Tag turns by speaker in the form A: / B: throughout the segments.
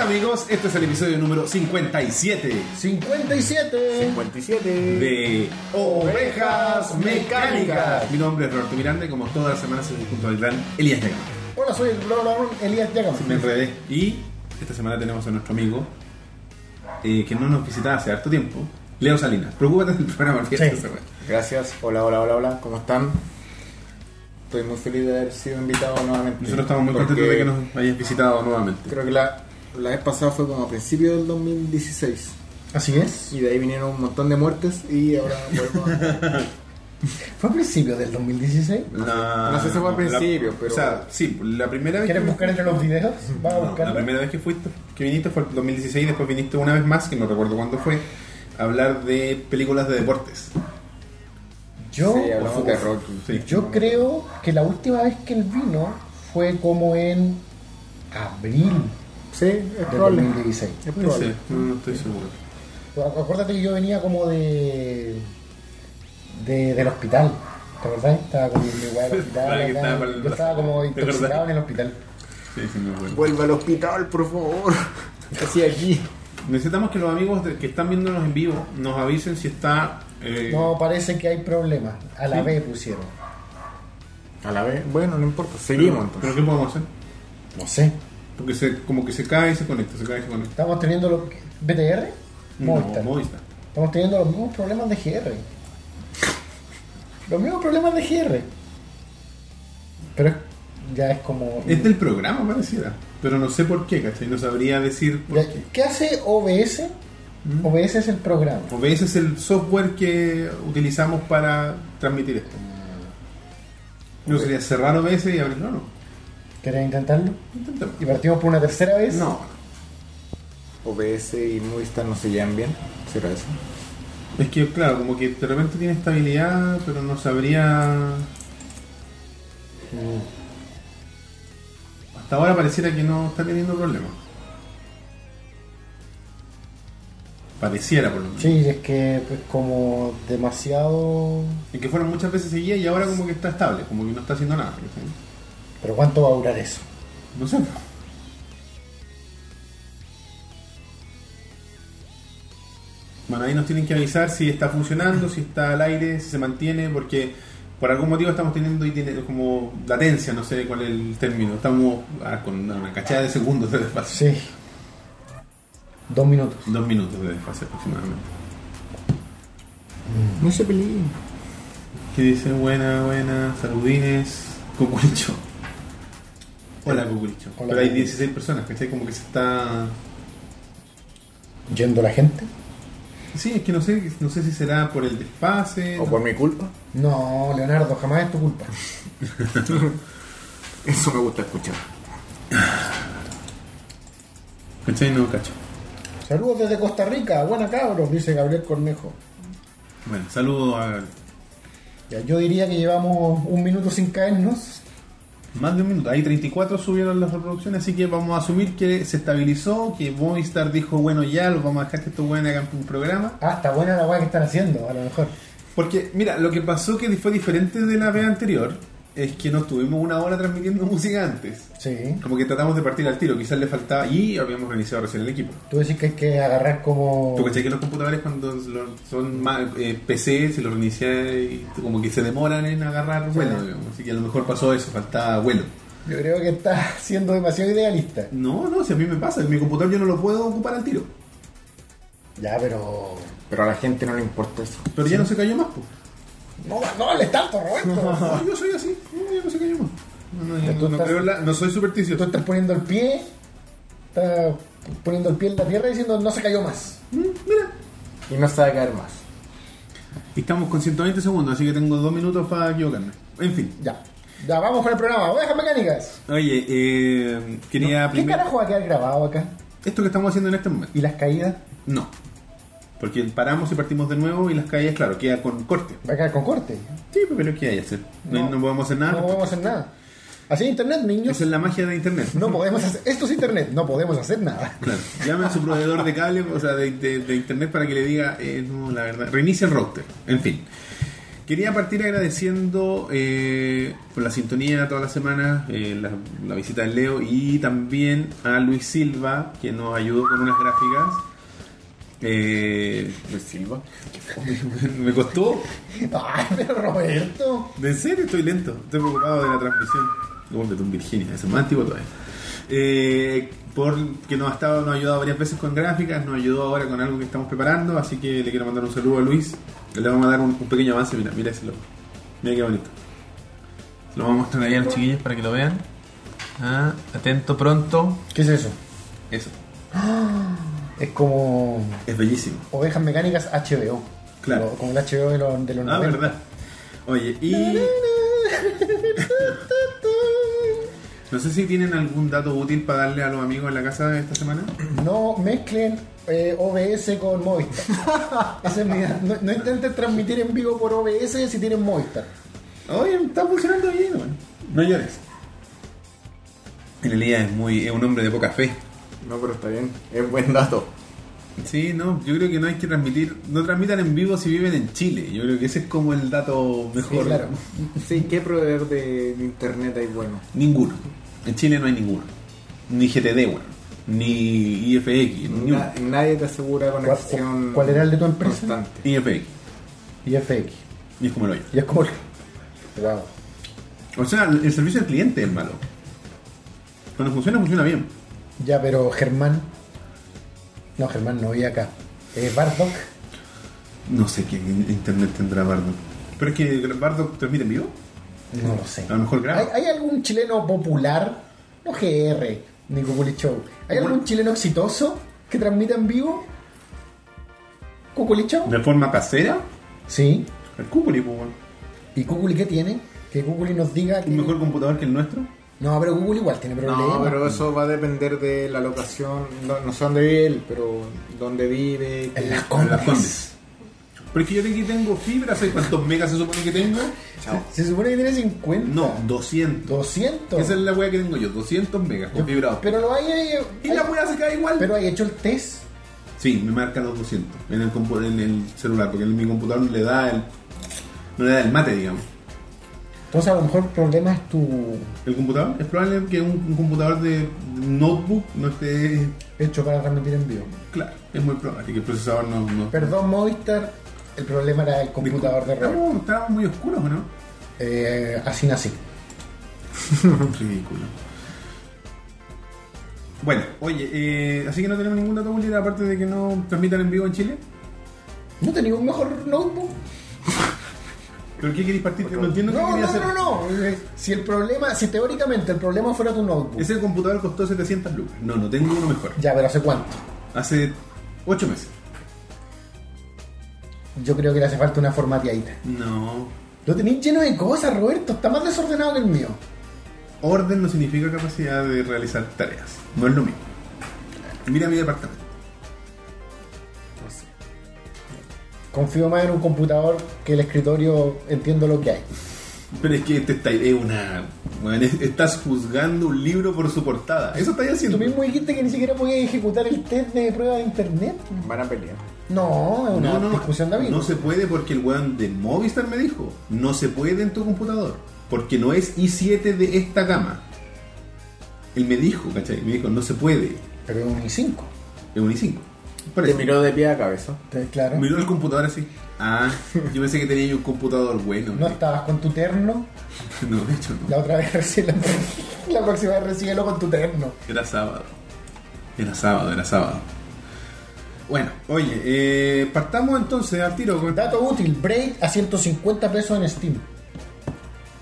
A: amigos, este es el episodio número 57
B: 57.
C: 57.
A: de Ovejas Mecánicas. Mi nombre es Roberto Miranda y como todas las semanas estoy junto al gran Elías Negro.
B: Hola, soy el Blablabrón Elías Yagaman.
A: Me enredé. Y esta semana tenemos a nuestro amigo eh, que no nos visitaba hace harto tiempo, Leo Salinas. Preocúpate del programa, olvídate
B: Sí.
A: esa wea.
C: Gracias. Hola, hola, hola, hola. ¿Cómo están? Estoy muy feliz de haber sido invitado nuevamente.
A: Nosotros estamos muy
C: Porque
A: contentos de que nos hayas visitado nuevamente.
C: Creo que la, la vez pasada fue como a principios del 2016.
B: Así es.
C: Y de ahí vinieron un montón de muertes y ahora vuelvo a...
B: Fue a principios del 2016.
A: La-
C: No sé si fue al
A: la-
C: principio, pero-
A: O sea, sí, la primera vez
B: ¿Quieres
A: que-
B: buscar entre los videos? Vamos a
A: No,
B: buscar.
A: la primera vez que fuiste, que viniste fue el 2016 y después viniste una vez más, que no recuerdo cuándo fue, a hablar de películas de deportes.
B: Yo,
C: Sí, hablamos de rock.
A: Sí.
B: yo creo que la última vez que él vino fue como en abril
C: Sí, es
B: del
C: probable.
B: 2016.
C: Es
A: No
C: probable.
A: sé, no, no estoy seguro.
B: Acu- Acuérdate que yo venía como de, de- del hospital. ¿Te acordás? Estaba con mi weá del hospital.
A: Vale, que
B: acá.
A: estaba para el-
B: Yo estaba como
A: ¿Te acordás?
B: intoxicado en el hospital.
A: Sí, sí, me acuerdo.
C: Vuelve al hospital, por favor. Así aquí.
A: Necesitamos que los amigos de- que están viéndonos en vivo nos avisen si está... eh,
B: No, parece que hay problemas. A la
A: Sí.
B: vez pusieron.
C: A la vez. Bueno, no importa.
A: pero-
C: Seguimos
A: ¿Pero
C: entonces.
A: qué podemos hacer?
B: No sé.
A: Porque se, como que se cae y se conecta, se cae y se conecta.
B: Estamos teniendo los BTR, Movistar.
A: No, Movistar.
B: Estamos teniendo los mismos problemas de GR. Los mismos problemas de GR. Pero es- ya es como.
A: Es del programa pareciera, pero no sé por qué, ¿cachai? No sabría decir por
B: ya-
A: qué.
B: ¿Qué hace OBS? OBS es el programa.
A: OBS es el software que utilizamos para transmitir esto. No sería cerrar OBS y abrirlo, no.
B: ¿Querés intentarlo?
A: Intentemos.
B: ¿Y partimos por una tercera vez?
A: No,
C: OBS y Movistar no se llevan bien. ¿Será eso?
A: es que claro, como que de repente tiene estabilidad, pero no sabría. Hasta ahora pareciera que no está teniendo problemas. Pareciera por lo menos.
B: Sí, es que pues como demasiado.
A: Y que fueron muchas veces seguidas y ahora como que está estable, como que no está haciendo nada. ¿cachai?
B: Pero ¿cuánto va a durar eso?
A: No sé. Bueno, ahí nos tienen que avisar si está funcionando, si está al aire, si se mantiene, porque por algún motivo estamos teniendo itine- como latencia, no sé cuál es el término. Estamos ah, con una, una cachada de segundos de desfase.
B: Sí. Dos minutos.
A: Dos minutos de desfase aproximadamente.
C: No se peleen.
A: Que dice buena, buena, saludines, Cucuricho. Hola, Cucuricho.
B: Hola,
A: Pero hay
B: Cucuricho.
A: 16 personas, ¿cachai? Como que se está
B: ¿Yendo la gente?
A: Sí, es que no sé, no sé si será por el desfase.
C: ¿O
A: no-
C: por mi culpa?
B: No, Leonardo, jamás es tu culpa.
C: Eso me gusta escuchar.
A: ¿Cachai? No cacho.
B: Saludos desde Costa Rica, buena cabros, dice Gabriel Cornejo.
A: Bueno, saludo a.
B: Ya, yo diría que llevamos un minuto sin caernos.
A: Más de un minuto. Ahí 34 subieron las reproducciones, así que vamos a asumir que se estabilizó, que Movistar dijo, bueno, ya, los vamos a dejar que estos buenos hagan un programa.
B: Ah, está buena la weá que están haciendo, a lo mejor.
A: Porque, mira, lo que pasó que fue diferente de la vez anterior es que nos tuvimos una hora transmitiendo música antes.
B: Sí.
A: Como que tratamos de partir al tiro, quizás le faltaba. Y habíamos organizado recién el equipo.
B: Tú decís que hay que agarrar como.
A: ¿Tú cachai que los computadores cuando lo- son ma- eh, PC, si los reiniciáis, como que se demoran en agarrar vuelo, digamos. Así que a lo mejor pasó eso, faltaba vuelo.
B: Yo creo que está siendo demasiado idealista.
A: No, no, si a mí me pasa, en mi computador yo no lo puedo ocupar al tiro.
B: Ya, pero.
C: Pero a la gente no le importa eso.
A: Pero ya no se cayó más, pues.
B: No, no le tanto, Roberto.
A: No, yo soy así, no, ya no se cayó más. No, no, yo
B: Pero tú
A: no, no
B: estás-
A: creo en la- no soy
B: Tú
A: supersticioso.
B: estás poniendo el pie. Estás poniendo el pie en la tierra diciendo no se cayó más.
A: Mm,
C: Y no sabe caer más.
A: Y Estamos con 120 segundos, así que tengo dos minutos para equivocarme. En fin.
B: Ya. Ya, vamos con el programa. Ovejas mecánicas.
A: Oye, eh, quería
B: ¿Qué
A: primero...
B: carajo va a quedar grabado acá?
A: Esto que estamos haciendo en este momento.
B: ¿Y las caídas?
A: No. Porque paramos y partimos de nuevo y las caídas, claro, queda con corte.
B: Va a quedar con corte.
A: Sí, pues, pero ¿qué hay que hacer? No,
B: No.
A: no podemos hacer nada.
B: No podemos hacer nada. Así es internet, niños.
A: Esa es la magia de internet.
B: No podemos hacer, esto es internet, no podemos hacer nada.
A: Claro. Llamen a su proveedor de cable, o sea, de, de- de internet para que le diga, eh, no, la verdad, reinicia el router. En fin. Quería partir agradeciendo eh, por la sintonía todas las semanas, eh, la, la visita de Leo y también a Luis Silva, que nos ayudó con unas gráficas. Eh,
C: Luis Silva.
A: me costó,
B: Ay, pero Roberto.
A: en serio estoy lento, estoy preocupado de la transmisión. Vuélvete un Virginia, ese es más antiguo todavía. Eh, porque nos ha estado, nos ha ayudado varias veces con gráficas, nos ayudó ahora con algo que estamos preparando, así que le quiero mandar un saludo a Luis. Le vamos a dar un, un pequeño avance, mira, mira ese logo. Mira qué bonito. Se Lo vamos a mostrar ahí a los chiquillos para que lo vean. Ah, atento pronto.
B: ¿Qué es eso?
A: Eso.
B: Es como
A: Es bellísimo.
B: Ovejas Mecánicas HBO.
A: Claro.
B: Lo- Como el HBO de los, de los
A: Ah,
B: 90.
A: verdad. Oye, y. No sé si tienen algún dato útil para darle a los amigos en la casa esta semana.
B: No mezclen eh, OBS con Movistar. Ese es mi- no, no intenten transmitir en vivo por OBS si tienen Movistar.
A: Oye, está funcionando bien, weón. No llores. En realidad es muy. es un hombre de poca fe.
C: No, pero está bien. Es buen dato.
A: Sí, no, yo creo que no hay que transmitir. No transmitan en vivo si viven en Chile. Yo creo que ese es como el dato mejor.
B: Sí, claro.
C: Sí, ¿qué proveedor de, de internet hay bueno?
A: Ninguno. En Chile no hay ninguno. Ni GTD, weón. Ni IFX. Ni uno.
C: Na- nadie te asegura
B: ¿Cuál-
C: conexión
B: ¿Cuál era el de tu empresa?
C: constante.
A: IFX.
B: Y FX.
A: Y es como el hoyo.
B: Y es como. Wow.
A: O sea, el servicio al cliente es el malo. Cuando funciona, funciona bien.
B: Ya, pero Germán. No, Germán no vi acá. Eh, Bardock.
A: No sé qué internet tendrá Bardock. Pero es que Bardock transmite en vivo.
B: No lo sé.
A: A lo mejor graba.
B: ¿Hay, hay algún chileno popular? No GR, Nico Puli Show. ¿Hay algún chileno exitoso que transmita en vivo? ¿Cuculi Show?
A: De forma casera,
B: Sí.
A: el Cúpuli, pues, weón.
B: ¿Y Cuculi qué tiene? Que Cuculi nos diga que...
A: Un mejor computador que el nuestro.
B: No, pero Cuculi igual tiene problemas.
C: No, pero eso va a depender de la locación. No, no sé dónde vive él, pero dónde vive.
B: En
C: qué-
B: las
A: En
B: condes.
A: las condes. Pero es que yo de aquí tengo fibra, ¿sabes cuántos megas se supone que tengo?
C: Chao.
B: Se supone que tiene 50.
A: No, 200.
B: 200.
A: Esa es la wea que tengo yo, 200 megas con fibra óptica.
B: Pero lo hay... hay-
A: Y la wea se cae igual.
B: Pero hay hecho el test.
A: Sí, me marca los 200 en el, compu- en el celular, porque en mi computador no le da el, no le da el mate, digamos.
B: Entonces a lo mejor el problema es tu...
A: El computador, es probable que un, un computador de notebook no esté
B: Hecho para transmitir en vivo.
A: claro, es muy probable que el procesador no. no-
B: Perdón, Movistar. El problema era el computador de Robert.
A: Estamos, estamos muy oscuros, ¿o ¿no?
B: Eh, así nací.
A: Ridículo. Bueno, oye, eh, así que no tenemos ningún dato útil aparte de que no transmitan en vivo en Chile.
B: ¿No tenía un mejor notebook?
A: ¿Pero qué queréis partir? No
B: No,
A: entiendo qué
B: no,
A: quería
B: no,
A: hacer.
B: no, Eh, Si el problema, si teóricamente el problema fuera tu notebook.
A: Ese computador costó 700 lucas. No, no tengo uno mejor.
B: Ya, pero ¿hace cuánto?
A: Hace 8 meses.
B: Yo creo que le hace falta una formateadita.
A: No.
B: Lo tenéis lleno de cosas, Roberto. Está más desordenado que el mío.
A: Orden no significa capacidad de realizar tareas. No es lo mismo. Mira mi departamento.
B: Confío más en un computador que el escritorio entiendo lo que hay.
A: Pero es que te está es una. bueno, es- estás juzgando un libro por su portada. Eso estáis
B: Tú
A: haciendo.
B: mismo dijiste que ni siquiera podías ejecutar el test de prueba de internet.
C: Van a pelear.
B: No, es una
A: No, no,
B: discusión de amigos.
A: no se puede porque el weón de Movistar me dijo, no se puede en tu computador, porque no es i7 de esta gama. Él me dijo, ¿cachai? Me dijo, no se puede,
B: Pero es un i5.
A: es un i5. Por
C: Te
A: eso,
C: miró de pie a cabeza.
B: Entonces, claro.
A: miró el computador así. Ah, yo pensé que tenía yo un computador bueno.
B: No estabas con tu terno.
A: No, de hecho no.
B: La otra vez recién la, la próxima vez recíbelo con tu terno.
A: Era sábado. Era sábado, era sábado. Bueno, oye, eh, partamos entonces al tiro con
B: Dato útil, Braid a 150 pesos en Steam.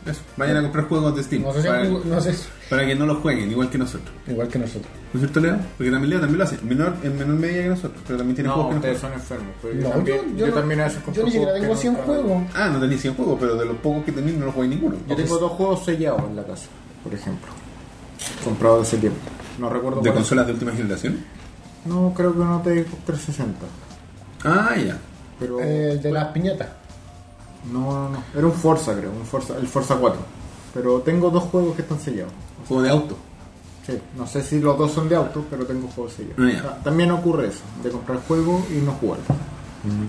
A: eso. Vayan a comprar juegos de Steam
B: No sé si
A: para,
B: no sé si-
A: para que no los jueguen, igual que nosotros.
B: Igual que nosotros.
A: ¿No es cierto, Leo? Porque también Leo también lo hace, menor, en menor medida que nosotros, pero también tiene
C: No,
A: juegos que no
C: ustedes
A: juega.
C: son enfermos. pero
B: No,
C: yo, también,
B: yo,
C: yo,
B: yo no-
C: también a veces compro
B: yo ni siquiera
C: juegos
B: tengo
C: que
B: 100
C: no-
B: juegos.
A: Ah, no tenía 100 juegos, pero de los pocos que tenéis no los jugáis ninguno.
C: Yo tengo dos juegos sellados en la casa, por ejemplo. Comprados hace tiempo. No recuerdo
A: ¿De
C: cuál es.
A: consolas de última generación?
C: No, creo que no te 360.
A: Ah, ya.
C: Pero.
B: Eh, el de las piñatas.
C: No, no, no. Era un Forza, creo. Un Forza, el Forza 4. Pero tengo dos juegos que están sellados.
A: Juego de auto.
C: Sí, no sé si los dos son de auto, pero tengo juegos sellados.
A: Ah, ya.
C: Ta- También ocurre eso, de comprar juegos y no jugarlos.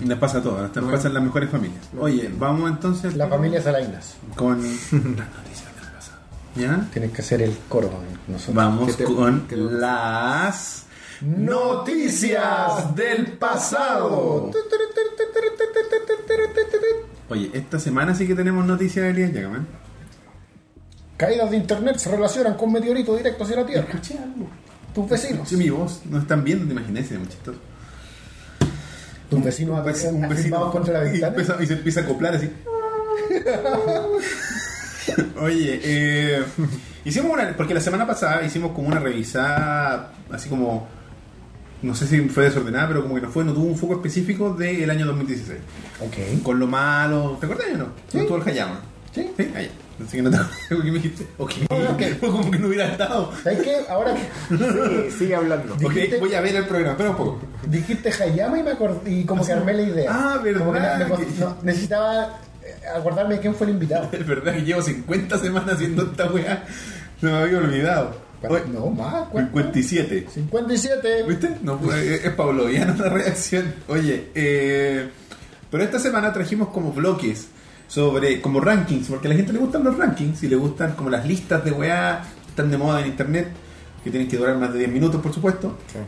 A: Nos pasa a todas, nos
C: Bueno.
A: pasan las mejores familias. Oye, vamos entonces
B: La familia Salainas.
A: con las noticias del pasado. ¿Ya?
B: Tienes que hacer el coro con nosotros.
A: Vamos
C: ¿Qué te-
A: con
C: qué te-
A: las
B: Noticias del pasado.
A: Oye, esta semana sí que tenemos noticias de Elías Yagaman.
B: Caídas de internet se relacionan con meteoritos directos hacia la Tierra.
A: Escuché algo.
B: Tus vecinos.
A: Escuché mi voz. No están viendo, te imaginas, es muy chistoso.
B: Tus vecinos
A: Un vecino- un
B: afirmados
A: vecino
B: contra la
A: y
B: ventana.
A: empieza- y se empieza a acoplar así. Oye, eh, hicimos una. Porque la semana pasada hicimos como una revisada, así como. No sé si fue desordenada, pero como que no fue, no tuvo un foco específico del año 2016.
B: Ok.
A: Con lo malo. ¿Te acuerdas o no?
B: Sí.
A: No tuvo el Hayama.
B: Sí.
A: Sí, ah, ya. Así que no te acuerdas porque me dijiste. Ok.
B: Ah, ok.
A: Fue como que no hubiera estado.
B: ¿Sabes qué? Ahora que
C: Sí, Eh, sigue hablando.
A: Ok,
B: Dijiste-
A: voy a ver el programa, espera un poco.
B: dijiste Hayama y, me acordé, y como que armé la idea.
A: Ah, verdad.
B: Como que me cost- no, necesitaba eh, acordarme de quién fue el invitado.
A: Es verdad que llevo 50 semanas haciendo esta weá. Se me había olvidado. Oye,
B: No, más. ¿cuánto?
A: 57.
B: 57.
A: ¿Viste? No, pues, es es pavloviana la reacción. Oye, eh, pero esta semana trajimos como bloques sobre, como rankings, porque a la gente le gustan los rankings y le gustan como las listas de weá que están de moda en internet, que tienen que durar más de 10 minutos, por supuesto.
C: Sí.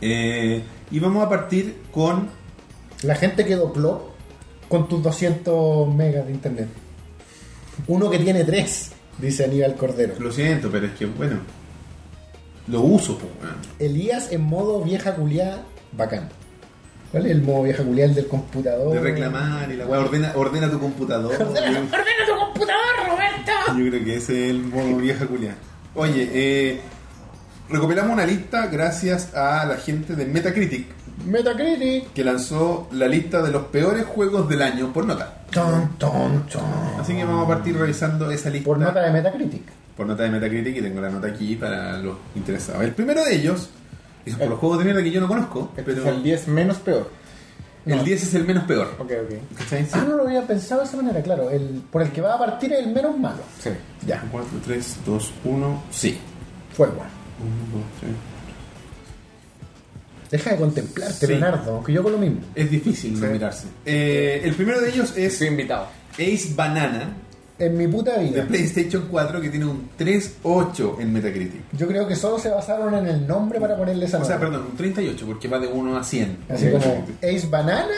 A: Eh, y vamos a partir con
B: La gente que dobló con tus 200 megas de internet. Uno que tiene 3, dice Aníbal Cordero.
A: Lo siento, pero es que, bueno, lo uso, pues, weón.
B: Elías en modo vieja culiada, bacán. ¿Cuál es el modo vieja culiada El del computador?
A: De reclamar y la weá, ordena, ordena tu computador. weón.
B: ¡Ordena tu computador, Roberto!
A: Yo creo que ese es el modo vieja culia. Oye, eh, recopilamos una lista gracias a la gente de Metacritic,
B: Metacritic.
A: que lanzó la lista de los peores juegos del año por nota.
B: Ton, ton, ton.
A: Así que vamos a partir revisando esa lista
B: Ah. Por nota de Metacritic.
A: por nota de Metacritic y tengo la nota aquí para los interesados. El primero de ellos, que son por los juegos de mierda que yo no conozco,
C: Este
A: pero
C: es el 10 menos peor.
A: el 10 es el menos peor. Ah.
C: Ok, ok.
A: ¿Cachai?
B: Yo Ah, no lo había pensado de esa manera, claro. El, por el que va a partir es el menos malo.
C: Sí.
B: Ya,
A: 4, 3, 2, 1, sí.
B: fue bueno.
A: 1, 2, 3.
B: Deja de
A: Sí.
B: contemplarte, Leonardo, que yo con lo mismo.
A: Es difícil no
C: Sí.
A: mirarse. Eh, el primero de ellos es
C: Estoy invitado.
A: Ace Banana,
B: En mi puta
A: de
B: vida.
A: PlayStation 4 que tiene un 3.8 en Metacritic.
B: Yo creo que solo se basaron en el nombre para ponerle esa
A: O
B: nota.
A: sea, perdón, un 38 porque va de 1 a 100.
B: Ah. Así como Ace Banana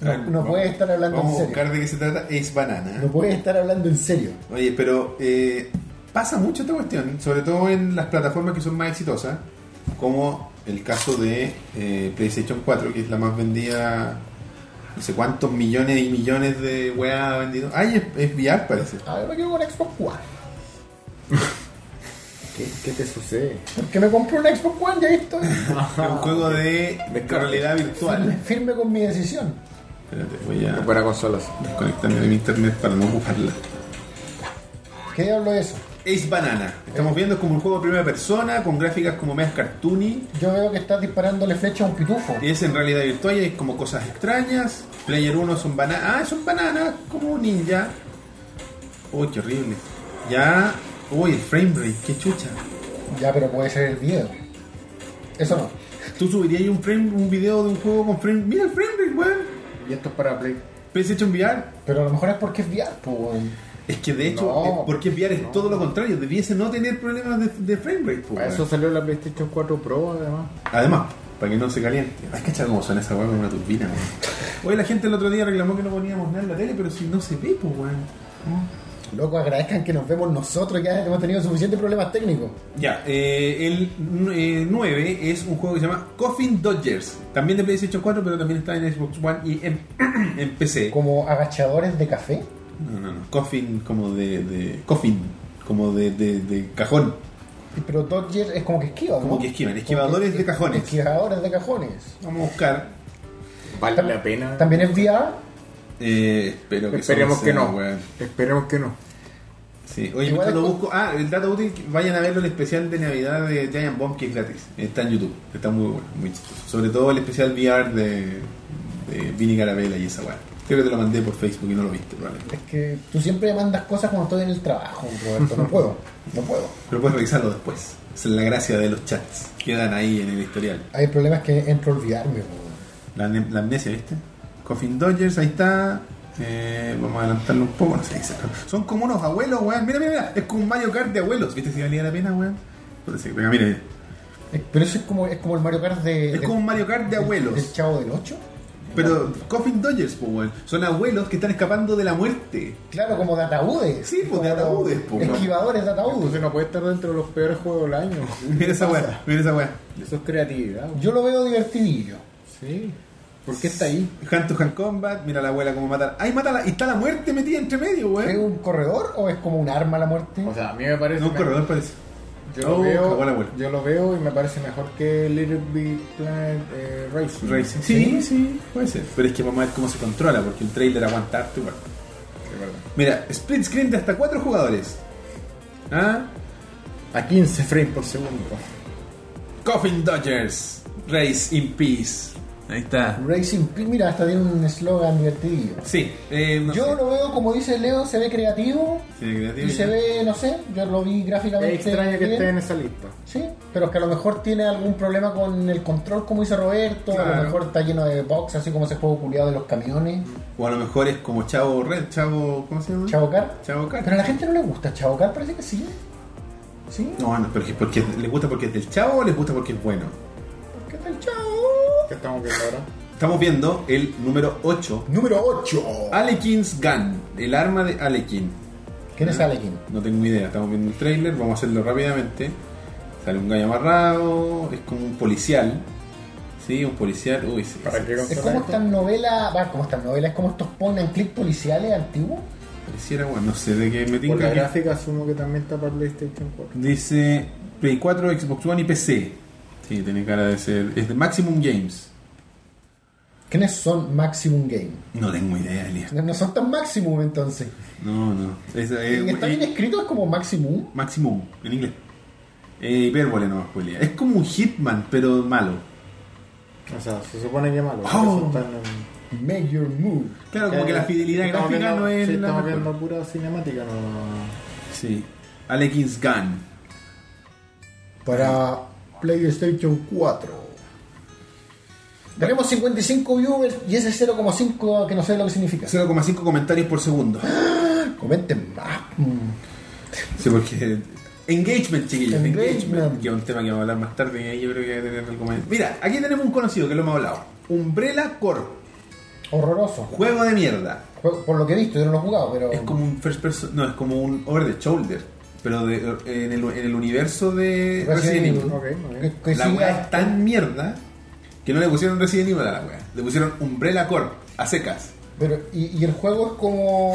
B: no, no
A: Vamos-
B: puede estar hablando en
A: Vamos a
B: serio.
A: buscar de qué se trata Ace Banana.
B: No puede estar hablando en serio.
A: Oye, pero eh, pasa mucho esta cuestión, sobre todo en las plataformas que son más exitosas, como el caso de eh, PlayStation 4, que es la más vendida, no sé cuántos millones y millones de weas ha vendido. Ay, es, es VR parece.
B: A ver, me quedo con Xbox One.
C: ¿Qué, qué te sucede?
B: Porque me compré un Xbox One, ya esto.
A: es un juego de,
C: De
A: realidad virtual.
B: Firme con mi decisión.
A: Espérate, voy a
C: Para consolas.
A: desconectarme de mi internet para no ocuparla.
B: ¿Qué diablo es eso?
A: Ace Banana. Estamos viendo como un juego de primera persona con gráficas como medias cartoony.
B: Yo veo que estás disparándole flecha a un pitufo.
A: Es en realidad virtual y es como cosas extrañas. Player 1 son bananas. Ah, son bananas como ninja. Uy, qué horrible. Ya. Uy, el frame rate, qué chucha.
B: Ya, pero puede ser el video. Eso no.
A: ¿Tú subirías un frame, un video de un juego con frame? Mira el frame rate, weón.
C: Y esto es para Play.
A: PlayStation VR.
B: Pero a lo mejor es porque es VR, pues, weón.
A: Es que de hecho,
C: No.
A: eh, porque VR es
C: No.
A: todo lo contrario. Debiese no tener problemas de, de frame rate, po,
C: Para
A: weón.
C: eso salió la PlayStation 4 Pro, además.
A: Además, para que no se caliente. Hay que echar como suena esa weá con una turbina, weón. Hoy la gente el otro día reclamó que no poníamos nada en la tele, pero si no se ve, pues weón.
B: Loco, agradezcan que nos vemos nosotros, ya hemos tenido suficientes problemas técnicos.
A: Ya, eh, el 9 es un juego que se llama Coffin Dodgers. También de PlayStation 4, pero también está en Xbox One y en, en PC.
B: Como agachadores de café.
A: No, no, no. Coffin como de. de coffin. Como de, de, de cajón.
B: Pero Dodger es como que esquiva, ¿no?
A: Como que esquivan, esquivadores
B: Como
A: de cajones.
B: Esquivadores de cajones.
A: Vamos a buscar.
C: Vale
B: Tam-
C: la pena.
B: También es VR.
A: Eh, espero que
C: Esperemos
A: eso
C: que
A: sea,
C: no.
A: weón.
C: Esperemos que no.
A: Sí, oye,
B: Igual
A: mientras lo
B: es
A: busco. Ah, el dato útil, que vayan a verlo el especial de Navidad de Giant Bomb que es gratis. Está en YouTube, está muy bueno, muy chistoso. Sobre todo el especial VR de, de Vinny Carabella y esa weá. Creo que te lo mandé por Facebook y no lo viste, probablemente.
B: Es que tú siempre me mandas cosas cuando estoy en el trabajo, Roberto. No puedo, no puedo.
A: Pero puedes revisarlo después. Esa es la gracia de los chats. Quedan ahí en el historial.
B: Hay problemas que entro a olvidarme, weón.
A: La, amne- la amnesia, ¿viste? Coffin Dodgers, ahí está. Eh, vamos a adelantarlo un poco, no sé. exacto. Son como unos abuelos, weón. Mira, mira, mira. Es como un Mario Kart de abuelos. ¿Viste si valía la pena, weón? Puta, sí, venga, mira, mira.
B: Eh, Pero eso es como, es como el Mario Kart de.
A: Es
B: del-
A: como un Mario Kart de
B: del-
A: abuelos.
B: Del chavo del 8.
A: Pero Coffin Dodgers, po, weón. Son abuelos que están escapando de la muerte.
B: Claro, como de ataúdes.
A: Sí, pues, de
B: Como
A: ataúdes, pues.
B: Esquivadores de ataúdes.
C: Entonces no puede estar dentro de los peores juegos del año.
A: Mira esa weá, mira esa weá.
C: Eso es creatividad.
B: Yo lo veo divertidillo.
C: Sí. ¿Por qué está ahí?
A: Hand to hand combat, mira la abuela como matar. ¡Ay, mátala! Y está la muerte metida entre medio,
B: ¿Es
A: weón.
B: un corredor o es como un arma la muerte?
C: O sea, a mí me parece.
A: No, un
C: me-
A: corredor parece.
C: Yo lo,
A: Oh, cagó la abuela.
C: veo, yo lo veo y me parece mejor que Little Big Planet eh, Racing.
A: Racing. Sí, sí, puede ser. Pero es que vamos a ver cómo se controla, porque el trailer aguanta harto igual.
C: De verdad.
A: Mira, split screen de hasta 4 jugadores. ¿Ah?
C: A 15 frames por segundo.
A: Coffin Dodgers. Race in Peace. Ahí está.
B: Racing Pin, mira, hasta tiene un eslogan divertidillo.
A: Sí, eh, no
B: Yo
A: sé.
B: lo veo, como dice Leo, se ve creativo
A: Sí, creativo.
B: y se ve, no sé, yo lo vi gráficamente.
C: Es extraño que
B: bien.
C: esté en esa lista.
B: Sí, pero es que a lo mejor tiene algún problema con el control, como dice Roberto. A
A: Claro.
B: lo mejor está lleno de box, así como ese juego culiado de los camiones.
A: O a lo mejor es como Chavo Red, Chavo. ¿Cómo se llama?
B: Chavo Car.
A: Chavo Car.
B: Pero a la gente no le gusta Chavo Car, parece que sí. ¿Sí?
A: No, no, pero es porque les gusta porque es del Chavo o les gusta porque es bueno.
B: ¿Por qué tal Chavo?
C: ¿Qué estamos viendo ahora?
A: Estamos viendo el número 8.
B: Número 8.
A: Alekin's Gun, el arma de Alekin.
B: ¿Quién es Alekin?
A: No tengo idea, estamos viendo el trailer, vamos a hacerlo rápidamente. Sale un gallo amarrado, es como un policial. Sí, un policial. Uy, sí.
C: ¿Para
A: sí,
C: qué
A: sí,
B: Es como estas novelas, va, como estas novelas, es como estos pon and click policiales antiguos.
A: Pareciera bueno, no sé de qué me
C: Por la
A: tinca. que-
C: gráfica asumo que también está para PlayStation 4.
A: Dice Play 4, Xbox One y PC. Sí, tiene cara de ser. Es de Maximum Games.
B: ¿Quiénes son Maximum Game?
A: No tengo idea, Elías.
B: No son tan Maximum entonces.
A: No, no. Es, eh,
B: Y Está
A: eh,
B: bien escrito, es como Maximum.
A: Maximum, en inglés. Eh, hipérbole nomás, pues, Elías. Es como un Hitman, pero malo.
C: O sea, se supone que es malo.
A: Oh.
C: porque eso está en-
B: Make your move.
A: Claro, como que la fidelidad
C: Eh, Estamos
A: gráfica
C: viendo-
A: no es
C: sí,
A: la
C: estamos
A: mejor.
C: viendo pura cinemática, no.
A: Sí. Alekin's Gun.
B: Para PlayStation 4. Tenemos 55 viewers y ese 0,5 que no sé lo que significa.
A: 0,5 comentarios por segundo.
B: Comenten más. mm.
A: Sí, porque. Engagement, chiquillos.
B: Engagement.
A: Engagement. Que es un tema que vamos a hablar más tarde. Y ahí yo creo que hay que tener algo más. Mira, aquí tenemos un conocido que lo hemos hablado. Umbrella Corp.
B: Horroroso.
A: Juego de mierda.
B: Por por lo que he visto, yo no lo he jugado, pero.
A: Es como un first person. No, es como un over the shoulder. Pero de- en, el, en el universo de Resident Evil.
C: Ok, ok.
B: que- que
A: La
B: siga-
A: wea es tan mierda que no le pusieron Resident Evil a la wea. Le pusieron Umbrella Corp. A secas.
B: Pero, y, y el juego es como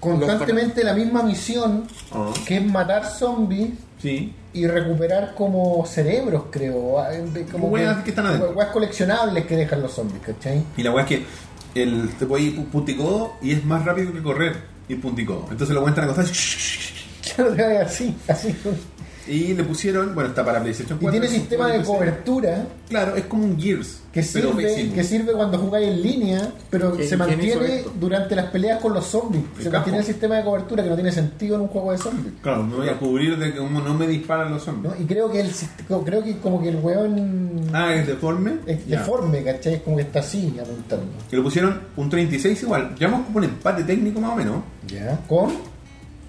B: constantemente la misma misión,
A: Ah.
B: que es matar zombies
A: Sí.
B: y recuperar como cerebros, creo. ah, de- Como
A: Weas que están adentro.
B: weas coleccionables que dejan los zombies, ¿cachai?
A: Y la weá es que el, te puede ir pu- punticodo y es más rápido que correr ir punticodo. Entonces lo cuentan a costar
B: Claro, te hagas así, así.
A: y le pusieron, bueno, está para PlayStation
B: Y
A: 4.
B: tiene
A: es un
B: sistema
A: juego
B: de
A: PC.
B: cobertura
A: Claro, es como un Gears.
B: que
A: pero
B: sirve,
A: pésimo.
B: que sirve cuando jugáis en línea, pero
C: ¿Quién-
B: se
C: quién hizo
B: mantiene
C: esto?
B: durante las peleas con los zombies. Se
A: El
B: mantiene
A: campo.
B: el sistema de cobertura que no tiene sentido en un juego de zombies.
A: Claro, me voy a cubrir de que como no me disparan los hombres.
B: ¿no? Y creo que el sist- creo que como que el weón
A: Ah, es deforme.
B: Es
A: Ya.
B: deforme, ¿cachai? Es como que está así apuntando.
A: Que le pusieron un 36 igual. Llevamos como un empate técnico más o menos.
B: ¿Ya? Con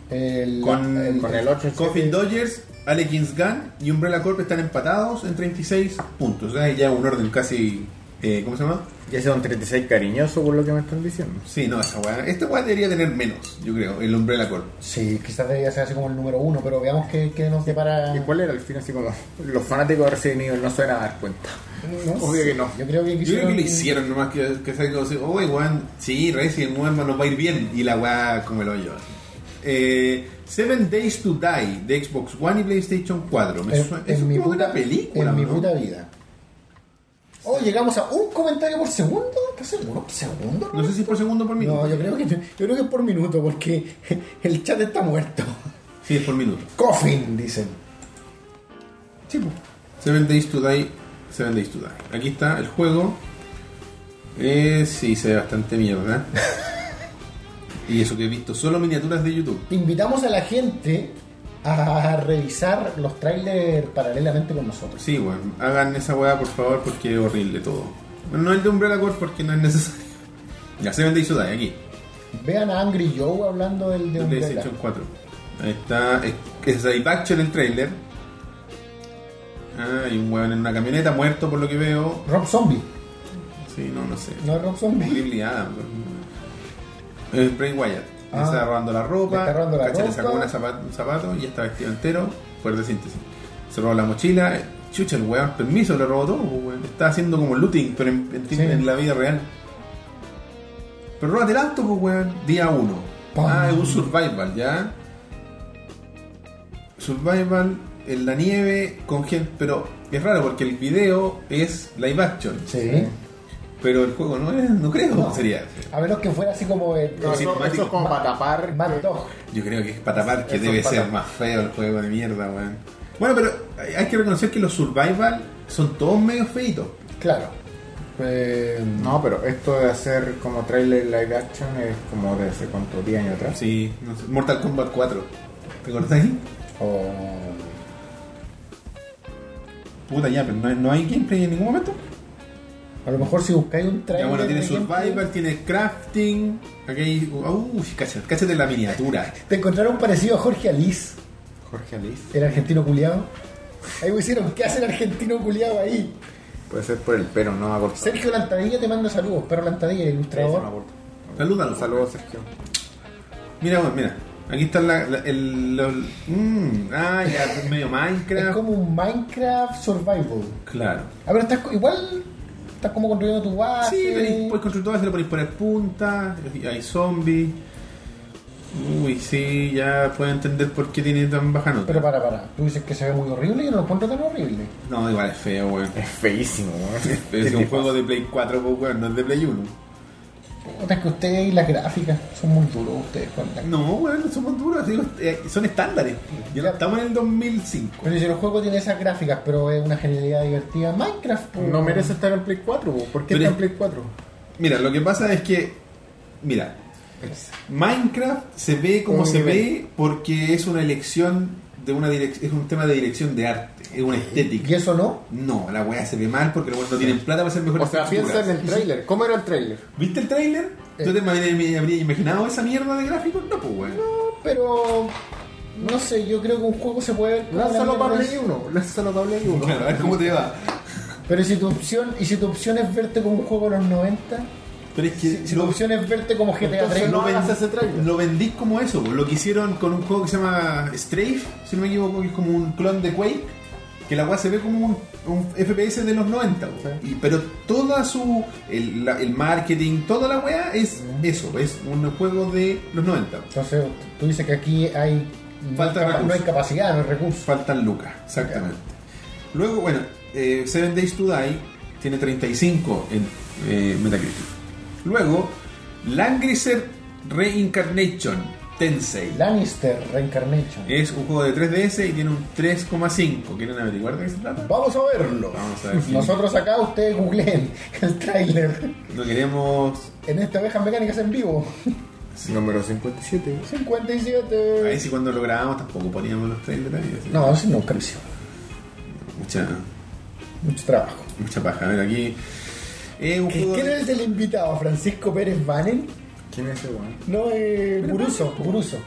B: el.
A: Con-
B: el-
C: Con el 8
A: Coffin Dodgers, Alekin's Gun y Umbrella Corp están empatados en 36 puntos. O sea, ya un orden casi. eh, ¿Cómo se llama?
C: Ya sea un 36 cariñoso por lo que me están diciendo.
A: Sí, no, esa weá. Esta weá debería tener menos, yo creo, el Umbrella Corp.
B: Sí, quizás debería ser así como el número uno, pero veamos qué, qué nos depara.
C: ¿Y cuál era el fin? Así como los fanáticos de Resident Evil no se van a dar cuenta.
A: pues,
B: No
C: Obvio
B: sé.
C: que no.
B: Yo creo
A: Yo
B: que
A: creo
B: quisieron-
A: que le hicieron nomás que, que salga así, oye, weón, sí, Resident Evil nos va a ir bien. Y la weá como el hoyo. Eh, Seven Days to Die de Xbox One y PlayStation 4. Me
B: En,
A: suena-
B: en
A: es
B: mi
A: como
B: puta,
A: una película,
B: en mi
A: ¿no?
B: puta vida. Oh, llegamos a un comentario por segundo. ¿Qué seguro? ¿Por segundo?
A: No sé si es por segundo o por minuto.
B: No, yo creo que yo creo que es por minuto, porque el chat está muerto.
A: Sí, es por minuto.
B: Coffin, dicen. pues.
A: Sí, po. Seven Days to Die. Seven Days to Die. Aquí está el juego. Eh, sí, se ve bastante mierda. ¿eh? y eso que he visto, solo miniaturas de YouTube.
B: Invitamos a la gente a revisar los trailers paralelamente con nosotros.
A: Sí, weón. Hagan esa weá, por favor, porque es horrible todo. Bueno, no el de Umbrella Corp porque no es necesario. Ya se vende Isodai aquí.
B: Vean a Angry Joe hablando del de
A: De
B: Umbrella.
A: PlayStation 4. Ahí está. Es, es live action el trailer. Ah, hay un hueón en una camioneta muerto por lo que veo.
B: Rob Zombie.
A: Sí, no, no sé.
B: No es Rob Zombie.
A: Ghibli Adam. Es Bray Wyatt. Le
B: Ah.
A: está robando la ropa.
B: Le está robando la
A: cacha, Le
B: ropa.
A: sacó una zapa- un zapato y está vestido entero. Poder de síntesis. Se robó la mochila. eh, Chucha, el weón, permiso, le robó todo. pues, weón. Está haciendo como looting, pero en, en-
B: Sí.
A: en la vida real. Pero róbate el auto, pues, weón. Día 1.
B: Pam.
A: Ah, es un survival, ¿ya? Survival en la nieve con gente. Pero es raro porque el video es live action.
B: Sí.
A: Pero el juego no es, no creo
B: No.
A: sería.
B: A menos que fuera así como el,
C: No,
A: Sí,
C: eso,
A: temático.
C: eso es como para tapar.
B: Mad Dog.
A: Yo creo que es para tapar que
C: Eso
A: debe
C: es para
A: ser
C: tapar.
A: más feo el juego de mierda, weón. Bueno, pero hay- hay que reconocer que los survival son todos medio feitos.
B: Claro. Eh,
C: No, pero esto de hacer como trailer live action es como de hace cuánto, 10 años atrás.
A: Sí, no sé, Mortal Kombat 4. ¿Te acordáis?
B: o-
A: Puta ya, pero no, hay- no hay gameplay en ningún momento.
B: a lo mejor si buscáis un trailer.
A: Ya bueno, tiene
B: de gameplay,
A: survival, tiene crafting. Aquí hay. Uy, cáchate, cáchate la miniatura.
B: Te encontraron parecido a Jorge Alice,
C: Jorge Alice.
B: el argentino culiado. Ahí me hicieron, ¿qué hace el argentino culiado ahí?
C: Puede ser por el pero no me acuerdo.
B: Sergio Lantadilla te manda saludos, perro Lantadilla, el
C: Sí,
B: ilustrador.
C: sí, me acuerdo.
A: Salúdalo.
C: Saludos, Sergio.
A: Mira, bueno, mira. Aquí está la, la- el. los- mm, ah, ya, medio Minecraft.
B: Es como un Minecraft Survival.
A: Claro.
B: A ver, estás co- igual estás como construyendo tu base.
A: Sí, tenéis-
B: pues
A: puedes construir todo, se lo podéis poner punta, y hay zombies. Uy, sí, ya puedo entender por qué tiene tan baja nota.
B: Pero para, para. Tú dices que se ve muy horrible y yo no lo encuentro tan horrible.
A: No, igual es feo, weón.
C: Es feísimo, weón.
A: Es
C: ¿Qué
A: un
C: te
A: juego de Play 4, pues, weón, no es de Play 1.
B: Puta, es que ustedes y las gráficas son muy duros ustedes con la-
A: No, weón, somos duros, digo, eh, son estándares. Ya no
B: Ya.
A: estamos en el 2005.
B: Pero si el juego tiene esas gráficas, pero es una genialidad divertida, Minecraft.
C: pasa?
B: pues.
C: No merece estar en Play 4, weón. ¿Por qué
A: Pero
C: está en
A: es-
C: Play 4?
A: Mira, lo que pasa es que. Mira, Minecraft se ve como
C: Un
A: se
C: nivel.
A: ve porque es una elección de una direc- es un tema de dirección de arte, es una estética.
B: Y eso no.
A: No, la weá se ve mal porque los weones no tienen plata para hacer mejores
C: O sea,
A: texturas.
C: piensa en el trailer. ¿Cómo era el trailer?
A: ¿Viste el trailer? ¿Tú
B: Eh.
A: te habrías me habrías imaginado esa mierda de gráficos? No, pues weón.
B: Pero. No sé, yo creo que un juego se puede ver. como la
C: Lánzalo
B: mierda
C: para
B: es.
C: Play 1. Lánzalo para Play 1.
A: Claro, a ver cómo te va.
B: Pero si tu opción. ¿Y si tu opción es verte como un juego de los 90?
A: Pero es que
B: Si tu opción es verte como GTA
C: Entonces
B: 3.
C: no
A: lo,
C: hagas ese trailer.
A: lo vendís como eso, pues. lo que hicieron con un juego que se llama Strafe, si no me equivoco, que es como un clon de Quake, que la weá se ve como un, un FPS de los 90, pues.
C: Sí.
A: Y- pero toda su. El, la- el marketing, toda la weá es eso, es un juego de los 90. pues.
B: Entonces, tú dices que aquí hay. no
A: Falta
B: hay
A: de
B: capa- no hay
A: recursos.
B: capacidad, no hay recursos.
A: Faltan lucas, exactamente. Luego, bueno, eh, Seven Days to Die tiene 35 en eh, Metacritic. Luego, Langrisser Reincarnation Tensei.
B: Lannister Reincarnation.
A: Es un juego de 3DS y tiene un 3,5. ¿Quieren averiguar de qué se trata?
B: Vamos a verlo.
A: Vamos a ver.
B: Nosotros acá, ustedes googleen el tráiler
A: No queremos...
B: en esta ovejas mecánicas en vivo.
C: Número 57.
B: 57.
A: Ahí sí cuando lo grabamos tampoco poníamos los trailers. ahí, así.
B: No, eso nunca lo hicimos.
A: Mucha,
B: Mucho trabajo.
A: mucha paja. A ver, aquí... Es un
B: Eh, ¿Qué
A: juego...
B: ¿Quién
A: de-
B: es el invitado? ¿Francisco Pérez Vanen?
C: ¿Quién es ese, weón?
B: No, eh, Buruso. Buruso.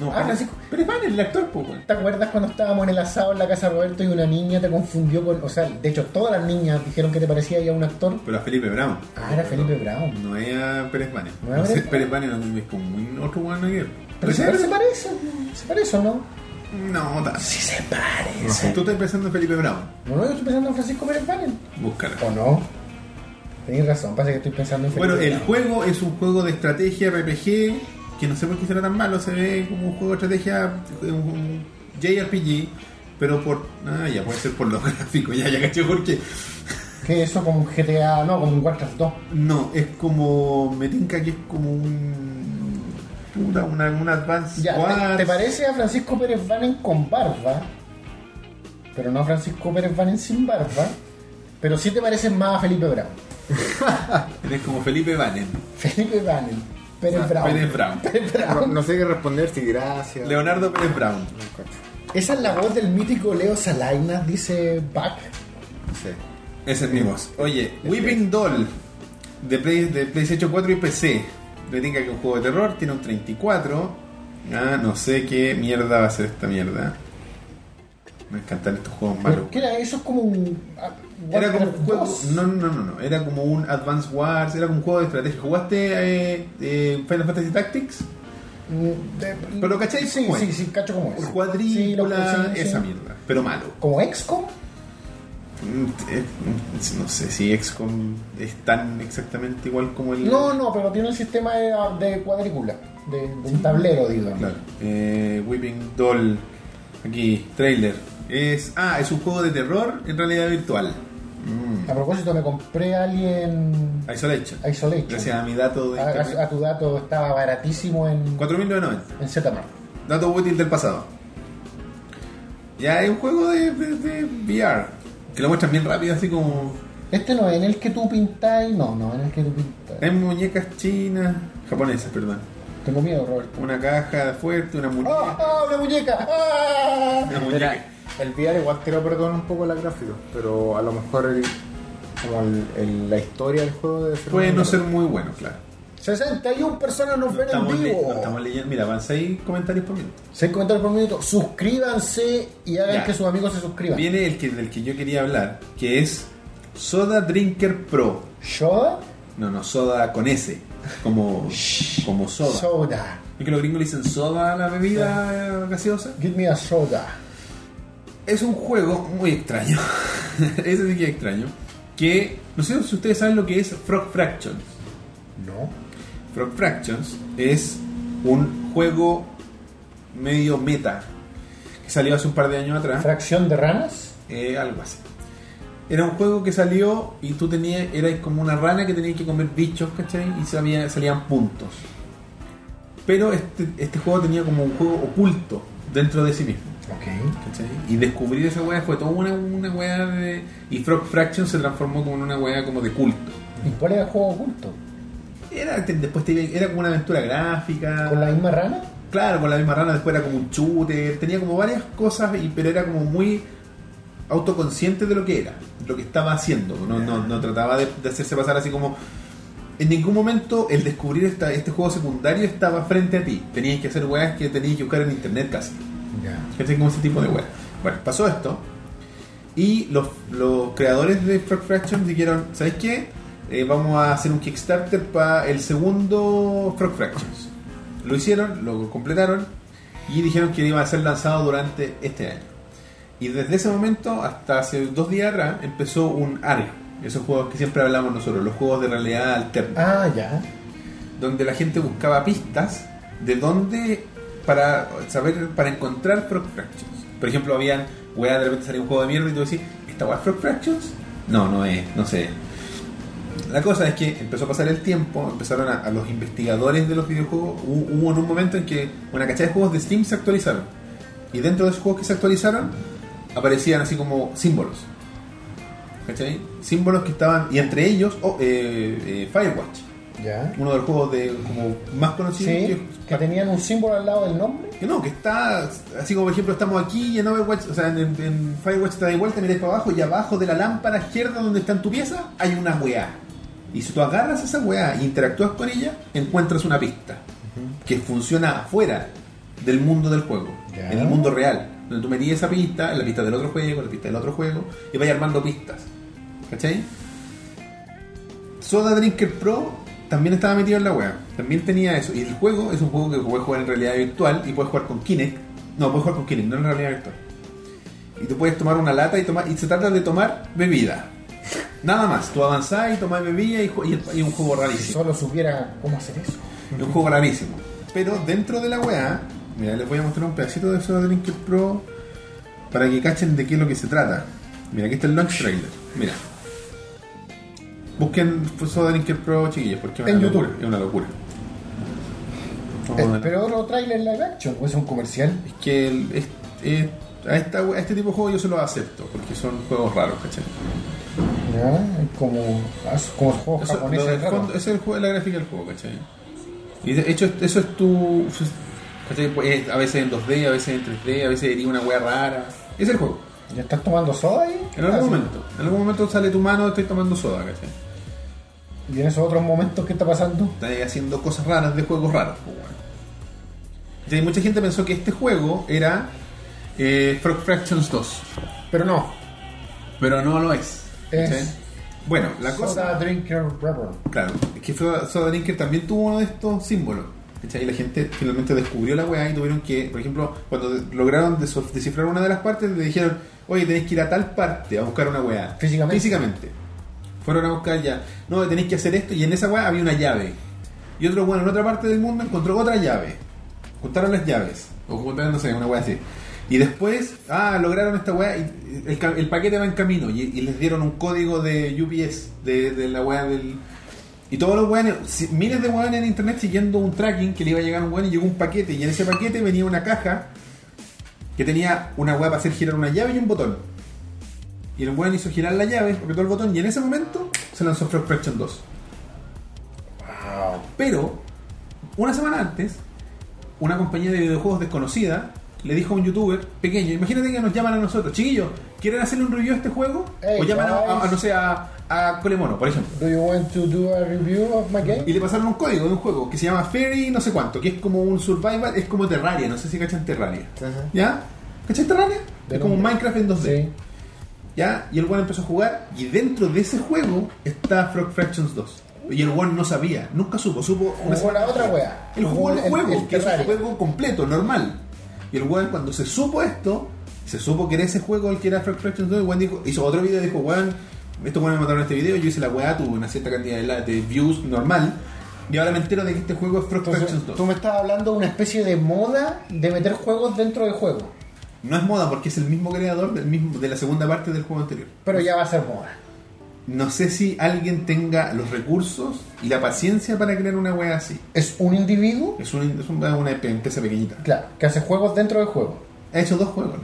A: No,
B: ah, Francisco.
A: Pero es Banner, el actor, pues, weón.
B: ¿Te acuerdas cuando estábamos en el asado en la casa de Roberto y una niña te confundió con. O sea, de hecho, todas las niñas dijeron que te parecía ya un actor?
A: Pero a Felipe Brown.
B: Ah, era Felipe Brown.
A: No es a Pérez Banner.
B: ¿No era
A: No sé,
B: Pérez?
A: Pérez Banner no es como un otro weón aquí.
B: Pero se, se parece, se parece o no?
A: No, tanto.
B: se
A: Tú estás pensando en Felipe Brown.
B: No, no, yo estoy pensando en Francisco Pérez Vanen.
A: Búscala.
B: ¿O no? Tenéis razón, pasa que estoy pensando en Felipe
A: Bueno, el
B: Brown.
A: juego es un juego de estrategia RPG que no sé por qué será tan malo, se ve como un juego de estrategia un- un JRPG, pero por ah, ya puede ser por los gráficos, ya ya caché porque
B: Que eso con GTA, no, con Warcraft 2.
A: no, es como me tinca que es como un puta, una un advance
B: Ya,
A: Wars.
B: ¿te, te parece a Francisco Pérez Vanen con barba? Pero no a Francisco Pérez Vanen sin barba. Pero sí te pareces más a Felipe Brown.
A: Eres como Felipe Vanen,
B: Felipe Vanen. Pérez
A: Ah,
B: Brown.
A: Pérez Brown.
B: Pérez
C: No,
B: Brown.
C: no sé qué responder, si gracias.
A: Leonardo Pérez Brown.
C: No, cacho.
B: Esa es la voz del mítico Leo Salinas, dice Buck.
C: No sé.
A: Ese es mi voz. Oye, Weeping Doll. de, Play, de PlayStation 4 y PC. Le tinca que es un juego de terror, tiene un 34. Ah, no sé qué mierda va a ser esta mierda. Me encantan estos juegos malos.
B: ¿Qué era? Eso es como un. ah,
A: Era como un
B: Warcraft
A: juego.
B: 2.
A: No, no, no, no. Era como un Advance Wars, era como un juego de estrategia. ¿Jugaste eh, eh, Final Fantasy Tactics?
B: Mm, de-
A: Pero, ¿cachai?
B: Sí,
A: ¿Cómo es?
B: sí, sí, cacho como es. Sí, lo-
A: Cuadrícula,
B: sí, sí.
A: esa mierda. Pero malo.
B: ¿Como XCOM?
A: Mm, eh, mm, No sé si XCOM es tan exactamente igual como el.
B: No, no, pero tiene el sistema de, de cuadrícula, de, de un tablero, digamos.
A: Claro. Eh, Whipping Doll. Aquí, trailer. Es, ah, es un juego de terror en realidad virtual. Mm.
B: A propósito, me compré Alien
A: Isolation.
B: Isolation.
A: Gracias a mi dato de
B: A,
A: internet.
B: a- a tu dato estaba baratísimo en,
A: 4.990.
B: en Zmart.
A: Dato útil del pasado. Ya es un juego de, de- de VR. Que lo muestran bien rápido, así como.
B: Este no es en el que tú pintáis, no, no en el que tú pintáis.
A: Hay muñecas chinas. japonesas, perdón.
B: Tengo miedo, Roberto.
A: Una caja fuerte, una muñeca.
B: ¡Ah, ah, una muñeca! ¡Ah!
A: Una muñeca.
C: Mira, el VR igual te lo perdona un poco la gráfica, pero a lo mejor el- como el- el- la historia del juego debe ser
A: Puede
C: muy
A: no
C: buena.
A: ser muy bueno, claro.
B: 61 personas nos
A: No
B: ven en
A: estamos, le-
B: vivo.
A: no estamos leyendo. Mira, van 6 comentarios por minuto.
B: 6 comentarios por minuto. Suscríbanse y hagan
A: Ya.
B: que sus amigos se suscriban.
A: Viene el que, del que yo quería hablar, que es Soda Drinker Pro.
B: Shoda,
A: No, no, soda con S. Como, como soda.
B: soda.
A: Es que los gringos le dicen soda a la bebida eh, gaseosa.
B: Give me a soda.
A: Es un juego muy extraño. Ese sí que es extraño. Que no sé si ustedes saben lo que es Frog Fractions.
B: No.
A: Frog Fractions es un juego medio meta que salió hace un par de años atrás.
B: ¿Fracción de ranas?
A: eh, algo así. Era un juego que salió y tú tenías, eras como una rana que tenías que comer bichos, ¿cachai? Y sabía- salían puntos. Pero este, este juego tenía como un juego oculto dentro de sí mismo,
B: Ok.
A: ¿cachai? Y descubrir esa wea fue toda una, una wea de. Y Frog Fraction se transformó como en una wea como de culto.
B: ¿Y cuál era el juego oculto?
A: Era, te- después te- era como una aventura gráfica.
B: ¿Con la misma rana?
A: Claro, con la misma rana, después era como un shooter, tenía como varias cosas, y, pero era como muy autoconsciente de lo que era, de lo que estaba haciendo. No, no, no trataba de, de hacerse pasar así como. En ningún momento el descubrir esta- este juego secundario estaba frente a ti. Tenías que hacer weas que tenías que buscar en internet casi.
B: Ya.
A: Gente como ese tipo de weas. Bueno, pasó esto. Y los, los creadores de Frog Fraction dijeron, ¿sabes qué? Eh, vamos a hacer un Kickstarter para el segundo Frog Fractions. Lo hicieron, lo completaron y dijeron que iba a ser lanzado durante este año. Y desde ese momento hasta hace dos días atrás empezó un ARIA. Esos juegos que siempre hablamos nosotros, los juegos de realidad alterna
B: Ah, ya.
A: donde la gente buscaba pistas de dónde para saber para encontrar Frog Fractions. Por ejemplo, habían weá, de repente salía un juego de mierda y tú decís, ¿esta weá es Frog Fractions? No, no es, no sé. La cosa es que empezó a pasar el tiempo, empezaron a, a los investigadores de los videojuegos, hu- hubo, en un momento en que una cachada de juegos de Steam se actualizaron. Y dentro de esos juegos que se actualizaron, aparecían así como símbolos. ¿Cachai? Símbolos que estaban, y entre ellos, oh, eh, eh, Firewatch
B: Ya.
A: uno de los juegos de como más
B: Sí,
A: conocidos
B: que tenían un símbolo al lado del nombre.
A: que no que está así como por ejemplo estamos aquí y en Overwatch o sea en, en- en Firewatch te da vuelta miráis para abajo y abajo de la lámpara izquierda donde está en tu pieza hay una weá y si tú agarras esa weá e interactúas con ella encuentras una pista que funciona afuera del mundo del juego
B: Ya.
A: en el mundo real donde tú metías esa pista en la pista del otro juego en la pista del otro juego y vas armando pistas ¿cachai? Soda Drinker Pro también estaba metido en la wea. También tenía eso. Y el juego es un juego que puedes jugar en realidad virtual y puedes jugar con Kinect. No, puedes jugar con Kinect, no en realidad virtual. Y tú puedes tomar una lata y tomar. Y se trata de tomar bebida. Nada más. Tú avanzás y tomás bebida y, ju- y- y un juego
B: Si
A: rarísimo.
B: solo supiera cómo hacer eso.
A: Es un juego rarísimo. Pero dentro de la weá, mira, les voy a mostrar un pedacito de Soda Drinker Pro para que cachen de qué es lo que se trata. Mira, aquí está el launch trailer. Mira. Busquen Soda Drinker Pro, chiquillos, porque es
B: En
A: una locura.
B: YouTube.
A: Es una locura.
B: Eh, pero otro trailer live action, o es un comercial.
A: Es que el- es- es- a, esta we- a este tipo de juegos yo se los acepto, porque son juegos raros, ¿cachai?
B: Ya, como, as- como los juegos
A: Eso- lo del
B: japoneses. raros.
A: fondo- ese es el juego, la gráfica del juego, ¿cachai? Y de hecho, eso es tu. ¿cachai? Pues, es a veces en 2D, a veces en 3D, a veces diría una wea rara. Es el juego.
B: ¿Ya estás tomando soda ahí?
A: En algún
B: Ah, sí.
A: momento. En algún momento sale tu mano, estoy tomando soda, ¿cachai?
B: Y en esos otros momentos, ¿qué está pasando?
A: Está ahí haciendo cosas raras de juegos raros. pues, weón. Y hay mucha gente pensó que este juego era eh, Frog Fractions 2,
B: Pero no.
A: pero no lo es.
B: Es-
A: ¿cachai? Bueno, la cosa...
B: Soda Drinker Rebel.
A: Claro, es que Soda Soda Drinker también tuvo uno de estos símbolos. ¿cachai? Y la gente finalmente descubrió la weá y tuvieron que, por ejemplo, cuando de- lograron deso- descifrar una de las partes, le dijeron, oye, tenéis que ir a tal parte a buscar una weá.
B: Físicamente.
A: Físicamente. Fueron a buscar ya, no, tenéis que hacer esto y en esa weá había una llave. Y otro bueno en otra parte del mundo encontró otra llave. Juntaron las llaves. O juntaron, no sé, una weá así. Y después, ah, lograron esta weá. y El, ca- el paquete va en camino. Y, y les dieron un código de UPS, de, de la weá del. Y todos los weones, si- miles de weones en internet siguiendo un tracking que le iba a llegar a un weón y llegó un paquete. Y en ese paquete venía una caja que tenía una weá para hacer girar una llave y un botón. Y el weón hizo girar la llave, apretó el botón y en ese momento se lanzó Frog Fraction 2.
B: Wow.
A: Pero, una semana antes, una compañía de videojuegos desconocida le dijo a un youtuber pequeño, imagínate que nos llaman a nosotros, chiquillos, ¿quieren hacerle un review a este juego?
B: Hey,
A: o llaman a, a-
B: guys.
A: a, no sé, a, a Colemono, por ejemplo.
B: Do you want to do a review of my game?
A: Y le pasaron un código de un juego que se llama Fairy no sé cuánto, que es como un survival, es como Terraria, no sé si cachan Terraria.
C: Ajá.
A: ¿Ya? ¿Cachan Terraria?
B: De
A: es como un
B: nombre.
A: Minecraft en 2D.
B: Sí.
A: ¿Ya? Y el one empezó a jugar y dentro de ese juego está Frog Fractions 2. Y el one no sabía, nunca supo, supo una
B: Jugó la otra wea.
A: El jugó el, juego, que es un
B: Terraria.
A: juego completo, normal. Y el weón cuando se supo esto, se supo que era ese juego el que era Frog Fractions 2, el weón dijo, hizo otro video y dijo, weón, estos weones me mataron este video, yo hice la weá, tuve una cierta cantidad de, la- de views normal, y ahora me entero de que este juego es Frog Fractions
B: Entonces,
A: 2.
B: tú me estás hablando de una especie de moda de meter juegos dentro del juego.
A: No es moda porque es el mismo creador del mismo, de la segunda parte del juego anterior.
B: Pero ya va a ser moda.
A: No sé si alguien tenga los recursos y la paciencia para crear una weá así.
B: Es un individuo,
A: Es, un- es un- una E empresa pequeñita.
B: claro, que hace juegos dentro del juego.
A: Ha hecho dos juegos.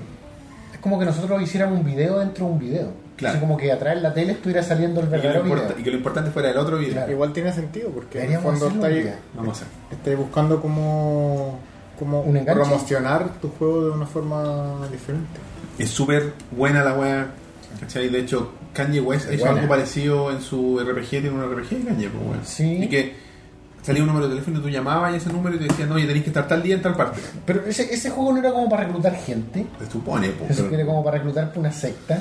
B: Es como que nosotros hiciéramos un video dentro de un video.
A: Claro.
B: Así como que atrás en la tele estuviera saliendo el
A: Y que, lo
B: verdadero video.
A: importa- y que lo importante fuera el otro video.
B: Claro.
C: Igual tiene sentido porque en el
B: Deberíamos
C: fondo
B: hacerlo un
C: estáis
B: día.
A: Vamos a hacer.
C: estáis buscando como, como
B: ¿Un enganche?
C: promocionar tu juego de una forma diferente.
A: Es súper buena la weá. ¿Cachai? De hecho, Kanye West hizo
B: Buena.
A: algo parecido en su RPG, tiene un RPG de Kanye, pues weón.
B: Sí.
A: Y que salía un número de teléfono, tú llamabas a ese número y te decían, oye, tenéis que estar tal día en tal parte.
B: Pero ese, ese juego no era como para reclutar gente.
A: Se supone,
B: Se
A: pues.
B: supone como para reclutar una secta.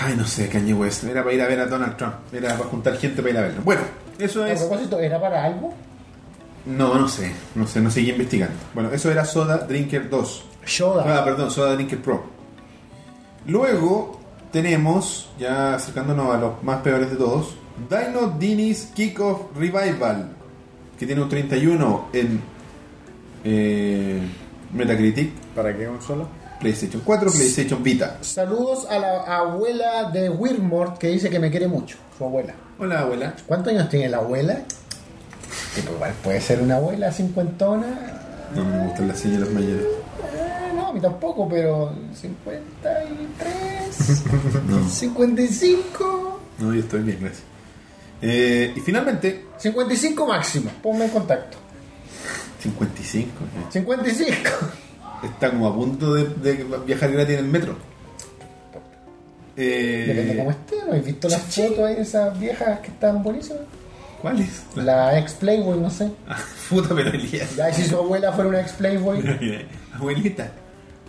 A: Ay, no sé, Kanye West. Era para ir a ver a Donald Trump. Era para juntar gente para ir a verlo. Bueno, eso
B: A
A: es.
B: propósito, ¿era para algo?
A: No, no sé. No sé, no seguí investigando. Bueno, eso era Soda Drinker 2.
B: Shoda.
A: Ah, perdón, Soda Drinker Pro. Luego tenemos, ya acercándonos a los más peores de todos, Dino Dinis Kickoff Revival, que tiene un 31 en eh, Metacritic,
C: ¿Para qué un solo?
A: PlayStation 4, PlayStation Vita.
B: Saludos a la abuela de Wilmore que dice que me quiere mucho, su abuela.
A: Hola, abuela.
B: ¿Cuántos años tiene la abuela? Tipo, igual puede ser una abuela cincuentona.
A: No me gustan las señoras mayores.
B: Eh, no, a mí tampoco, pero 53,
A: No,
B: 55,
A: no, yo estoy bien, gracias. Eh, y finalmente,
B: 55 máximo. Ponme en contacto.
A: 55. eh.
B: 55.
A: Está como eh, a punto de, de viajar gratis en el metro. Eh,
B: Depende cómo esté, ¿no? ¿Has visto las fotos ahí de esas viejas que están buenísimas?
A: ¿Cuál es?
B: La ex Playboy, no sé.
A: Ah, Puta, pero Elías.
B: Ya si su abuela fuera una ex Playboy.
A: Abuelita.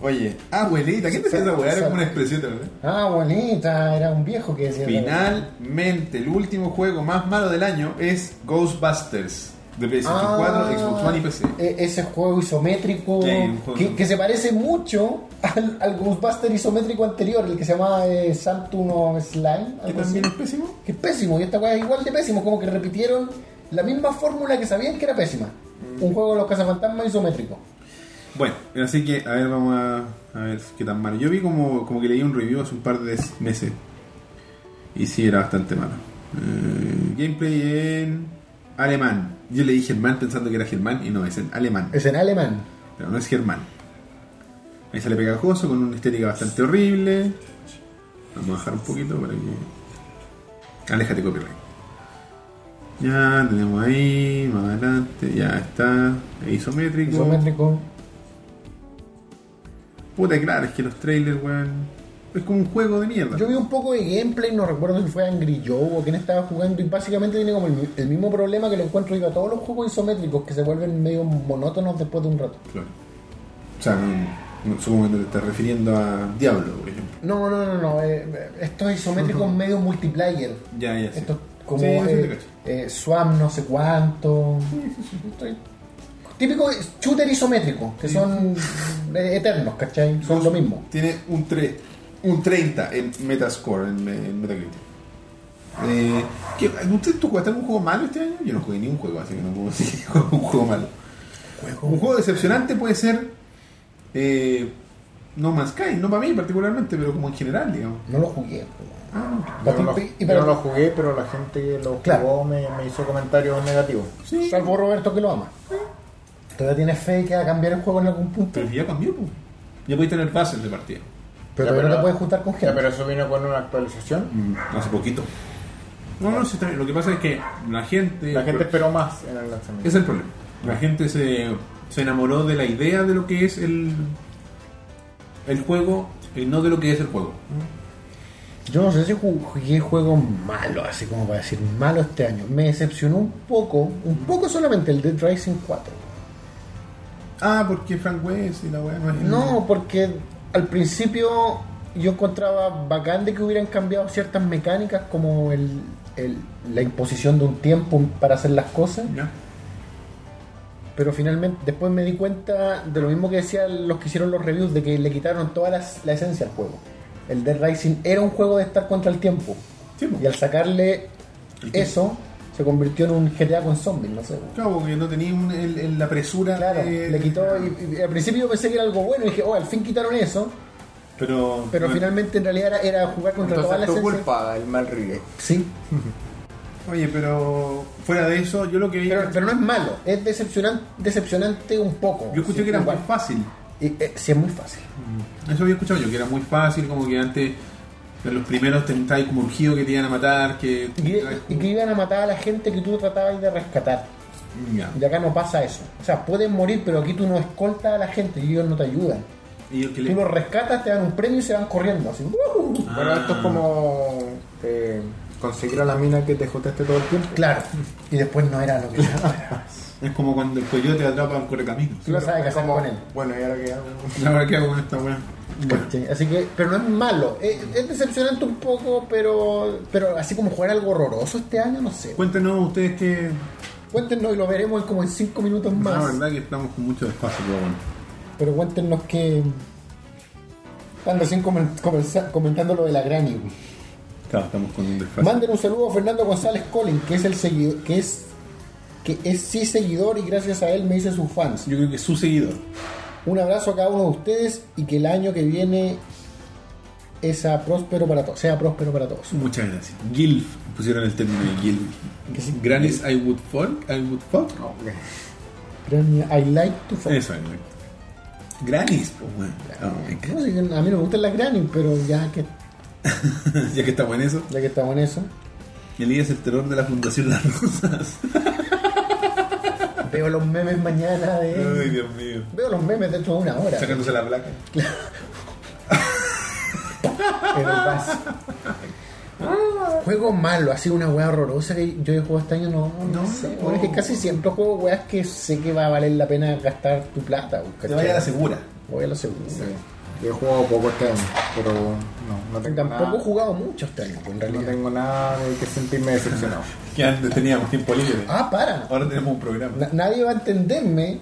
A: Oye, abuelita, ¿qué te
B: Sa-
A: haces abuela? Era
B: sa-
A: como una expresión también.
B: Ah, bonita, era un viejo que decía.
A: Finalmente, el último juego más malo del año es Ghostbusters de PlayStation 4, Xbox One y PC.
B: e- Ese juego isométrico
A: Sí, un juego-
B: que, que se parece mucho al, al Ghostbuster isométrico anterior, el que se llamaba eh, Santum o Slime.
A: ¿Que
B: Algo así.
A: también es pésimo?
B: Que es pésimo, y esta weá es igual de pésimo, como que repitieron la misma fórmula que sabían que era pésima.
A: Mm.
B: Un juego de los cazafantasmas isométrico.
A: Bueno, así que, a ver, vamos a, a ver qué tan malo. Yo vi como, como que leí un review hace un par de meses. Y sí, era bastante malo. Eh, gameplay en alemán. Yo leí Germán pensando que era Germán y no, es en alemán.
B: Es en alemán.
A: Pero no es Germán. Ahí sale pegajoso con una estética bastante horrible. Vamos a bajar un poquito para que. Aléjate, copyright. Ya, tenemos ahí, más adelante, ya está. E Isométrico.
B: Isométrico.
A: Puta, claro, es que los trailers, weón. es como un juego de mierda.
B: Yo vi un poco de gameplay, no recuerdo si fue Angry Joe o quién estaba jugando, y básicamente tiene como el, el mismo problema que le encuentro yo a todos los juegos isométricos que se vuelven medio monótonos después de un rato.
A: Claro. O sea, no, no- supongo que te estás refiriendo a Diablo, por ejemplo.
B: No, no, no, no, eh, estos isométricos medio multiplayer.
A: Ya, ya, sí.
B: Estos como
A: Sí, sí, te
B: eh,
A: cacho.
B: eh, Swamp no sé cuánto. Estoy- Típico shooter isométrico, que son eh, eternos, ¿cachai? Son lo mismo.
A: Tiene un, tre- un 30 en Metascore, en, me- en Metacritic. Eh, ¿qué- ¿Usted tú jugaste algún juego malo este año? Yo no jugué ni un juego, así que no puedo decir que jugué un juego malo. Un juego decepcionante puede ser eh, No Man's Sky, no para mí particularmente, pero como en general, digamos.
B: No lo jugué.
A: Ah,
C: Yo no, lo,
B: Y
C: yo
B: para-
C: no lo jugué, pero la gente que lo jugó
B: Claro.
C: me, me hizo comentarios negativos.
A: sí.
B: Salvo Roberto que lo ama. Todavía tienes fe que va a cambiar el juego en algún punto.
A: Pero si ya cambió, pues. Ya podéis tener bases de partida.
B: Pero
C: Ya,
B: todavía no
C: pero-
B: te puedes juntar con
C: Ya,
B: gente.
C: pero eso vino con una actualización.
A: Mm, hace poquito. No, no, sí, está bien. Lo que pasa es que la gente.
C: La gente esperó más en el lanzamiento.
A: Es el problema. La gente se, se enamoró de la idea de lo que es el, el juego y no de lo que es el juego.
B: Yo no sé si ju- jugué juegos malos, así como para decir malo este año. Me decepcionó un poco, un poco solamente el Dead Rising 4.
A: Ah, porque Frank West y la weá no es.
B: No, porque al principio yo encontraba bacán de que hubieran cambiado ciertas mecánicas como el, el- la imposición de un tiempo para hacer las cosas.
A: Ya.
B: Pero finalmente, después me di cuenta de lo mismo que decían los que hicieron los reviews, de que le quitaron toda la, la esencia al juego. El Dead Rising era un juego de estar contra el tiempo.
A: Sí, pues.
B: Y al sacarle
A: El tiempo.
B: eso, se convirtió en un GTA con zombies, no sé.
A: Claro, porque no tenía un- el- el- la presura.
B: Claro,
A: de-
B: le quitó. Y, y al principio yo pensé que era algo bueno y dije, oh, al fin quitaron eso.
A: Pero,
B: Pero
A: bueno,
B: finalmente en realidad era, era jugar contra toda
C: Entonces
B: la
C: es tu
B: esencia.
C: culpa el mal review.
B: Sí,
A: Oye, pero fuera de eso, yo lo que vi.
B: pero, pero no es malo, es decepcionante, decepcionante un poco.
A: yo escuché
B: Sí,
A: que era muy
B: igual.
A: fácil.
B: Y, eh, sí, es muy fácil.
A: Eso había escuchado yo, que era muy fácil, como que antes. En los primeros te estabas como urgido que te iban a matar, que.
B: Y, que- y que iban a matar a la gente que tú tratabas de rescatar.
A: Ya.
B: Y acá no pasa eso. O sea, pueden morir, pero aquí tú no escoltas a la gente y ellos no te ayudan.
A: Y el que
B: Tú
A: le-
B: los rescatas, te dan un premio y se van corriendo. Así, ¡uh!
A: Ah.
C: Bueno, esto es como eh, conseguir a la mina que te jotaste todo el tiempo.
B: Claro. Y después no era lo que era.
A: Es como cuando el coyote atrapa al correcaminos.
B: Tú no sabes qué
C: Es
B: hacer
C: como,
B: con él.
C: Bueno, ¿y ahora qué hago?
A: La verdad que hago con esta weá. Bueno,
B: ¿Cachai? Así que, pero no es malo. Es, es decepcionante un poco, pero pero así como jugar algo horroroso este año, no sé.
A: cuéntenos ustedes que.
B: Cuéntenos y lo veremos como en 5 minutos
A: La
B: más.
A: verdad que estamos con mucho despacio, pero bueno.
B: pero cuéntenos que. Están recién comen- comenza- comentando lo de la Granny. güey.
A: Claro, estamos con un despacio.
B: Manden un saludo a Fernando González Collin, que es el seguidor, que es que es sí seguidor y gracias a él me hice sus fans.
A: Yo creo que su seguidor.
B: Un abrazo a cada uno de ustedes y que el año que viene esa próspero para todos, sea próspero para todos.
A: Muchas gracias. Gilf. Pusieron el término de Gilf.
B: Que sí.
A: Granny's I would fuck. I would fuck.
C: No, ok.
B: Granny, I like to fuck.
A: Eso, exacto. Granny's, pues bueno. Oh, my
B: No, sí, a mí no me gustan las Granny, pero ya que,
A: God. ya que está bueno eso.
B: ya que estamos en eso,
A: Elías el terror de la Fundación Las Rosas.
B: veo los memes mañana
A: Ay,
B: de.
A: Dios mío.
B: Veo los memes dentro de una hora.
A: Sacándose la placa.
B: en el vaso. Juego malo, así una wea horrorosa que yo he jugado este año, no, no,
A: No,
B: sé.
A: no.
B: Bueno, es que casi siempre juego weas que sé que va a valer la pena gastar tu plata.
A: Te vaya a la segura.
B: Voy a la segunda.
C: Sí. Yo he jugado poco este año, pero no, no tengo
B: Tampoco he
C: nada.
B: jugado mucho este año, en
C: Ah. No
B: realidad.
C: tengo nada de que sentirme decepcionado.
A: Que antes teníamos tiempo libre.
B: Ah, para.
A: Ahora tenemos un programa.
B: Na- nadie va a entenderme,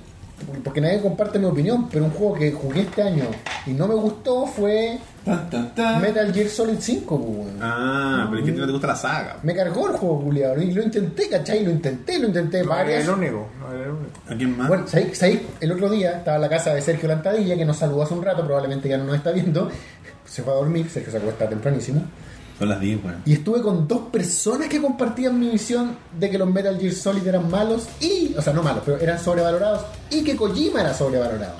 B: porque nadie comparte mi opinión, pero un juego que jugué este año y no me gustó fue
A: Tan, tan, tan.
B: Metal Gear Solid 5, weón.
A: Ah, pero es que a ti no te gusta la saga.
B: Me cargó el juego, culiado. Y lo intenté, ¿cachai? Lo intenté, lo intenté
C: No era
B: varias
C: el único, no era el único.
A: ¿A quién más?
B: Bueno, ¿sabéis? sabéis? El otro día estaba en la casa de Sergio Lantadilla, que nos saludó hace un rato, probablemente ya no nos está viendo. Se fue a dormir, Sergio se acuesta tempranísimo.
A: Son las 10, weón.
B: Y estuve con dos personas que compartían mi visión de que los Metal Gear Solid eran malos y, o sea, no malos, pero eran sobrevalorados y que Kojima era sobrevalorado.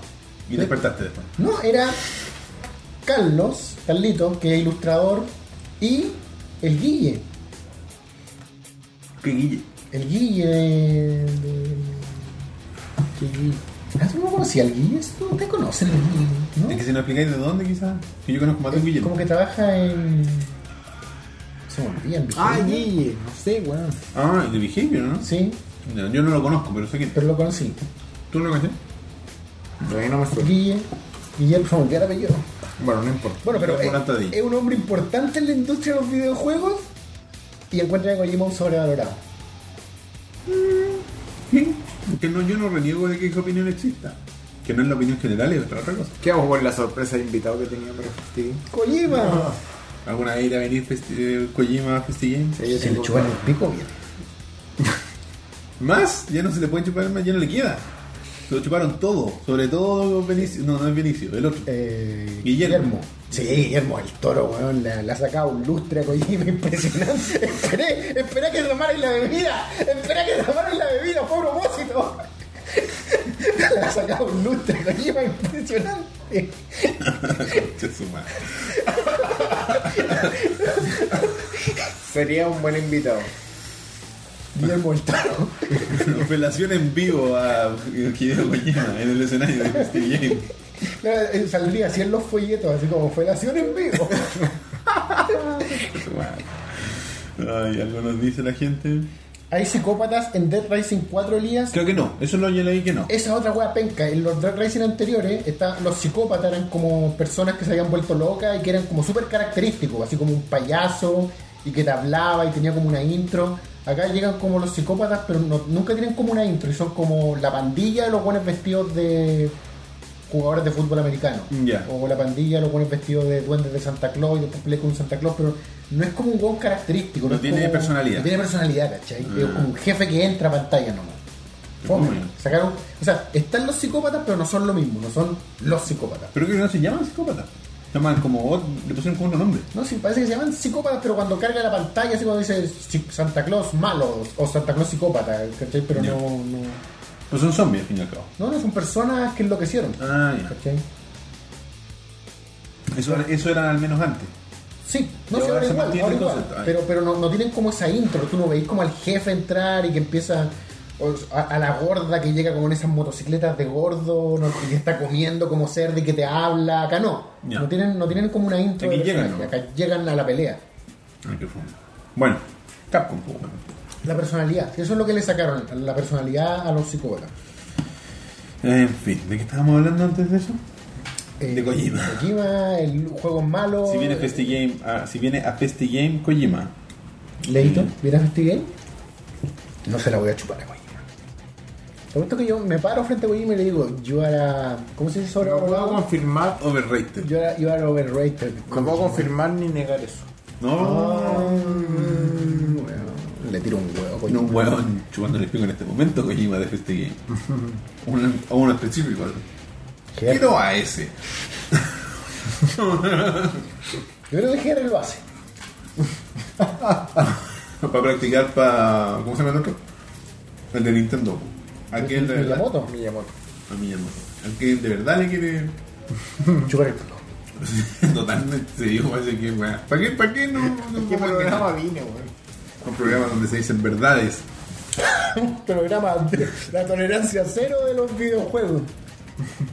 A: Y despertaste después.
B: No, era Carlos, Carlito, que es ilustrador, y el Guille.
A: ¿Qué guille?
B: El Guille de. de- ¿qué Guille? Ah, ¿Tú no conocías al Guille? ¿Tú- ¿Ustedes conocen al Guille?
A: Es que
B: ¿no?
A: si no explicáis de dónde, quizás. Si yo conozco más de un Guillermo.
B: Como que trabaja en. Se me olvida, en
C: Ah,
B: Vigilia.
C: Guille, no sé, weón.
A: Ah, de Behavior, ¿no?
B: Sí,
A: No, Yo no lo conozco, pero sé que.
B: pero lo conocí.
A: ¿Tú no lo conoces?
C: Pero ahí no me suena.
B: Guille, Guillermo, se me olvidó el apellido.
C: Bueno, no importa.
B: Bueno, pero
A: Guillermo
B: eh,
A: Lantadí.
B: es un hombre importante en la industria de los videojuegos y encuentra a Kojima un sobrevalorado.
A: Sí. Que no, yo no reniego de que esa opinión exista. Que no es la opinión general, es otra otra cosa.
C: ¿Qué hago con la sorpresa de invitado que tenía para ti?
B: ¡Kojima!
A: ¿Alguna vez irá a venir Festi- eh, Kojima a Festi Games?
C: Sí, yo
B: Se le
C: tengo-
B: chupa el pico bien.
A: ¿Más? Ya no se le puede chupar más, ya no le queda. Se lo chuparon todo, sobre todo Benicio. No, no es Benicio, el otro.
B: Eh,
A: Guillermo.
B: Sí, Guillermo el toro, weón. La, la ha sacado un lustre a Kojima impresionante. esperé, esperé que tomaran la bebida. Esperé que tomaran la bebida, fue a propósito. la ha sacado un lustre a Kojima impresionante.
A: Concha su madre.
C: Sería un buen invitado.
B: Guillermo el toro.
A: Opelación en vivo a Hideo Kojima en el escenario de Festi Games.
B: Eh, Saldría así en los folletos, así como felación en vivo.
A: Concha su madre. Ay, algo nos dice la gente.
B: Hay psicópatas en Dead Rising 4, Elías.
A: Creo que no, eso lo yo leí que no.
B: Esa otra wea penca, en los Dead Racing anteriores, está, los psicópatas eran como personas que se habían vuelto locas y que eran como súper característicos, así como un payaso y que te hablaba y tenía como una intro. Acá llegan como los psicópatas, pero no- nunca tienen como una intro y son como la pandilla de los buenos vestidos de jugadores de fútbol americano.
A: Ya.
B: O la pandilla de los buenos vestidos de duendes de Santa Claus y después peleas con un Santa Claus, pero no es como un buen característico.
A: No
B: es
A: tiene
B: como-
A: personalidad.
B: No tiene personalidad, ¿cachai? Es
A: Ah.
B: como un jefe que entra a pantalla nomás. Fome.
A: Fome.
B: Sacaron, o sea, están los psicópatas, pero no son lo mismo, no son los psicópatas.
A: Pero creo que no se llaman psicópatas. Se llaman como. ot- Le pusieron como otro nombre.
B: No, sí, parece que se llaman psicópatas, pero cuando carga la pantalla, así cuando dice "Si- Santa Claus malo o Santa Claus psicópata, ¿cachai? Pero
A: Ya.
B: no, no,
A: Pues son zombies al fin y al cabo.
B: no, no, son personas que enloquecieron,
A: Ah, ya.
B: ¿cachai?
A: Eso, eso era al menos antes.
B: Sí,
A: Pero
B: no se
A: ahora
B: ahora
A: se
B: igual,
A: mantiene
B: ahora
A: el
B: igual.
A: concepto. Ay.
B: pero, pero no, no tienen como esa intro, tú no veis como al jefe entrar y que empieza o- a, a la gorda que llega con esas motocicletas de gordo ¿no? y que está comiendo como cerdo y que te habla, acá no,
A: Ya.
B: no tienen, no tienen como una intro
A: Aquí
B: de
A: llegan,
B: personaje,
A: ¿no?
B: acá llegan a la pelea,
A: Ah, qué fome. Bueno, Capcom, pues, bueno.
B: la personalidad, eso es lo que le sacaron, la personalidad a los psicópatas.
A: En fin, ¿de qué estábamos hablando antes de eso?
B: Eh,
A: De Kojima.
B: Kojima, el juego es malo.
A: Si viene Festi Game, ah, si viene a Festi Game Kojima.
B: Leito, ¿vienes a Festi Game? No se la voy a chupar a Kojima. Lo momento que yo me paro frente a Kojima y le digo, yo era. ¿Cómo se dice sobre
C: No puedo confirmar,
A: Overrated.
B: Yo era, yo era overrated.
C: no puedo confirmar ni negar eso.
A: No,
B: Le tiro un huevo,
A: no
B: Kojima.
A: un huevón chupándole el pico en este momento Kojima de Festi este Game. uno, a uno específico.
B: Gerard.
A: Quiero a ese.
B: Yo creo que Gerard lo hace.
A: Para practicar para. ¿Cómo se llama el otro? El de Nintendo. Aquel de verdad.
B: Miyamoto.
C: Miyamoto.
A: A Miyamoto. Al que de verdad le quiere.
B: Chupar el pico.
A: Totalmente se dijo así que weá. ¿Para qué? ¿Para qué no? no
C: ¿Qué
A: no-
C: programa vine, weón?
A: Un programa donde se dicen verdades.
B: Un programa de la tolerancia cero de los videojuegos.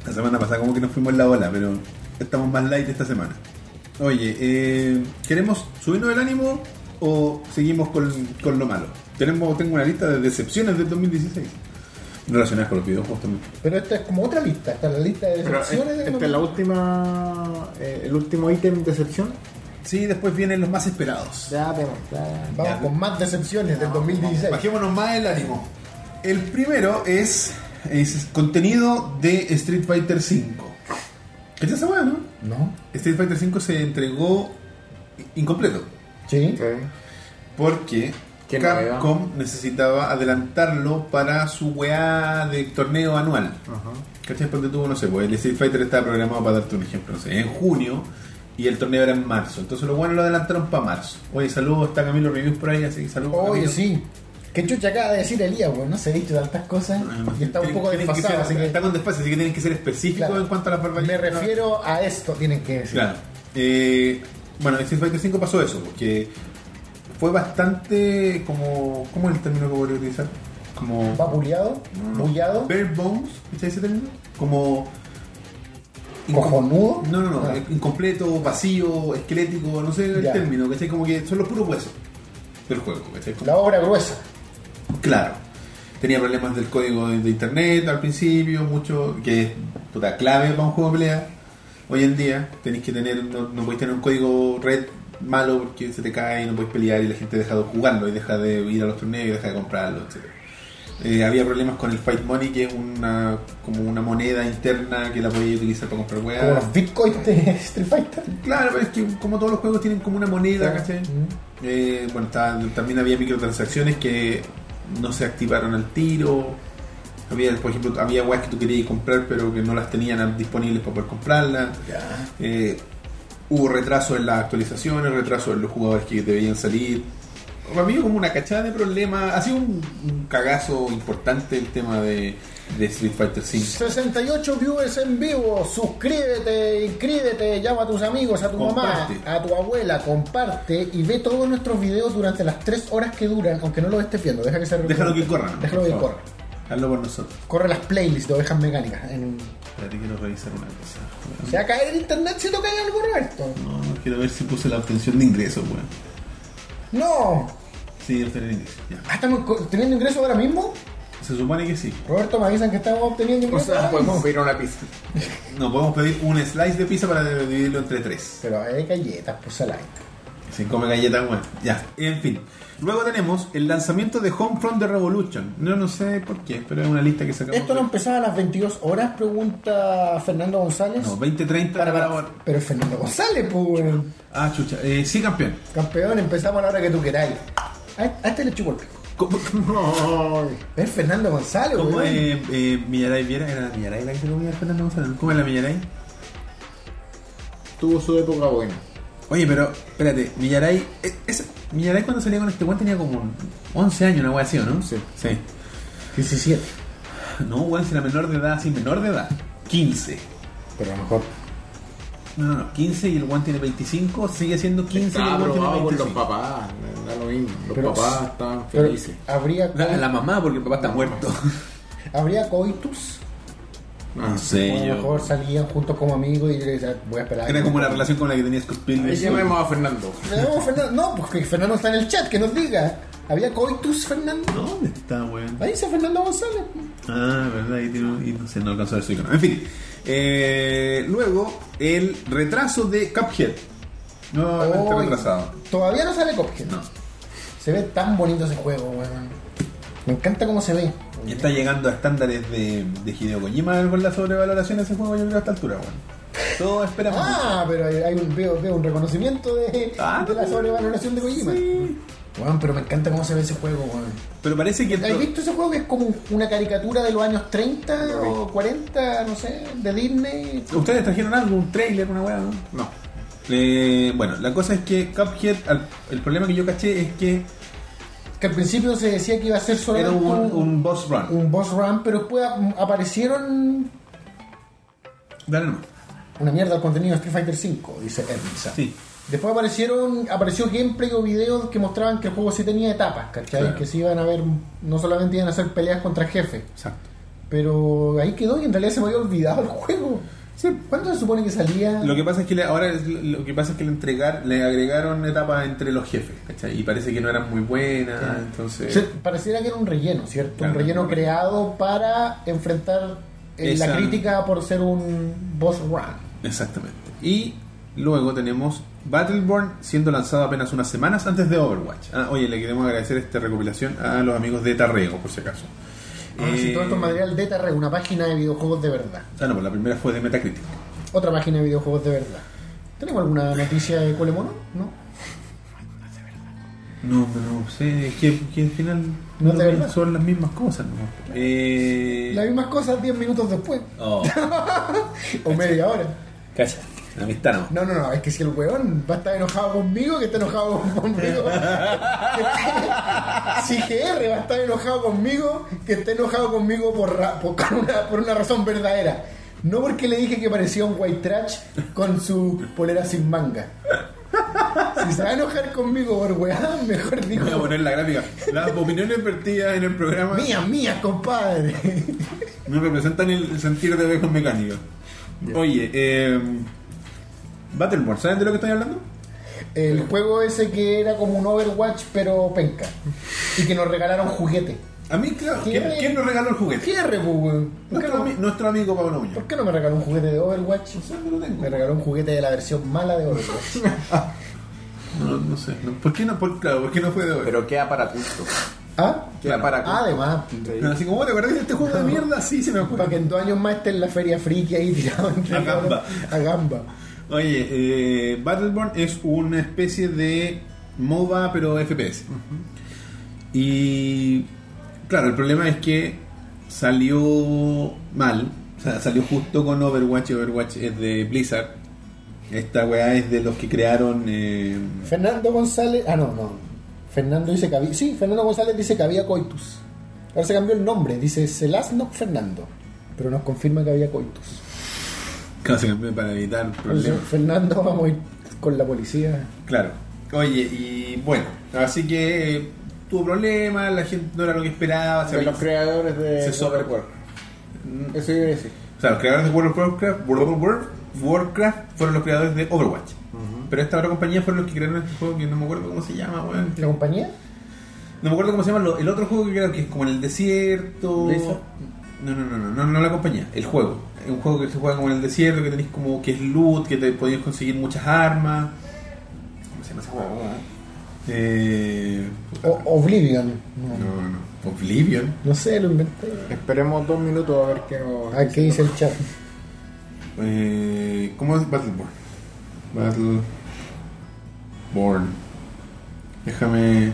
A: La semana pasada como que nos fuimos en la ola, pero estamos más light esta semana. Oye, eh, ¿queremos subirnos el ánimo o seguimos con, con lo malo? Tenemos, tengo una lista de decepciones del 2016. Relacionadas con los videojuegos también.
B: Pero esta es como otra lista. Esta es la lista de
C: Pero, eh,
B: decepciones de
C: esta es la última. eh, el último ítem de excepción.
A: Sí, después vienen los más esperados.
C: Ya, pero. ya.
B: Vamos con más decepciones del 2016.
A: Bajémonos más el ánimo. El primero es, es contenido de Street Fighter V. ¿Qué es esa weá, no?
B: ¿No?
A: Street Fighter V se entregó incompleto.
B: Sí.
A: Porque
C: Qué
A: Capcom necesitaba adelantarlo para su weá de torneo anual.
C: Ajá.
A: ¿Cachai? Ponte tú, no sé, pues el Street Fighter estaba programado para darte un ejemplo, no sé, en junio y el torneo era en marzo. Entonces los buenos lo adelantaron para marzo. Oye, saludos, está Camilo Reviews por ahí, así que saludos.
B: Oye,
A: Camilo.
B: sí. ¿Qué chucha acaba de decir Elías, weón? No se ha dicho tantas cosas y está un
A: Tienen-
B: poco
A: tienen Ah, que
B: desfasado.
A: ser-
B: así que
A: Está con desfase, así que tienen que ser específicos
B: Claro.
A: en cuanto a las
B: me
A: barbaridades.
B: refiero a esto, tienen que decir.
A: Claro. Eh, bueno, en Street Fighter 5 pasó eso, porque fue bastante como. ¿Cómo es el término que voy a utilizar? como
B: va buleado, bullado,
A: bare bones, ¿cachai ese término? Como
B: cojonudo.
A: No, no, eh. no,
B: Ah.
A: incompleto, vacío, esquelético, no sé el
B: Ya.
A: término, ¿cachai? Como que son los puros huesos del juego, ¿cachai? Como-
B: La obra gruesa.
A: Claro. Tenía problemas del código de, de internet al principio, mucho, que es puta clave para un juego de pelea. Hoy en día tenéis que tener, no, no podéis tener un código red malo porque se te cae y no podéis pelear y la gente deja de jugarlo y deja de ir a los torneos y deja de comprarlo, etc. Eh, había problemas con el Fight Money, que es una, como una moneda interna que la podéis utilizar para comprar
B: Como
A: weas.
B: los bitcoins de Street Fighter.
A: Claro, pero es que como todos los juegos tienen como una moneda, ¿cachai?
B: Mm.
A: Eh, bueno, ta- también había microtransacciones que no se activaron al tiro. Había, por ejemplo, había weas que tú querías comprar pero que no las tenían disponibles para poder comprarlas. Eh, hubo retraso en las actualizaciones, retraso en los jugadores que debían salir. Para mí como una cachada de problemas. Ha sido un, un cagazo importante el tema de, de Street Fighter V.
B: 68 viewers en vivo, suscríbete, inscríbete, llama a tus amigos, a tu
A: Comparte.
B: mamá, a tu abuela, comparte y ve todos nuestros videos durante las 3 horas que duran, aunque no los estés viendo, deja que se
A: Déjalo que corra. ¿no?
B: Déjalo
A: Por
B: que
A: favor.
B: corra.
A: Hazlo por nosotros.
B: Corre las playlists de ovejas mecánicas. en-
A: Espérate, quiero revisar una cosa.
B: Se va a caer el internet si toca en algo, Roberto.
A: No, quiero ver si puse la obtención de ingresos, weón.
B: No,
A: Sí, obtener ingresos, ya.
B: Ah, ¿estamos co- teniendo ingresos ahora mismo?
A: Se supone que sí.
B: Roberto, me avisan que estamos obteniendo
C: O
B: ingresos.
C: sea,
B: ahora mismo.
C: podemos pedir una pizza.
A: No, podemos pedir un slice de pizza para dividirlo entre tres.
B: Pero hay galletas, pues light.
A: Se come galletas, bueno. Ya, en fin. Luego tenemos el lanzamiento de Homefront The Revolution. No, no sé por qué, pero es una lista que sacamos.
B: ¿Esto no empezaba a las 22 horas? Pregunta Fernando González.
A: No, 20-30
B: Para, para,
A: ahora.
B: Pero es Fernando González, pues. weón.
A: Ah, chucha. Eh, sí, campeón.
B: Campeón, empezamos a la hora que tú queráis. A, a este le chupo el pico.
A: ¿Cómo,
B: Es Fernando González,
A: cómo
B: weón.
A: eh, eh, Millaray Viera? ¿Era Millaray la que se comía el Fernando González? ¿Cómo es la Millaray?
C: Tuvo su época buena.
A: Oye, pero, espérate, Millaray. eh, ese- Millaray cuando salía con este weón tenía como 11 años, una wea así, ¿o ¿no?
C: Sí.
A: Sí.
B: 17.
A: No, weón, si era menor de edad, sí, menor de edad. 15.
C: Pero a lo mejor
A: No, no, no, 15 y el One tiene 25, sigue siendo 15 y el
C: está
A: One
C: aprobado
A: tiene
C: por los
A: 25.
C: papás. Da lo mismo. Los
B: Pero-
C: papás estaban
B: Pero
C: felices.
B: habría,
A: La, la mamá, porque el papá está muerto.
B: habría coitus.
C: Ah,
A: sé,
B: O a lo mejor salían juntos como amigos y le decían, voy a esperar.
A: Era como la relación con la que tenías con
C: Ahí
A: Spielberg.
C: llamemos a Fernando.
B: Le llamamos a Fernando. No, pues que Fernando está en el chat, que nos diga. ¿Había coitus, Fernando?
A: ¿Dónde este está, weón?
B: Ahí dice Fernando González.
A: Ah, verdad, y, tiene un- y no sé, no alcanzó a ver su icono. En fin, eh, luego el retraso de Cuphead. Nuevamente
B: Hoy.
A: retrasado.
B: Todavía no sale Cophead.
A: No.
B: Se ve tan bonito ese juego, weón. Me encanta cómo se ve.
A: Y está llegando a estándares de, de Hideo Kojima con la sobrevaloración de ese juego, yo creo, a esta altura, weón. Todos esperamos.
B: Ah, pero hay, hay un, veo, veo un reconocimiento de,
A: Ah,
B: de la sobrevaloración de Kojima.
A: Sí.
B: Weón, pero me encanta cómo se ve ese juego, weón.
A: Pero parece que.
B: ¿Has visto ese juego que es como una caricatura de los años 30
C: No.
B: o 40, no sé, de Disney?
A: Ustedes trajeron algo, un trailer, una weá, ¿no?
C: No.
A: Eh, bueno, la cosa es que Cuphead, al- el problema que yo caché es que
B: Que al principio se decía que iba a ser
A: era
B: solamente
A: un, un boss run.
B: un boss run, pero después ap- aparecieron
A: Dale nomás.
B: una mierda el contenido de Street Fighter V, dice Ermisa.
A: Sí.
B: Después aparecieron, apareció gameplay o videos que mostraban que el juego sí tenía etapas, ¿cachai?
A: Claro.
B: Que sí iban a ver, no solamente iban a hacer peleas contra jefes,
A: Exacto.
B: pero ahí quedó y en realidad se me había olvidado el juego. ¿Cuándo se supone que salía?
A: Lo que pasa es que le- ahora es- lo que pasa es que le entregar, le agregaron etapas entre los jefes, ¿cachai? Y parece que no eran muy buenas, entonces.
B: Se- pareciera que era un relleno, ¿cierto?
A: Claro,
B: un relleno
A: un relleno.
B: creado para enfrentar eh,
A: Esa-
B: la crítica por ser un boss run.
A: Exactamente. Y luego tenemos Battleborn siendo lanzado apenas unas semanas antes de Overwatch. Ah, oye, le queremos agradecer esta recopilación a los amigos de Tarrego, por si acaso.
B: Ahora Ah, sí,
A: Eh,
B: todo esto es material de Tarre, una página de videojuegos de verdad.
A: Ah, no, pues la primera fue de Metacritic.
B: Otra página de videojuegos de verdad. ¿Tenemos alguna noticia de Colemono? No.
A: No, no sé, es que, que al final
B: No es de verdad.
A: son las mismas cosas. ¿no? Eh...
B: Las mismas cosas 10 minutos después.
A: Oh,
B: O media hora.
A: cacha, la amistad no.
B: No, no, no, es que si el weón va a estar enojado conmigo, que está enojado conmigo. si GR va a estar enojado conmigo, que esté enojado conmigo por, ra- por- con una, por una razón verdadera. No porque le dije que parecía un white trash con su polera sin manga. Si se va a enojar conmigo por weá, mejor digo.
A: Voy a poner la gráfica. Las opiniones vertidas en el programa
B: Mías, mías, compadre.
A: no representan el sentir de Abejos Mecánicos. Oye, eh, Battleborn, ¿sabes de lo que estoy hablando?
B: El juego ese que era como un Overwatch, pero penca. Y que nos regalaron juguete.
A: A mí, claro, ¿quién,
B: ¿Qué?
A: quién nos regaló el juguete?
B: Cierre, pues, weón. ¿Por qué
A: Nuestro,
B: no-
A: ami- nuestro amigo Pablo Muñoz.
B: ¿Por qué no me regaló un juguete de Overwatch?
A: No sé, no lo tengo.
B: Me regaló un juguete de la versión mala de Overwatch.
A: No, no sé. no. ¿Por qué no? Por, claro, ¿por qué no fue de hoy?
C: Pero queda para gusto.
B: ¿Ah?
C: Queda
A: Claro.
C: para
B: Ah,
C: gusto.
B: Además,
A: Pero así como, ¿te acordás de este juego de mierda? Sí, se me acuerda.
B: para que en dos años más esté en la feria friki ahí tirado entre
A: A gamba.
B: A gamba.
A: Oye, eh, Battleborn es una especie de MOBA pero FPS. Y claro, el problema es que salió mal, o sea, salió justo con Overwatch, Overwatch es de Blizzard. Esta weá es de los que crearon... eh,
B: Fernando González. Ah, no, no. Fernando dice que había. Sí, Fernando González dice que había coitus. Ahora se cambió el nombre, dice Selasnok Fernando. Pero nos confirma que había coitus.
A: claro, se cambió para evitar
B: Entonces,
A: problemas.
B: Fernando, vamos a ir con la policía.
A: Claro. Oye, y bueno, así que eh, tuvo problemas, la gente no era lo que esperaba. se
C: De los
A: había-
C: creadores de
A: Se sobre-
C: World of Warcraft. Eso iba a decir.
A: O sea, los creadores de World of Warcraft, World of War- Warcraft fueron los creadores de Overwatch. Pero esta otra compañía fueron los que crearon este juego que no me acuerdo cómo se llama, weón.
B: ¿La compañía?
A: No me acuerdo cómo se llama lo- el otro juego que crearon, que es como en el desierto.
C: ¿Blizzard?
A: No, no, no, no, no, no la compañía, el juego. Es un juego que se juega como en el desierto, que tenéis como que es loot, que te podías conseguir muchas armas. ¿Cómo se llama ese juego? weón? Eh,
B: O- Oblivion. No. no.
A: no, no. Oblivion.
B: sé, lo inventé.
C: Esperemos dos minutos a ver qué nos.
B: Ah, ¿qué dice el chat?
A: Eh, ¿Cómo es Battleborn? Battleborn. Déjame.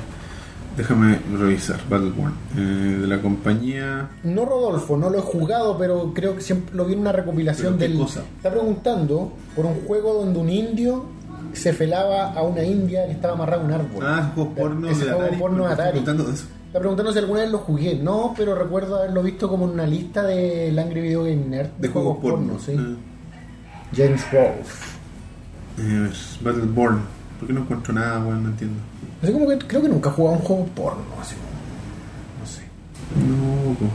A: Déjame revisar. Battleborn. Eh, de la compañía.
B: No Rodolfo, no lo he jugado, pero creo que siempre lo vi en una recopilación
A: ¿Pero qué
B: del.
A: cosa?
B: Está preguntando por un juego donde un indio se felaba a una india que estaba amarrada a un árbol.
A: Ah, es juego porno
B: Ese
A: de
B: juego
A: Atari.
B: porno
A: ¿por qué
B: de
A: estás
B: Atari.
A: preguntando de eso?
B: Está preguntando si alguna vez lo jugué. No, pero recuerdo haberlo visto como en una lista del Angry Video Game Nerd.
A: De juegos porno.
B: sí.
A: Ah.
B: James Rolfe.
A: Eh, a ver, Battleborn. ¿Por qué no encuentro nada, weón? No entiendo.
B: Así como que creo que nunca he jugado a un juego porno. así como- no sé.
A: No, po.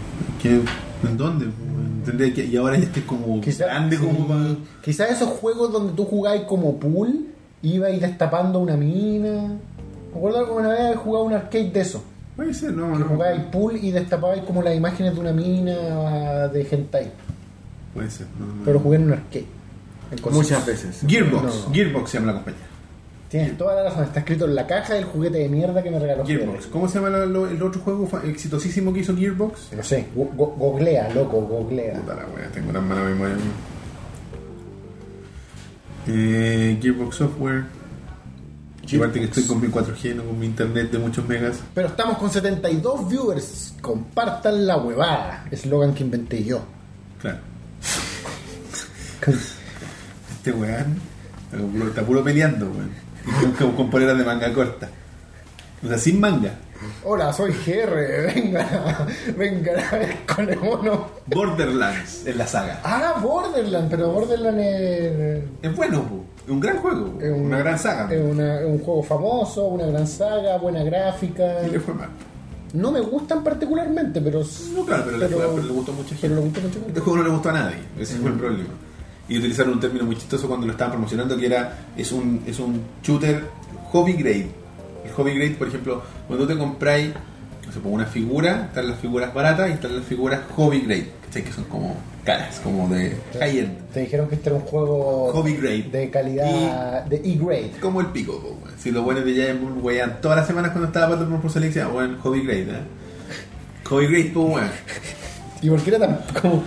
A: ¿Qué? ¿En dónde? po? Tendría que- y ahora ya esté como
B: Quizá-
A: grande como
B: sí.
A: para.
B: Quizá esos juegos donde tú jugabas como pool, ibas y destapando una mina. Me acuerdo que una vez había jugado un arcade de eso.
A: Puede ser, no,
B: Que
A: no.
B: jugabas pool y destapabas como las imágenes de una mina de hentai.
A: Puede ser, no, no.
B: Pero jugué en un arcade. En cosas.
C: Muchas veces.
A: Gearbox.
B: No.
A: Gearbox se llama la compañía.
B: Tienes toda la razón. Está escrito en la caja del juguete de mierda que me regaló
A: Gearbox.
B: Fidel.
A: ¿Cómo se llama la- lo- el otro juego fa- exitosísimo que hizo Gearbox?
B: No sé, go- go- googlea, loco, googlea.
A: Puta la wea, tengo tan mala memoria. weón. Eh, Gearbox Software. Aparte que estoy con mi 4G, no con mi internet de muchos megas.
B: Pero estamos con 72 viewers. Compartan la huevada. Eslogan que inventé yo.
A: Claro. Este weón está puro- está puro peleando, weón. Y con, con, con poleras de manga corta. O sea, sin manga.
B: Hola, soy GR. Venga, venga a ver con el mono.
A: Borderlands en la saga.
B: Ah, Borderland, pero Borderland es,
A: Es bueno, po. es un gran juego, po.
B: es un-
A: una gran saga.
B: Es,
A: po.
B: una- es un juego famoso, una gran saga, buena gráfica.
A: Y le fue mal.
B: No me gustan particularmente, pero.
A: No, claro, pero, le, fue- pero le gustó a mucha gente.
B: pero le gustó mucho.
A: Este juego no le gustó a nadie, ese fue el problema. Y utilizaron un término muy chistoso cuando lo estaban promocionando que era es un es un shooter hobby grade. El hobby grade, por ejemplo, cuando tú te compráis no sé, pues, una figura, están las figuras baratas y están las figuras hobby grade, ¿cachai? que son como caras, como de high end,
B: Te dijeron que este era un juego
A: hobby grade.
B: de calidad de E-grade.
A: como el pico, po, weón. si los buenos de Giant Bomb weían todas las semanas cuando estaba Battle por Select, decían, bueno, hobby grade, ¿eh? Hobby grade, pues weón.
B: ¿Y por qué era tan como-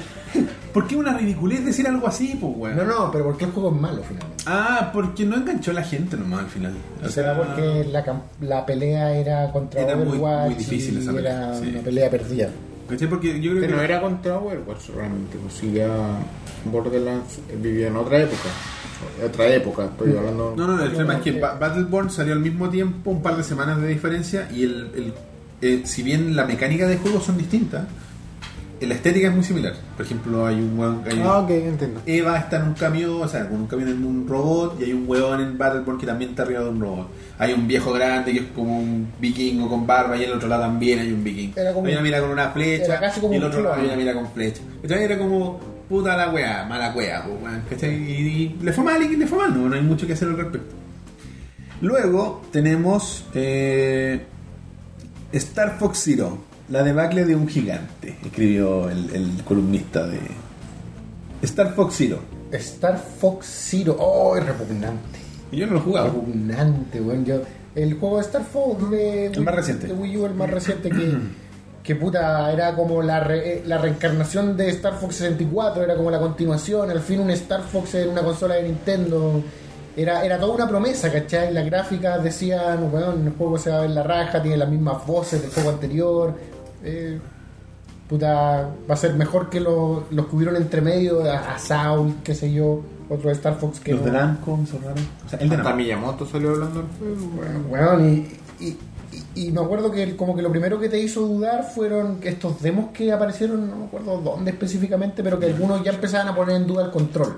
A: ¿Por qué una ridiculez decir algo así, pues weón?
B: No, no, pero ¿por qué el juego es malo finalmente?
A: Ah, porque no enganchó a la gente nomás al final. O
B: ¿Será
A: sea,
B: porque la, cam- la pelea era contra
A: Ah, Era muy- muy
B: Overwatch
A: difícil
B: y
A: esa pelea,
B: era
A: sí.
B: una pelea perdida?
A: ¿Cachai? Porque yo creo
C: Que
A: que.
C: no era contra Overwatch realmente, pues si ya Borderlands eh, vivía en otra época. Otra época,
B: Mm.
C: estoy hablando.
A: No, no, el tema es que Ba- Battleborn salió al mismo tiempo, un par de semanas de diferencia, y el. el- eh, si bien la mecánica de juego son distintas, la estética es muy similar. Por ejemplo, hay un weón. hay un-
C: Ah, ok, entiendo.
A: Eva está en un camión, o sea, con un camión en un robot, y hay un huevón en Battleborn que también está arriba de un robot. Hay un viejo grande que es como un vikingo con barba, y en el otro lado también hay un vikingo.
B: Era como
A: hay una
B: un-
A: mira con una flecha,
B: era casi como
A: y el
B: un
A: otro
B: clon.
A: lado hay una mira con flecha. Entonces era como puta la weá, mala weá, pues, weón, ¿cachai? Y, y le fue mal y le fue mal, no, no hay mucho que hacer al respecto. Luego tenemos eh, Star Fox Zero, la debacle de un gigante, escribió el, el columnista de Star Fox Zero.
B: Star Fox Zero. Oh, es repugnante.
A: Yo no lo he jugado.
B: Repugnante, weón. Yo, el juego de Star Fox de,
A: El más reciente. Mm.
B: de Wii U, el más reciente que, que puta, era como la, re- eh, la reencarnación de Star Fox 64, era como la continuación, al fin un Star Fox en una consola de Nintendo. Era, era toda una promesa, ¿cachai? Las gráficas decían, weón, el juego se va a ver la raja, tiene las mismas voces del juego anterior. eh, puta, va a ser mejor que los, los que hubieron entre medio, a, a Saul, qué sé yo, otro de Star Fox que
A: Los
B: no-
A: de Namco son raros. O sea, el de
C: Hasta
A: Namco.
C: Miyamoto salió hablando del juego.
B: Bueno, weón, y, y, y- y me acuerdo que el- como que lo primero que te hizo dudar fueron que estos demos que aparecieron, no me acuerdo dónde específicamente, pero que algunos ya empezaban a poner en duda el control.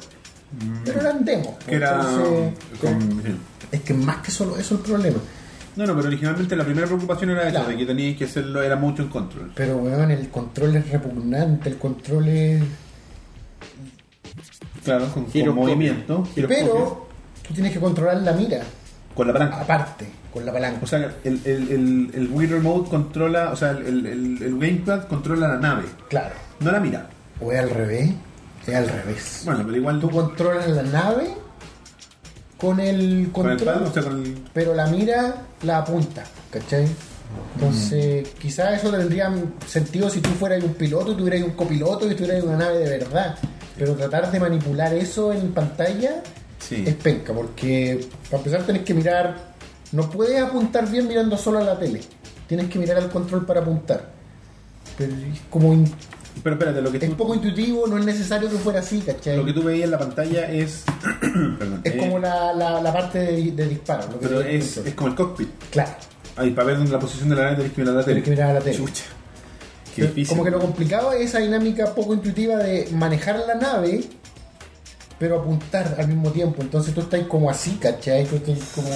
B: Pero eran demos.
A: Mm. Que era.
B: entonces,
A: con- sí.
B: Es que más que solo eso es el problema.
A: No, no, pero originalmente la primera preocupación era esa,
B: Claro.
A: de que tenías que hacerlo, era mucho en control.
B: Pero weón, el control es repugnante, el control es...
A: Claro, con, con
C: Giroscopio.
A: movimiento. giroscopio,
B: Pero tú tienes que controlar la mira,
A: Con la palanca.
B: aparte, con la palanca.
A: O sea, el, el, el, el Wii Remote controla, o sea, el, el, el- el Gamepad controla la nave,
B: claro.
A: no la mira.
B: O es al revés, es al revés.
A: Bueno, pero igual
B: Tú
A: tú con,
B: controlas la nave con el
A: el
B: control,
A: palo, o sea, con el.
B: pero la mira la apunta, ¿cachai? Entonces, quizás eso tendría sentido si tú fueras un piloto y tuvieras un copiloto y tuvieras una nave de verdad. Pero tratar de manipular eso en pantalla
A: Sí.
B: es penca, porque para empezar tenés que mirar, no puedes apuntar bien mirando solo a la tele, tienes que mirar al control para apuntar. Pero es como in-
A: Pero espérate, lo que
B: es
A: tú,
B: poco intuitivo, no es necesario que fuera así, ¿cachai?
A: lo que tú veías en la pantalla es. perdón,
B: Es
A: eh,
B: como la, la, la parte de, de disparo. Lo que
A: Pero
B: tiene el
A: es,
B: control.
A: es como el cockpit.
B: Claro.
A: Ahí, para ver la posición de la nave tenés que mirar la tele.
B: Tenés que mirar la tele.
A: Chucha. Qué
B: Pero
A: difícil.
B: Como que lo complicado es esa dinámica poco intuitiva de manejar la nave, pero apuntar al mismo tiempo. Entonces tú estás como así, ¿cachai? Tú estás como,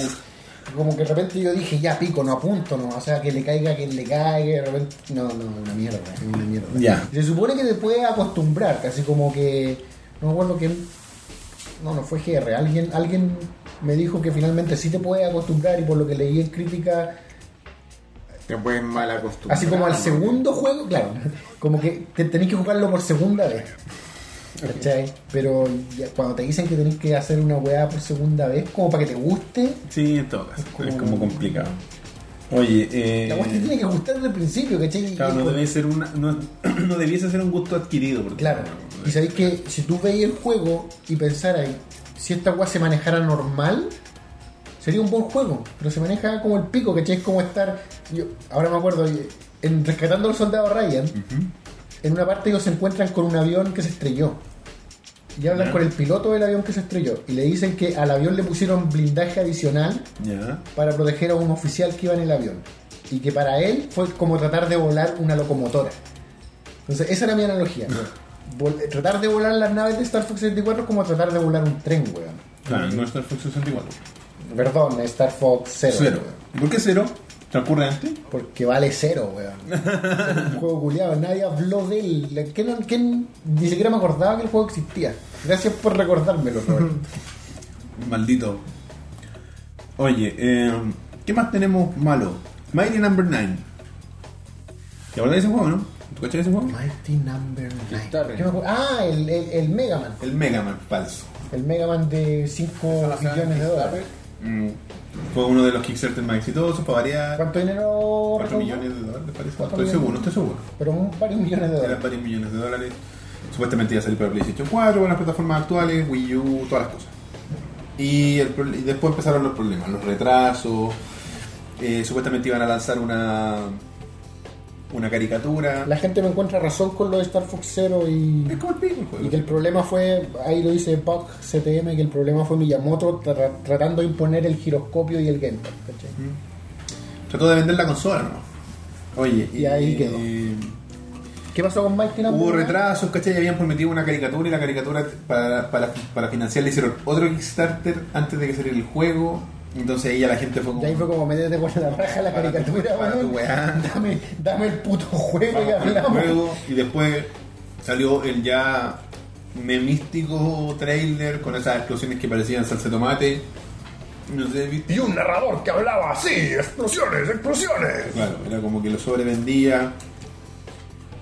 B: como que de repente yo dije, ya pico, no apunto, no. O sea, que le caiga, que le caiga, de repente. No, no, una mierda, una mierda.
A: Ya.
B: Se supone que te puedes acostumbrar, casi como que. No me acuerdo quién. No, no fue GR. Alguien, alguien me dijo que finalmente sí te puedes acostumbrar y por lo que leí en crítica.
C: Te pueden mal acostumbrar.
B: Así como al segundo juego, claro. Como que te tenés que jugarlo por segunda vez. ¿Cachai? Pero ya cuando te dicen que tenés que hacer una weá por segunda vez, como para que te guste,
A: Sí, en todo caso. Es como,
B: como-
A: complicado. Oye, eh.
B: la weá te tiene que gustar desde el principio, ¿cachai?
A: Claro,
B: Y-
A: no, debe ser una, no, no debiese ser un gusto adquirido. Porque,
B: Claro. Y sabéis que si tú veis el juego y pensaras, si esta weá se manejara normal, sería un buen juego. Pero se maneja como el pico, ¿cachai? Es como estar. yo- ahora me acuerdo, en Rescatando al Soldado Ryan, en una parte ellos se encuentran con un avión que se estrelló. Y hablan
A: Ya.
B: con el piloto del avión que se estrelló. Y le dicen que al avión le pusieron blindaje adicional
A: Ya.
B: para proteger a un oficial que iba en el avión. Y que para él fue como tratar de volar una locomotora. Entonces, esa era mi analogía. weón. Vol- tratar de volar las naves de Star Fox 64 es como tratar de volar un tren, weón.
A: Claro, no está el Fox 64.
B: Perdón, eh, Star Fox 0.
A: Cero. ¿Y ¿Por qué cero? ¿Transcurre antes?
B: Porque vale cero, weón. un juego culiado, nadie habló de él. ¿Quién, quién- ni siquiera me acordaba que el juego existía. Gracias por recordármelo, Roberto.
A: Maldito. Oye, eh, ¿qué más tenemos malo? Mighty Number 9. ¿Te acuerdas de ese juego, no? ¿Tú cachas de ese juego?
B: Mighty Number 9.
C: Está bien.
B: Ah, el, el, el Mega Man.
A: El Mega Man falso.
B: El Mega Man de 5 millones de dólares.
A: Mm. Fue uno de los Kickstarter más exitosos para variar.
B: ¿Cuánto dinero?
A: 4
B: recaudó?
A: millones de dólares, parece.
B: Cuatro
A: Estoy
B: millones.
A: seguro, estoy seguro.
B: Pero un- varios millones de
A: Eran
B: dólares.
A: varios millones de dólares. Supuestamente iba a salir para PlayStation 4, para las plataformas actuales, Wii U, todas las cosas. Y, el pro- y después empezaron los problemas, los retrasos. eh, supuestamente iban a lanzar una una caricatura.
B: La gente me encuentra razón con lo de Star Fox 0 y,
A: Es como el pues. pico el juego.
B: y que el problema fue, ahí lo dice Bug CTM, que el problema fue Miyamoto tra- tratando de imponer el giroscopio y el gamepad. ¿cachai?
A: Trató de vender la consola, ¿no? Oye, eh,
B: Y ahí quedó. ¿Qué pasó con Mighty Number?
A: Hubo
B: Nine?
A: retrasos, ¿cachai? Habían prometido una caricatura y la caricatura para, para, para financiarla hicieron otro Kickstarter antes de que saliera el juego. Entonces ahí ya la gente fue como.
B: Y ahí fue como meterte por la raja la
A: Para tu-
B: caricatura,
A: para tu
B: weón.
A: weá.
B: Dame, dame el puto juego y
A: Vamos con el
B: hablamos.
A: juego, y después salió el ya memístico trailer con esas explosiones que parecían salsa de tomate. No sé, ¿viste?
B: Y un narrador que hablaba así, explosiones, explosiones.
A: Claro, era como que lo sobrevendía.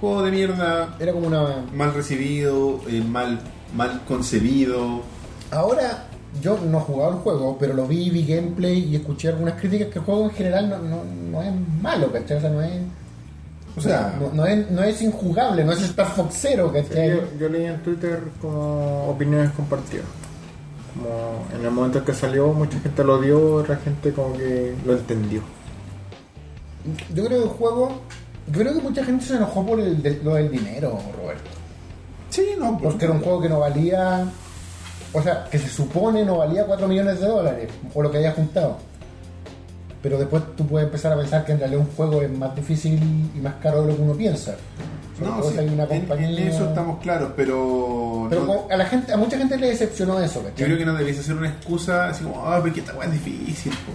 A: Juego de mierda,
B: Era como una...
A: mal recibido, eh, mal, mal concebido.
B: Ahora, yo no he jugado el juego, pero lo vi, vi gameplay y escuché algunas críticas que el juego en general no, no, no es malo, ¿cachai? O sea, no es...
A: O sea,
B: no, no es, no es injugable, no es Star Fox Zero, ¿cachai?
C: Yo, yo leí en Twitter como opiniones compartidas. Como en el momento en que salió, mucha gente lo dio, otra gente como que lo entendió.
B: Yo creo que el juego. Yo creo que mucha gente se enojó por el, de- lo del dinero, Roberto.
A: sí, no, por
B: Porque era un juego Pues que no valía. O sea, que se supone no valía 4 millones de dólares, por lo que hayas juntado. Pero después tú puedes empezar a pensar que en realidad un juego es más difícil y más caro de lo que uno piensa. Sobre
A: No,
B: todo
A: sí,
B: si hay una
A: en,
B: compañía-
A: en eso estamos claros, pero,
B: Pero
A: no-
B: como a la gente, a mucha gente le decepcionó eso, ¿cachai?
A: yo creo que no debiese ser una excusa así como, ah, pero que esta weá es difícil, po.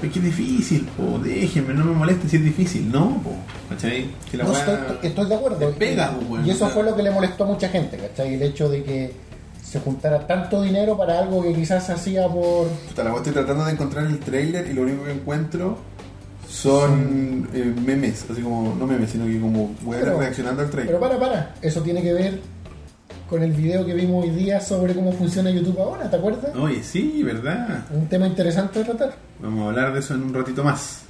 A: Pero que es difícil, po, déjenme, no me moleste si es difícil, no, po, ¿cachai? Que la
B: No,
A: weá-
B: estoy, estoy de acuerdo.
A: te pega, pues, weón,
B: y eso
A: o sea.
B: fue lo que le molestó a mucha gente, ¿cachai? El hecho de que se juntara tanto dinero para algo que quizás se hacía por...
A: Puta, la weá, estoy tratando de encontrar el trailer y lo único que encuentro son eh, memes, así como, no memes, sino que como weá
B: Pero-
A: reaccionando al trailer.
B: Pero para, para. Eso tiene que ver con el video que vimos hoy día sobre cómo funciona YouTube ahora, ¿te acuerdas?
A: Oye, sí, ¿verdad?
B: Un tema interesante de tratar.
A: Vamos a hablar de eso en un ratito más.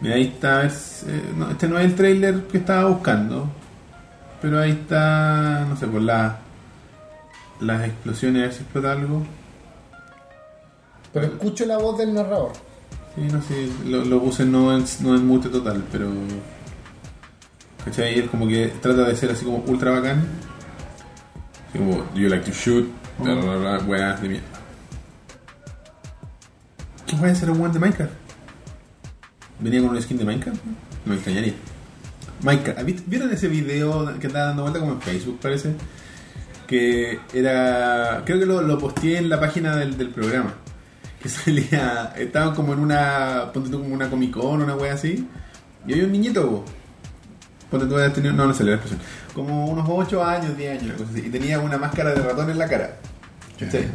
A: Mira, ahí está. es, eh, no, este no es el trailer que estaba buscando. Pero ahí está, no sé, por la, las explosiones, a ver si explota algo.
B: Pero escucho la voz del narrador.
A: Sí, no sé, lo, lo puse no en, no en mute total, pero... ¿Cachai? Él como que trata de ser así como ultra bacán. Así como, do you like to shoot? Bla, bla, bla, bla, weas de mierda. ¿Qué puede ser un one de Minecraft? ¿Venía con un skin de Minecraft? No me extrañaría. Minecraft, ¿viste- ¿vieron ese video que andaba dando vuelta como en Facebook parece? Que era... Creo que lo, lo posteé en la página del, del programa que salía, estaban como en una, ponte tú como una Comic Con, una wea así, y había un niñito, bo. ponte tú, había tenido, no, no salió la expresión, como unos 8 años, 10 años, una cosa así, y tenía una máscara de ratón en la cara. ¿cachai?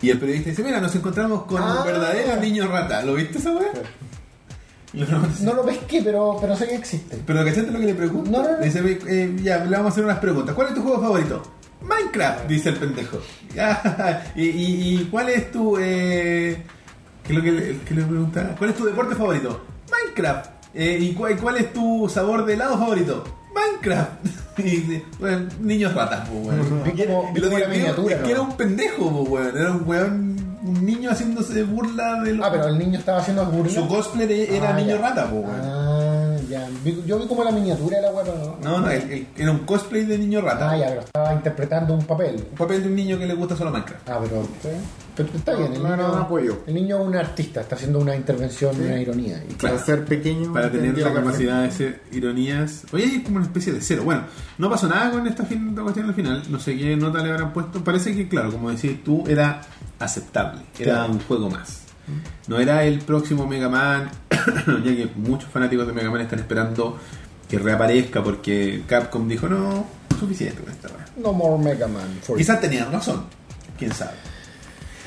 A: Y el periodista dice, mira, nos encontramos con
B: Ah.
A: un verdadero niño rata, ¿lo viste esa wea? Y los ratos-
B: No lo pesqué, pero, pero sé que existe.
A: Pero ¿cachaste lo que le pregunta?
B: No, no, no.
A: Le dice, eh, ya, le vamos a hacer unas preguntas. ¿Cuál es tu juego favorito? Minecraft, dice el pendejo. ¿Y, y, y cuál es tu... Eh, ¿Qué es lo que le, que le pregunta? ¿Cuál es tu deporte favorito? Minecraft. Eh, ¿Y cuál, cuál es tu sabor de helado favorito? Minecraft. Y dice, bueno, niños ratas, pues, weón.
B: Vi como,
A: Y
B: vi
A: lo
B: como la
A: divertido
B: miniatura.
A: es que era
B: ¿no?
A: un pendejo, pues, weón. Era un weón, un niño haciéndose burla de los...
B: Ah, pero el niño estaba haciendo burla.
A: Su cosplay era
B: Ah,
A: niño
B: ya.
A: rata, pues, weón.
B: Ah, ya. Vi- Yo vi como la miniatura de la web, ¿no?
A: No, no, el- el- era un cosplay de niño rata.
B: Ah, ya, pero estaba interpretando un papel.
A: Un papel de un niño que le gusta solo Minecraft.
B: Ah, pero, pero está bien. El
C: No, no,
B: niño,
C: no apoyo.
B: el niño es un artista, está haciendo una intervención, una ironía. Y-
A: Claro.
C: Para ser pequeño.
A: Para tener
C: entendió
A: la
C: perfecto.
A: capacidad de hacer ironías. Oye, es como una especie de cero. Bueno, no pasó nada con esta, fin- esta cuestión al final. No sé qué nota le habrán puesto. Parece que, claro, como decís tú, era aceptable. Era
B: Claro.
A: un juego más. No era el próximo Mega Man, ya que muchos fanáticos de Mega Man están esperando que reaparezca porque Capcom dijo, no, suficiente con esta weá".
B: No more Mega Man. for
A: Quizás tenían razón, quién sabe.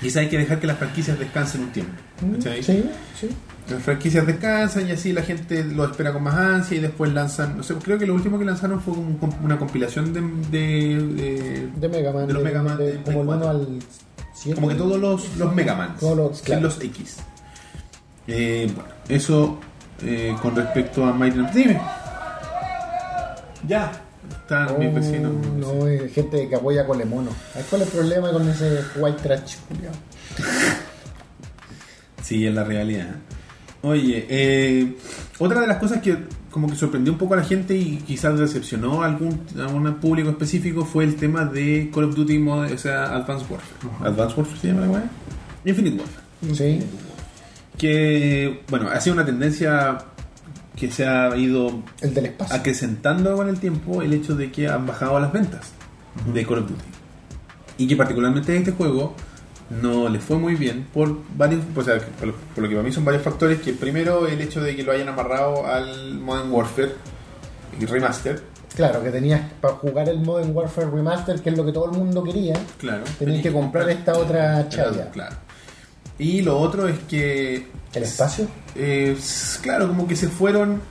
A: Quizás hay que dejar que las franquicias descansen un tiempo.
B: you.
A: ¿cachai?
B: Mm, Sí, sí.
A: Las franquicias descansan y así la gente lo espera con más ansia y después lanzan, no sé, creo que lo último que lanzaron fue como un comp- una compilación de, de- de-
B: De Mega Man.
A: De los Mega Man del
B: como el 1
A: cuatro.
B: al 7.
A: como que todos los, los Mega Man,
B: Todos los- claro.
A: los X. Eh, bueno, eso eh, con respecto a Mighty Number- Dime. Ya. Están mis vecinos.
B: Oh, No, hay gente que apoya con Colemono. ¿Cuál es el problema con ese white trash? culiao?
A: Sí, es la realidad. Oye, eh, otra de las cosas que como que sorprendió un poco a la gente y quizás decepcionó a algún, a algún público específico fue el tema de Call of Duty, mod- o sea, Advanced Warfare. ¿Advanced Warfare se llama la weá? Mm. Infinite Warfare.
B: Sí.
A: Que, bueno, ha sido una tendencia que se ha ido
B: El del espacio.
A: acrecentando con el tiempo el hecho de que han bajado las ventas de Call of Duty. Y que particularmente a este juego no le fue muy bien por varios, pues, o sea, por, lo, por lo que para mí son varios factores, que primero el hecho de que lo hayan amarrado al Modern Warfare y Remaster,
B: Claro, que tenías para jugar el Modern Warfare Remaster, que es lo que todo el mundo quería,
A: claro.
B: tenías que comprar esta otra chaya.
A: Claro. Y lo otro es que
B: ¿El espacio?
A: Eh, s- claro, como que se fueron.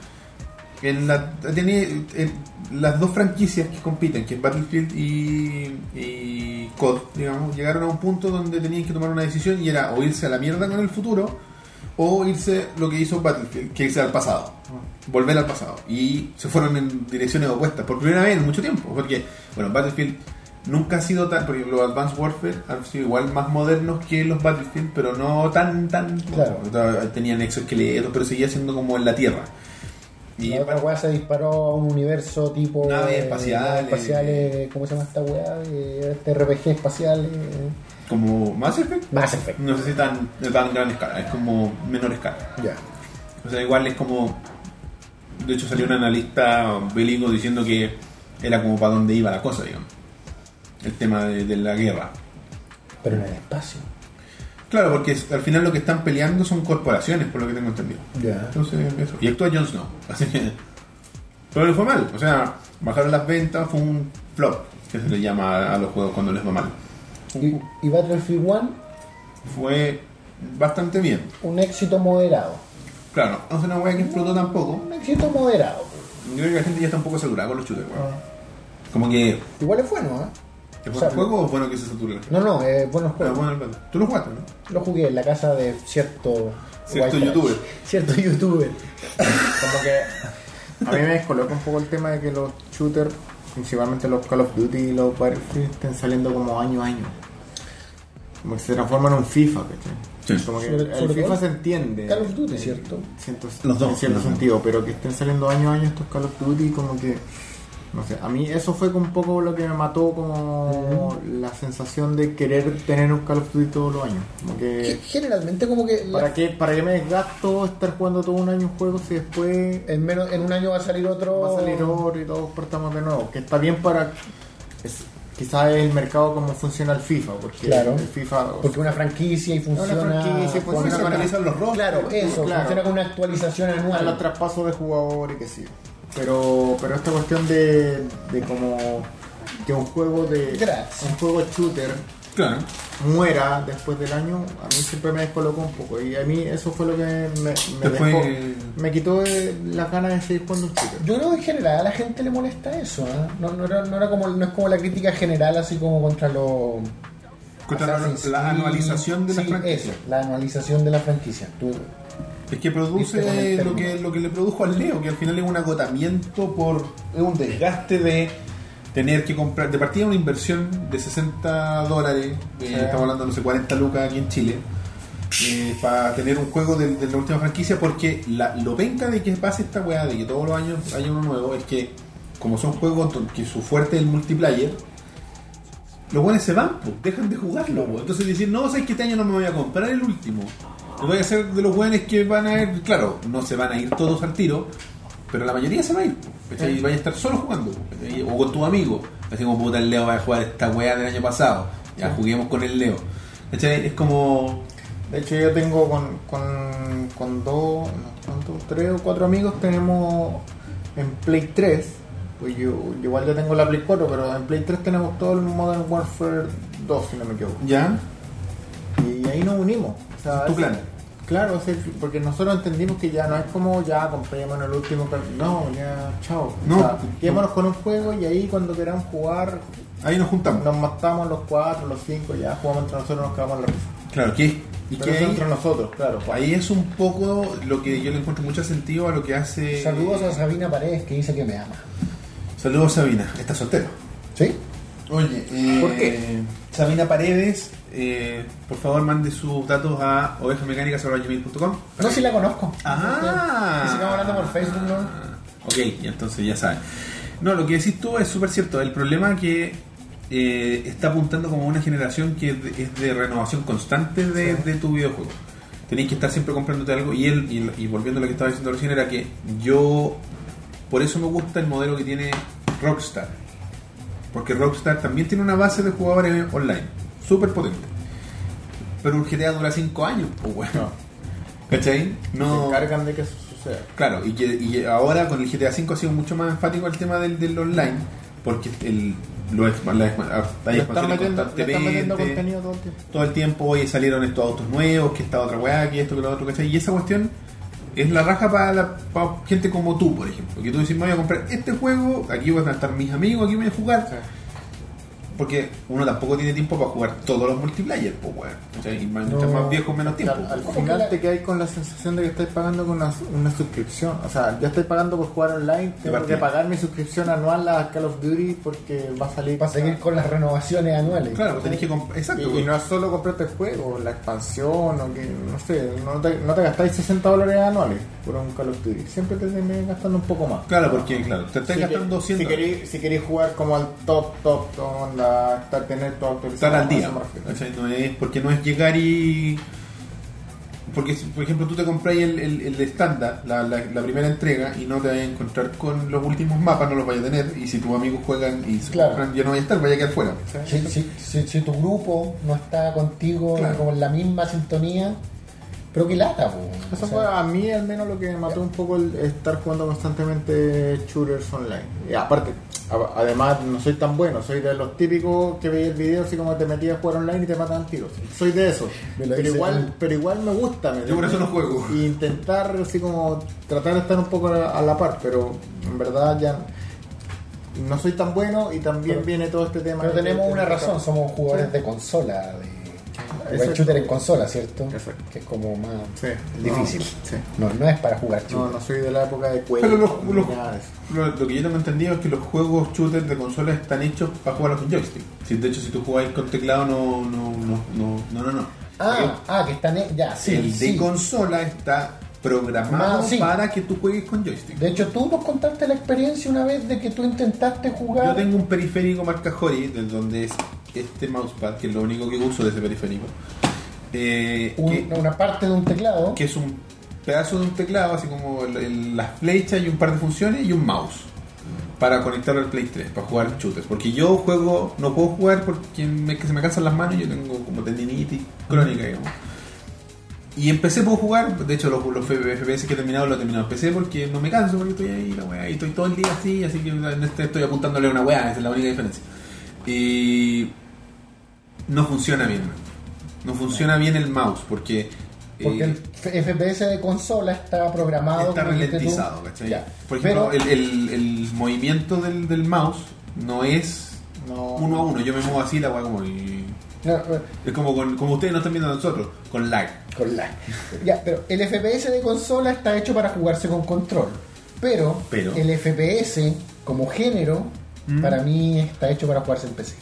A: En la, tiene- en las dos franquicias que compiten, que es Battlefield y, y COD, digamos, llegaron a un punto donde tenían que tomar una decisión y era o irse a la mierda con el futuro o irse lo que hizo Battlefield, que irse al pasado, volver al pasado. Y se fueron en direcciones opuestas por primera vez en mucho tiempo, porque, bueno, Battlefield nunca ha sido tan. Porque los Advanced Warfare han sido igual más modernos que los Battlefield, pero no tan, tan.
B: Claro.
A: Bueno, Tenían exoesqueletos, pero seguía siendo como en la Tierra. Y
B: la otra weá se disparó a un universo tipo.
A: Naves
B: eh,
A: espaciales.
B: naves espaciales, ¿Cómo se llama esta weá? Eh, Este RPG espacial. eh,
A: como Mass Effect,
B: Mass Effect.
A: no sé si tan, de tan gran escala, es como menor escala.
B: Ya.
A: O sea, igual es como. De hecho, salió un analista bélico diciendo que era como para dónde iba la cosa, digamos. El tema de, de la guerra.
B: Pero en el espacio.
A: Claro, porque es- al final lo que están peleando son corporaciones, por lo que tengo entendido.
B: Ya.
A: Entonces, eso. Y actúa Jon Snow. Así que. Pero le fue mal. O sea, bajaron las ventas, fue un flop, que se le llama a los juegos cuando les va mal.
B: Y, y Battlefield 1,
A: Fue bastante bien.
B: un éxito moderado.
A: Claro, no es una wea que explotó tampoco.
B: Un éxito moderado.
A: Yo creo que la gente ya está un poco saturada con los shooters, weón. Como que. ¿Es
B: Igual es bueno, ¿eh?
A: buen
B: Ah. O sea,
A: juego o es bueno que se sature la gente?
B: No, no, es buenos
A: Pero
B: juegos.
A: bueno, bueno. Tú lo jugaste, ¿no?
B: Lo jugué en la casa de cierto.
A: Cierto
B: white trash.
A: youtuber.
B: Cierto youtuber.
C: Como que a mí me descoloca un poco el tema de que los shooters, principalmente los Call of Duty y los Battlefield, estén saliendo como año a año. Como que se transforman en un FIFA, ¿cachai?
A: Sí.
C: Como que
B: Sobre-
C: el,
B: sobre
C: FIFA
B: todo
C: se entiende.
B: Call of Duty, ¿cierto?
C: Siento-
A: Los dos,
C: En cierto
A: los dos.
C: sentido, pero que estén saliendo año a año estos Call of Duty, como que. No sé, a mí eso fue un poco lo que me mató como la sensación de querer tener un Call of Duty todos los años. Como que
B: Ge- Generalmente, como que. la-
C: eh, ¿Para qué, ¿Para qué me desgasto estar jugando todo un año un juego si después
B: en, menos, en un año va a salir otro.
C: va a salir
B: Oh.
C: oro y todos partamos de nuevo? Que está bien para... es- quizás es el mercado como funciona el FIFA, porque
B: Claro.
C: el FIFA... o
B: Porque una franquicia y
C: una
B: funciona.
C: franquicia,
B: con-
A: Porque se
C: funciona con-
A: actualizan los rostros.
B: Claro, eh. eso,
C: Claro.
B: funciona con una actualización
C: a
B: anual.
C: los traspasos de jugador y que sí. Pero, pero esta cuestión de, de como que un juego de
B: Gracias.
C: un juego shooter
A: Claro.
C: muera después del año, a mí siempre me descolocó un poco. Y a mí eso fue lo que me, me,
A: Te fue-
C: dejó- me quitó eh, las ganas de seguir jugando un shooter.
B: Yo creo que en general a la gente le molesta eso. ¿ah? No, no, era, no, era como, no es como la crítica general, así como contra los.
A: Contra la-
B: Assassin's
A: la
B: Creed.
A: anualización de las
B: Sí,
A: franquicias.
B: eso, la anualización de la franquicia. Tú-
A: Es que
B: Viste con el
A: produce lo
B: término.
A: que, lo que le produjo al Leo, que al final es un agotamiento por. es un desgaste de tener que comprar. De partida una inversión de 60 dólares, eh,
C: Sí.
A: estamos hablando de no sé, 40 lucas aquí en Chile, eh, para tener un juego de, de la última franquicia, porque la, lo venga de que pase esta weá, de que todos los años haya uno nuevo, es que como son juegos don- que su fuerte es el multiplayer, los buenos se van, pues, dejan de jugarlo. pues. Entonces decir, no, sabes que este año no me voy a comprar el último. Lo voy a hacer de los buenos que van a ir, claro, no se van a ir todos al tiro, pero la mayoría se va a ir. pues, ¿cachai? Y vaya a estar solo jugando, pues, ¿cachai? o con tu amigo. Así como puta, el Leo va a jugar esta weá del año pasado. Ya juguemos con el Leo. ¿Cachai? Es como.
C: De hecho, yo tengo con, con, con dos, no, ¿cuántos? tres o cuatro amigos, tenemos en Play 3, pues yo, yo igual ya tengo la Play 4, pero en Play 3 tenemos todo el Modern Warfare 2, si no me equivoco.
A: Ya,
C: Y ahí nos unimos. O sea,
A: tu
C: es-
A: plan.
C: Claro, o sea, porque nosotros entendimos que ya no es como ya comprémonos el último, pero no, ya, chao.
A: No.
C: O sea, quedémonos con un juego y ahí cuando queramos jugar,
A: Ahí nos juntamos.
C: nos matamos los cuatro, los cinco, ya jugamos entre nosotros, nos cagamos la risa.
A: Claro, que y
C: Pero
A: que
C: eso
A: ahí,
C: entre nosotros, claro. pues
A: ahí es un poco lo que yo le encuentro mucho sentido a lo que hace.
B: Saludos a Sabina Paredes que dice que me ama.
A: Saludos Sabina, está soltero.
B: ¿Sí?
A: Oye, eh,
C: ¿Por qué?
A: Sabina Paredes, eh, por favor mande sus datos a ovejamecánicas.com.
B: No, si la conozco.
A: Ah.
B: Y pues, sigamos hablando por Facebook, ¿no?
A: Ok, y entonces ya sabes. No, lo que decís tú es súper cierto. El problema que eh, está apuntando como una generación que es de- es de renovación constante de, de tu videojuego. tenéis que estar siempre comprándote algo. Y él, y, y volviendo a lo que estaba diciendo recién, era que yo, por eso me gusta el modelo que tiene Rockstar. Porque Rockstar también tiene una base de jugadores online, súper potente. Pero un GTA dura 5 años, pues bueno. ¿Cachai?
C: Se
A: No.
C: encargan de que eso suceda.
A: Claro, y, que- y ahora con el GTA V ha sido mucho más enfático el tema del, del online, porque el, lo es, la, es- ah, hay
C: Le están
A: expansiones
C: metiendo, le están
A: constantemente,
C: metiendo contenido todo el tiempo.
A: todo el tiempo, oye, salieron estos autos nuevos, que esta otra weá, que esto, que lo otro, ¿cachai? Y esa cuestión es la raja para, la- para gente como tú, por ejemplo, que tú dices, me voy a comprar este juego, aquí van a estar mis amigos, aquí voy a jugar, porque uno tampoco tiene tiempo para jugar todos los multiplayer, pues weón, ¿cachai? Y más,
B: No.
A: más viejos menos tiempo.
C: Al, al
B: Como que
C: final
B: la-
C: te quedas con la sensación de que estáis pagando con una, una suscripción. O sea, ya estoy pagando por jugar online, tengo
A: partida.
C: que pagar mi suscripción anual a Call of Duty porque va a salir.
B: Para seguir con las renovaciones anuales.
A: Claro, pues tenés que comprar, exacto.
C: Y, y
A: pues.
C: no es solo comprarte el juego, la expansión o que, no sé, no te, no te gastáis 60 dólares anuales por un Call of Duty. Siempre te terminas gastando un poco más.
A: Claro, porque claro, te estás
C: Si
A: gastando
C: que-
A: 200
C: si queréis si queréis jugar como al top, top, top, onda, estar, tener todo actualizado.
A: estar al
C: a
A: día.
C: eso me refiero.
A: ¿cachai? No es, porque no es llegar y. Porque, si, por ejemplo, tú te compras el, el, el estándar, la, la, la primera entrega, y no te vas a encontrar con los últimos mapas, no los vayas a tener, y si tus amigos juegan y se
B: Claro.
A: compran, ya no vaya a estar, vaya a quedar fuera.
B: Si, si- si- si tu grupo no está contigo
A: Claro.
B: como en la misma sintonía, pero que lata, po.
C: Eso
B: O sea,
C: fue a mí al menos lo que me mató un poco el estar jugando constantemente shooters online. Y aparte, a- además no soy tan bueno, soy de los típicos que veía el video así como te metías a jugar online y te matan tiros. Soy de esos.
B: Me lo
C: Pero
B: dice
C: igual,
B: él.
C: pero igual me gusta. ¿me
A: Yo por eso no
C: entiendes?
A: juego.
C: Y intentar así como tratar de estar un poco a a la par, pero en verdad ya no soy tan bueno y también
B: Pero-
C: viene todo este tema.
B: Pero
C: de-
B: tenemos
C: de-
B: una
C: de-
B: razón, somos jugadores
C: Sí.
B: de consola, de jugar
C: Exacto.
B: shooter en consola, ¿cierto?
C: Exacto.
B: Que es como más
C: Sí,
B: difícil.
C: No, sí.
B: No, no es para jugar
C: No,
B: shooter.
C: no soy de la época de cuello.
A: Pero los,
C: ni
A: los-
C: nada de eso.
A: lo, lo que yo tengo entendido es que los juegos shooters de consola están hechos para jugarlos con joystick. Si, de hecho, si tú jugáis con teclado, no, no, no, no, no, no. no.
B: Ah, ah, que están. e- Ya, sí.
A: el de
B: sí.
A: consola está programado
B: Ah, sí.
A: para que tú juegues con joystick.
B: De hecho, tú nos contaste la experiencia una vez de que tú intentaste
A: Yo
B: jugar.
A: tengo un periférico marca Hori, del donde es este mousepad, que es lo único que uso de ese periférico, eh,
B: un-
A: que,
B: una parte de un teclado.
A: que es un pedazo de un teclado, así como el- el- las flechas y un par de funciones y un mouse para conectarlo al Play 3, para jugar shooters. Porque yo juego, no puedo jugar porque me- que se me cansan las manos, yo tengo como tendinitis crónica, digamos. Y empecé por jugar, de hecho los, los FPS que he terminado los he terminado en PC porque no me canso, porque estoy ahí, la weá, y estoy todo el día así, así que en este estoy apuntándole a una weá, esa es la única diferencia. Y no funciona bien, no funciona bien el mouse porque...
B: Porque
A: eh,
B: el F- FPS de consola está programado.
A: Está
B: como dijiste tú.
A: ralentizado, ¿cachai?
B: Ya.
A: Por ejemplo,
B: Pero-
A: el, el- el movimiento del, del mouse no es
C: No.
A: uno a uno. Yo me muevo así, la weá como. y-
B: No, no,
A: Es como, con- como ustedes no están viendo a nosotros, con lag.
B: con la- Ya, pero el FPS de consola está hecho para jugarse con control. Pero,
A: Pero.
B: el FPS como género,
A: Mm.
B: para mí está hecho para jugarse en PC.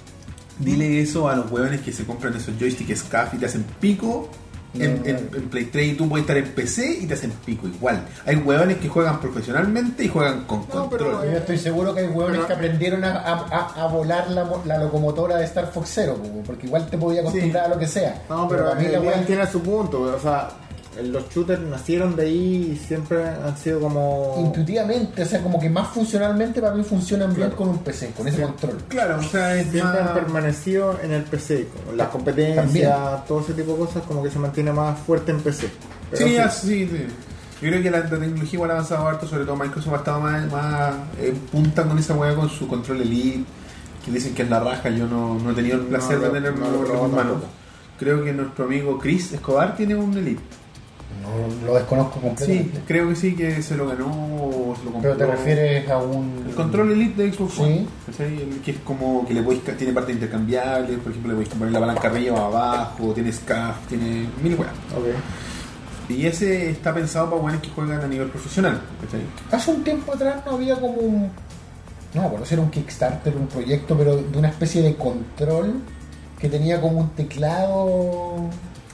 A: Dile eso a los huevones que se compran esos joysticks SCAF y te hacen pico. En,
B: No.
A: en- en Play 3 y tú puedes estar en PC y te hacen pico igual. Hay huevones que juegan profesionalmente y juegan con
C: No, pero,
A: control.
B: Yo estoy seguro que hay hueones
C: Pero-
B: que aprendieron a, a- a- a volar la, mo- la locomotora de Star Fox Zero, po, porque igual te podía acostumbrar a lo que sea.
C: No, pero,
B: para mí la
C: el
B: hueá-
C: Lean tiene su punto. O sea, los shooters nacieron de ahí y siempre han sido como.
B: intuitivamente, o sea, como que más funcionalmente para mí funcionan
C: Claro.
B: bien con un PC, con ese control.
A: Claro, o sea, es
C: Siempre
A: más-
C: han permanecido en el PC. como Las competencias,
B: También.
C: todo ese tipo de cosas, como que se mantiene más fuerte en PC. Pero
A: Sí,
C: sí,
A: así, sí. Yo creo que la, la tecnología igual ha avanzado harto, sobre todo Microsoft ha estado más, más eh, punta con esa weá con su control Elite, que dicen que es la raja, yo no, no he tenido el
C: No,
A: placer de
C: no,
A: tener
C: no
A: uno
C: lo he probado
A: en mano.
C: tampoco.
A: Creo que nuestro amigo Chris Escobar tiene un Elite.
B: No lo desconozco
A: Sí,
B: completamente.
A: creo que sí, que se lo ganó o se lo compró.
B: Pero te refieres a un.
A: El control Elite de Xbox
B: Sí.
A: One, ¿cachai? El que es como que le podéis ca- tiene partes intercambiables, por ejemplo, le podéis poner la palanca arriba o abajo, tiene SCAF, tiene mil weas.
C: Ok.
A: Y ese está pensado para weones que juegan a nivel profesional, ¿cachai?
B: Hace un tiempo atrás no había como un. No, bueno, era un Kickstarter, un proyecto, pero de una especie de control que tenía como un teclado.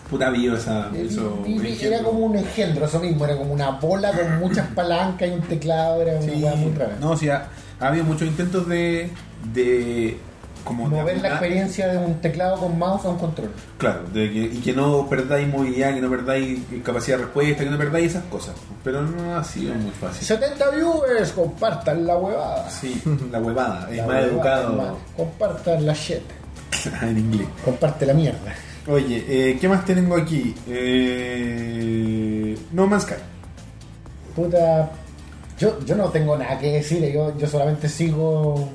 A: Puta vio esa,
B: Eh,
A: eso.
B: vi- vi- era
A: ejemplo.
B: como un engendro, eso mismo, era como una bola con muchas palancas y un teclado, era una
A: Sí,
B: hueá muy rara.
A: no, o sea, ha habido muchos intentos de, de como de
B: Mover la
A: apretar-
B: experiencia de un teclado con mouse a un control.
A: Claro, de que- y que no perdáis movilidad, que no perdáis capacidad de respuesta, que no perdáis esas cosas. Pero no ha sido muy fácil.
B: 70 viewers, compartan la huevada.
A: Sí, la huevada, el
B: La
A: mal
B: huevada,
A: educado
B: hermano. Compartan la shit.
A: en inglés.
B: Comparte la mierda.
A: Oye, eh, ¿qué más tengo aquí? Eh, no Man's Sky.
B: Puta. Yo, yo no tengo nada que decir, yo, yo solamente sigo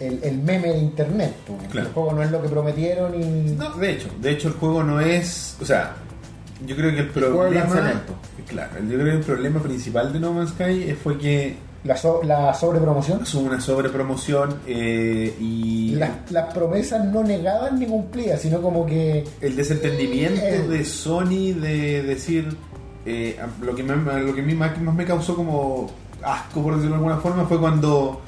B: el, el meme de internet. po.
A: Claro.
B: El juego no es lo que prometieron y.
A: No, de hecho, de hecho el juego no es, o sea, yo creo que el
C: juego de
A: problema,
C: lanzamiento.
A: claro, yo creo que el problema principal de No Man's Sky fue que
B: La, so- la sobrepromoción.
A: hubo una sobrepromoción eh, y
B: Las, las promesas no negadas ni cumplidas, sino como que.
A: el desentendimiento
B: Eh.
A: de Sony de decir eh, lo que me- lo que a mí más, más me causó como asco por decirlo de alguna forma fue cuando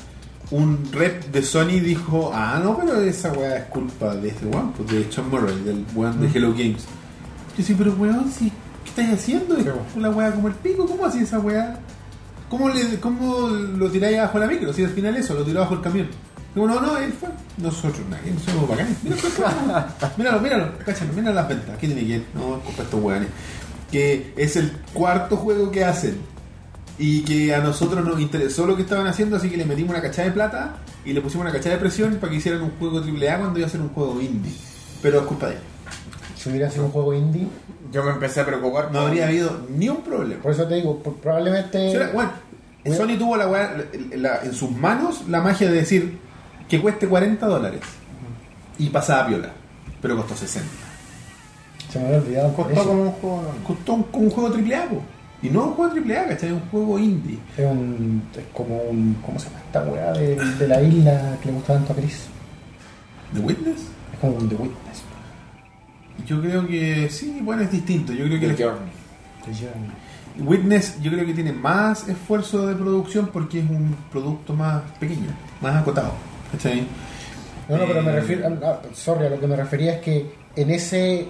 A: un rep de Sony dijo ah no pero esa weá es culpa de este weón pues de Sean Murray del weón de Hello Games yo sí pero weón si ¿qué estás haciendo?
C: Sí,
A: Es una weá como el pico ¿cómo así esa weá? ¿cómo, le, cómo lo tiráis abajo la micro? si al final eso lo tiró bajo el camión digo no no él fue nosotros nada que somos bacanes mira fue, fue, Míralo, míralo, cáchalo, mira las ventas. ¿Qué tiene que ir? No, culpa de estos hueones. Que es el cuarto juego que hacen. Y que a nosotros nos interesó lo que estaban haciendo, así que le metimos una cachada de plata y le pusimos una cachada de presión para que hicieran un juego AAA cuando iba a ser un juego indie. Pero es culpa de ellos.
B: Si hubiera sido un juego indie.
C: Yo me empecé a preocupar.
A: No habría habido ni un problema.
B: Por eso te digo, por-
A: Si
B: probablemente.
A: era- bueno, Sony tuvo la, weá- la- la- en sus manos la magia de decir que cueste 40 dólares. Y pasaba piola. Pero costó 60.
B: Se me había olvidado. el
C: Costó
B: precio.
C: como un juego normal.
A: costó un, un juego triple A, po. Y no un juego triple A, ¿cachai? Un juego indie.
B: Es un. Es como un. ¿Cómo se llama esta weá de, de la isla que le gusta tanto a Chris?
A: ¿The Witness?
B: Es como un The Witness. po.
A: Yo creo que sí, bueno, es distinto. Yo creo que
C: The
A: el-
C: Journey.
B: The Journey.
A: Witness yo creo que tiene más esfuerzo de producción porque es un producto más pequeño, más acotado, ¿cachai?
B: No, no, pero me
A: Eh,
B: refiero. ah, ah, sorry, a lo que me refería es que en ese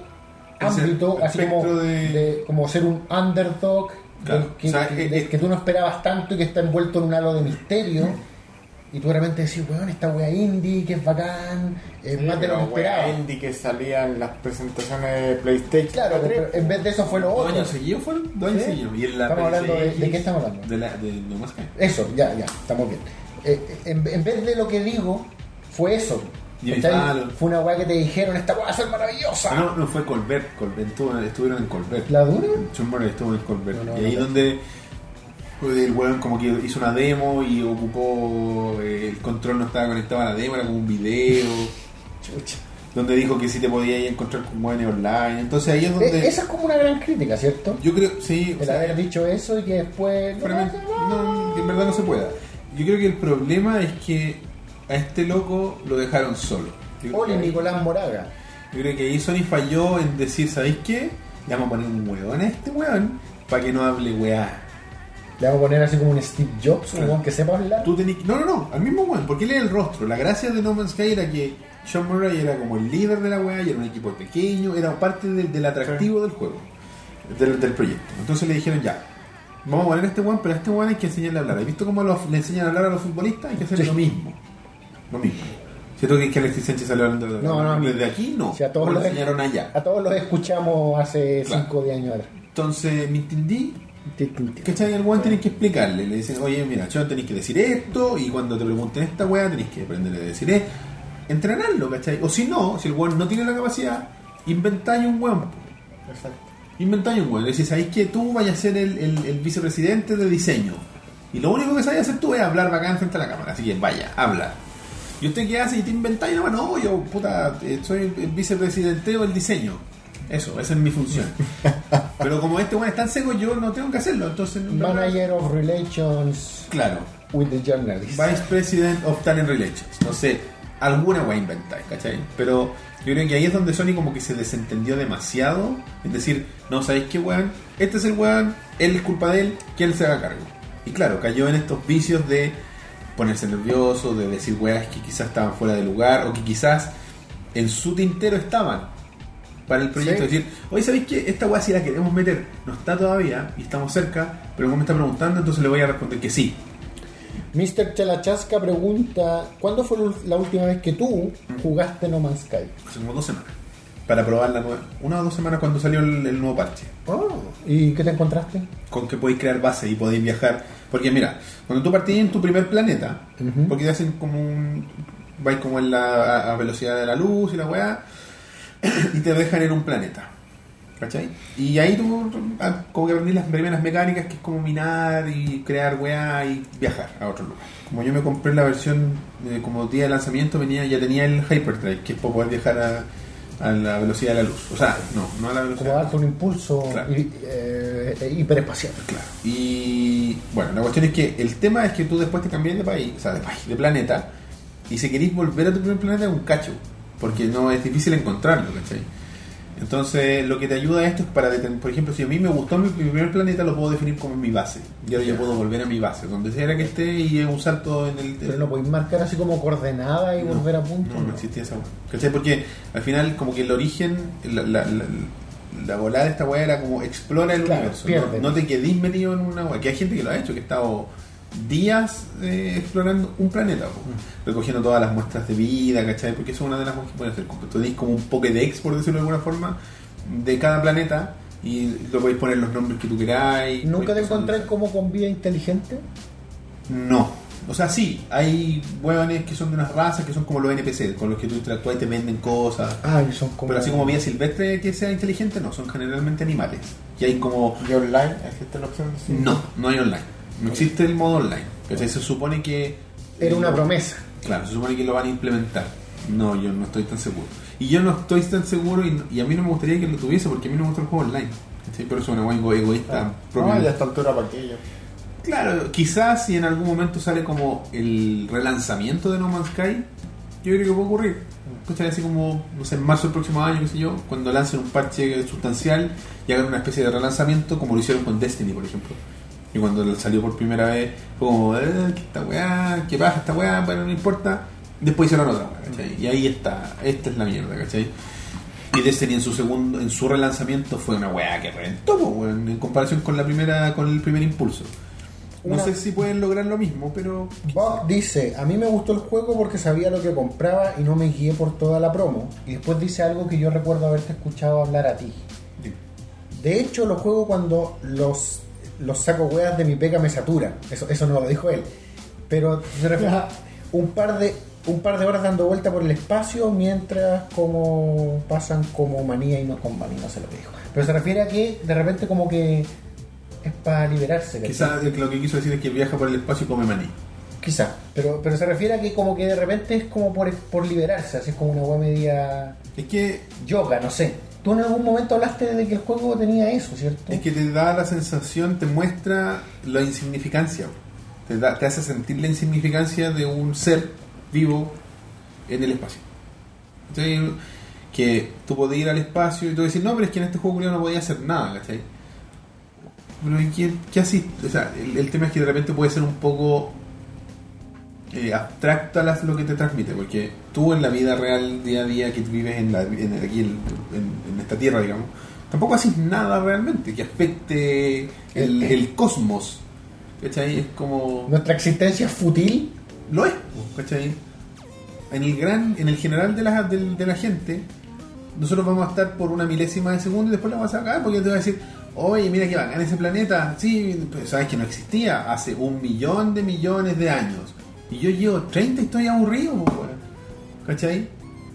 B: ámbito, así
A: espectro
B: como,
A: de-
B: de- como ser un underdog,
A: Claro,
B: del que,
A: o sea,
B: que-
A: eh,
B: del
A: eh.
B: que tú no esperabas tanto y que está envuelto en un halo de misterio. Y tú realmente decís, weón, esta wea indie, que es bacán, es
C: Sí,
B: más de lo que
C: pero,
B: esperaba.
C: wea, Andy que salía en las presentaciones de PlayStation.
B: Claro, pero en vez de eso fue lo
A: ¿Dos
B: otro.
A: años seguidos fueron? Dos años
B: Sí.
A: seguidos. Y en la
B: Estamos hablando de-
A: PSX,
B: ¿de qué estamos hablando?
A: De, la, de No Man's Sky.
B: Eso, ya, ya, estamos bien. Eh, eh, en, en vez de lo que digo, fue eso.
A: Y
B: ¿Cachai?
A: avisaron.
B: Fue una weá que te dijeron, esta weá va a ser maravillosa.
A: Ah, no, no fue Colbert. Colbert estuvo- estuvieron en Colbert.
B: ¿La dura?
A: John Murray estuvo en Colbert.
B: No, no,
A: y ahí
B: no.
A: donde pues, el weón como que hizo una demo y ocupó eh, el control no estaba conectado a la demo, era como un video,
B: Chucha.
A: donde dijo que sí te podías ir a encontrar con weones online. Entonces ahí es
B: Eh,
A: donde
B: Esa es como una gran crítica, ¿cierto?
A: yo creo, sí, o
B: El
A: sea,
B: haber dicho eso y que después.
A: pero me- no, que en verdad no se pueda. Yo creo que el problema es que a este loco lo dejaron solo. Yo creo
B: Oli
A: que ahí-
B: Nicolás Moraga.
A: Yo creo que ahí Sony falló en decir, ¿sabéis qué? Le vamos a poner un weón a este weón para que no hable weá.
B: Le vamos a poner así como un Steve Jobs, un
A: Claro.
B: weón que sepa hablar.
A: Tú tenés que- No, no, no, al mismo weón, porque él era el rostro. La gracia de No Man's Sky era que Sean Murray era como el líder de la weá y era un equipo pequeño, era parte de- del atractivo del juego, del, del proyecto. Entonces le dijeron ya, vamos a poner a este weón, pero a este weón hay que enseñarle a hablar. ¿Has visto cómo los- le enseñan a hablar a los futbolistas? Hay que hacer
B: Sí.
A: lo mismo. Lo mismo. Siento que es que Alexis Sánchez salió hablando de
B: No, no,
A: desde aquí, no.
B: O sea, a todos
A: Como lo
B: los-
A: enseñaron allá.
B: A todos los escuchamos hace
A: Claro.
B: 5 o 10 años atrás.
A: Entonces, ¿me entendí?
B: Tic, tic, tic.
A: ¿Cachai? Al weón tenés que explicarle. Le dicen, oye, mira, yo tenés que decir esto. Y cuando te pregunten esta weá, tenés que aprender a decir esto. Entrenarlo, ¿cachai? O si no, si el weón no tiene la capacidad, inventáis un weón. po.
C: Exacto.
A: Inventáis un weón. Le decís, sabéis que tú vayas a ser el, el- el vicepresidente de diseño. Y lo único que sabes hacer tú es hablar bacán frente a la cámara. Así que vaya, habla. ¿Y usted qué hace? Y te inventáis, no, no, yo, puta, eh, soy el, el vicepresidente del diseño. Eso, esa es mi función. Pero como este weón es tan seco, yo no tengo que hacerlo. Entonces, en verdad-
B: Manager of Relations
A: Claro.
B: with the Journalist.
A: Vice President of Talent Relations. No sé, alguna voy a inventar, ¿cachai? Pero yo creo que ahí es donde Sony como que se desentendió demasiado. Es decir, no sabéis qué weón, este es el weón, él es culpa de él, que él se haga cargo. Y claro, cayó en estos vicios de ponerse nervioso, de decir weas que quizás estaban fuera de lugar o que quizás en su tintero estaban para el proyecto.
C: Sí.
A: Es decir, hoy sabéis que esta wea si la queremos meter, no está todavía y estamos cerca, pero como me está preguntando, entonces le voy a responder que sí.
B: Mr. Chalachasca pregunta, ¿cuándo fue la última vez que tú
A: Mm.
B: jugaste No Man's Sky?
A: Hace como dos semanas. Para probar la nueva. Una o dos semanas cuando salió el, el nuevo parche.
B: ¿Y qué te encontraste?
A: Con que podéis crear bases y podéis viajar. Porque mira, cuando tú partís en tu primer planeta, porque te hacen como un. vais como en la a- a velocidad de la luz y la weá, y te dejan en un planeta. ¿Cachai? Y ahí tú ah, como que aprendí las primeras mecánicas que es como minar y crear weá y viajar a otro lugar. Como yo me compré la versión eh, como día de lanzamiento, venía, ya tenía el Hyperdrive, que es para poder viajar a, a la velocidad de la luz. O sea, no, no a la velocidad
B: Como darte un impulso
A: Claro.
B: hi- eh, eh, hiperespacial.
A: Claro. Y bueno, la cuestión es que el tema es que tú después te cambias de país, o sea, de país, de planeta, y si querís volver a tu primer planeta es un cacho, porque no es difícil encontrarlo, ¿cachai? Entonces, lo que te ayuda esto es para deten- por ejemplo, si a mí me gustó mi, mi primer planeta, lo puedo definir como mi base. Y ahora yo puedo volver a mi base, donde sea que esté, y es un salto en el.
B: Pero no podéis marcar así como coordenada y
A: No,
B: volver a punto.
A: No, no existía esa weá. ¿Cachai? Porque al final, como que el origen, la, la, la, la volada de esta weá era como explora el
B: Claro,
A: universo.
B: pierde.
A: No, no te quedís metido en una weá. Que hay gente que lo ha hecho, que ha estado días eh, explorando un planeta, po.
B: Mm.
A: recogiendo todas las muestras de vida, ¿cachai? Porque eso es una de las cosas que pueden hacer. Como Tú tenés como un Pokédex, por decirlo de alguna forma, de cada planeta. Y lo podéis poner los nombres que tú queráis.
B: ¿Nunca te
A: podéis pasar-
B: encontré como con vía inteligente?
A: no. O sea, sí, hay hueones que son de unas razas que son como los NPC, con los que tú interactúas y te venden cosas.
B: Ah, y son como...
A: Pero así como vida silvestre que sea inteligente, no, son generalmente animales. Y hay como.
C: ¿Y online? ¿Existe la opción? Sí.
A: No, no hay online. No existe el modo online. ¿cachai? Se supone que.
B: Era una promesa.
A: Claro, se supone que lo van a implementar. No, yo no estoy tan seguro. Y yo no estoy tan seguro y, y a mí no me gustaría que lo tuviese porque a mí no me gusta el juego online. ¿cachai? Pero eso es una hueá ego- egoísta
C: Ah,
A: propia.
C: no, y a esta altura para aquello.
A: Claro, quizás si en algún momento sale como el relanzamiento de No Man's Sky, yo creo que puede ocurrir. Escuchar así como, no sé, en marzo del próximo año, qué sé yo, cuando lancen un parche sustancial y hagan una especie de relanzamiento como lo hicieron con Destiny, por ejemplo. Y cuando salió por primera vez, fue como, eh, que esta weá, que baja esta weá, bueno, no importa. Después hicieron otra, weá, ¿cachai? Y ahí está, esta es la mierda, ¿cachai? Y Destiny en su segundo, en su relanzamiento fue una weá que reventó, po, weón, en comparación con la primera, con el primer impulso. No
B: Una-
A: sé si pueden lograr lo mismo, pero.
B: Bob dice, a mí me gustó el juego porque sabía lo que compraba y no me guié por toda la promo. Y después dice algo que yo recuerdo haberte escuchado hablar a ti. De hecho, los juegos cuando los, los saco hueas de mi peca me saturan. Eso, eso no lo dijo él. Pero se refleja un par de un par de horas dando vuelta por el espacio mientras como pasan como manía y no con manía, no sé lo que dijo. Pero se refiere a que de repente como que es para liberarse. ¿cachai?
A: Quizás lo que quiso decir es que viaja por el espacio y come maní.
B: Quizá, pero, pero se refiere a que como que de repente es como por, por liberarse, así es como una buena media
A: Es que,
B: yoga, no sé. Tú en algún momento hablaste de que el juego tenía eso, ¿cierto?
A: es que te da la sensación, te muestra la insignificancia. Te, da- te hace sentir la insignificancia de un ser vivo en el espacio. Entonces, que tú podías ir al espacio y tú decir, no, pero es que en este juego culiao no podía hacer nada, ¿cachai? Pero ¿y qué, qué así? O sea, el, el tema es que de repente puede ser un poco eh, abstracta las- lo que te transmite, porque tú en la vida real, día a día, que vives en la- en, aquí en, en- en esta tierra, digamos, tampoco haces nada realmente que afecte el, el cosmos. ¿Cachai? Es como
B: Nuestra existencia es fútil.
A: lo es, po, ¿cachai? En el gran, en el general de la, del- de la gente, nosotros vamos a estar por una milésima de segundo y después la vamos a sacar porque te va a decir, oye, mira que bacán ese planeta, sí, pero sabes que no existía hace un millón de millones de años. Y yo llevo 30 y estoy aburrido, po, weón. ¿Cachai?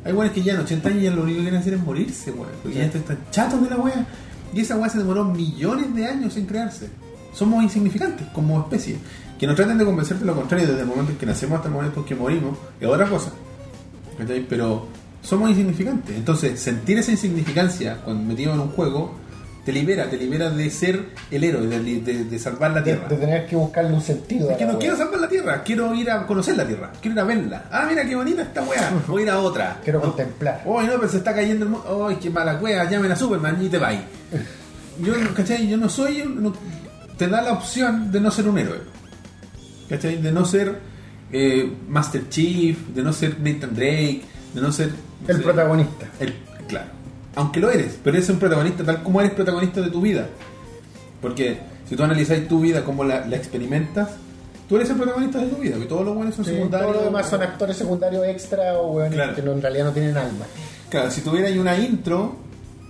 A: Hay weones que ya en 80 años ya lo único que quieren hacer es morirse, weón. Porque ya están chatos de la wea. Y esa wea se demoró millones de años en crearse. Somos insignificantes como especie. Que nos traten de convencer de lo contrario desde el momento en que nacemos hasta el momento en que morimos es otra cosa. ¿Cachai? Pero somos insignificantes. Entonces, sentir esa insignificancia cuando metido en un juego te libera, te libera de ser el héroe, de, de- de salvar la
B: De,
A: tierra.
B: de tener que buscarle un sentido.
A: Es que
B: a la
A: no
B: wea.
A: quiero salvar la tierra, quiero ir a conocer la tierra, quiero ir a verla. Ah, mira qué bonita esta wea, voy a ir a otra.
B: Quiero
A: No.
B: contemplar.
A: Uy, no, pero se está cayendo el mundo. Uy, qué mala wea, llamen a Superman y te va Yo, no- ¿cachai? Yo no soy. un- no- te da la opción de no ser un héroe. ¿Cachai? De no ser eh, Master Chief, de no ser Nathan Drake, de no ser. no
B: El
A: sé,
B: protagonista.
A: el- claro. Aunque lo eres, pero eres un protagonista tal como eres protagonista de tu vida. Porque si tú analizas tu vida, cómo la, la experimentas, tú eres el protagonista de tu vida, y todos los buenos son
B: Sí,
A: secundarios.
B: Todo lo demás son actores secundarios extra o weones
A: Claro.
B: que no- en realidad no tienen alma.
A: Claro, si tuviera yo una intro,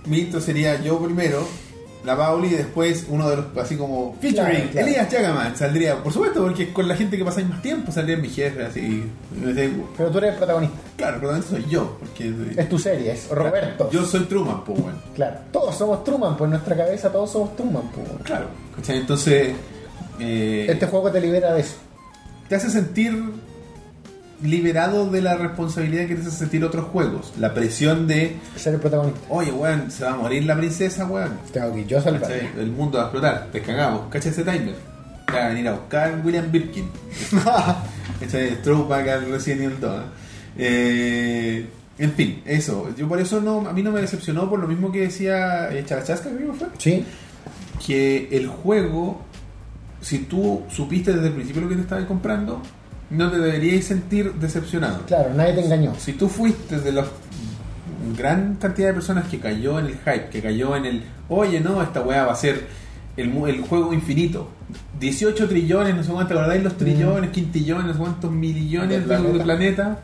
A: mi intro sería yo primero, la Pauli y después uno de los, así como, featuring,
B: Claro, claro.
A: Elías Yagaman, saldría, por supuesto, porque con la gente que pasáis más tiempo saldría mi jefe, así, y me dice,
B: Pero tú eres el protagonista.
A: claro, pero eso soy yo, porque...
B: Es tu serie, es Roberto.
A: Yo soy Truman, pues bueno.
B: Claro, todos somos Truman, por nuestra cabeza todos somos Truman. po.
A: Claro, ¿cachai? Entonces, eh,
B: Este juego te libera de eso.
A: te hace sentir liberado de la responsabilidad que te hace sentir otros juegos. La presión de,
B: Ser el protagonista.
A: oye, weón, se va a morir la princesa, weón.
B: Tengo que ir yo a salvar.
A: ¿Cachai? El mundo va a explotar, te cagamos, cacha ese timer. Te va a venir a buscar William Birkin. ¿Cachai? Stroke al recién y el todo. Eh, en fin, eso. Yo por eso no, a mí no me decepcionó por lo mismo que decía eh, Charachasca, creo que fue.
B: Sí,
A: que el juego, si tú supiste desde el principio lo que te estabas comprando, no te deberías sentir decepcionado.
B: claro, nadie te engañó.
A: Si tú fuiste de la gran cantidad de personas que cayó en el hype, que cayó en el, oye, no, esta weá va a ser el, mu- el juego infinito. 18 trillones, no sé cuánto, ¿acordáis los trillones, quintillones, no sé cuántos millones
B: Del
A: de de
B: Mm. planeta.
A: planeta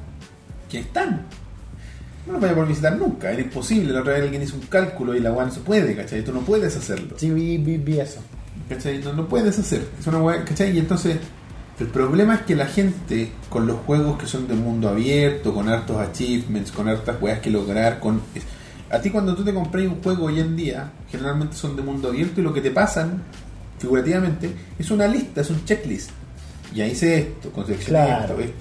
A: que están? No los vaya por visitar nunca, era imposible. La otra vez alguien hizo un cálculo y la weá no se puede, ¿cachai? Tú no puedes hacerlo.
B: Sí, vi, vi- vi eso.
A: ¿Cachai? No lo puedes hacer. Es una hueá, ¿cachai? Y entonces, el problema es que la gente con los juegos que son de mundo abierto, con hartos achievements, con hartas weas que lograr, con. es- A ti cuando tú te compras un juego hoy en día, generalmente son de mundo abierto y lo que te pasan, figurativamente, es una lista, es un checklist. Ya hice esto, confeccioné
B: Claro.
A: esto, esto.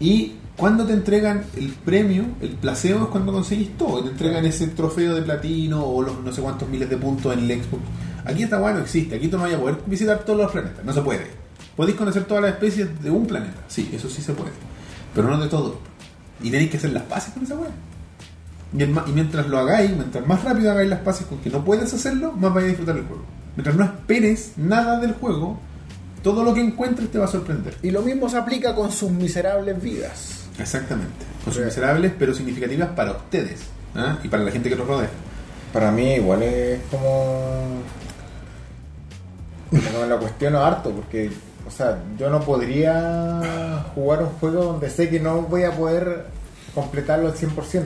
A: Y cuando te entregan el premio, el placebo es cuando conseguís todo. Te entregan ese trofeo de platino o los no sé cuántos miles de puntos en el Xbox. Aquí esta weá no existe. Aquí tú no vas a poder visitar todos los planetas. No se puede. Podéis conocer todas las especies de un planeta. Sí, eso sí se puede. Pero no de todo. Y tenéis que hacer las paces con esa weá. Y, el ma- y mientras lo hagáis, mientras más rápido hagáis las paces con que no puedes hacerlo, más vais a disfrutar el juego. Mientras no esperes nada del juego, todo lo que encuentres te va a sorprender.
B: Y lo mismo se aplica con sus miserables vidas.
A: Exactamente. Con sus
B: Sí.
A: miserables, pero significativas para ustedes ¿ah? y para la gente que los rodea.
C: Para mí igual es como... como me lo cuestiono harto porque, o sea, yo no podría jugar un juego donde sé que no voy a poder completarlo al 100%,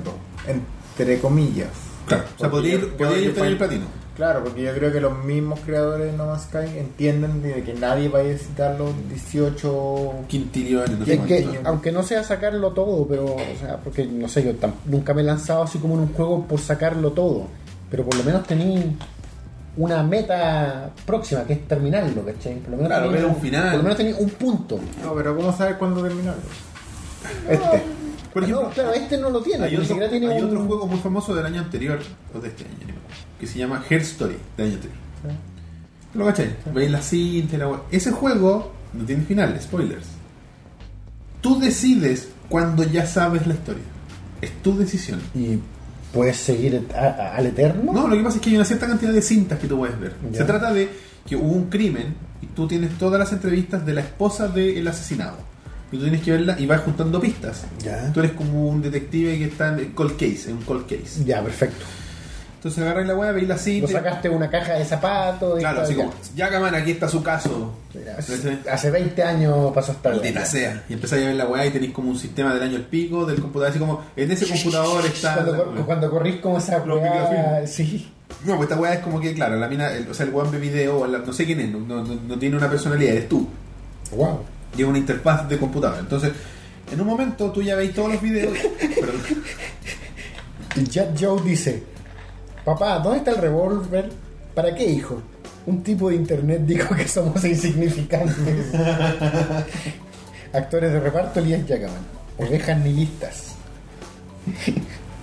C: entre comillas.
A: Claro. O sea,
C: Porque
A: podría
C: yo-
A: ir- podría
C: yo-
A: ir
C: yo-
A: tener el platino.
C: Claro, porque yo creo que los mismos creadores de No Man's Sky entienden de que nadie va a visitar los 18...
A: Quintillones, no sé
B: Es que,
A: cuánto.
B: aunque no sea sacarlo todo, pero, o sea, porque no sé, yo tam- nunca me he lanzado así como en un juego por sacarlo todo. Pero por lo menos tení una meta próxima, que es terminarlo, ¿cachai? Por lo menos
A: Claro,
B: tení
A: ver un final.
B: Por lo menos tení un punto.
C: No, pero ¿cómo saber cuándo terminarlo? Este.
A: Por ejemplo,
B: no, claro, este no lo tiene,
A: hay,
B: ni
A: otro,
B: siquiera tiene
A: hay
B: un-
A: otro juego muy famoso del año anterior, o de este año, no me acuerdo, que se llama Her Story, del año anterior. ¿Lo cachai? Veis la cinta y la wea. Ese juego no tiene final, spoilers. Tú decides cuando ya sabes la historia. Es tu decisión.
B: ¿Y puedes seguir a- a- al eterno?
A: No, lo que pasa es que hay una cierta cantidad de cintas que tú puedes ver.
B: Ya.
A: Se trata de que hubo un crimen y tú tienes todas las entrevistas de la esposa del asesinado. Y tú tienes que verla y vas juntando pistas.
B: Ya.
A: Tú eres como un detective que está en el cold case, en un cold case.
B: Ya, perfecto.
A: Entonces agarras la weá, veis la
B: Lo
A: cinta.
B: sacaste de una caja de zapatos.
A: Claro,
B: y
A: así
B: tal,
A: como, ya caman, aquí está su caso.
B: ya.
A: Entonces,
B: Hace, hace 20 años pasó esta
A: Maldita sea. Y empezáis a ver la weá y tenéis como un sistema del año el pico, del computador, así como, en ese computador está.
B: Cuando,
A: la
B: cor-
A: weá.
B: cuando corrís como esa
A: Los
B: weá,
A: microfilms.
B: sí.
A: No, pues esta weá es como que, claro, la mina, el- o sea, el weón ve video, la- no sé quién es, no, no- no- no tiene una personalidad, eres tú.
B: Wow.
A: Lleva una interfaz de computador. Entonces, en un momento tú ya veis todos los videos. Perdón.
B: Y Jet Joe dice, papá, ¿dónde está el revólver? ¿Para qué, hijo? Un tipo de internet dijo que somos insignificantes. Actores de reparto, Elías Jackaman. Ovejas nihilistas.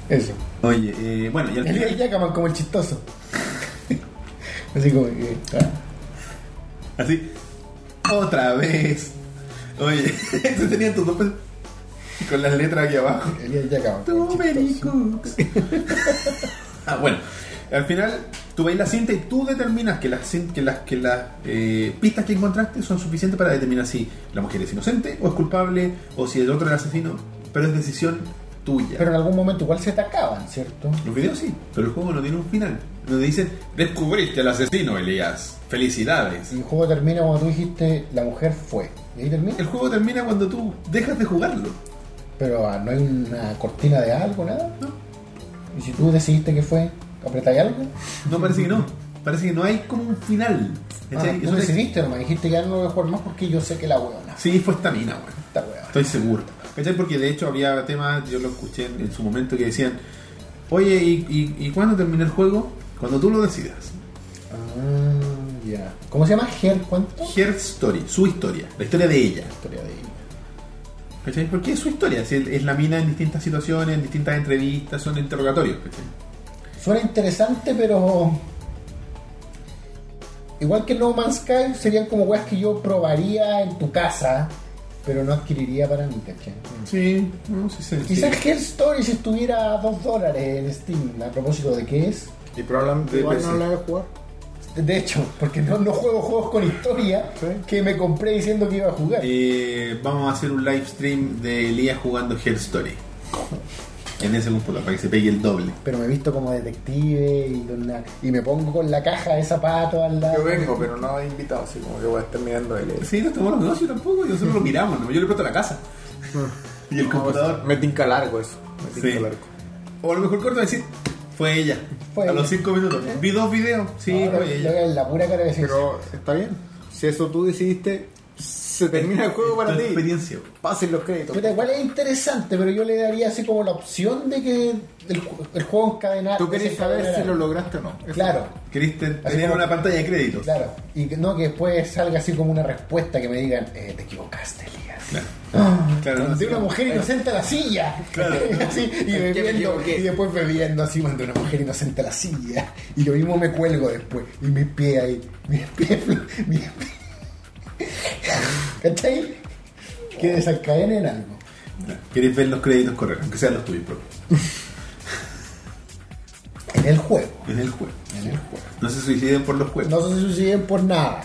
B: Eso.
A: Oye, eh, bueno, y al
B: Elías
A: final,
B: Jackaman como el chistoso. Así como que... ah.
A: así, otra vez. Oye, tú tenías tus dos pe- con las letras aquí abajo.
B: Elías Jackaman. como
A: Tú,
B: el chistoso.
A: Benny Cooks. ah, bueno. Al final, tú veis la cinta y tú determinas que las, cin- que las, que las eh, pistas que encontraste son suficientes para determinar si la mujer es inocente o es culpable o si el otro es el asesino. Pero es decisión tuya.
B: Pero en algún momento igual se atacaban, ¿cierto?
A: Los videos sí, pero el juego no tiene un final. Donde dicen, descubriste al asesino, Elías. Felicidades.
B: Y el juego termina cuando tú dijiste, la mujer fue. Y ahí termina.
A: El juego termina cuando tú dejas de jugarlo.
B: Pero ah, no hay una cortina de algo, nada. Y si tú decidiste que fue, apretáis algo.
A: No parece que no. Parece que no hay como un final.
B: Ah,
A: ¿Cachai?
B: tú
A: Eso es-
B: decidiste nomás, dijiste que ya no voy a jugar más porque yo sé que la huevona.
A: Sí, fue esta mina, weón.
B: Esta huevona.
A: Estoy seguro. ¿Cachai? Porque de hecho había temas, yo lo escuché en, en su momento, que decían, oye, ¿y, y, y cuándo termina el juego? Cuando tú lo decidas.
B: Ah, ya. ¿Cómo se llama? ¿Ger cuánto?
A: Her story, su historia, la historia de ella.
B: Historia de ella.
A: ¿Cachai? Porque es su historia, si es, es la mina en distintas situaciones, en distintas entrevistas, son interrogatorios. ¿cachai?
B: Suena interesante, pero. Igual que No Man's Sky, serían como weas que yo probaría en tu casa, pero no adquiriría para mí, ¿cachai?
A: Sí, no sé si
B: Quizás Her Story si estuviera a 2 dólares en Steam, a propósito de qué es.
A: Y probablemente
C: Igual
A: PC.
C: no la voy a jugar.
B: De hecho, porque no, no juego juegos con historia
C: Sí.
B: que me compré diciendo que iba a jugar.
A: Eh, vamos a hacer un live stream de Elías jugando Her Story. En ese computador, para que se pegue el doble.
B: Pero me he visto como detective y, con la- y me pongo con la caja de zapatos al lado.
C: Yo vengo, pero no he invitado, así como que voy a estar mirando el.
A: Sí, no estamos los negocios tampoco, yo solo lo miramos, ¿no? yo le presto la casa. Ah. y el computador.
C: Me tinca largo eso. Me tinca
A: Sí.
C: largo.
A: O a lo mejor corto decir, fue ella.
B: Fue
A: a
B: ella.
A: los 5 minutos. Vi dos videos. Sí,
C: Ah,
B: Ahora
A: fue
B: le
A: ella.
B: voy a ver la pura cara de decir,
C: Pero está bien. Si eso tú decidiste, se termina el juego para
A: Tu
C: ti.
A: experiencia.
C: Pasen los créditos.
B: Puta, igual es interesante, pero yo le daría así como la opción de que el, ju- el juego encadenara.
C: Tú querés saber
B: desencadenara.
C: si lo lograste o no. Eso.
B: Claro,
A: Querés te-
B: Así
A: tener
B: como-
A: una pantalla de créditos.
B: claro. Y que- no que después salga así como una respuesta que me digan, eh, te equivocaste, Elías.
A: Claro.
B: Ah,
A: Claro, no,
B: mandé
A: sí,
B: una
A: no.
B: mujer inocente a la silla.
A: Claro.
B: Así, y
C: me
B: bebiendo.
C: equivoqué.
B: Y después bebiendo así, mandé una mujer inocente a la silla. Y yo mismo me cuelgo después. Y mis pies ahí. Mis pies. fl- Mis pies. ¿Cachai? Que desencadenen en algo.
A: Claro. Querés ver los créditos correr, aunque sean los tuyos propios.
B: En el juego.
A: En el juego.
B: En el juego.
A: No se suiciden por los juegos.
B: No se suiciden por nada.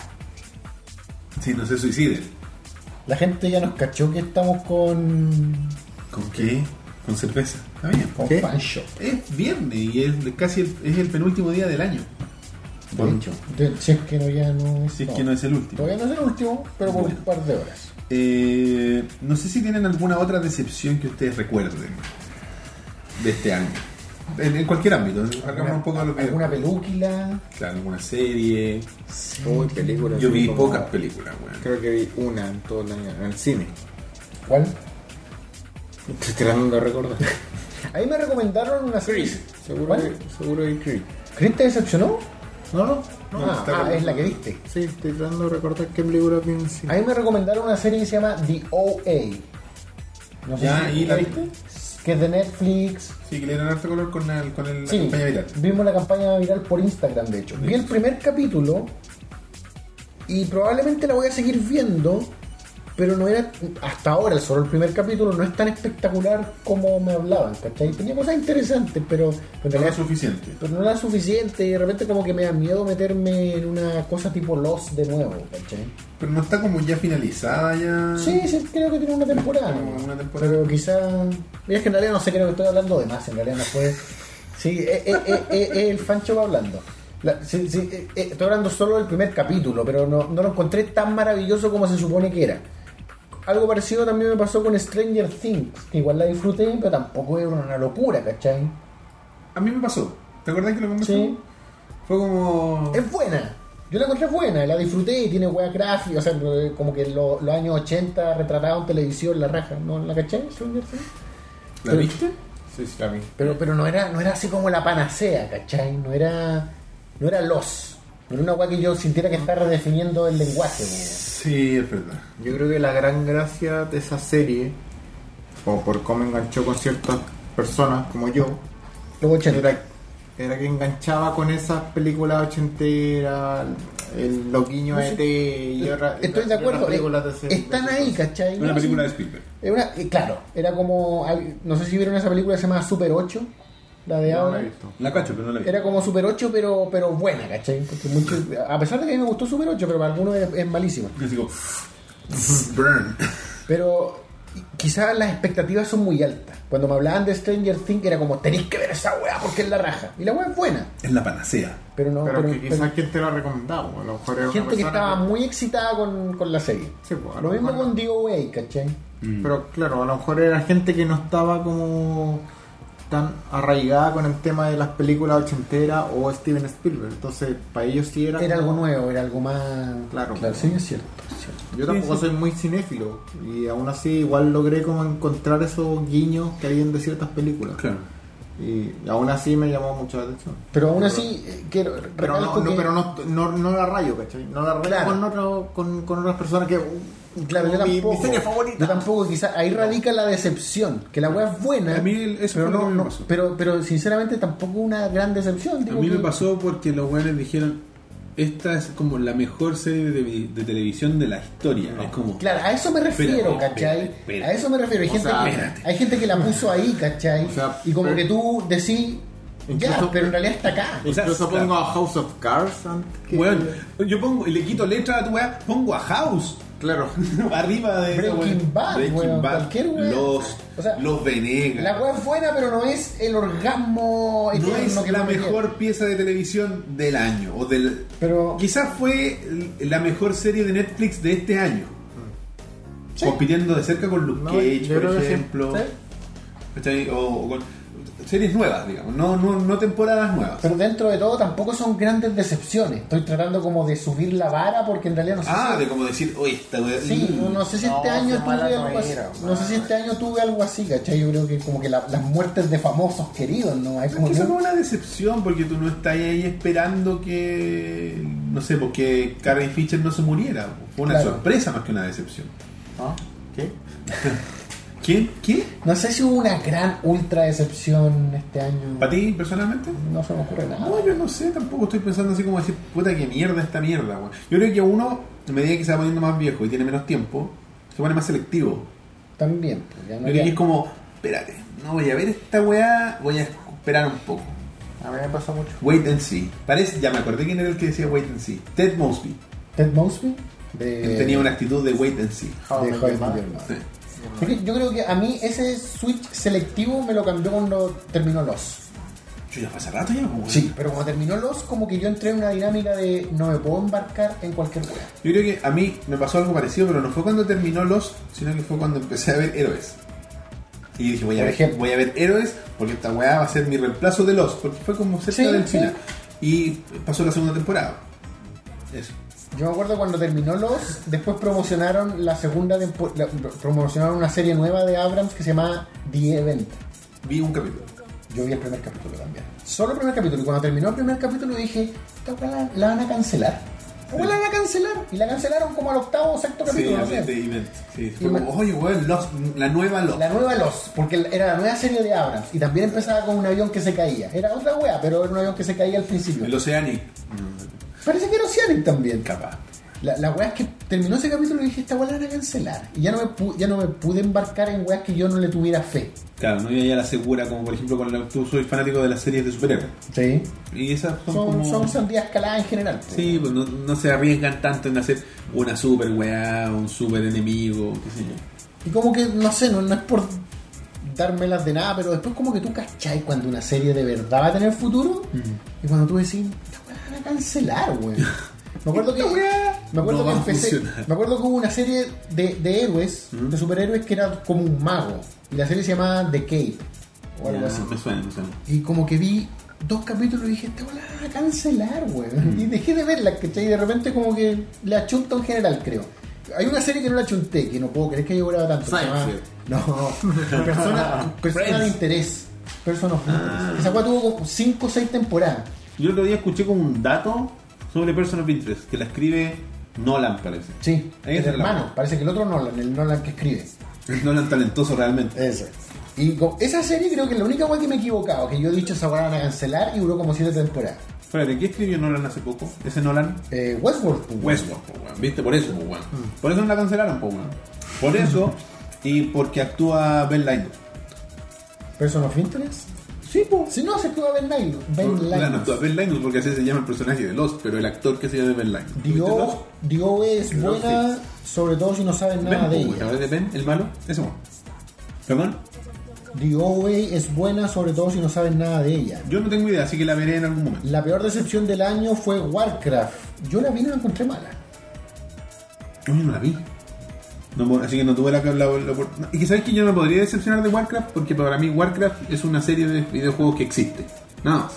A: Sí, no se suiciden.
B: La gente ya nos cachó que estamos con.
A: ¿Con qué? Con cerveza. Está bien.
B: con
C: ¿Qué?
B: fan shop.
A: Es viernes y es casi el, es el penúltimo día del año. Por
B: De hecho, de- si es que no, ya no es.
A: Si es que no es el último.
B: Todavía no es el último, pero por un
A: Bueno.
B: par de horas.
A: Eh, no sé si tienen alguna otra decepción que ustedes recuerden de este año. En, en cualquier ámbito. Hagamos un poco de lo que.
B: Alguna película.
A: Claro, alguna serie.
C: Uy, películas.
A: Yo
C: sí,
A: vi
C: como-
A: pocas películas, weón.
C: Creo que vi una en todo el año, en el cine.
B: ¿Cuál?
C: Estoy tratando de recordar.
B: Ahí me recomendaron una serie.
C: Creed. Seguro
B: ¿Cuál?
C: que, seguro que Creed.
B: ¿Creed te decepcionó?
C: No, no. no.
A: No,
B: ah,
A: está
B: ah,
A: con-
B: es la que viste.
C: Sí, estoy tratando de recordar qué película vi en el cine.
B: Ahí me recomendaron una serie que se llama The OA. No sé
A: ¿Ya?
B: si-
A: ¿Y la viste?
B: Que es de Netflix.
A: Sí, que le dieron harto color con, el, con el,
B: Sí,
A: la campaña viral.
B: Vimos la campaña viral por Instagram, de hecho. Vi el primer capítulo y probablemente la voy a seguir viendo, pero no era, hasta ahora, solo el primer capítulo no es tan espectacular como me hablaban, ¿cachai? Tenía cosas interesantes, pero en
A: No
B: realidad
A: es suficiente.
B: pero no era suficiente y de repente como que me da miedo meterme en una cosa tipo Lost de nuevo, ¿cachai?
A: Pero no está como ya finalizada ya.
B: Sí, sí, creo que tiene una temporada.
A: Como
B: ¿no?
A: Ah, una temporada.
B: Pero quizá... Mira, es que en realidad no sé, creo que estoy hablando de más, en realidad no fue... Sí, eh, es el fancho va hablando. La- sí, sí, eh, eh, estoy hablando solo del primer capítulo, pero no, no lo encontré tan maravilloso como se supone que era. Algo parecido también me pasó con Stranger Things, que igual la disfruté, pero tampoco era una locura, ¿cachai?
A: A mí me pasó. ¿Te acordás que lo conversamos?
B: Sí.
A: Fue como.
B: Es buena. Yo la encontré buena, la disfruté, tiene weas gráficas, o sea, eh, como que lo- los años 80 retratados en televisión, la raja, ¿no la caché? Stranger Things?
A: ¿La viste?
C: Sí, sí, la vi.
B: Pero, pero no era, no era así como la panacea, ¿cachai? No era. No era los. No era una weá que yo sintiera que está redefiniendo el lenguaje, weón.
A: Sí, es verdad.
C: Yo creo que la gran gracia de esa serie, o por cómo enganchó con ciertas personas como yo,
B: Los 80.
C: era, era que enganchaba con esas películas ochenteras, el, los guiños
B: No sé,
C: ET y otra-
B: Estoy de
C: otras
B: acuerdo.
C: películas de
B: eh,
C: ese-
B: Están
C: de ese-
B: ahí, ¿cachai?
A: Una
B: No,
A: película de
B: sí.
A: Spielberg.
B: Es una- eh, claro, era como. al- No sé si vieron esa película que se llama Super 8, la de
C: No la
B: ahora.
C: he visto.
A: La cacho, pero no la vi.
B: Era como Super 8, pero, pero buena, ¿cachai? Porque muchos- a pesar de que a mí me gustó Super 8, pero para algunos es, es malísima.
A: Yo digo, burn.
B: Pero quizás las expectativas son muy altas. Cuando me hablaban de Stranger Things era como, tenéis que ver esa weá porque es la raja. Y la weá es buena,
A: Es la panacea.
B: pero no...
C: Pero,
B: pero-
C: que quizás
B: pero-
C: quien te lo ha recomendado. A lo mejor era una
B: gente que
C: persona
B: estaba muy excitada con, con la serie.
C: Sí, pues, a
B: Lo
C: lo
B: mismo
C: mejor-
B: con DOA, ¿cachai?
A: Mm.
C: Pero claro, a lo mejor era gente que no estaba como tan arraigada con el tema de las películas ochenteras o Steven Spielberg. Entonces, para ellos sí era.
B: Era algo
C: como-
B: nuevo, era algo más...
C: Claro. pues.
B: sí, es cierto. es cierto.
C: Yo tampoco
A: Sí, sí.
C: soy muy cinéfilo y aún así igual logré como encontrar esos guiños que habían de ciertas películas.
A: Claro.
C: Y aún así me llamó mucho la atención.
B: Pero aún así, eh, quiero...
C: Pero no,
B: recalco
C: no,
B: que-
C: pero no, no, no la rayo, ¿cachai? No la rayo
B: Claro.
C: con, otro, con, con otras personas que... uh,
B: Claro, yo
C: mi- mi,
B: tampoco.
C: serie favorita.
B: Yo tampoco, quizás ahí radica la decepción, que la weá es buena.
A: A mí el- eso fue
B: pero,
A: lo
B: no-
A: que me
B: no-
A: pasó.
B: pero, pero sinceramente tampoco una gran decepción.
A: A
B: digo
A: mí me
B: que-
A: pasó porque los weones dijeron, esta es como la mejor serie de, de televisión de la historia. Es como...
B: Claro, a eso me refiero,
A: Espérate,
B: ¿cachai?
A: espérate, espérate.
B: A eso me refiero. Hay,
C: O
B: gente,
C: sea,
B: que,
A: espérate. eh,
B: hay gente que la puso ahí, ¿cachai?
C: O sea,
B: y como
C: pero-
B: que tú decís, ya,
C: Incluso-
B: pero en realidad está acá.
A: O sea,
C: Incluso
A: claro.
C: pongo a House of Cards antes que...
A: Weón, yo pongo, y le quito letra a tu weá, pongo a House.
C: Claro.
A: Arriba de esa
B: Breaking
A: weá.
B: Bad, weón, cualquier weá.
A: los,
B: O sea,
A: los Venegas.
B: La weá es buena, pero no es el orgasmo
A: no es
B: eterno que
A: la
B: prometieron.
A: mejor pieza de televisión del año. O del.
B: Pero-
A: Quizás fue la mejor serie de Netflix de este año.
B: Sí.
A: Compitiendo de cerca con Luke
C: No,
A: Cage,
C: yo creo
A: por
C: que sí.
A: ejemplo.
B: Sí.
A: ¿Cachai? O, o con series nuevas, digamos. No, no, no temporadas nuevas.
B: Pero dentro de todo tampoco son grandes decepciones. Estoy tratando como de subir la vara porque en realidad no sé
A: ah,
B: si-
A: de como decir, oye, esta weá.
B: Sí, no, no sé si
C: No,
B: este año
C: qué
B: tuve
C: mala
B: algo así.
C: manera,
B: No sé si este año tuve algo así, ¿cachai? Yo creo que como que la- las muertes de famosos queridos, ¿no? Hay como
A: Es que eso
B: que-
A: no es una decepción porque tú no estás ahí esperando que, no sé, porque Karen Fisher no se muriera. Fue una
B: Claro.
A: sorpresa más que una decepción.
C: ¿Ah? ¿Qué?
A: ¿Quién? ¿Qué?
B: No sé si hubo una gran ultra decepción este año.
A: ¿Para ti personalmente?
B: No se me ocurre nada.
A: No, yo no sé, tampoco estoy pensando así como decir, puta, que mierda esta mierda, weón. Yo creo que uno, a medida que se va poniendo más viejo y tiene menos tiempo, se pone más selectivo.
B: También. pues, ya no
A: Yo creo que
B: había-
A: es como, espérate, no voy a ver esta weá, voy a esperar un poco.
C: A mí me pasa mucho.
A: Wait and see. Parece, ya me acordé quién era el que decía wait and see. Ted Mosby.
B: Ted Mosby.
A: Él
B: De...
A: tenía una actitud de wait and see.
C: How I
B: de
C: Met
B: How I
C: Your
B: Met
C: Mother.
B: Your Mother.
A: Sí.
B: Porque Yo creo que a mí ese switch selectivo me lo cambió cuando terminó Los.
A: Yo ya fue hace rato ya, pues, como-
B: Sí, pero cuando terminó Los, como que yo entré en una dinámica de no me puedo embarcar en cualquier lugar.
A: Yo creo que a mí me pasó algo parecido, pero no fue cuando terminó Lost, sino que fue cuando empecé a ver Héroes. Y dije, voy a,
B: Por
A: ver,
B: ejemplo.
A: voy a ver Héroes porque esta weá va a ser mi reemplazo de Lost, porque fue como cerca
B: Sí,
A: del
B: sí.
A: final. Y pasó la segunda temporada. Eso.
B: Yo me acuerdo cuando terminó Los, después promocionaron la segunda tempo- la- promocionaron una serie nueva de Abrams que se llama The Event.
A: Vi un capítulo.
B: Yo vi el primer capítulo también. Solo el primer capítulo. Y cuando terminó el primer capítulo dije, esta weá la, la van a cancelar. Esta weá la van a cancelar. Y la cancelaron como al octavo o sexto
A: Sí,
B: capítulo. no sé.
A: de Event. Sí,
B: Y
A: fue como, oye, weón, Lost, la nueva Lost.
B: La nueva Los, porque era la nueva serie de Abrams. Y también empezaba con un avión que se caía. Era otra weá, pero era un avión que se caía al principio.
A: El Oceanic.
B: Parece que era Oceanic también.
A: Capaz.
B: La, la weá es que terminó ese capítulo y dije, esta weá la van a cancelar. Y ya no me, pu- ya no me pude embarcar en weas que yo no le tuviera fe.
A: Claro, no iba a ir a la segura, como por ejemplo con la. Tú soy fanático de las series de superhéroes.
B: Sí.
A: Y esas son,
B: Son,
A: como.
B: son sandías caladas en general. po.
A: Sí, pues no, no se arriesgan tanto en hacer una super weá, un super enemigo, qué sé yo.
B: Y como que, no sé, no, no es por dármelas de nada, pero después como que tú cachai cuando una serie de verdad va a tener futuro y cuando tú decís, esta weá la van a cancelar, weón. Me acuerdo que,
A: Esta weá
B: me acuerdo
A: no
B: que
A: va a
B: empecé,
A: funcionar.
B: me acuerdo que hubo una serie de, de héroes, de superhéroes que era como un mago. Y la serie se llamaba The Cape o algo
A: Ya,
B: así.
A: Me suena, me suena.
B: Y como que vi dos capítulos y dije, esta weá la van a cancelar,
A: Mm.
B: weón. Y dejé de verla, ¿cachai? Y de repente como que la chunto en general, creo. Hay una serie que no la chunté, que no puedo creer que haya durado tanto. se llama-
C: Seinfeld.
B: No, persona, persona de
A: Friends. Ah.
B: interés. Persona of interest. Esa weá tuvo como 5 o 6 temporadas.
A: Yo el otro día escuché como un dato sobre Person of Interest, que la escribe Nolan, parece.
B: Sí,
A: Ahí
B: el
A: está la-
B: hermano. Parece que el otro Nolan, el Nolan que escribe.
A: Es Nolan talentoso realmente.
B: Eso. Y con esa serie creo que es la única weá que me he equivocado, que yo he dicho esa weá la van a cancelar y duró como 7 temporadas.
A: Espérate, ¿qué escribió Nolan hace poco? ¿Ese Nolan?
B: Eh, Westworld. pues, weón.
A: Westworld, po, weón. ¿viste? Por eso, po, weón. Por eso no la cancelaron, po, weón. Por eso y porque actúa Ben Linus.
B: Person of Interest.
A: Sí, pues.
B: Si no, se actúa Ben Linus. Ben
A: Claro, actúa
B: Linus.
A: Ben Linus porque así se llama el personaje de Lost, pero el actor que se llama Ben Linus. ¿Tuviste Lost?
B: Dio, Dio es
A: Los
B: buena,
A: Six.
B: Sobre todo si no sabes
A: Ben,
B: nada de
A: uh, ¿te
B: ella.
A: acordás de Ben? ¿El malo? Ese bueno. ¿Perdón?
B: The Away es buena, sobre todo si no sabes nada de ella.
A: Yo no tengo idea, así que la veré en algún momento.
B: La peor decepción del año fue Warcraft. Yo la vi y no la encontré mala.
A: Yo no la vi. No po- así que no tuve la, la, la oportunidad. Y que sabes que yo no podría decepcionar de Warcraft porque para mí Warcraft es una serie de videojuegos que existe. Nada más.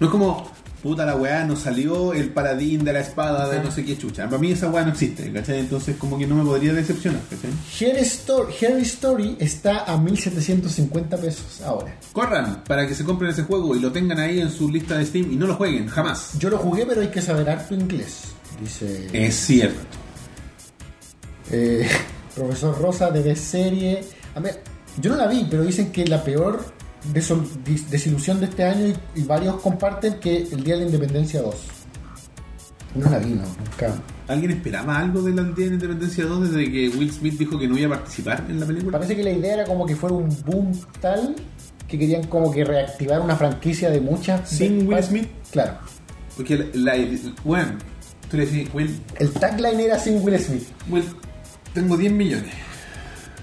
A: No es como, puta la weá, nos salió el paladín de la espada de no sé qué chucha. Para mí esa weá no existe, ¿cachai? Entonces como que no me podría decepcionar, ¿cachai?
B: Her Story, Her Story está a 1750 pesos ahora.
A: Corran para que se compren ese juego y lo tengan ahí en su lista de Steam y no lo jueguen, jamás.
B: Yo lo jugué, pero hay que saber harto inglés. Dice.
A: Es cierto.
B: Eh, profesor Rosa de B serie. A ver, yo no la vi, pero dicen que la peor desol- dis- desilusión de este año y, y varios comparten que el Día de la Independencia 2. No la vi, no, nunca.
A: ¿Alguien esperaba algo de la Día de la Independencia 2 desde que Will Smith dijo que no iba a participar en la película?
B: Parece que la idea era como que fuera un boom tal que querían como que reactivar una franquicia de muchas.
A: Sin
B: de-
A: Will
B: par-
A: Smith.
B: Claro.
A: Porque la, la- bueno, tú le decís, Will,
B: El tagline era sin Will Smith.
A: Will, Pues, tengo 10 millones.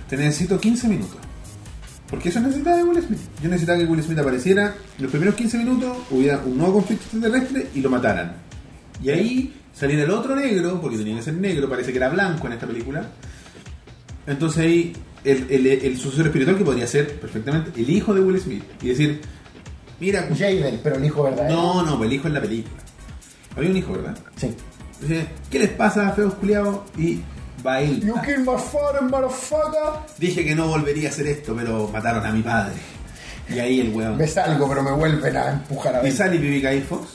A: Te necesito 15 minutos. Porque eso necesitaba de Will Smith. Yo necesitaba que Will Smith apareciera los primeros 15 minutos, hubiera un nuevo conflicto extraterrestre y lo mataran. Y ahí saliera el otro negro, porque tenía que ser negro, parece que era blanco en esta película. Entonces ahí el, el- el sucesor espiritual que podría ser perfectamente el hijo de Will Smith. Y decir, mira,
B: Jaden, pero el hijo verdadero.
A: no, no, el hijo en la película. Había un hijo, ¿verdad?
B: Sí.
A: Dice, ¿qué les pasa, feos culiados? Y va él.
B: You
A: "Ah,
B: killed my father, motherfucker.
A: Dije que no volvería a hacer esto, pero mataron a mi padre. Y ahí el weón.
B: Me salgo, pero me vuelven a empujar a
A: ¿Y
B: ver.
A: sale Vivica A. Fox?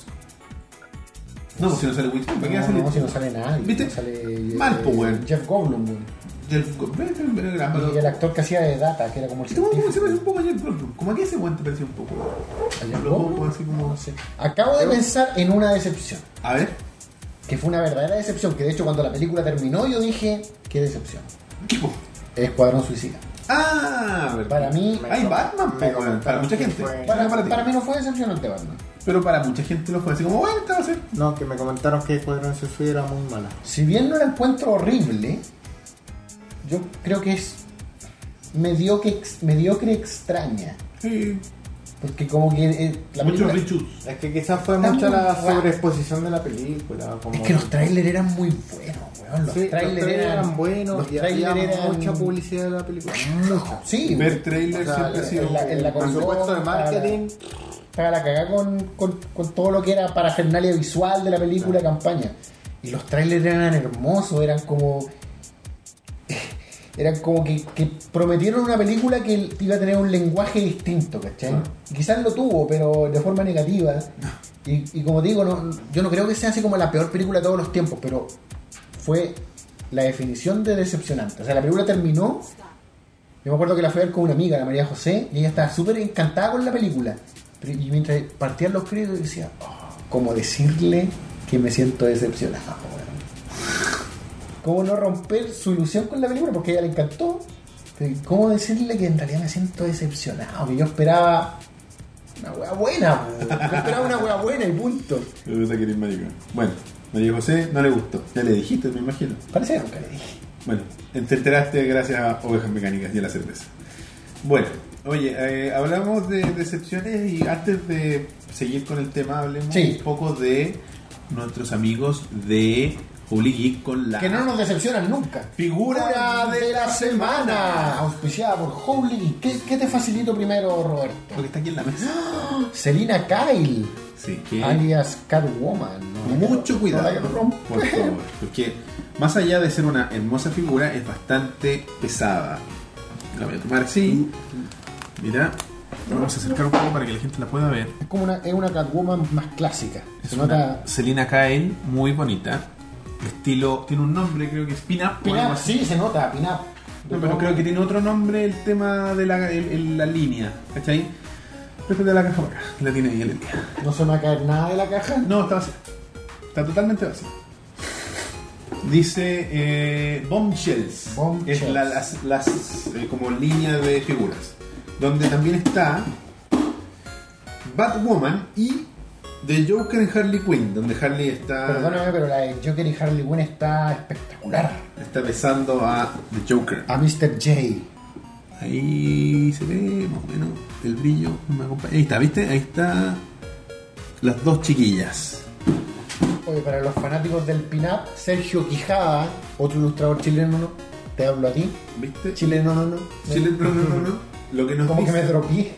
A: No, pues si no sale Will Smith, ¿para qué va a
B: No,
A: salir?
B: no, si no sale nadie.
A: ¿Viste?
B: No sale, eh,
A: Mal, Ah, pues, weón.
B: Jeff Goldblum, weón.
A: Jeff Gold- Vete, pero gran valor.
B: Y el actor que hacía de Data, que era como el
A: Este weón como se parece un
B: científico.
A: poco a Jeff Goldblum. Como a qué se weón te parecía un poco?
B: ¿A Jeff
A: Los dos
B: Goldblum?
A: así como-
B: No sé. Acabo de pensar en una decepción.
A: A ver.
B: Que fue una verdadera decepción. Que de hecho, cuando la película terminó, yo dije, qué decepción.
A: ¿Qué po?
B: Escuadrón Suicida.
A: Ah, verdad.
B: Para mí-
A: Hay Batman, po, weón,
C: Me
A: Para
C: comentaron
A: mucha
C: que
A: gente.
C: fue-
B: Para,
A: No, ti.
B: para mí no fue decepcionante Batman.
A: Pero para mucha gente lo fue así como, bueno, esta va a ser.
C: No, que me comentaron que Cuadrón Suicida era muy mala.
B: Si bien no la encuentro horrible, yo creo que es mediocre, ex- mediocre extraña.
A: Sí.
B: Porque como que eh, la
A: Muchos
B: película-
A: richus.
C: Es que quizás fue
B: Está
C: mucha
B: muy
C: la
B: guau.
C: sobreexposición de la película. Como
B: Es que los trailers eran muy buenos, weón. Los
C: Sí,
B: trailers
C: los trailers
B: eran,
C: buenos
B: Los
C: y
B: trailers
C: había
B: eran
C: mucha publicidad de la película.
B: Mucho. Sí,
A: Ver trailer
C: O sea,
A: siempre ha sido.
B: en la- en la
A: un-
B: consola.
C: presupuesto de marketing.
B: estaba la cagada con, con, con todo lo que era parafernalia visual de la película, campaña. Y los trailers eran hermosos, eran como. Eran como que, que prometieron una película que iba a tener un lenguaje distinto, ¿cachai?
A: Claro.
B: Y Quizás lo tuvo, pero de forma negativa. Y, y como digo, no, yo no creo que sea así como la peor película de todos los tiempos, pero fue la definición de decepcionante. O sea, la película terminó. Yo me acuerdo que la fui a ver con una amiga, la María José, y ella estaba súper encantada con la película. Pero- Y mientras partían los créditos decía, "Oh, como decirle que me siento decepcionado. weón". ¿Cómo no romper su ilusión con la película? Porque a ella le encantó. Pero ¿Cómo decirle que en realidad me siento decepcionado? Que yo esperaba una wea buena. weón. Yo esperaba una wea buena y punto.
A: Me gusta que eres maricón. Bueno, María José no le gustó. Ya le dijiste, me imagino.
B: Parece que nunca le dije.
A: Bueno, te enteraste gracias a Ovejas Mecánicas y a la cerveza. Bueno, oye, eh, hablamos de decepciones y antes de seguir con el tema, hablemos
B: Sí.
A: un poco de nuestros amigos de Holy Geek con la
B: Que no nos decepcionan nunca.
A: figura de la semana.
B: Auspiciada por Holy. Geek. ¿Qué, qué te facilito primero, Roberto?
A: Porque está aquí en la mesa.
B: Selina Kyle,
A: Sí, que
B: alias Catwoman. No,
A: mucho
B: no,
A: cuidado.
B: no, no, no.
A: Por favor, porque más allá de ser una hermosa figura, es bastante pesada. La voy a tomar así. Mira, vamos a acercar un poco para que la gente la pueda ver.
B: Es como una, es una Catwoman más clásica.
A: Es
B: Se
A: una
B: nota.
A: Selina Kyle, muy bonita. Estilo, tiene un nombre, creo que es Pin Up. o algo
B: Pin-up,
A: así.
B: sí, se nota, pin-up.
A: No, pero creo que tiene otro nombre el tema de la, el- el- la línea, ¿cachai? Respecto a la caja para acá, la tiene ahí en el día.
B: No se me va a caer nada de la caja.
A: No, está vacía. Está totalmente vacía. Dice eh, Bombshells.
B: Bombshells.
A: Es la, las, las, eh, como línea de figuras. Donde también está Batwoman y de Joker en Harley Quinn, donde Harley está,
B: Perdóname, pero la de Joker y Harley Quinn está espectacular.
A: está besando a The Joker.
B: A Mr. J.
A: Ahí se ve más o menos el brillo. no me acompaña. Ahí está, ¿viste? Ahí está las dos chiquillas.
B: Oye, para los fanáticos del pin-up, Sergio Quijada, otro ilustrador chileno, ¿no? te hablo a ti.
A: ¿Viste?
B: Chileno, no, no.
A: Chile, no, no, no, no. Lo que nos
B: Como que me
A: dice-
B: dropié.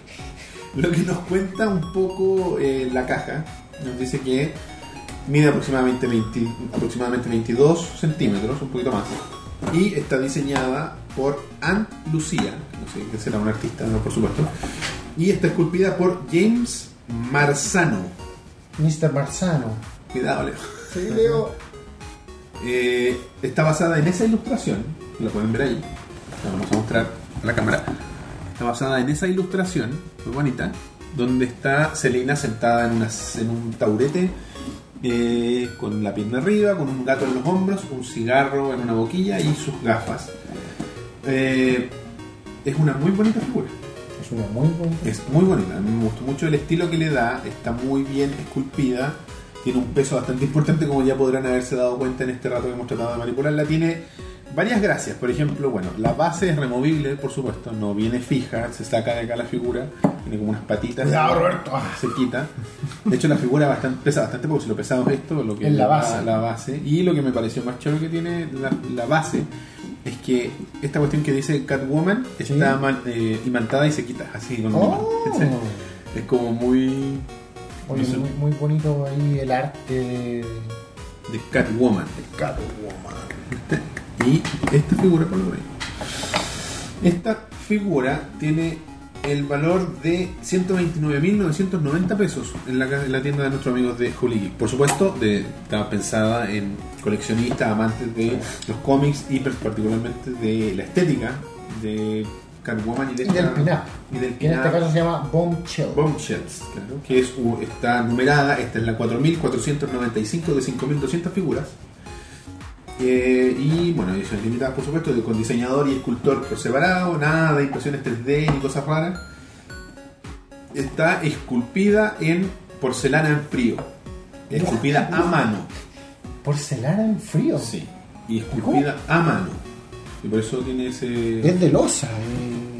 A: Lo que nos cuenta un poco eh, la caja, nos dice que mide aproximadamente, 20 aproximadamente 22 centímetros, un poquito más, y está diseñada por Anne Lucía, no sé quién será un artista, no, por supuesto, y está esculpida por James Marzano.
B: Mr. Marzano.
A: Cuidado, Leo.
B: Sí, Leo.
A: Eh, está basada en esa ilustración, la pueden ver ahí, la vamos a mostrar a la cámara. Está basada en esa ilustración, muy bonita, donde está Selena sentada en, una- en un taburete, eh, con la pierna arriba, con un gato en los hombros, un cigarro en una boquilla y sus gafas. Eh, es una muy bonita figura.
B: Es una muy buena.
A: Es muy bonita, a mí me gustó mucho el estilo que le da, está muy bien esculpida, tiene un peso bastante importante como ya podrán haberse dado cuenta en este rato que hemos tratado de manipularla. Tiene varias gracias, por ejemplo, bueno, la base es removible, por supuesto, no viene fija, se saca de acá la figura, tiene como unas patitas.
B: Cuidado, Roberto. Ah,
A: Se quita. De hecho, la figura bastante, pesa bastante porque si lo pesado es esto, lo que
B: Es la base.
A: La, base. Y lo que me pareció más chévere que tiene la, la base es que esta cuestión que dice Catwoman
B: Sí.
A: está man- eh, imantada y se quita así con un
B: Oh.
A: imán. Es como muy
B: Oye,
A: No sé.
B: muy, muy bonito ahí el arte de
A: de Catwoman.
B: Catwoman.
A: Y esta figura, por lo menos. Esta figura tiene el valor de 129.990 pesos en la, ca- en la tienda de nuestros amigos de Holy Geek. Por supuesto, de, está pensada en coleccionistas, amantes de los cómics y per- particularmente de la estética de Catwoman y, de
B: Y del
A: esta-
B: pin-up.
A: Y del
B: Que en este
A: pin-up.
B: caso se llama Bombshell.
A: Bombshells, claro, que es, u- está numerada, esta es la 4495 de 5200 figuras. Eh, y bueno, ediciones limitadas, por supuesto, de- con diseñador y escultor por separado, nada de impresiones 3D ni cosas raras. Está esculpida en porcelana en frío, esculpida a mano.
B: Porcelana en frío.
A: Sí, y esculpida a mano. Y por eso tiene ese.
B: Es de losa. eh,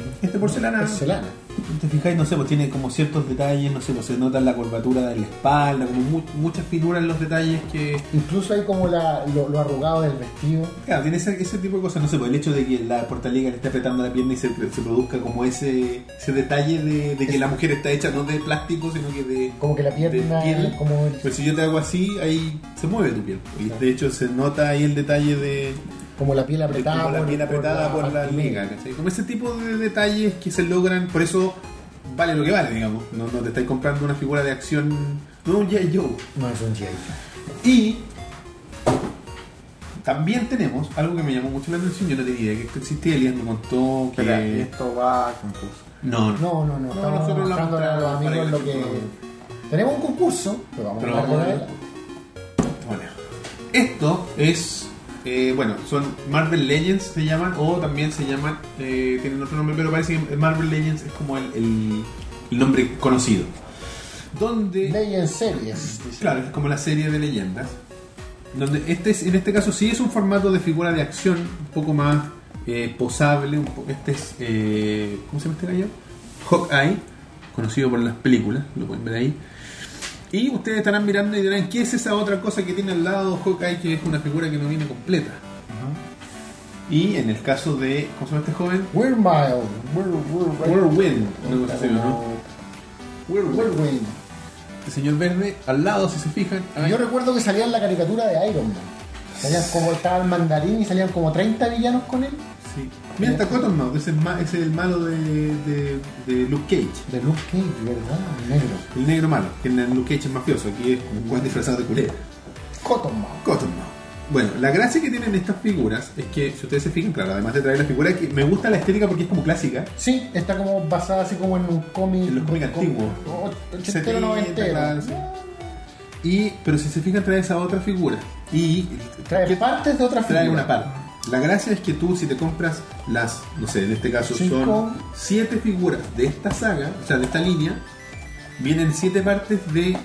A: Es de Este porcelana.
B: Porcelana.
A: Tú te fijáis, no sé, pues tiene como ciertos detalles, no sé, pues se nota la curvatura de la espalda, como mu- muchas figuras en los detalles que...
B: Incluso hay como la, lo, lo arrugado del vestido.
A: Claro, tiene ese, ese tipo de cosas, no sé, pues el hecho de que la portaliga le esté apretando la pierna y se, se produzca como ese, ese detalle de, de que la mujer está hecha no de plástico, sino que de...
B: Como que la pierna.
A: De piel.
B: Como el-
A: Pues si yo te hago así, ahí se mueve tu piel. Y de hecho se nota ahí el detalle de,
B: como la piel
A: de
B: apretada
A: como la piel apretada por, la
B: pastilla.
A: liga, ¿cachai? Como ese tipo de detalles que se logran, por eso vale lo que vale, digamos. No, no te estáis comprando una figura de acción, no un G.I. Joe.
B: No es un G.I. Joe.
A: Y también tenemos algo que me llamó mucho la atención, yo no tenía idea que esto existía, Elías me contó que...
C: Espera, y esto va a concurso.
A: No, no.
B: No, no, no.
A: No,
B: Estamos
A: nosotros la
B: mostrando a los
A: mostramos para que
B: amigos lo
A: la
B: que.
A: gente
B: Tenemos un concurso. Pero vamos
A: Pero
B: a hablar
A: vamos a
B: de
A: ver. Bueno, esto es... eh, bueno, son Marvel Legends se llaman, o también se llaman, eh, tienen otro nombre, pero parece que Marvel Legends es como el, el- el nombre conocido. Donde...
B: Ley en series. dice.
A: Claro, es como la serie de leyendas. Donde este es- en este caso sí es un formato de figura de acción un poco más eh, posable. un po- este es. eh, ¿Cómo se llama este gallo? Hawkeye, conocido por las películas, lo pueden ver ahí. Y ustedes estarán mirando y dirán: ¿qué es esa otra cosa que tiene al lado Hawkeye que es una figura que no viene completa? Y en el caso de. ¿Cómo se llama este joven?
B: We're mild. We're, we're,
A: Whirlwind. una cosa así, ¿no? Whirlwind.
B: Whirlwind.
A: El señor verde, al lado, si se fijan. hay-
B: Yo recuerdo que salía en la caricatura de Iron Man. Salían como estaba el mandarín y salían como 30 villanos con él.
A: Sí. Mira, está Cottonmouth, ese es, ma- ese es el malo de, de, de Luke Cage.
B: De Luke Cage, ¿verdad? Negro.
A: El negro malo, que en el Luke Cage es mafioso, aquí es como un juez disfrazado de culera.
B: Cottonmouth.
A: Cottonmouth. Bueno, la gracia que tienen estas figuras es que, si ustedes se fijan, claro, además de traer la figura, que me gusta la estética porque es como clásica.
B: Sí, está como basada así como en un cómic.
A: En los cómics antiguos.
B: o- Ochentero,
A: 70, claro,
B: noventero.
A: sí. Y, pero si se fijan, trae esa otra figura. Y
B: Trae partes de otras
A: trae
B: figuras.
A: una parte. La gracia es que tú, si te compras las, no sé, en este caso
B: Cinco.
A: son siete figuras de esta saga, o sea, de esta línea, vienen siete partes de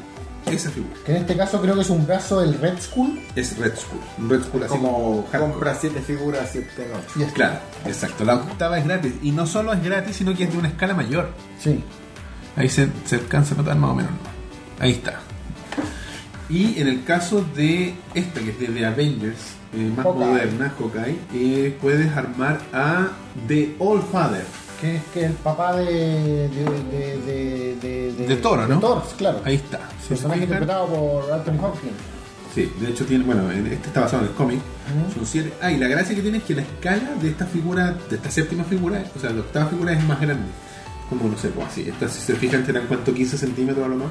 A: Esa figura.
B: Que en este caso creo que es un brazo del Red Skull.
A: Es Red Skull. Un Red Skull así como... hardcore.
C: Compra 7 figuras, 7 noches.
B: Y es-
A: Claro, exacto. La octava es gratis. Y no solo es gratis, sino que es de una escala mayor.
B: Sí.
A: Ahí se, se alcanza a notar más o menos. ¿no? Ahí está. Y en el caso de esta, que es de The Avengers, eh, más
B: Hawkeye.
A: moderna, Hawkeye, eh, puedes armar a The All Father.
B: Que es que el papá de. de. de. de. de,
A: De Thor, ¿no?
B: Thor, claro.
A: Ahí está. Si se
B: personaje
A: fijan-
B: interpretado por Anthony Hopkins.
A: Sí, de hecho tiene, bueno, en- este está basado en el cómic. Son siete. Ah, y la gracia que tiene es que la escala de esta figura, de esta séptima figura, o sea, de la octava figura es más grande. Como no sé, pues así. Esta, si se fijan, tendrán cuánto 15 centímetros a lo más.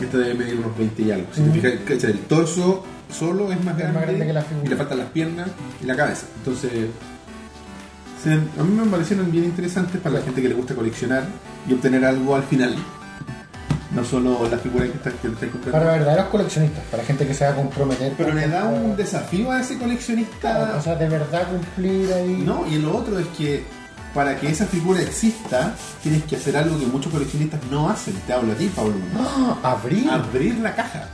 A: Esta debe medir unos 20 y algo. Si te fijas, cacha, el torso solo es más
B: Es
A: grande,
B: más grande que la figura.
A: y le faltan las piernas y la cabeza. Entonces, se- a mí me parecieron bien interesantes para la gente que le gusta coleccionar y obtener algo al final. No solo la figura que está, que está comprando.
B: Para verdaderos coleccionistas, para gente que se va a comprometer.
A: Pero
B: con-
A: le da un
B: con-
A: desafío a ese
B: O
A: coleccionista.
B: sea, de verdad cumplir ahí.
A: No, y lo otro es que para que esa figura exista, tienes que hacer algo que muchos coleccionistas no hacen. Te hablo a ti, Pablo.
B: ¡Ah! Abrir.
A: Abrir la caja.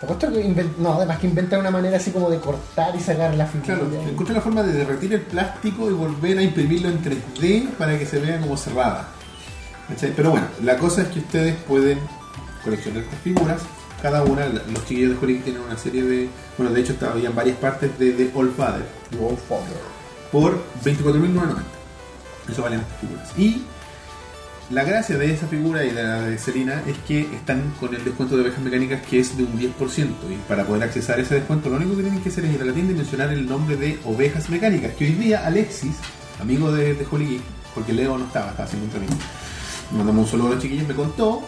B: Te apuesto que inven- No, además que inventar una manera así como de cortar y sacar la figura.
A: Claro, encontré la forma de derretir el plástico y volver a imprimirlo en 3D para que se vea como cerrada. ¿Cachai? Pero bueno, la cosa es que ustedes pueden coleccionar estas figuras. Cada una, la- los chiquillos de Jolín tienen una serie de. Bueno, de hecho, estaba- había varias partes de The All Father.
B: The Old Father.
A: por 24.990. Eso valen las figuras. Y la gracia de esa figura y de la de Selina es que están con el descuento de ovejas mecánicas que es de un 10%. Y para poder accesar ese descuento, lo único que tienen que hacer es ir a la tienda y mencionar el nombre de ovejas mecánicas. Que hoy día Alexis, amigo de, de Holy Geek, porque Leo no estaba, estaba haciendo un camino. Me mandamos un saludo a los chiquillos, me contó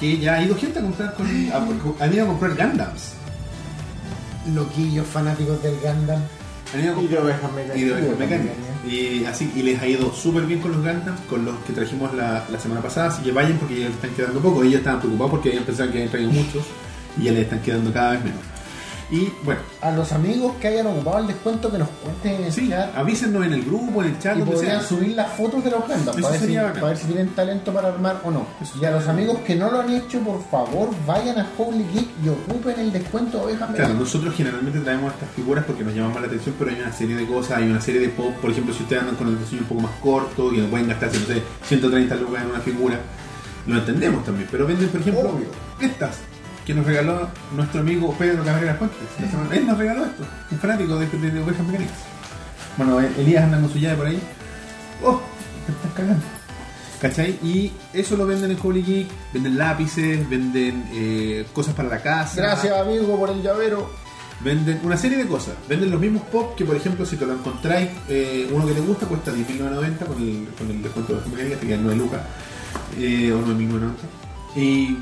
A: que ya ha ido gente a comprar con. a- han ido a comprar Gundams.
B: Loquillos fanáticos del Gundam.
A: Han ido a
C: Y
A: comprar
C: de ovejas
A: y de ovejas
C: mecánicas.
A: mecánicas. Y así y les ha ido súper bien con los Gundams, con los que trajimos la, la semana pasada, así que vayan porque ya les están quedando pocos. Ellos estaban preocupados porque habían pensado que habían traído muchos y ya les están quedando cada vez menos. Y bueno,
B: A los amigos que hayan ocupado el descuento que nos cuenten en el
A: sí,
B: chat.
A: avísenos en el grupo, en el chat,
B: Y
A: donde
B: podrían
A: sea.
B: subir las fotos de los Gundam
A: Eso
B: para ver, si,
A: sería bacán.
B: para ver si tienen talento para armar o no.
A: Eso
B: y a
A: sería
B: los
A: bacán.
B: amigos que no lo han hecho, por favor, vayan a Holy Geek y ocupen el descuento de ovejas
A: Claro,
B: Mecánicas.
A: nosotros generalmente traemos estas figuras porque nos llaman más la atención, pero hay una serie de cosas, hay una serie de pop. Por ejemplo, si ustedes andan con el diseño un poco más corto y no pueden gastarse, no sé, 130 lucas en una figura, lo entendemos también. Pero venden, por ejemplo,
B: Obvio.
A: estas que nos regaló nuestro amigo Pedro Cabrera Fuentes. la semana- Él nos regaló esto, un fanático de, de, de Ovejas Mecánicas. Bueno, eh, Elías anda con su llave por ahí. ¡Oh! Te estás cagando. ¿Cachai? Y eso lo venden en Holy Geek, venden lápices, venden eh, cosas para la casa.
B: Gracias, amigo, por el llavero.
A: Venden una serie de cosas. Venden los mismos pop que, por ejemplo, si te lo encontráis, eh, uno que te gusta cuesta 10.990 con el, con el descuento de las mecánicas, te quedan 9 lucas eh, o 9.990. Y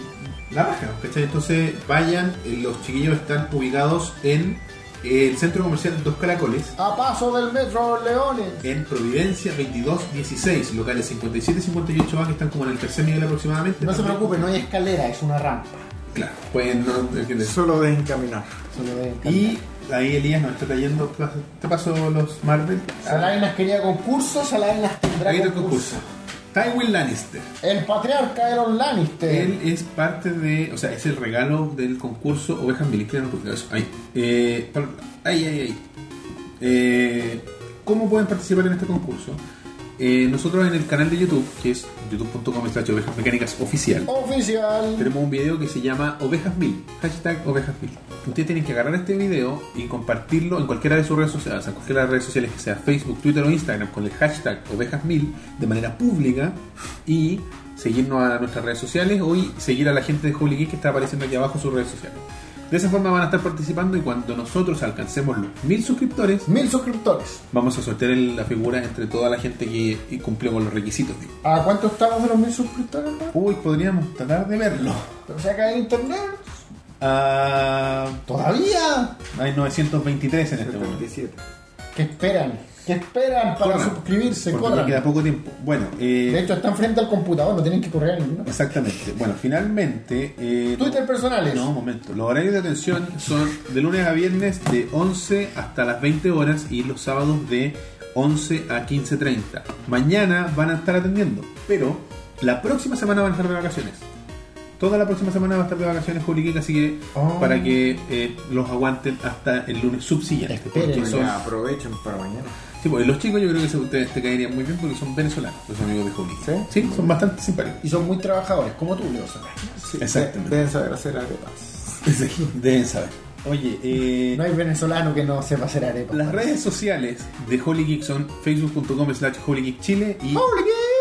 A: la baja, ¿cachai? Entonces vayan, eh, los chiquillos están ubicados en eh, el centro comercial Dos Caracoles.
B: A paso del metro Leones.
A: En Providencia 2216, locales 57 y 58A, que están como en el tercer nivel aproximadamente.
B: No se
A: También-
B: preocupen, no hay escalera, es una rampa.
A: Claro, pues no,
C: Solo de encaminar.
B: Eso
D: Este
B: le debe encantar.
A: Y ahí Elías nos está trayendo. Te paso los Marvel.
B: Salainas quería concursos, Salainas tendrá
A: Ahí está el
B: concurso.
A: concurso. Tywin Lannister.
B: El patriarca Aeron Lannister.
A: Él es parte de. O sea, es el regalo del concurso Ovejas Milicianas. porque eso, Ahí. Eh, par- ahí, ahí, ahí. Eh, ¿Cómo pueden participar en este concurso? Eh, nosotros en el canal de YouTube, que es youtube.com slash ovejas mecánicas oficial,
B: Oficial.
A: tenemos un video que se llama Ovejas Mil, hashtag Ovejas Mil. Ustedes tienen que agarrar este video y compartirlo en cualquiera de sus redes sociales, en cualquiera de las redes sociales, que sea Facebook, Twitter o Instagram, con el hashtag Ovejas Mil de manera pública y seguirnos a nuestras redes sociales o y seguir a la gente de Holy Geek que está apareciendo aquí abajo en sus redes sociales. De esa forma van a estar participando y cuando nosotros alcancemos los mil suscriptores,
B: Mil suscriptores.
A: vamos a sortear el- la figura entre toda la gente que que cumplió con los requisitos. digo.
B: ¿A cuánto estamos de los mil suscriptores? no?
A: Uy, podríamos tratar de verlo.
B: Pero se acaba el internet.
A: Ah,
B: Todavía.
A: Hay 923 en este momento.
C: 77.
B: ¿Qué esperan? ¿Qué esperan para
A: Corran,
B: suscribirse?
A: porque
B: Corran.
A: ya queda poco tiempo. Bueno, eh,
B: De hecho, están frente al computador, no tienen que correr a ninguno.
A: exactamente. Bueno, finalmente. eh,
B: Twitter personales.
A: No, un momento. Los horarios de atención son de lunes a viernes de 11 hasta las 20 horas y los sábados de 11 a 15.30. Mañana van a estar atendiendo, pero la próxima semana van a estar de vacaciones. toda la próxima semana va a estar de vacaciones Juriquica, así que
B: Oh.
A: para que eh, los aguanten hasta el lunes subsiguiente.
B: Espérenlo.
A: porque son-
D: Ya, aprovechen para mañana.
A: sí, pues, los chicos yo creo que se, te, te caerían muy bien porque son venezolanos, los amigos de Juriquica.
C: ¿Sí?
A: son bastante simpáticos.
B: Y son muy trabajadores, como tú, Leo Sala.
C: Sí,
A: Exactamente.
C: de- Deben saber hacer arepas.
A: Sí, Deben saber. Oye, eh,
B: No hay venezolano que no sepa hacer arepas.
A: Las redes sociales de Holy Geek son facebook.com slash holygeekchile y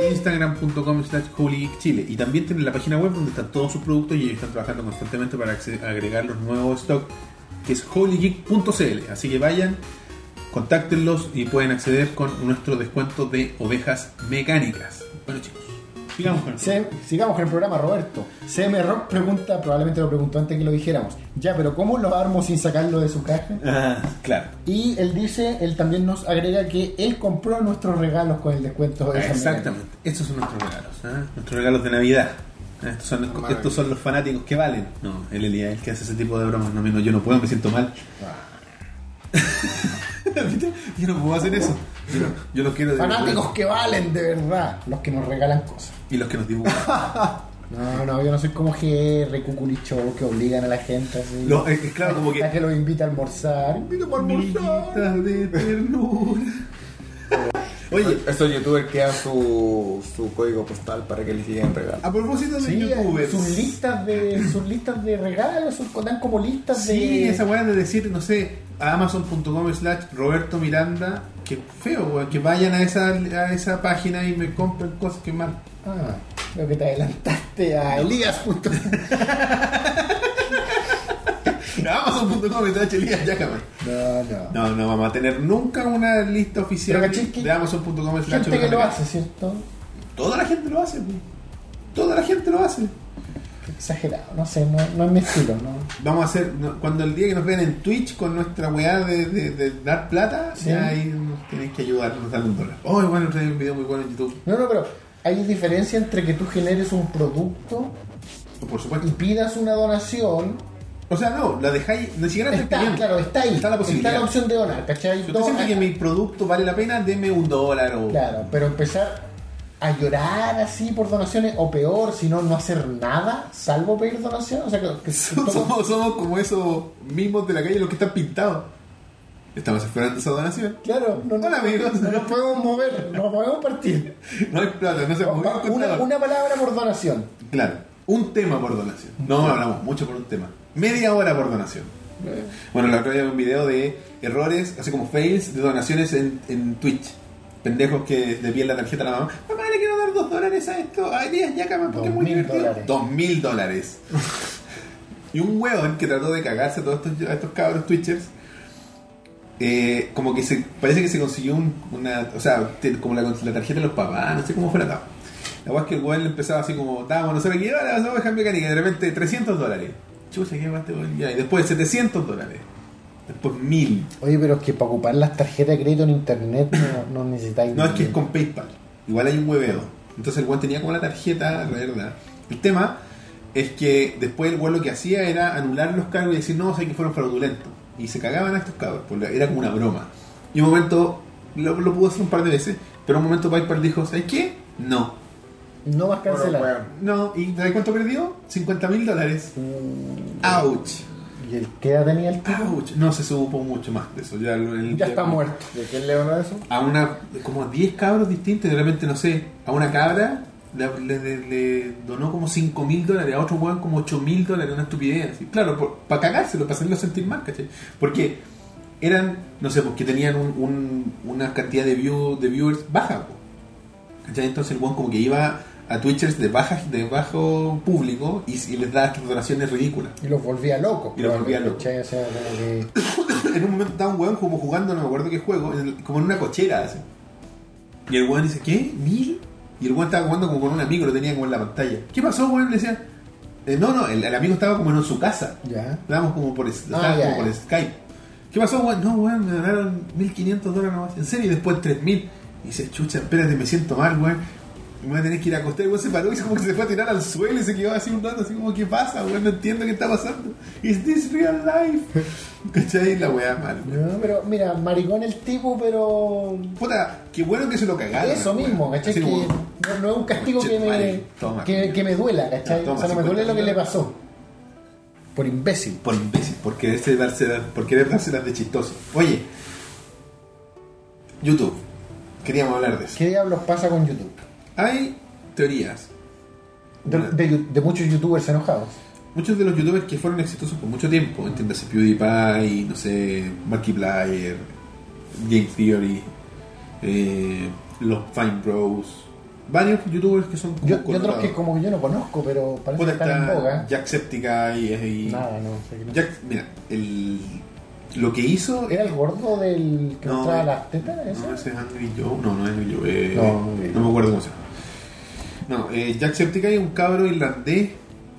A: instagram.com slash holygeekchile. Y también tienen la página web donde están todos sus productos y ellos están trabajando constantemente para acce- agregar los nuevos stock que es holygeek.cl. Así que vayan, contáctenlos y pueden acceder con nuestro descuento de ovejas mecánicas. Bueno chicos, sigamos con
B: Se- sigamos con el programa, Roberto. CM Rock pregunta, probablemente lo preguntó antes que lo dijéramos. Ya, pero ¿cómo lo armo sin sacarlo de su caja?
A: Ah, claro.
B: Y él dice, él también nos agrega que él compró nuestros regalos con el descuento de San Miguel.
A: Pues, Exactamente, estos son nuestros regalos, ¿ah? nuestros regalos de Navidad. Ah, Estos son,
C: Maravilla.
A: estos son los fanáticos que valen. No, el Elías es el que hace ese tipo de bromas. No, no, yo no puedo, me siento mal. ¿Viste? yo no puedo hacer eso. Yo, no- yo los quiero de
B: Fanáticos que valen de verdad, los que nos regalan cosas.
A: Y los que nos dibujan.
B: No, no, yo no soy como GR, Cuculicho, que obligan a la gente así.
A: Los- es que claro, como
B: La
A: que.
B: que los invita a almorzar. Invito para almorzar.
A: Amiguitas de ternura. Oye,
D: Estos youtubers quedan su, su código postal para que les lleguen regalos.
A: a propósito de
B: Sí,
A: youtubers.
B: sus listas de sus listas de regalos, sus- dan como listas
A: Sí,
B: de
A: esa weá de decir, no sé, a amazon.com slash Roberto Miranda, que feo, weá, que vayan a esa, a esa página y me compren cosas que mal.
B: Ah, creo que te adelantaste a Elías.com.
A: Amazon.com slash Elías Yacaman.
B: No, no.
A: No, no vamos a tener nunca una lista oficial
B: Pero, ¿cachai? Que-
A: de amazon.com slash
B: Gente que lo
A: Yacaman.
B: hace, ¿cierto?
A: Toda la gente lo hace, pues. Toda la gente lo hace.
B: Exagerado, no sé, no, no es mi estilo, ¿no?
A: Vamos a hacer, no, cuando el día que nos vean en Twitch con nuestra weá de, de- de dar plata,
B: Sí.
A: ya ahí nos tienen que ayudar, nos dan un dólar. Oh, bueno, trae un video muy bueno en YouTube.
B: No, no, pero hay diferencia entre que tú generes un producto
A: Por supuesto.
B: y pidas una donación.
A: O sea, no, la dejáis, ni siquiera estáis
B: Está,
A: pidiendo.
B: claro, está ahí.
A: Está la posibilidad.
B: opción de donar, ¿cachai?
A: Si usted
B: Don-
A: siente que mi producto vale la pena, deme un dólar o...
B: Claro, pero empezar a llorar así por donaciones, o peor, si no, no hacer nada, salvo pedir donaciones. O sea, que, que- que todo-
A: somos, somos como esos mismos de la calle, los que están pintados. Estamos esperando esa donación.
B: Claro, no, no,
A: Hola, amigos.
B: no nos podemos mover, no nos podemos partir.
A: No hay plata, no se movió el
B: Una,
A: contador.
B: una palabra por donación.
A: Claro, un tema por donación. No hablamos mucho por un tema. Media hora por donación. Bueno, la otra vez vi un video de errores, así como fails de donaciones en, en Twitch. Pendejos que desvían la tarjeta a la mamá. Mamá, le quiero dar dos dólares a esto. Ay, días ya, cama, porque es muy
B: Dos mil
A: divertido.
B: dólares.
A: Dos mil dólares. y un hueón que trató de cagarse a todos estos, a estos cabros Twitchers. eh, como que se parece que se consiguió un- una. O sea, te- como la, la tarjeta de los papás, no sé cómo fue la tabla. La weá es que el weón le empezaba así como, estábamos nosotros aquí, ahora vamos a dejar mecánica, y de repente 300 dólares. Chucha, qué más te voy a Y después 700 dólares. Después 1000.
B: Oye, pero es que para ocupar las tarjetas de crédito en internet no, no necesitáis.
A: No, es que es
B: dinero.
A: con PayPal. Igual hay un hueveo. Entonces el weón tenía como la tarjeta, la verdad. El tema es que después el weón lo que hacía era anular los cargos y decir, no, sé que fueron fraudulentos. Y se cagaban a estos cabros, porque era como una broma. Y un momento, lo, lo pudo hacer un par de veces, pero un momento PayPal dijo, ¿sabes qué? No.
B: No vas a cancelar.
D: Bueno,
A: No, ¿y de cuánto perdió? 50 mil dólares. Ouch.
B: ¿Y el qué edad tenía el tipo?
A: Ouch. No se supo mucho más de eso. Ya, lo- el-
B: Ya está muerto.
D: ¿De quién le uno de eso?
A: A una, como a 10 cabros distintos, y de repente, no sé, a una cabra le, le- le- le donó como 5 mil dólares, a otro weón como 8 mil dólares, una estupidez. así. Claro, para cagárselo, para hacerlo sentir mal, ¿cachai? Porque eran, no sé, porque tenían un- un- una cantidad de, view, de viewers baja, po. ¿Cachai? Entonces el weón como que iba a Twitchers de, baja, de bajo público y, y les daba estas donaciones ridículas.
B: Y los volvía locos.
A: Y los volvía
B: probablemente,
A: locos.
B: ¿cachai? O sea, como que-
A: en un momento estaba un weón como jugando, no me acuerdo qué juego, en el- como en una cochera así. Y el weón dice, ¿qué? ¿Mil? Y el weón estaba jugando como con un amigo, lo tenía como en la pantalla. ¿Qué pasó, weón? Le decía, "Eh, no, no, el, el amigo estaba como en su casa.
B: Ya.
A: Estábamos como por, es-
B: Ah,
A: estábamos
B: ya,
A: como por
B: ya.
A: Skype. ¿Qué pasó, weón? No, weón, me ganaron 1500 dólares nomás. En serio, y después 3000. Y dice, chucha, espérate, me siento mal, weón. Me voy a tener que ir a acostar. El weón se paró y como que se fue a tirar al suelo y se quedó así un rato, así como, ¿qué pasa, weón? No entiendo qué está pasando. ¿Is this real life? ¿Cachai? La weá mal, weón.
B: No, pero mira, maricón el tipo, pero.
A: Puta, qué bueno que se lo cagaron.
B: Eso
A: weón.
B: mismo, ¿cachai?
A: Sí,
B: que
A: weón.
B: no, no es un castigo que me,
A: Conchetumare, toma.
B: que, que me duela, ¿cachai?
A: Ya, toma,
B: o sea, no me
A: 50
B: duele lo que le
A: millones.
B: pasó. Por imbécil.
A: Por imbécil, por quererse darse, por querer darse las de chistoso. Oye, YouTube. Queríamos hablar de eso.
B: ¿Qué diablos pasa con YouTube?
A: Hay teorías.
B: De, de yu- de muchos youtubers enojados.
A: Muchos de los youtubers que fueron exitosos por mucho tiempo, entiéndase PewDiePie, no sé, Markiplier, Game Theory, eh, los Fine Bros, varios youtubers que son como
B: Yo, y otros
A: connotados.
B: que como que yo no conozco, pero parece que
A: Puta,
B: están en boga.
A: está Jacksepticeye y...
B: Nada, no, sé que no.
A: Jack- mira, el, lo que hizo...
B: ¿Era el gordo del que
A: No,
B: mostraba
A: eh,
B: las tetas? ¿Ese?
A: No, ese es Angry Joe. No, no es Angry Joe. eh,
B: No,
A: no,
B: Angry Joe.
A: me acuerdo cómo se llama. No, eh, Jacksepticeye es un cabro irlandés.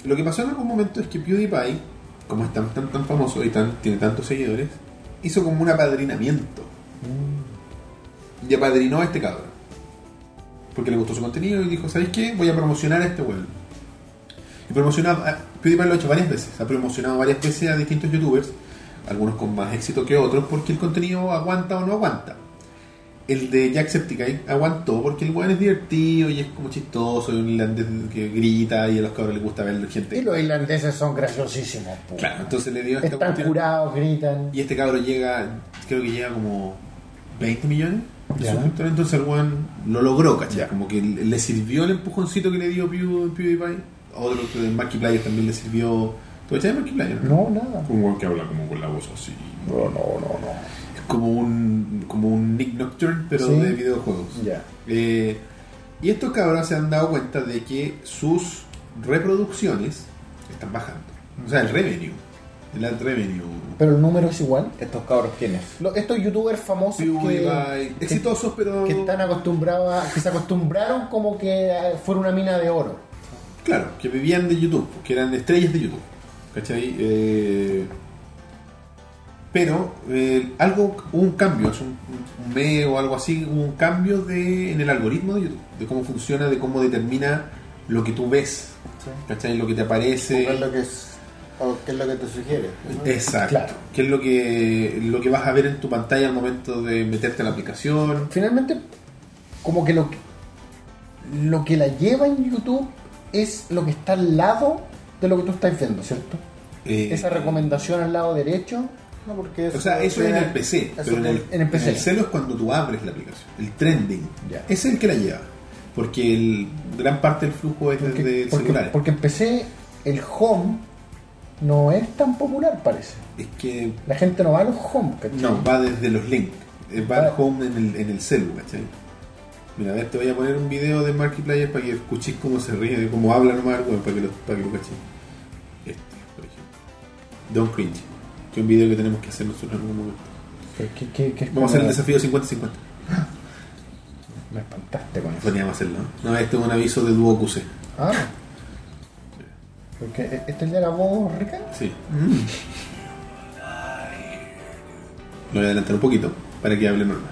A: Lo que pasó en algún momento es que PewDiePie, como es tan, tan, tan famoso y tan, tiene tantos seguidores, hizo como un apadrinamiento.
B: Mm.
A: Y apadrinó a este cabro. Porque le gustó su contenido y dijo, ¿sabéis qué? Voy a promocionar a este weón. Y promocionaba, ah, PewDiePie lo ha hecho varias veces, ha promocionado varias veces a distintos youtubers, algunos con más éxito que otros, porque el contenido aguanta o no aguanta. El de Jacksepticeye aguantó porque el weón es divertido y es como chistoso, y un irlandés que grita y a los cabros les gusta ver gente.
B: Y los irlandeses son graciosísimos. po.
A: Claro, entonces le dio esta
B: Están
A: cuestión.
B: curados, gritan.
A: Y este cabro llega, creo que llega como 20 millones de
B: Ya.
A: suscriptores. Entonces el weón lo logró, ¿cachai? Como que le sirvió el empujoncito que le dio Pew- PewDiePie. Otro que de Markiplier también le sirvió. ¿Tú echas de Markiplier?
B: No, nada.
A: Un weón que habla como con la voz así.
B: No, no, no, no.
A: Es como un, como un Nick Nocturne, pero
B: Sí.
A: de videojuegos.
B: Ya.
A: Eh, y estos cabros se han dado cuenta de que sus reproducciones están bajando. O sea, el revenue. El ad revenue.
B: Pero el número es igual.
D: Estos cabros, ¿quiénes?
B: Lo- estos youtubers famosos que,
A: PewDiePie.
B: que-
A: Exitosos, pero.
B: que están acostumbrados, a- que se acostumbraron como que eh, fuera una mina de oro.
A: Claro, que vivían de YouTube, que eran estrellas de YouTube. ¿Cachai? Eh, pero eh, algo, hubo un cambio, hace un, un mes o algo así, hubo un cambio de, en el algoritmo de YouTube, de cómo funciona, de cómo determina lo que tú ves,
C: Sí.
A: ¿cachai? Lo que te aparece.
C: ¿Qué es lo que es, o qué es lo que te sugiere? ¿no?
A: Exacto.
B: Claro.
A: ¿Qué es lo que, lo que vas a ver en tu pantalla al momento de meterte a la aplicación?
B: Finalmente, como que lo que, lo que la lleva en YouTube es lo que está al lado de lo que tú estás viendo, ¿cierto?
A: Eh,
B: Esa recomendación al lado derecho.
C: No, porque
A: O sea, eso es en el PC,
C: eso
A: pero en el,
B: en el PC.
A: en el celo es cuando tú abres la aplicación, el trending.
B: Ya.
A: Es el que la lleva, porque el, gran parte del flujo es
B: Porque,
A: desde el
B: porque-
A: celular.
B: porque empecé el home no es tan popular, parece.
A: Es que
B: La gente no va a los home, ¿cachai?
A: no, va desde los links, eh, va
B: Vale.
A: al home en el, en el celu, ¿cachai? Mira, a ver, te voy a poner un video de Markiplier para que escuches cómo se ríe, cómo habla nomás, bueno, para que lo, para que lo caches. Este, por ejemplo. Don't cringe, que es un video que tenemos que hacer nosotros en algún momento.
B: ¿Qué- qué- qué- qué es
A: Vamos a hacer el
B: como-
A: desafío 50-50.
B: Me espantaste con eso.
A: Podríamos hacerlo. ¿no? No, este es un aviso de Duo QC.
B: Ah. Porque este es el de la voz rica.
A: Sí. Lo voy a adelantar un poquito para que hable normal.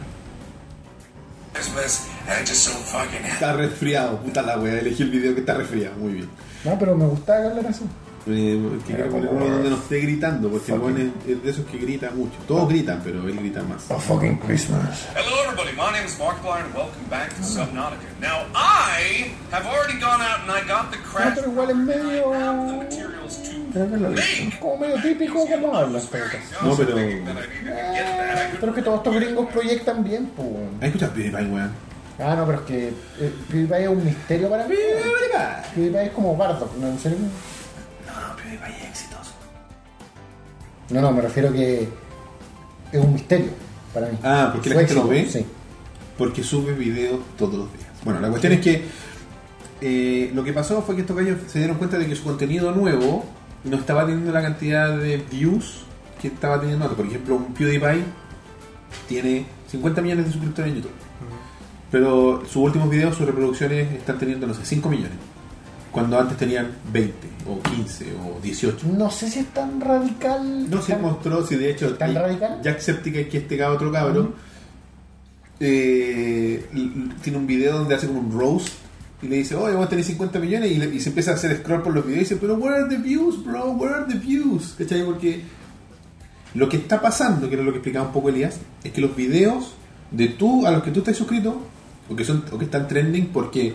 E: Christmas and uh, just so fucking happy.
A: Está resfriado, puta la wea. Elegí el video que está resfriado. Muy bien.
B: No, pero me gustaba que hablar así.
A: Eh, que quiero poner uno donde no esté gritando, porque el weón es, es de esos que grita mucho. Todos gritan, pero él grita más.
B: fucking Christmas.
E: Hello, everybody. My name is Markiplier, and welcome back to Subnautica. Now, I have already gone out and I got the
B: No,
E: crash.
B: pero igual es medio.
E: The materials to
C: Creo que lo
E: make.
B: como medio típico como hablas, pero.
A: No, pero-
E: Thinking that I needed to get that.
B: Pero es que todos estos gringos proyectan bien, pues.
A: ¿Has escuchado PewDiePie, weón?
B: Ah, no, pero es que. eh, PewDiePie es un misterio para mí.
A: PewDiePie.
B: PewDiePie es como Bardock, ¿no? ¿En serio?
A: No, no, PewDiePie es exitoso.
B: No, no, me refiero que. Es un misterio para mí.
A: Ah, porque la
B: Su
A: gente lo
B: éxito,
A: ve.
B: Sí.
A: porque sube videos todos los días. Bueno, la cuestión es que eh, lo que pasó fue que estos gallos se dieron cuenta de que su contenido nuevo no estaba teniendo la cantidad de views que estaba teniendo antes. Por ejemplo, un PewDiePie tiene 50 millones de suscriptores en YouTube. Pero sus últimos videos, sus reproducciones están teniendo, no sé, 5 millones. Cuando antes tenían 20 o 15 o 18.
B: No sé si es tan radical.
A: No pues. se
B: tan-
A: mostró si de hecho
B: ¿Tan radical?
A: Jacksepticeye que este ca- otro cabrón eh, l- l- tiene un video donde hace como un roast y le dice, oye, vos tenés 50 millones, y, le- y se empieza a hacer scroll por los videos y dice, pero where are the views, bro? Where are the views? ¿Cachai? Porque lo que está pasando, que era lo que explicaba un poco Elías, es que los videos de tú, a los que tú estás suscrito, o que son, o que están trending, porque,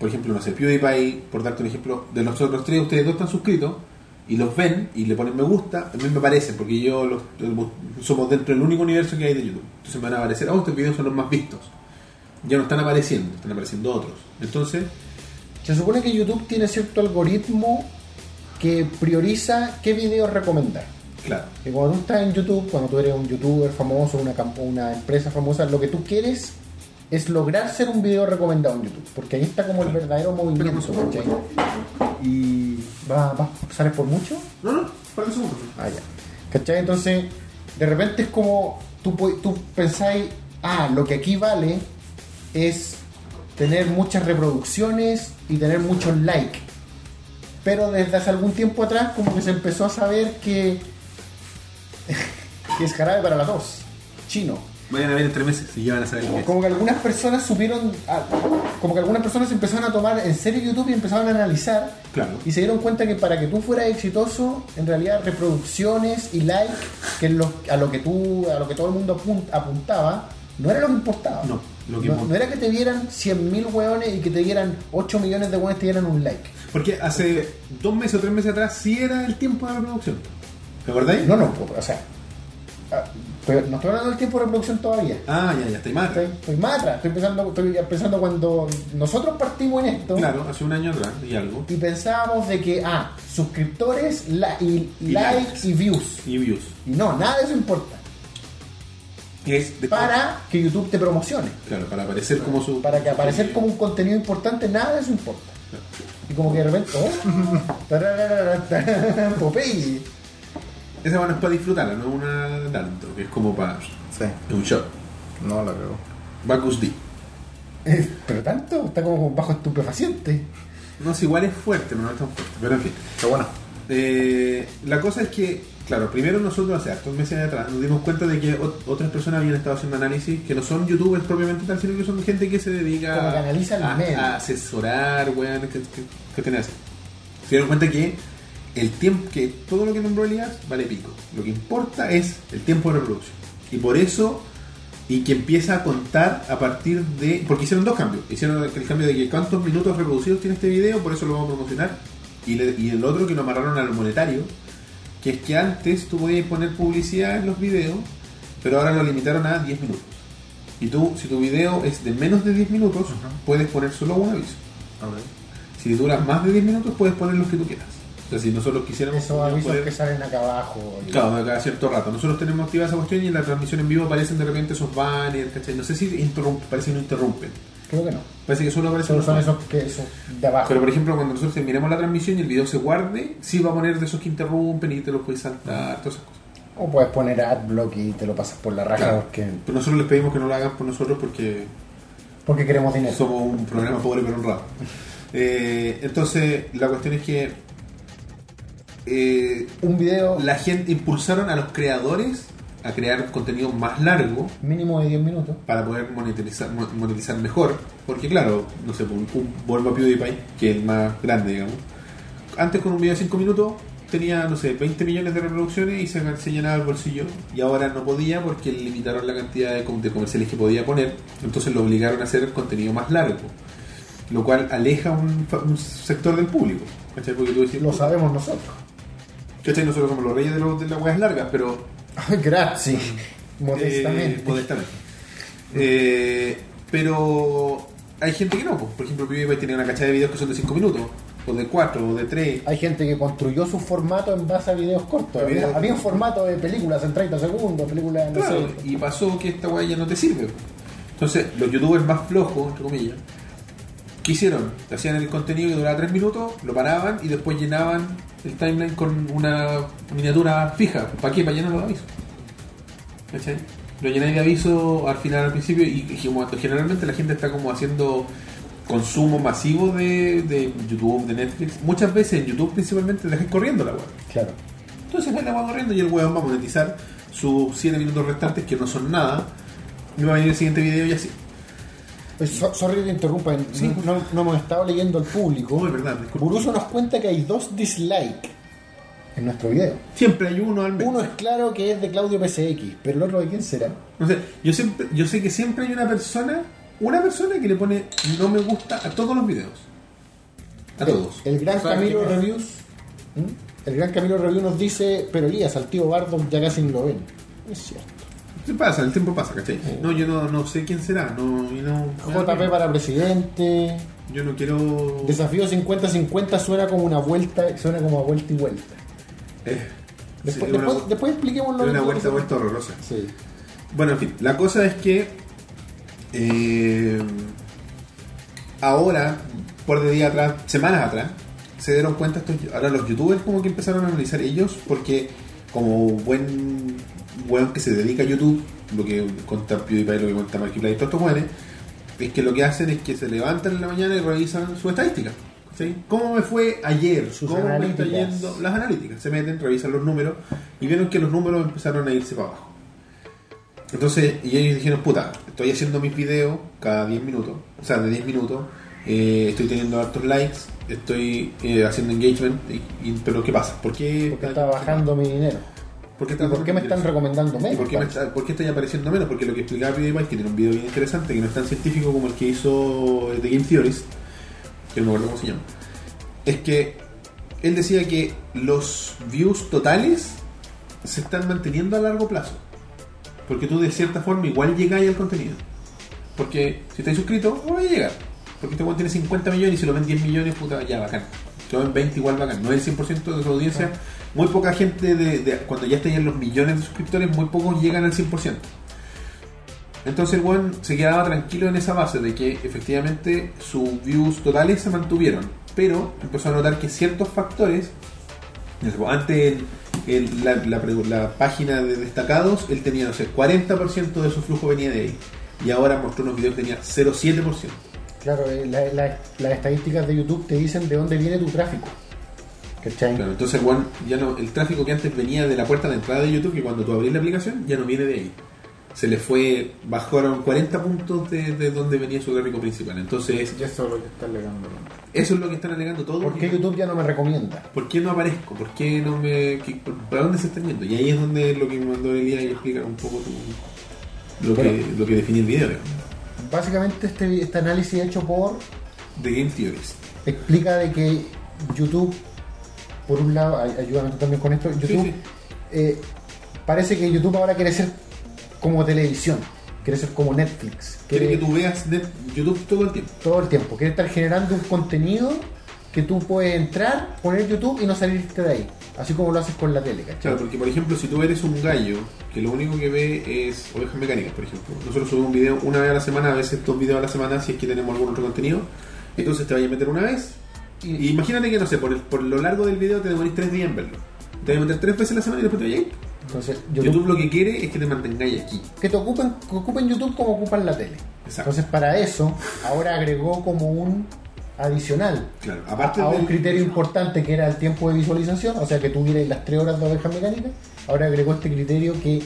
A: por ejemplo, no sé, PewDiePie, por darte un ejemplo, de nosotros tres, ustedes dos están suscritos, y los ven y le ponen me gusta, a mí me aparecen, porque yo los, somos dentro del único universo que hay de YouTube. Entonces me van a aparecer, oh, estos videos son los más vistos. Ya no están apareciendo, están apareciendo otros. Entonces,
B: Se supone que YouTube tiene cierto algoritmo que prioriza qué videos recomendar.
A: claro,
B: Que cuando tú estás en YouTube, cuando tú eres un youtuber famoso, una, cam- una empresa famosa, lo que tú quieres es lograr ser un video recomendado en YouTube. Porque ahí está como el verdadero movimiento. ¿cachai? Y va, va, sales por mucho.
A: No, no, para un segundo.
B: Ah, ya. ¿Cachai? Entonces, de repente es como tú, pu- tú pensáis, ah, lo que aquí vale es tener muchas reproducciones y tener muchos likes. Pero desde hace algún tiempo atrás como que se empezó a saber que, que es jarabe para la tos, chino.
A: Vayan a ver en tres meses y ya van a saber lo que es.
B: Como que algunas personas supieron, ah, como que algunas personas empezaron a tomar en serio YouTube y empezaron a analizar
A: Claro.
B: y se dieron cuenta que para que tú fueras exitoso, en realidad reproducciones y likes, que es lo- a lo que tú, a lo que todo el mundo apun- apuntaba, no era lo que importaba.
A: No, lo que
B: no,
A: importa.
B: no era que te dieran 100.000 hueones y que te dieran 8 millones de hueones te dieran un like.
A: Porque hace dos meses o tres meses atrás sí era el tiempo de reproducción. ¿Te acordáis?
B: No, no, o sea, ah, estoy- no estoy hablando del tiempo de reproducción todavía.
A: Ah, ya, ya, está mal.
B: Estoy, estoy más atrás, estoy pensando, estoy pensando cuando nosotros partimos en esto.
A: Claro, hace un año atrás y algo.
B: y pensábamos de que, ah, suscriptores la- y,
A: Y
B: likes,
A: likes.
B: y views.
A: Y views.
B: Y no, nada de eso importa.
A: Que es de-
B: Para que YouTube te promocione.
A: Claro, para aparecer como su.
B: Para que aparecer como un contenido importante, nada de eso importa. Y como que de repente, oh, tarararara, Popeye.
A: Esa bueno es para disfrutarla, no una tanto. Que es como para.
D: Sí.
A: es un shot.
D: No, la creo.
A: Bacus D.
B: Pero tanto, está como con bajo estupefaciente.
A: No sé, igual es fuerte, pero no es tan fuerte. Pero en fin.
D: Está buena.
A: Eh, la cosa es que, claro, primero nosotros hace hartos meses atrás nos dimos cuenta de que ot- otras personas habían estado haciendo análisis que no son youtubers propiamente tal, sino que son gente que se dedica
B: Como que analiza el
A: a,
B: medio.
A: a asesorar, weón, que, que, que tenés. Se dieron cuenta que el tiempo, que todo lo que nombró Elías vale pico. Lo que importa es el tiempo de reproducción. Y por eso, y que empieza a contar a partir de. Porque hicieron dos cambios. Hicieron el cambio de que cuántos minutos reproducidos tiene este video, por eso lo vamos a promocionar. Y, le- y el otro que lo amarraron al monetario, que es que antes tú podías poner publicidad en los videos, pero ahora lo limitaron a 10 minutos. Y tú, si tu video es de menos de 10 minutos, puedes poner solo un aviso. Si duras más de 10 minutos, puedes poner los que tú quieras. O sea, si nosotros quisiéramos
B: Esos
A: podríamos
B: avisos
A: poner-
B: que salen acá abajo. y-
A: Claro, cada cierto rato. Nosotros tenemos activada esa cuestión y en la transmisión en vivo aparecen de repente esos banners, ¿cachai? No sé si interrumpen, parece que no interrumpen.
B: Creo que no.
A: Parece que solo aparecen
B: Solo
A: los
B: son
A: banners.
B: esos que esos de abajo.
A: Pero por ejemplo, cuando nosotros terminemos la transmisión y el video se guarde, sí va a poner de esos que interrumpen y que te los puedes saltar, todas esas cosas.
B: O puedes poner adblock y te lo pasas por la raja
A: Claro.
B: porque,
A: Pero nosotros les pedimos que no lo hagan por nosotros porque
B: porque queremos dinero.
A: somos un programa pobre pero honrado. Eh, entonces, la cuestión es que eh,
B: un video
A: la gente impulsaron a los creadores a crear contenido más largo
B: mínimo de 10 minutos.
A: para poder monetizar, mo- monetizar mejor. Porque claro, no sé, un, un vuelvo a PewDiePie, que es el más grande, digamos. Antes con un video de 5 minutos tenía, no sé, 20 millones de reproducciones y se, se llenaba el bolsillo. Y ahora no podía porque limitaron la cantidad de, com- de comerciales que podía poner. Entonces lo obligaron a hacer contenido más largo. Lo cual aleja un, fa- un sector del público. ¿Cachai? Porque tú decís,
B: Lo sabemos nosotros.
A: ¿cachai? Nosotros somos los reyes de, los- de las weas largas, pero
B: Ay, gracias.
A: eh,
B: Modestamente.
A: modestamente. Eh, pero hay gente que no, pues. por ejemplo, PewDiePie tiene una cachada de videos que son de 5 minutos, o de 4, o de 3.
B: Hay gente que construyó su formato en base a videos cortos.
A: A videos
B: Había, había un
A: cortos.
B: formato de películas en 30 segundos, películas no
A: Claro,
B: sé.
A: y pasó que esta weá ya no te sirve. pues. Entonces, los youtubers más flojos, entre comillas, ¿qué hicieron? Te hacían el contenido que duraba 3 minutos, lo paraban y después llenaban el timeline con una miniatura fija. ¿Para qué? Para llenar los avisos. ¿Cachai? Lo llenáis de aviso al final, al principio, y como generalmente la gente está como haciendo consumo masivo de, de YouTube, de Netflix. Muchas veces en YouTube principalmente te dejáis corriendo la web.
B: Claro.
A: Entonces va la va corriendo y el weón va a monetizar sus 7 minutos restantes que no son nada. Y va a venir el siguiente video y así.
B: Oye, Pues, so- Sorry que te interrumpa, no, no- no hemos estado leyendo al público.
A: Uy, verdad, disculpa.
B: Buruso nos cuenta que hay dos dislikes en nuestro video.
A: Siempre hay uno al menos.
B: Uno es claro que es de Claudio PSX, pero el otro de quién será.
A: No sé, yo, siempre, yo sé que siempre hay una persona, una persona que le pone no me gusta a todos los videos. A todos.
B: El gran
C: ¿Sabes
B: Camilo
C: quién es?
B: Reviews. ¿Mm? El gran Camilo Review nos dice, pero Elías, al tío Bardo ya casi ni lo ven. Es cierto.
A: ¿Qué pasa? El tiempo pasa, ¿cachai? No, yo no, no sé quién será. No, y no,
B: JP para presidente.
A: Yo no quiero.
B: Desafío 50-50 suena como una vuelta, suena como a vuelta y vuelta.
A: Eh, sí,
B: Después,
A: de una,
B: después, después expliquemos
A: de
B: lo
A: una
B: que-
A: vuelta, vuelta horrorosa.
B: Sí.
A: Bueno, en fin, la cosa es que eh, ahora, por de día atrás, semanas atrás, se dieron cuenta estos, ahora los youtubers como que empezaron a analizar ellos porque como buen buen que se dedica a YouTube, lo que cuenta PewDiePie, lo que cuenta Markiplier y todos estos jóvenes, es que lo que hacen es que se levantan en la mañana y revisan su estadística. ¿sí? ¿Cómo me fue ayer?
B: Sus
A: ¿Cómo me está
B: analíticas.
A: yendo? Las analíticas. Se meten, revisan los números y vieron que los números empezaron a irse para abajo. Entonces, y ellos dijeron, puta, estoy haciendo mis videos cada 10 minutos, o sea, de 10 minutos, eh, estoy teniendo hartos likes, estoy eh, haciendo engagement, y- y- pero ¿qué pasa? ¿Por qué,
B: Porque está bajando mi dinero.
A: ¿Por qué,
B: ¿Y por qué me están recomendando
A: ¿Y
B: menos?
A: por qué, me está- por qué estoy apareciendo menos? Porque lo que explicaba PewDiePie es que tiene un video bien interesante, que no es tan científico como el que hizo eh, The Game Theorist, que no me acuerdo cómo se llama, es que él decía que los views totales se están manteniendo a largo plazo. Porque tú de cierta forma igual llegáis al contenido. Porque si estáis suscritos, no va a llegar. Porque este weón tiene 50 millones y si lo ven 10 millones, puta, ya bacán. Si lo ven 20 igual bacán. No es el 100% de su audiencia. Muy poca gente, de, de- cuando ya estén en los millones de suscriptores, muy pocos llegan al 100%. Entonces el weón se quedaba tranquilo en esa base de que efectivamente sus views totales se mantuvieron. Pero empezó a notar que ciertos factores el- Antes el- el- la, la pre- la página de destacados, él tenía, no sé, 40% de su flujo venía de ahí. Y ahora mostró unos videos que tenía 0,7%.
B: Claro, eh, la- la- las estadísticas de YouTube te dicen de dónde viene tu tráfico. ¿Cachai?
A: Claro, entonces weón, ya no, el tráfico que antes venía de la puerta de entrada de YouTube, que cuando tú abrís la aplicación, ya no viene de ahí. Se le fue, bajaron 40 puntos de, de donde venía su tráfico principal. Entonces,
C: Y eso es lo que está alegando. ¿no?
A: eso es lo que están alegando todos.
B: ¿Por qué
A: Que-
B: YouTube ya no me recomienda?
A: ¿Por qué no aparezco? ¿Por qué no me.? qué- por- ¿Para dónde se están yendo? Y ahí es donde lo que me mandó Elías y explicar un poco tu- lo,
B: Bueno.
A: que, lo que definí el video. digamos.
B: Básicamente este, este análisis hecho por
A: The Game Theorist.
B: explica de que YouTube, por un lado, ay- ayúdame tú también con esto, YouTube,
A: sí.
B: eh, parece que YouTube ahora quiere ser como televisión, quiere ser como Netflix,
A: Quiere que tú veas net- YouTube todo el tiempo.
B: todo el tiempo, quiere estar generando un contenido que tú puedes entrar, poner YouTube y no salirte de ahí, así como lo haces con la tele, ¿cachai?
A: Claro, porque por ejemplo, si tú eres un gallo que lo único que ve es ovejas mecánicas, por ejemplo. Nosotros subimos un video una vez a la semana, a veces dos videos a la semana si es que tenemos algún otro contenido. Entonces te vayas a meter una vez. Y, y imagínate que, no sé, por, el- por lo largo del video te demorís tres días en verlo. Te vas a meter tres veces a la semana y después te vayas a ir.
B: Entonces,
A: YouTube lo que quiere es que te mantengáis aquí.
B: que te ocupen, que ocupen YouTube como ocupan la tele.
A: Exacto.
B: Entonces, para eso, ahora agregó como un adicional
A: Claro, aparte
B: a un
A: del-
B: criterio importante que era el tiempo de visualización, o sea que tuvierais las 3 horas de oveja mecánica, ahora agregó este criterio que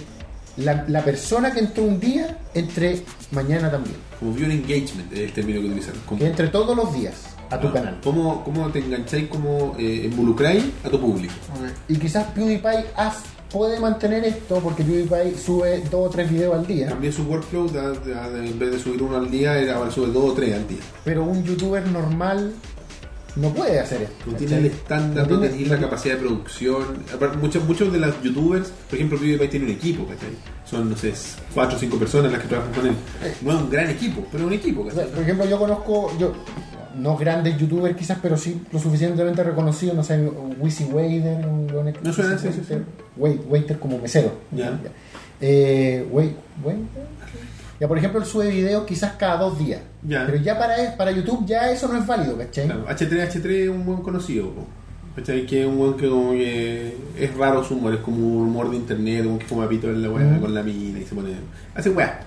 B: la, la persona que entró un día entre mañana también,
A: como viewer engagement es el término que utilizan. Como-
B: que entre todos los días a tu
A: Ah,
B: canal.
A: ¿Cómo, cómo te engancháis, cómo eh, involucráis a tu público?
C: Ok.
B: Y quizás PewDiePie haz- puede mantener esto porque PewDiePie sube 2 o 3 videos al día.
A: Cambié su workflow, da- da- de- en vez de subir uno al día, era- ahora sube dos o tres al día.
B: pero un youtuber normal no puede hacer esto.
A: No tienes
B: ¿cachai?
A: el estándar,
B: No
A: no
B: tiene-
A: tenés la capacidad de producción. Aparte, Muchos, muchos de los youtubers, por ejemplo, PewDiePie tiene un equipo, ¿cachai? Son, no sé, cuatro o cinco personas las que trabajan con él. No es un gran equipo, pero es un equipo,
B: O sea,
A: ¿cachai?
B: por ejemplo, yo conozco, yo no grandes youtubers quizás, pero sí lo suficientemente reconocidos, no sé, Wizzy Wader, un weón que-
A: No suena,
B: Wizzy
A: sí, sí,
B: Wader. Wait- Waiter como mesero.
A: Ya.
B: Eh, wait, Waiter. Ya, por ejemplo, él sube videos quizás cada dos días.
A: Ya.
B: Pero ya para, para YouTube ya eso no es válido, ¿cachai?
A: Claro, H3H3 es un buen conocido, po. ¿cachai? Que es un buen que como que es raro su humor, es como un humor de internet, como que fuma pito en la weá
B: Ujú.
A: con la mina y se pone. Hace weá.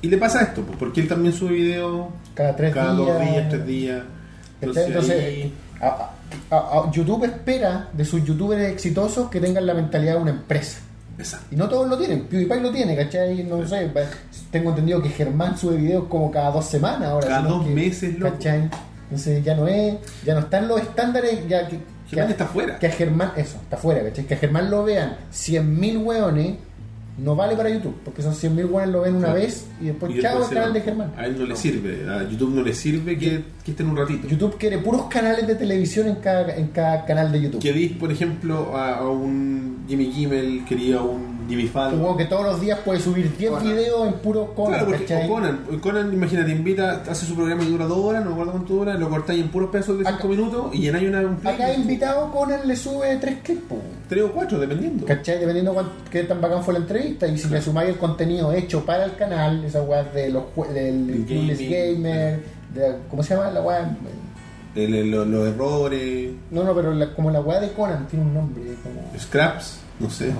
A: Y le pasa esto, po, porque él también sube video
B: Cada tres
A: cada dos
B: días.
A: días, tres días.
B: ¿Cachai? Entonces,
A: ahí-
B: a- a- a- a- YouTube espera de sus youtubers exitosos que tengan la mentalidad de una empresa.
A: Exacto.
B: Y no todos lo tienen. PewDiePie lo tiene, ¿cachai? No sé. pa- Tengo entendido que Germán sube videos como cada dos semanas ahora.
A: Cada
B: sino
A: dos
B: que-
A: meses, loco.
B: ¿cachai? Entonces ya no es. Ya no están los estándares. Ya que, que,
A: Germán
B: a,
A: está fuera.
B: que a Germán. Eso, está fuera, ¿cachai? Que a Germán lo vean 100.000 hueones. No vale para YouTube, porque son 100.000 hueones lo ven una
A: Claro.
B: vez y después,
A: Y
B: chao
A: después
B: el
A: se
B: canal
A: va.
B: de Germán.
A: A él no le sirve, a YouTube no le sirve que, que esté en un ratito.
B: YouTube quiere puros canales de televisión en cada, en cada canal de YouTube.
A: Que veis, por ejemplo, a, a un Jimmy Kimmel, quería un Jimmy
B: Un
A: Fallon.
B: hueón que todos los días puede subir 10
C: Conan.
B: videos en puro Conan,
A: Claro, porque
B: ¿cachai?
A: o Conan, o Conan, imagínate, invita, hace su programa y dura dos horas, no guarda cuánto dura, lo cortáis en puros pedazos de
B: Acá-
A: cinco minutos y llenáis una, un
B: Acá
A: playlist.
B: invitado Conan le sube tres clips, po,
A: Tres o cuatro, dependiendo.
B: ¿cachai? Dependiendo cuán- qué tan bacán fue la entrevista. Y si le sumáis el contenido hecho para el canal, esa weá de los jue- del
A: Del
B: Clueless
A: gaming.
B: Gamer, de- ¿cómo se llama la weá?
A: El- el- los, Eh, los errores,
B: No, no, pero la- como la weá de Conan tiene un nombre, como
A: scraps, no sé.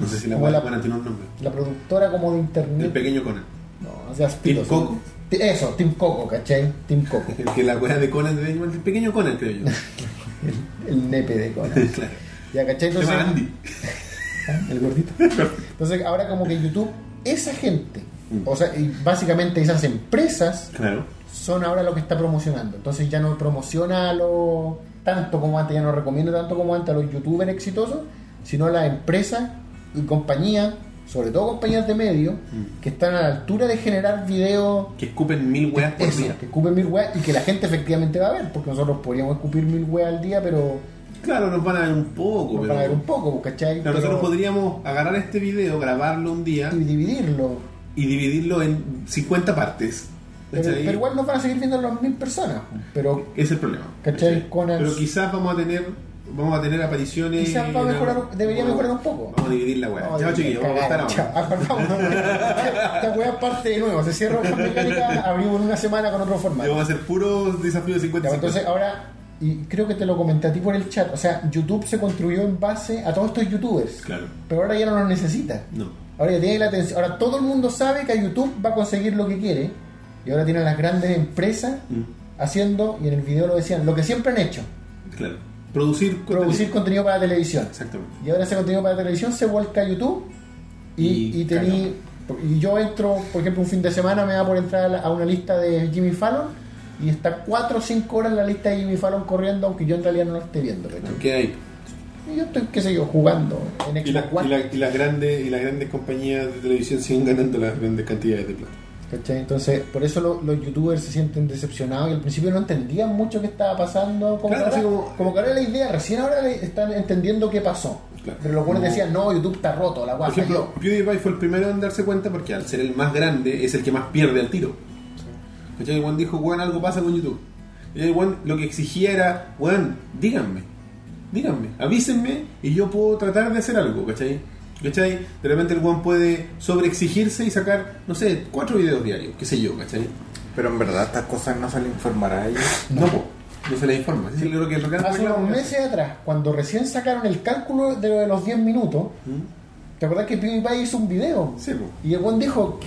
A: No sé si la
B: Como
A: buena
B: la-
A: Conan tiene un nombre.
B: la productora como de internet.
A: El pequeño Conan.
B: No, o sea,
A: Tim Coco.
B: Eso, Tim Coco, ¿cachai? Tim Coco.
A: El que la weá de Conan debe llamar el pequeño Conan, creo yo.
B: El nepe de Conan.
A: claro.
B: Ya, ¿cachai?
A: Se
B: Entonces,
A: llama Andy.
B: El gordito. Entonces, ahora como que YouTube, esa gente,
A: Mm.
B: o sea, y básicamente esas empresas
A: Claro.
B: son ahora lo que está promocionando. Entonces ya no promociona a los- tanto como antes, ya no recomiendo tanto como antes a los youtubers exitosos, sino a las empresas y compañías, sobre todo compañías de medios,
A: Mm.
B: que están a la altura de generar videos
A: Que escupen mil weas por
B: eso,
A: día.
B: que escupen mil weas y que la gente efectivamente va a ver, porque nosotros podríamos escupir mil weas al día, pero
A: Claro, nos van a ver un poco, Uh,
B: nos
A: pero.
B: van a ver un poco, ¿cachai?
A: Claro, nosotros
B: Pero-
A: podríamos agarrar este video, grabarlo un día
B: y dividirlo.
A: y dividirlo en 50 partes.
B: Pero,
A: ¿Cachai? Mm.
B: pero igual nos van a seguir viendo las mil personas. Pero
A: Ese es el problema.
B: ¿Cachai?
A: ¿cachai?
B: Conan-
A: Pero quizás vamos a tener vamos a tener apariciones.
B: Quizás va a
A: en
B: mejorar-
A: algo-
B: debería
A: vamos-
B: mejorar un poco.
A: Vamos a dividir la wea. chao, chiquillos, vamos a cortar
B: Cagaron,
A: ahora.
B: chao. Ah, perdón. Esta wea parte de nuevo. Se cierra Hoja Mecánica, abrimos en una semana con otro
A: Y
B: formato.
A: vamos a hacer puros desafíos de 50
B: Ya, pues, entonces ahora, y creo que te lo comenté a ti por el chat, o sea, YouTube se construyó en base a todos estos youtubers.
A: Claro.
B: Pero ahora ya no los necesita.
A: No.
B: Ahora ya tiene la atención. Ahora todo el mundo sabe que YouTube va a conseguir lo que quiere. Y ahora tienen las grandes empresas
A: Mm,
B: haciendo, y en el video lo decían, lo que siempre han hecho.
A: Claro. Producir contenido.
B: producir contenido para televisión.
A: Exactamente.
B: Y ahora ese contenido para televisión se vuelca a YouTube y,
A: Y
B: y tení- y yo entro, por ejemplo, un fin de semana me da por entrar a la- a una lista de Jimmy Fallon y está 4 o 5 horas la lista de Jimmy Fallon corriendo, aunque yo en realidad no la esté viendo. ¿cachai?
A: ¿Qué hay?
B: Y yo estoy, qué sé yo, jugando en
A: Y, la-
B: Xbox
A: y,
B: One.
A: la- y las grandes, y las grandes compañías de televisión siguen ganando las grandes cantidades de plata.
B: ¿cachai? Entonces, por eso lo- los youtubers se sienten decepcionados y al principio no entendían mucho qué estaba pasando. Como,
A: Claro,
B: que,
A: así
B: ahora,
A: como-
B: como que ahora la idea, recién ahora le- están entendiendo qué pasó.
A: Claro.
B: Pero los buenos
A: No.
B: decían, no, YouTube está roto, la
A: Por
B: guapa.
A: ejemplo, PewDiePie fue el primero en darse cuenta porque al ser el más grande es el que más pierde al tiro. ¿Cachai? El weón dijo, weón, algo pasa con YouTube. Y el weón lo que exigía era, weón, díganme, díganme, avísenme y yo puedo tratar de hacer algo, ¿cachai? ¿Cachai? De repente el weón puede sobreexigirse y sacar, no sé, cuatro videos diarios, qué sé yo, ¿cachai?
D: Pero en verdad estas cosas no se le informará a ellos.
A: No, po, no se les informa. Sí, creo que lo que han
B: Hace
A: reclamado
B: unos
A: es-
B: meses atrás, cuando recién sacaron el cálculo de, lo de los 10 minutos, ¿te acuerdas que PewDiePie hizo un video?
A: ¿Mm? Sí, po.
B: Y el buen dijo,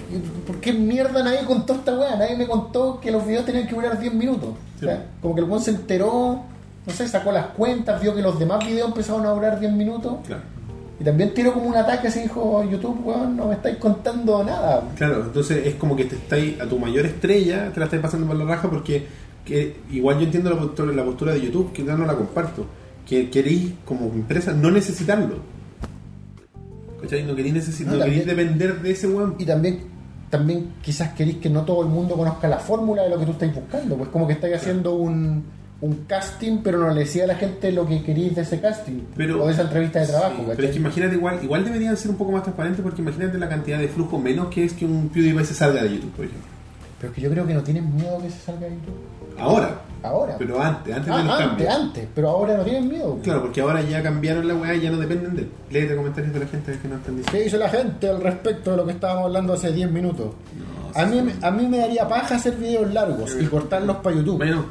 B: ¿por qué mierda nadie contó esta weá? Nadie me contó que los videos tenían que durar 10 minutos.
A: Sí.
B: O sea, como que el buen se enteró, no sé, sacó las cuentas, vio que los demás videos empezaron a durar 10 minutos.
A: Claro.
B: Y también tiró como un ataque así, dijo, YouTube, weón, no me estáis contando nada.
A: Claro, entonces es como que te estáis a tu mayor estrella, te la estáis pasando por la raja porque que, igual yo entiendo la postura, la postura de YouTube, que no, no la comparto, que queréis como empresa no necesitarlo. ¿Cachai? No queréis necesitar,
B: No,
A: no, queréis
B: también-
A: depender de ese weón.
B: Y también, también quizás queréis que no todo el mundo conozca la fórmula de lo que tú estáis buscando. Pues como que estáis haciendo un, un casting, pero no le decía a la gente lo que queréis de ese casting.
A: Pero-
B: o de esa entrevista de trabajo.
A: Sí,
B: ¿cachai?
A: pero es que imagínate igual, igual deberían ser un poco más transparentes porque imagínate la cantidad de flujo menos que es que un PewDiePie se salga de YouTube, por ejemplo.
B: yo creo que no tienes miedo que se salga de YouTube.
A: Ahora,
B: Ahora.
A: pero antes, antes
B: Ah,
A: de los
B: antes,
A: cambios.
B: antes, pero ahora no tienen miedo.
A: Claro, porque ahora ya cambiaron la weá y ya no dependen de él. Léete comentarios de la gente que no están diciendo.
B: ¿Qué dice la gente al respecto de lo que estábamos hablando hace 10 minutos?
A: No,
B: a,
A: sí,
B: mí, a mí me daría paja hacer videos largos y cortarlos para YouTube,
A: Bueno,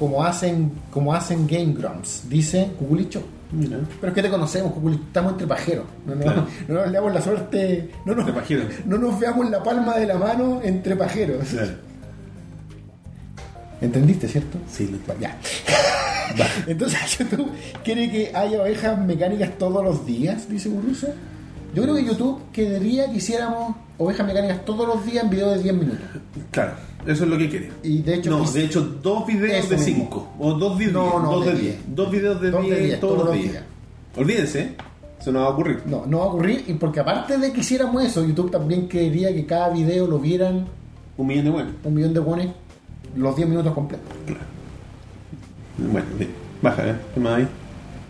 B: como hacen como hacen Game Grumps, dice Cuculicho.
A: mira.
B: Pero es que te conocemos, Cuculi, estamos entre pajeros. No, no,
A: Claro.
B: no nos leamos la suerte, no nos,
A: Entre pajeros.
B: no nos veamos la palma de la mano entre pajeros. ¿Entendiste, cierto?
A: Sí, lo
B: Ya. Entonces, YouTube quiere que haya ovejas mecánicas todos los días, dice Gurusa. Yo creo que YouTube quedaría que hiciéramos ovejas mecánicas todos los días en video de 10 minutos.
A: Claro, eso es lo que quiere.
B: Y de hecho,
A: no,
B: quis-
A: de hecho, dos videos
B: Eso
A: de
B: mismo.
A: cinco. O dos videos
B: No, no,
A: dos
B: de
A: de
B: diez.
A: diez. Dos videos de
B: Dos de
A: diez,
B: diez,
A: todos,
B: todos
A: los
B: los
A: días.
B: días.
A: Olvídense, ¿eh? eso no va a ocurrir.
B: No, no va a ocurrir, y porque aparte de que hiciéramos eso, YouTube también quería que cada video lo vieran
A: Un millón de buenos.
B: un millón de guones los 10 minutos completos.
A: Bueno, sí. Baja, ¿eh? ¿Qué más hay?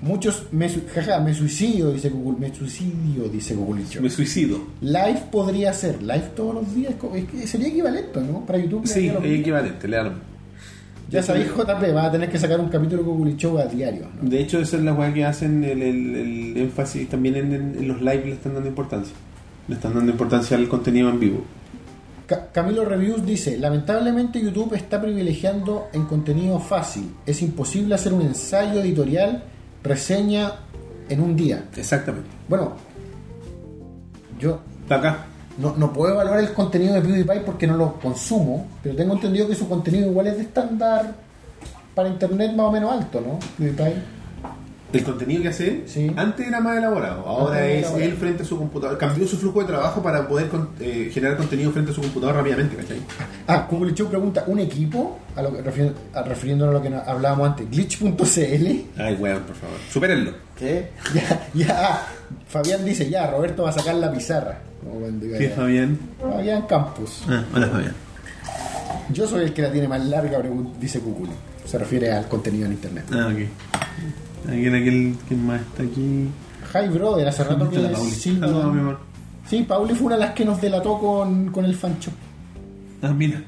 B: Muchos me, su- jaja, me suicidio, dice Google, me suicidio, dice Google.
A: Me suicido.
B: Live podría ser, live todos los días, co- es que sería equivalente, ¿no? Para YouTube. le
A: Sí, eh,
B: daría lo
A: es
B: mismo.
A: equivalente, le da lo mismo.
B: ya sabéis, JP, vas a tener que sacar un capítulo con Google Show a diario, ¿no?
A: De hecho, esa es la weá que hacen el, el- el énfasis también en, en- en los live le están dando importancia. Le están dando importancia al contenido en vivo.
B: Ca- Camilo Reviews dice, lamentablemente YouTube está privilegiando en contenido fácil. Es imposible hacer un ensayo editorial, reseña en un día.
A: Exactamente.
B: Bueno, yo
A: Está acá.
B: no, no puedo evaluar el contenido de PewDiePie porque no lo consumo, pero tengo entendido que su contenido igual es de estándar para internet más o menos alto, ¿no? PewDiePie.
A: El contenido que hace
B: Sí.
A: antes era más elaborado, ahora
B: Antes era
A: es
B: elaborado.
A: él frente a su computador. Cambió su flujo de trabajo para poder con- eh, generar contenido frente a su computador rápidamente, ¿cachai?
B: Ah, Google Show pregunta, ¿un equipo? A lo que, refier- a- refiriéndonos a lo que nos hablábamos antes, glitch.cl.
A: Ay, weón, por favor. Supérenlo.
C: ¿Qué?
B: Ya, ya. Fabián dice, ya, Roberto va a sacar la pizarra. Como cuando iba
A: Sí,
B: allá.
A: Fabián.
B: Fabián Campos.
A: Ah, hola, Fabián.
B: Yo soy el que la tiene más larga, pregun- dice Google. Se refiere al contenido en internet.
A: Ah, ok. ¿Alguien aquel que más está aquí?
B: Hi Brother, hace rato que...
A: Está la Pauli.
B: sí,
A: Saludos, mi amor.
B: Sí, Pauli fue una de las que nos delató con, con el fancho.
A: Ah, mira.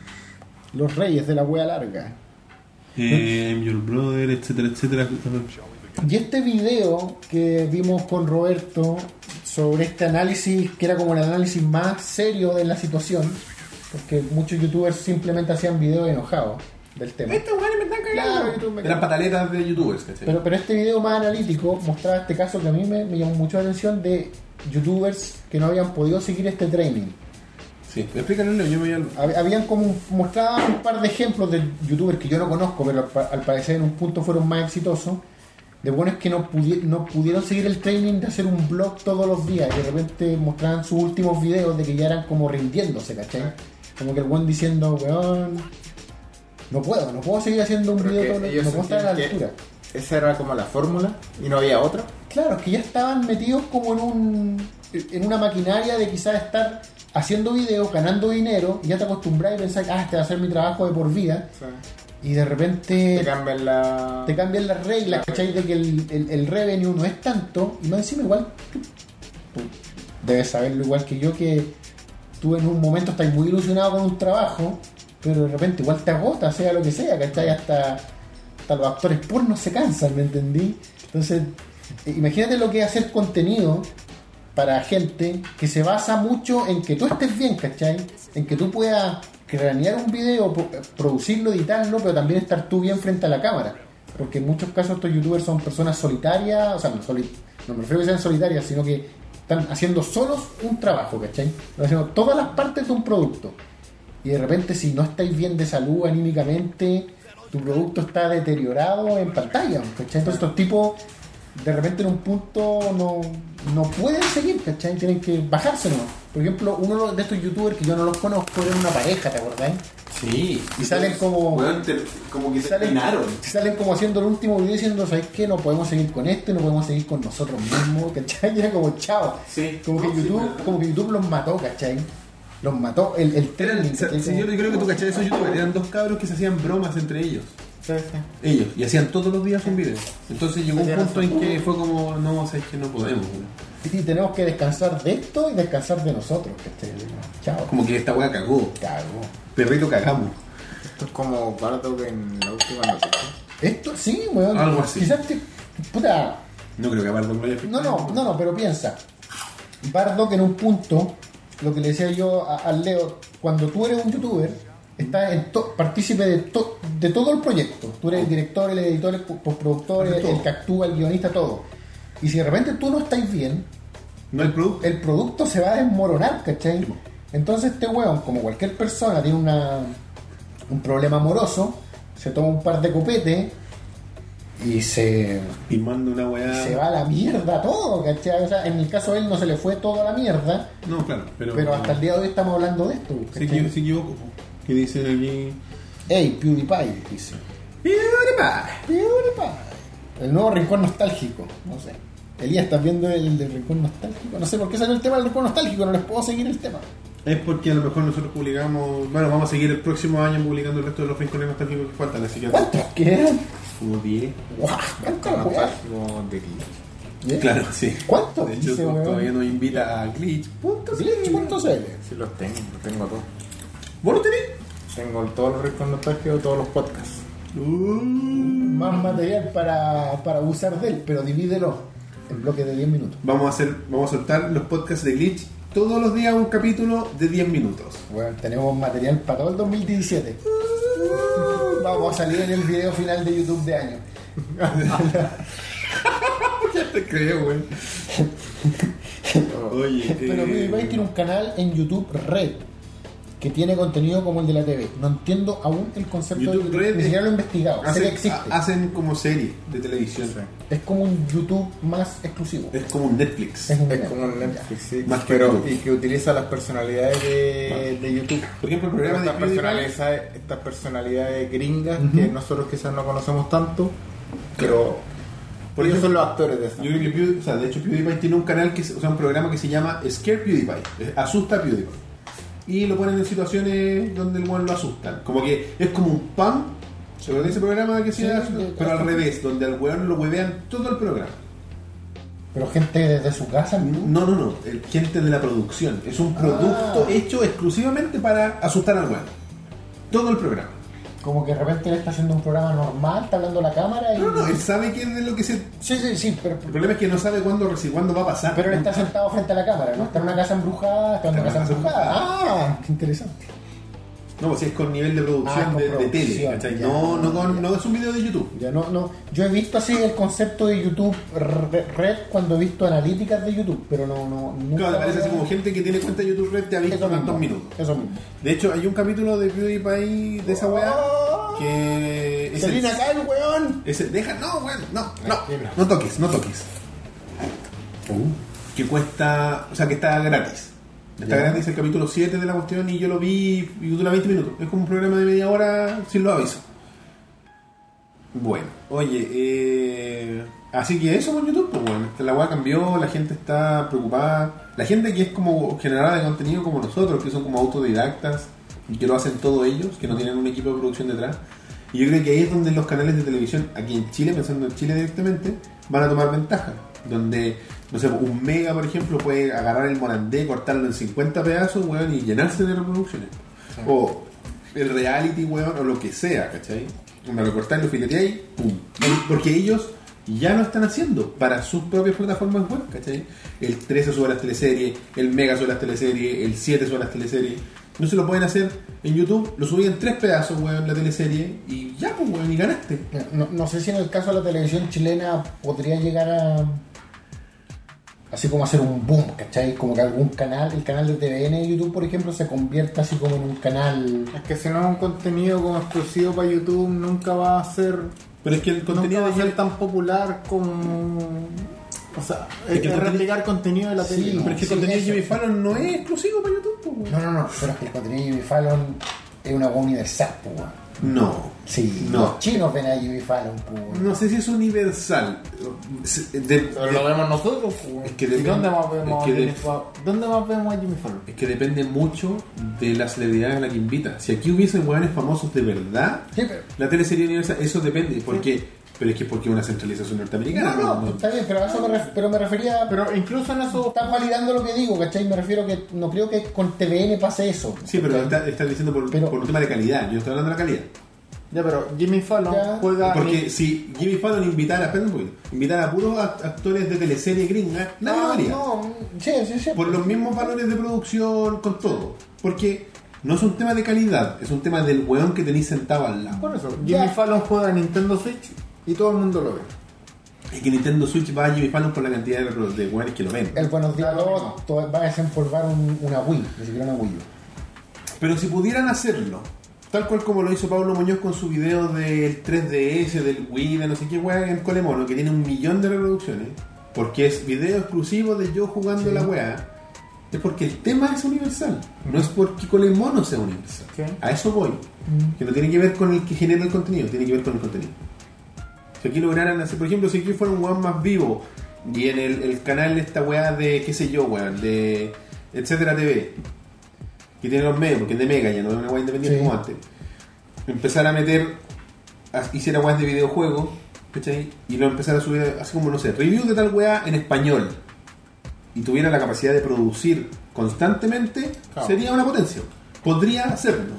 B: Los reyes de la wea larga.
A: Eh, I'm your brother, etcétera, etcétera.
B: Y este video que vimos con Roberto sobre este análisis, que era como el análisis más serio de la situación, porque muchos youtubers simplemente hacían videos enojados del tema. Claro, YouTube me
A: Eran pataletas de youtubers, ¿cachai?
B: Pero, pero este video más analítico mostraba este caso que a mí me, me llamó mucho la atención de youtubers que no habían podido seguir este training.
A: Sí, explícanos, Leo, yo me voy al...
B: Hab- Habían como mostraba un par de ejemplos de youtubers que yo no conozco, pero al, pa- al parecer en un punto fueron más exitosos. De buenos que no, pudi- no pudieron seguir el training de hacer un blog todos los días. Y de repente mostraban sus últimos videos de que ya eran como rindiéndose, ¿cachai? Como que el buen diciendo, weón, no puedo, no puedo seguir haciendo un
C: Pero
B: video
C: que
B: todos los días,
C: ellos
B: no puedo estar a la
C: sentían que-
B: altura.
C: Esa era como la fórmula y no había otra.
B: Claro, es que ya estaban metidos como en un en una maquinaria de quizás estar haciendo videos, ganando dinero, y ya te acostumbras y pensás, ah, este va a ser mi trabajo de por vida,
C: O sea,
B: y de repente
C: te cambian la.
B: te cambian las reglas, ¿cachai? De que el, el- el revenue no es tanto, y más encima igual, tú- tú debes saberlo igual que yo, que tú en un momento estás muy ilusionado con un trabajo, pero de repente igual te agota, sea lo que sea, ¿cachai? Hasta, hasta los actores porno se cansan, ¿me entendí? Entonces, eh, imagínate lo que es hacer contenido para gente que se basa mucho en que tú estés bien, ¿cachai? En que tú puedas cranear un video, pro- producirlo, editarlo, pero también estar tú bien frente a la cámara. Porque en muchos casos estos youtubers son personas solitarias, o sea, no, soli- no me refiero a que sean solitarias, sino que están haciendo solos un trabajo, ¿cachai? Están haciendo todas las partes de un producto. Y de repente si no estáis bien de salud anímicamente, tu producto está deteriorado en pantalla, ¿cachai? Entonces estos tipos de repente en un punto no, no pueden seguir, ¿cachai? Tienen que bajárselo. Por ejemplo, uno de estos youtubers que yo no los conozco era una pareja, ¿te acordás?
D: Sí.
B: Y salen como-
D: Weón, te- como que
B: Salen-
D: terminaron.
B: Salen como haciendo el último video diciendo, ¿sabes qué? No podemos seguir con esto, no podemos seguir con nosotros mismos, ¿cachai? Y era como, chao.
D: Sí.
B: Como que,
D: No, sí,
B: YouTube,
D: verdad.
B: como que YouTube los mató, ¿cachai? Los mató el, el
A: Eran,
B: trending, ¿cachai?
A: sí, yo
B: Como-
A: creo que tú cachai esos youtubers, eran dos cabros que se hacían bromas entre ellos.
C: Sí, sí.
A: Ellos, y hacían todos los días un video. Entonces llegó un
C: Hacían
A: punto en que fue como, no, o sea, es que no podemos. güey.
B: Sí, tenemos que descansar de esto y descansar de nosotros. ¿cachai? Chao.
A: Como que esta weá cagó,
B: Cago.
A: perrito cagamos.
C: Esto es como Bardo que en la última noticia.
B: Esto sí, weón.
A: Algo así.
B: Quizás te- puta,
A: No creo que Bardo me lo haya
B: No,
A: afectado.
B: no, no, no, pero piensa. Bardock en un punto, lo que le decía yo a- al Leo, cuando tú eres un youtuber, estás en to- partícipe de, to- de todo el proyecto. Tú eres el director, el editor, el po- postproductor, el, el que actúa, el guionista, todo. Y si de repente tú no estás bien,
A: No el producto.
B: el producto se va a desmoronar, ¿cachai? Entonces este weón, como cualquier persona, tiene una, un problema amoroso, se toma un par de copetes, y se,
A: Y manda una weá.
B: se va a la mierda todo, ¿cachai? O sea, en el caso de él no se le fue toda la mierda,
A: No, claro, pero.
B: pero hasta el día de hoy estamos hablando de esto.
A: Se,
B: ¿cachai?
A: equivo- se equivocó. po. Que dicen aquí.
B: Hey, PewDiePie, dice.
A: Europa.
B: PewDiePie. El nuevo rincón nostálgico, no sé. Elías, ¿estás viendo el del rincón nostálgico? No sé por qué salió el tema del rincón nostálgico, no les puedo seguir el tema.
A: Es porque a lo mejor nosotros publicamos. Bueno, vamos a seguir el próximo año publicando el resto de los rincones nostálgicos que faltan, así que.
B: ¿Cuántos quedan?
A: Como 10.
B: ¡Guau! ¿Cuántos,
D: Con
B: weón?
D: nostálgico de ti.
B: ¿Eh?
A: Claro, sí.
B: ¿Cuántos?
A: De hecho,
B: Dice,
A: pues,
B: weón.
A: todavía nos invita a glitch.cl.
B: Glitch.cl.
D: Sí, los tengo, los tengo a todos.
A: ¿Vos lo tenés?
C: Tengo todos los récords nostálgicos, todos los podcasts.
A: Uh.
B: Más material para, para usar de él, pero divídelo en bloques de 10 minutos.
A: Vamos a hacer, vamos a soltar los podcasts de glitch todos los días un capítulo de 10 minutos.
B: Bueno, tenemos material para todo el 2017. Vamos a salir en el video final de YouTube de año.
A: Ya te creo, güey. Oye,
B: Pero
A: eh,
B: PewDiePie tiene un canal en YouTube Red que tiene contenido como el de la TV. No entiendo aún el concepto
A: YouTube
B: de YouTube
A: Red
B: Ni
A: es-
B: siquiera lo he investigado. Sé que
A: hacen,
B: existe.
A: ha- hacen como serie de televisión.
B: Es como un YouTube más exclusivo.
A: Es como un Netflix.
B: un
C: Es
B: canal.
C: como un Netflix, sí,
A: Más que
C: pero
A: YouTube.
C: y que utiliza las personalidades de, de YouTube.
A: Por ejemplo, el programa de
C: Estas
A: PewDiePie-
C: personalidades, estas personalidades gringas que nosotros quizás no conocemos tanto, pero
A: Por
C: por ellos
A: ejemplo,
C: son los actores de
A: Yo
C: esa.
A: creo que Pew- o sea, de hecho PewDiePie tiene un canal que, se- o sea, un programa que se llama Scare PewDiePie, eh, asusta PewDiePie. Y lo ponen en situaciones donde el weón lo asustan. Como que es como un pan, ¿se acuerdan de ese programa que se
B: Sí,
A: llama?
B: de-
A: Pero al revés, donde al weón lo huevean todo el programa.
B: Pero gente desde su casa. ¿no?
A: No, no, no, el- gente de la producción. Es un producto
B: Ah.
A: hecho exclusivamente para asustar al weón. Todo el programa.
B: Como que de repente él está haciendo un programa normal, está hablando a la cámara y.
A: No, no, él sabe que es de lo que se.
B: Sí, sí, sí, pero,
A: El problema es que no sabe cuándo, reci- cuándo va a pasar.
B: pero él está sentado frente a la cámara, ¿no? Está en una casa embrujada, está en una casa embrujada. Ah, qué interesante.
A: No, pues si es con nivel de producción,
B: Ah, con
A: de, de tele,
B: producción,
A: ¿cachai?
B: ya,
A: no, no, con-
B: ya.
A: no es un video de YouTube.
B: Ya no, no. Yo he visto así el concepto de YouTube re- red cuando he visto analíticas de YouTube, pero no, no, nunca.
A: Claro, te parece así como gente que tiene cuenta de YouTube Red te ha visto
B: Eso mismo,
A: tantos minutos.
B: Eso mismo.
A: De hecho, hay un capítulo de PewDiePie de esa weá que es
B: Se viene acá el weón.
A: es el- deja, no, weón, no, no, no toques, no toques. Uh, Que cuesta, o sea, que está gratis. Está gratis el capítulo 7 de la cuestión y yo lo vi y dura 20 minutos. Es como un programa de media hora sin lo aviso. Bueno, oye, eh, así que eso con YouTube, pues bueno, la weá cambió, la gente está preocupada, la gente que es como generadora de contenido como nosotros, que son como autodidactas y que lo hacen todos ellos, que no tienen un equipo de producción detrás, y yo creo que ahí es donde los canales de televisión, aquí en Chile, pensando en Chile directamente, van a tomar ventaja, donde, no sé, un mega, por ejemplo, puede agarrar el morandé, cortarlo en 50 pedazos, weón, y llenarse de reproducciones. O el reality, weón, o lo que sea, ¿cachai? Onda, lo cortáis, lo fileteáis, pum. Porque ellos ya lo están haciendo para sus propias plataformas web, ¿cachai? El 13 sube las teleseries, el Mega sube las teleseries, el 7 sube las teleseries. No se lo pueden hacer en YouTube, lo subí en tres pedazos, weón, la teleserie, y ya, pues, weón, y ganaste.
B: No, no sé si en el caso de la televisión chilena podría llegar a. Así como hacer un boom, ¿cachai? Como que algún canal, el canal de TVN de YouTube, por ejemplo, se convierta así como en un canal.
C: Es que si no es un contenido como exclusivo para YouTube, nunca va a ser
A: Pero es que el contenido
C: nunca va
A: de
C: a ser tan popular como o sea
A: Es
C: es,
A: que el
C: es
A: contenido-
C: replicar contenido de la
B: Sí,
C: tele ¿no?
A: Pero es que el
B: Sí,
A: contenido de
B: eso.
A: Jimmy Fallon no es exclusivo para YouTube, pues, weón.
B: No, no, no, pero es que el contenido de Jimmy Fallon es una cosa universal, pues. weón.
A: No.
B: Sí,
A: No.
B: los chinos ven a Jimmy Fallon, pues. weón.
A: No sé si es universal. De-
C: pero
A: de-
C: lo vemos nosotros pues.
A: Es que
C: ¿Y
A: depende-
C: dónde más vemos
A: es que
C: a Jimmy
A: de-
C: Fallon? dónde más vemos a Jimmy Fallon
A: Es que depende mucho de la celebridad a la que invita. Si aquí hubiesen hueones famosos de verdad,
B: Sí, pero-
A: la tele sería universal. Eso depende. ¿Por qué? Pero es que porque una centralización norteamericana.
B: No, no,
A: no, no.
B: está bien, pero, a eso me ref- pero me refería. Pero
C: pero incluso en eso
B: estás validando lo que digo, ¿cachai? Me refiero que no creo que con TVN pase eso.
A: Sí, pero
B: ¿cachai?
A: está- estás diciendo por,
B: Pero-
A: por un tema de calidad. Yo estoy hablando de la calidad.
C: ya pero Jimmy Fallon
B: Ya.
C: juega
A: Porque
C: ni-
A: si Jimmy Fallon invitara, espera un poquito, invitara a puros act- actores de teleserie gringa, nadie lo
B: No,
A: haría.
B: no, sí, sí, sí.
A: Por los mismos valores de producción, con todo. Porque no es un tema de calidad, es un tema del weón que tenéis sentado al lado.
C: por eso Jimmy
B: Ya.
C: Fallon juega a Nintendo Switch y todo el mundo lo ve
A: Y que Nintendo Switch va a Jimmy Fallon por la cantidad de, de weones que lo ven.
B: El Buenos Días
C: Claro,
B: Lobo
C: no.
B: to- va a desempolvar un- una Wii, ni siquiera una Wii U.
A: Pero si pudieran hacerlo, Tal cual como lo hizo Pablo Muñoz con su video del 3DS, del Wii, de no sé qué weá en Colemono, que tiene un millón de reproducciones, porque es video exclusivo de yo jugando la weá, es porque el tema es universal, no es porque Colemono sea universal.
C: Sí.
A: A eso voy, que no tiene que ver con el que genera el contenido, tiene que ver con el contenido. Si aquí lograran hacer, por ejemplo, si aquí fuera un weón más vivo y en el, el canal de esta weá de, qué sé yo, weón, de etcétera TV, que tiene los medios, porque es de Mega ya no es una weá independiente
B: Sí.
A: como antes, empezar a meter, a- hiciera weas de videojuego, ¿cachai? Y lo empezar a subir, así como, no sé, review de tal weá en español y tuviera la capacidad de producir constantemente,
C: Claro.
A: sería una potencia. Podría hacerlo.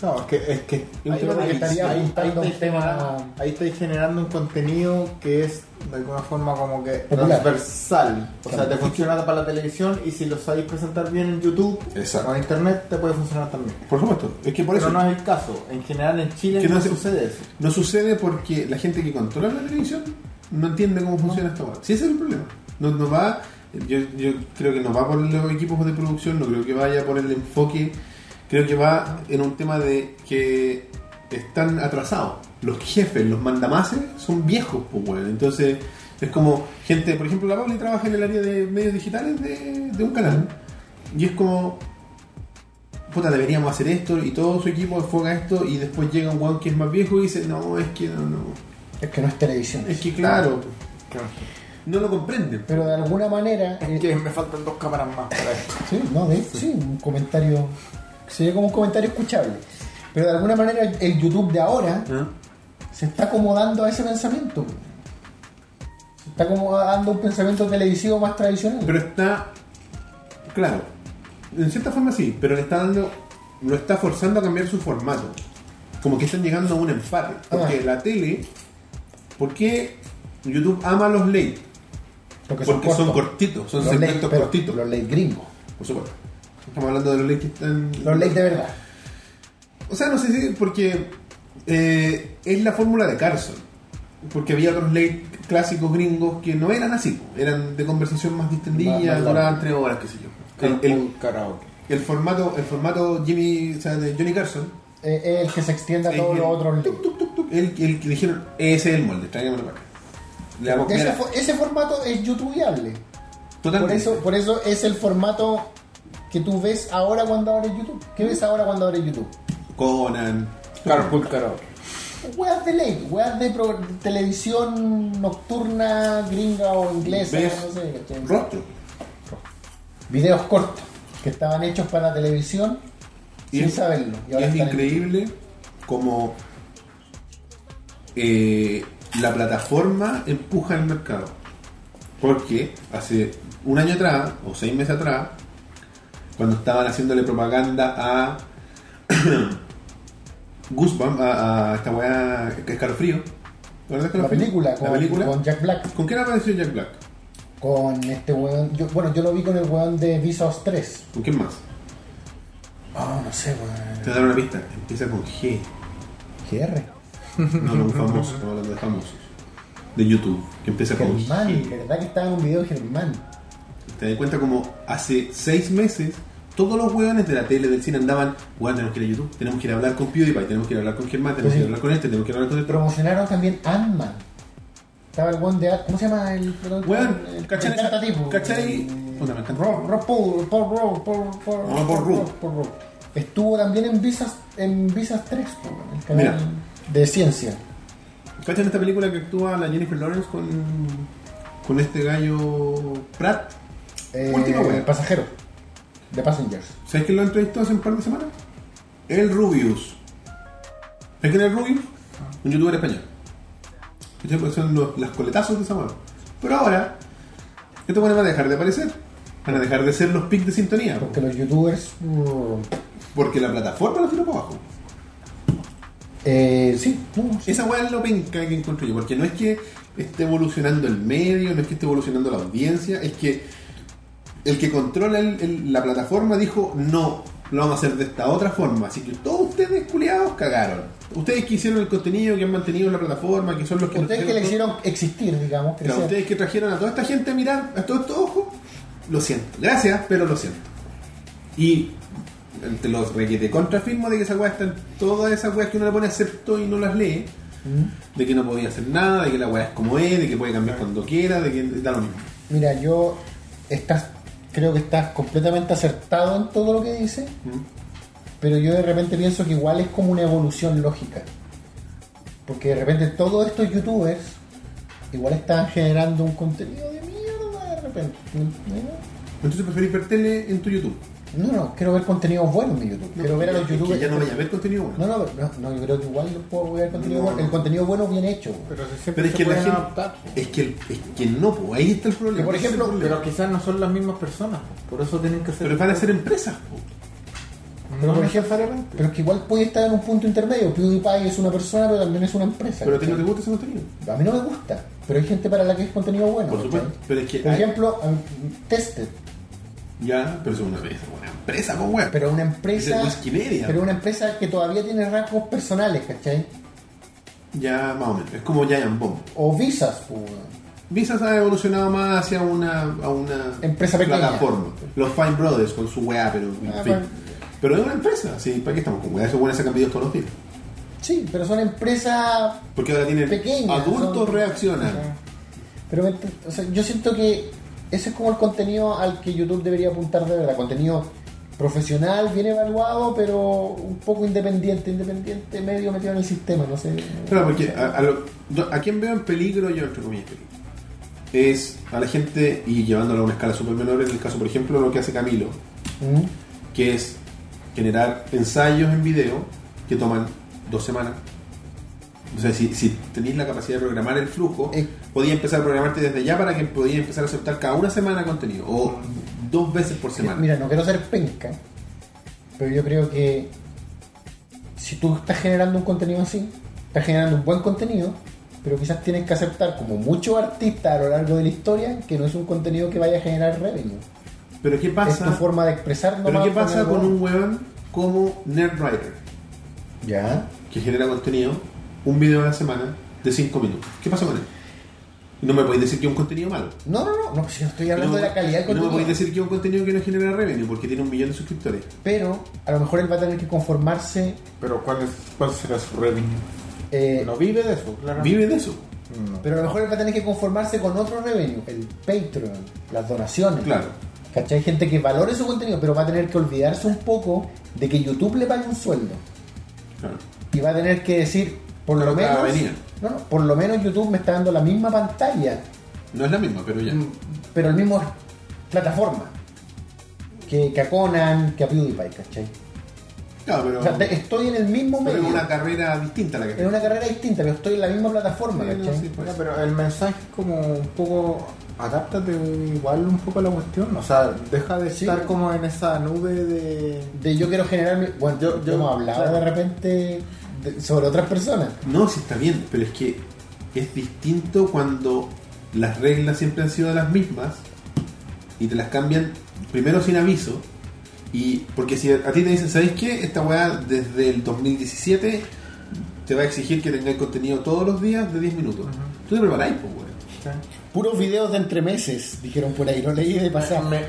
C: Claro, es que, es que
A: un
C: ahí,
A: tema
C: ahí-
A: que
B: estaría
C: ahí- ahí
B: apuntando a un
C: estáis generando,
B: tema-
C: ahí estáis generando un contenido que es de alguna forma como que
B: Popular.
C: transversal. O
B: Claro.
C: sea, te funciona para la televisión y si lo sabéis presentar bien en YouTube
A: Exacto.
C: o en internet te puede funcionar también.
A: Por supuesto, es que por
C: Pero
A: eso
C: no es el caso. En general en Chile
A: Que
C: no,
A: no se-
C: sucede eso.
A: no sucede porque la gente que controla la televisión no entiende cómo funciona esta web. Sí, ese es el problema. No, no va, yo, yo creo que no va por los equipos de producción, no creo que vaya por el enfoque, creo que va en un tema de que están atrasados. Los jefes, los mandamases, son viejos, pues bueno. Entonces, es como gente, por ejemplo, la Pauli trabaja en el área de medios digitales de, de un canal. Y es como, puta, deberíamos hacer esto y todo su equipo enfoca esto y después llega un weón que es más viejo y dice, no, es que no, no.
B: Es que no es televisión.
A: Es que claro, no lo comprenden.
B: Pero de alguna manera. eh,
C: Es que me faltan dos cámaras más para esto.
B: Sí, no, de sí, un comentario. Se ve como un comentario escuchable. Pero de alguna manera el, el YouTube de ahora
A: ¿Ah?
B: se está acomodando a ese pensamiento. Se está acomodando a un pensamiento televisivo más tradicional.
A: Pero está, claro, en cierta forma sí, pero le está dando, lo está forzando a cambiar su formato. Como que están llegando a un empate. Porque
B: Ah.
A: la tele, ¿por qué YouTube ama los late?
B: porque
A: Porque son
B: cortos.
A: cortitos, son
B: Los late,
A: segmentos
B: pero
A: cortitos.
B: Los late gringos.
A: Por supuesto. Estamos hablando de los late que están...
B: Los late de verdad.
A: O sea, no sé si porque eh, es la fórmula de Carson. Porque había otros late clásicos gringos que no eran así, po. eran de conversación más
B: Más- más
A: distendida,
B: largo.
A: duraban tres horas, qué sé yo. El, el-
D: karaoke.
A: el formato, el formato Jimmy, o sea, de Johnny Carson,
B: Eh, es el que se extiende a
A: Es
B: todos
A: el-
B: los otros late.
A: tuc, tuc, el, el que dijeron, ese es el molde, tráigamelo para acá. Le damos-
B: Ese,
A: mira,
B: fo- ese formato es youtubeable. Por
A: totalmente.
B: eso, por eso es el formato que tú ves ahora cuando abres YouTube. ¿Qué ves ahora cuando abres YouTube?
A: Conan.
D: Carpool karaoke.
B: Weas de ley, weas de pro- televisión nocturna, gringa o inglesa,
A: ¿Ves?
B: no sé. ¿cachai?
A: Rostro.
B: Videos cortos que estaban hechos para la televisión
A: Y
B: sin
A: es-
B: saberlo. Y
A: Y
B: ahora
A: es
B: están en-
A: increíble como eh, la plataforma empuja el mercado. Porque hace un año atrás, o seis meses atrás, cuando estaban haciéndole propaganda a Goosebumps, a, a esta weá que es Carofrío. ¿Te acuerdas de
B: La
A: Escalofrío?
B: película con,
A: La película.
B: con
A: ¿Con,
B: Jack Black,
A: quién apareció Jack Black?
B: con este weón. Yo, bueno, yo lo vi con el weón de Vsauce 3.
A: ¿Con quién más?
B: Ah, no sé, weón.
A: Te daré una pista. Empieza con G.
B: GR.
A: No, no, un famoso. Estamos hablando de famosos. De YouTube. Que empieza con
B: Germán,
A: G.
B: ¿verdad que estaba en un video de Germán?
A: Te das cuenta como hace seis meses todos los hueones de la tele, del cine andaban, weón, tenemos que ir a YouTube, tenemos que ir a hablar con PewDiePie, tenemos que ir a hablar con Germán, tenemos
B: Sí.
A: que ir a hablar con este, tenemos que ir a hablar con el otro.
B: Promocionaron también Ant-Man. Estaba el weón de Ant- ¿Cómo se llama el
A: Weón,
B: el-
A: ¿cachai?
B: el cantativo?
A: ¿Cachai?
B: Eh,
A: Puta, me encanta.
B: Rob, Rob Paul, Paul Rob, Paul, Paul,
A: No, Paul Rudd.
B: Paul Rudd. Estuvo también en Visas, en Visas 3, weón, el canal
A: Mira.
B: de ciencia.
A: ¿Cachan esta película que actúa la Jennifer Lawrence con, con este gallo Pratt?
B: Eh,
A: Última weón.
B: pasajero. De Passengers.
A: ¿Sabes quién lo entrevistó hace un par de semanas? El Rubius. ¿Sabes quién es el Rubius? Un youtuber español. Este, pues, Son los, las coletazos de esa mano. Pero ahora, estos buenos van a dejar de aparecer. Van a dejar de ser los pics de sintonía.
B: Porque los youtubers. mm,
A: Porque la plataforma lo tiró para abajo.
B: Eh, sí, no, sí.
A: Esa weá es lo penca que encuentro yo. Porque no es que esté evolucionando el medio, no es que esté evolucionando la audiencia. Es que el que controla el- el- la plataforma dijo, no, lo vamos a hacer de esta otra forma. Así que todos ustedes, culiados, cagaron. Ustedes que hicieron el contenido, que han mantenido la plataforma, que son los que...
B: Ustedes que le hicieron existir,
A: Claro,
B: digamos. crecer.
A: ustedes que trajeron a toda esta gente a mirar, a todo estos ojos, lo siento. Gracias, pero lo siento. Y el- te los requete contrafirmo de que esa weá están todas esas weas que uno le pone acepto y no las lee,
B: ¿Mm?
A: de que no podía hacer nada, de que la weá es como es, de que puede cambiar cuando quiera, de que da lo mismo.
B: Mira, yo estás, creo que estás completamente acertado en todo lo que dice,
A: Mm.
B: pero yo de repente pienso que igual es como una evolución lógica. Porque de repente todos estos youtubers igual están generando un contenido de mierda de repente. ¿no?
A: Entonces preferís ver tele en tu YouTube.
B: No, no, quiero ver contenidos buenos en mi YouTube. quiero ver a los
A: Es que
B: youtubers.
A: Ya no vaya a ver contenido bueno.
B: No, no, pero no, no, yo creo que igual yo puedo ver contenido
C: No,
B: bueno.
C: no.
B: El contenido bueno bien hecho. güey.
C: Pero si siempre
A: Pero es
C: se
A: que la
C: pueden
A: gente.
C: adaptar.
A: Es que, el- es que no, pues ahí está el problema.
B: Que por
A: ese es el
B: ejemplo,
A: problema.
C: Pero quizás no son las mismas personas, po. por eso tienen que ser.
A: Pero van a ser empresas, po.
C: No
B: por
C: necesariamente.
B: Pero es que igual puede estar en un punto intermedio. PewDiePie es una persona, pero también es una empresa.
A: Pero a ti no
B: ¿cachai?
A: te gusta ese contenido.
B: A mí no me gusta, pero hay gente para la que es contenido bueno.
A: Por
B: ¿cachai?
A: supuesto. Pero es que.
B: Por ejemplo, a mí, Tested,
A: Ya, pero es una empresa, una empresa, po, weón.
B: pero una
A: Es
B: empresa.
A: el whisky media.
B: Pero una empresa que todavía tiene rasgos personales, ¿cachai?
A: Ya, más o menos. Es como Giant Bomb.
B: O Visas, pues, weón.
A: Visas ha evolucionado más hacia una, a una
B: Empresa pequeña.
A: plataforma. Los Fine Brothers con su weá, pero en
B: Ah,
A: fin.
B: bueno.
A: Pero es una empresa, sí, ¿para qué estamos con weá? Esos weones sacan videos todos los días.
B: Sí, pero son empresas.
A: Porque ahora tienen
B: Pequeñas,
A: adultos
B: son-
A: reaccionan.
B: Pero me ent- o sea, yo siento que ese es como el contenido al que YouTube debería apuntar de verdad. Contenido profesional, bien evaluado, pero un poco independiente, independiente, medio metido en el sistema, no sé.
A: Claro, porque a, a lo- yo- a quien veo en peligro, yo entre comillas peligro, es a la gente, y llevándolo a una escala súper menor, en el caso, por ejemplo, lo que hace Camilo, ah,
B: ¿Mm?
A: que es generar ensayos en video que toman dos semanas. O sea, si, si tenéis la capacidad de programar el flujo,
B: Eh.
A: podías empezar a programarte desde ya para que podías empezar a aceptar cada una semana contenido, o dos veces por semana.
B: Mira, no quiero ser penca, pero yo creo que si tú estás generando un contenido así, estás generando un buen contenido, pero quizás tienes que aceptar, como muchos artistas a lo largo de la historia, que no es un contenido que vaya a generar revenue.
A: Pero ¿qué
B: Es tu
A: pasa,
B: forma de expresar nomás
A: pero ¿qué pasa
B: algo.
A: con un weón como Nerdwriter?
B: Ya.
A: que genera contenido, un video a la semana de 5 minutos. ¿Qué pasa con él? No me podéis decir que es un contenido malo.
B: No, no, no, no, si yo estoy hablando
A: no,
B: de la calidad
A: y
B: del
A: No me
B: contenido.
A: podéis decir que es un contenido que no genera revenue porque tiene un millón de suscriptores.
B: Pero a lo mejor él va a tener que conformarse.
C: Pero ¿cuál, es, ¿cuál será su revenue?
B: eh,
C: No vive de eso, claro.
A: Vive de eso.
B: Pero a lo mejor él va a tener que conformarse con otro revenue, el Patreon, las donaciones.
A: Claro.
B: ¿Cachai? Gente que valore su contenido, pero va a tener que olvidarse un poco de que YouTube le pague un sueldo.
A: Claro.
B: Y va a tener que decir, por
A: Pero
B: lo
A: cada
B: menos.
A: avenida.
B: No, no, por lo menos YouTube me está dando la misma pantalla,
A: No es la misma, pero ya.
B: Mm. pero el mismo plataforma. Que, que a Conan, que a PewDiePie, ¿cachai?
A: Claro, pero,
B: O sea, te- estoy en el mismo
A: pero
B: medio.
A: es una carrera distinta la que
B: en una carrera distinta, pero estoy en la misma plataforma,
A: Sí, no,
B: ¿cachai?
A: sí, pues.
C: Ya, pero el mensaje es como un poco adáptate igual un poco a la cuestión, o sea, deja de
B: Sí.
C: estar como en esa nube de
B: de yo quiero generar mi- bueno yo,
C: Yo- yo-
B: hemos hablado
C: claro.
B: de repente de- sobre otras personas
A: No, sí está bien, pero es que es distinto cuando las reglas siempre han sido las mismas y te las cambian primero sin aviso. Y porque si a ti te dicen, ¿sabéis qué? Esta weá desde el 2017 te va a exigir que tengáis contenido todos los días de 10 minutos. Tú te preparáis, pues, weón.
B: puros videos de entre meses dijeron por ahí lo leí de pasar
C: me,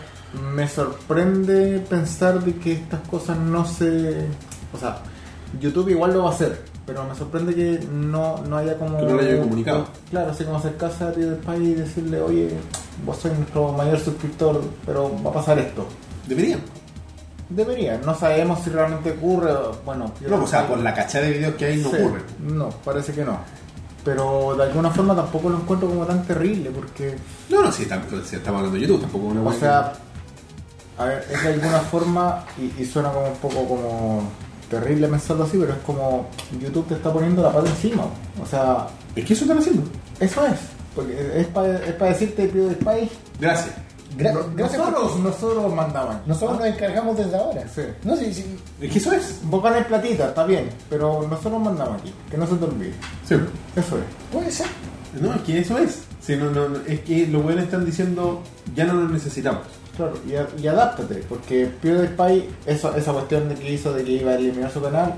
C: me sorprende pensar de que estas cosas no se o sea, YouTube igual lo va a hacer, pero me sorprende que no, no haya como
A: Que no lo haya comunicado.
C: Claro, así como acercarse a del país y decirle, "Oye, vos sois nuestro mayor suscriptor, pero va a pasar esto."
A: Deberían.
C: Debería, no sabemos si realmente ocurre, bueno,
A: No, o sea, por la cachada de videos que hay no
C: Sí,
A: ocurre.
C: No, parece que no. Pero de alguna forma tampoco lo encuentro como tan terrible, porque,
A: No, no, si, tam- si estamos hablando de YouTube, tampoco es una
C: o
A: weá.
C: sea, a ver, es de alguna forma, y, y suena como un poco como terrible pensarlo así, pero es como YouTube te está poniendo la pata encima. O sea,
A: que- Es que eso están haciendo.
C: eso es. Porque es para decirte, pido del país.
A: Gracias.
B: Gra-
C: no-
B: gracias por-
C: nosotros, nosotros mandaban.
B: nosotros nos encargamos desde ahora
C: Sí.
B: no sí, sí.
A: Es que eso es.
C: Vos ganáis platita, está bien, pero nosotros mandamos aquí, que no se te olvide.
A: Sí.
C: Eso es.
B: puede ser
A: No, es que eso es. Si no, no, no, es que los buenos están diciendo, ya no nos necesitamos.
C: Claro, y, a- y adáptate, porque PewDiePie, eso, esa cuestión de que hizo de que iba a eliminar su canal,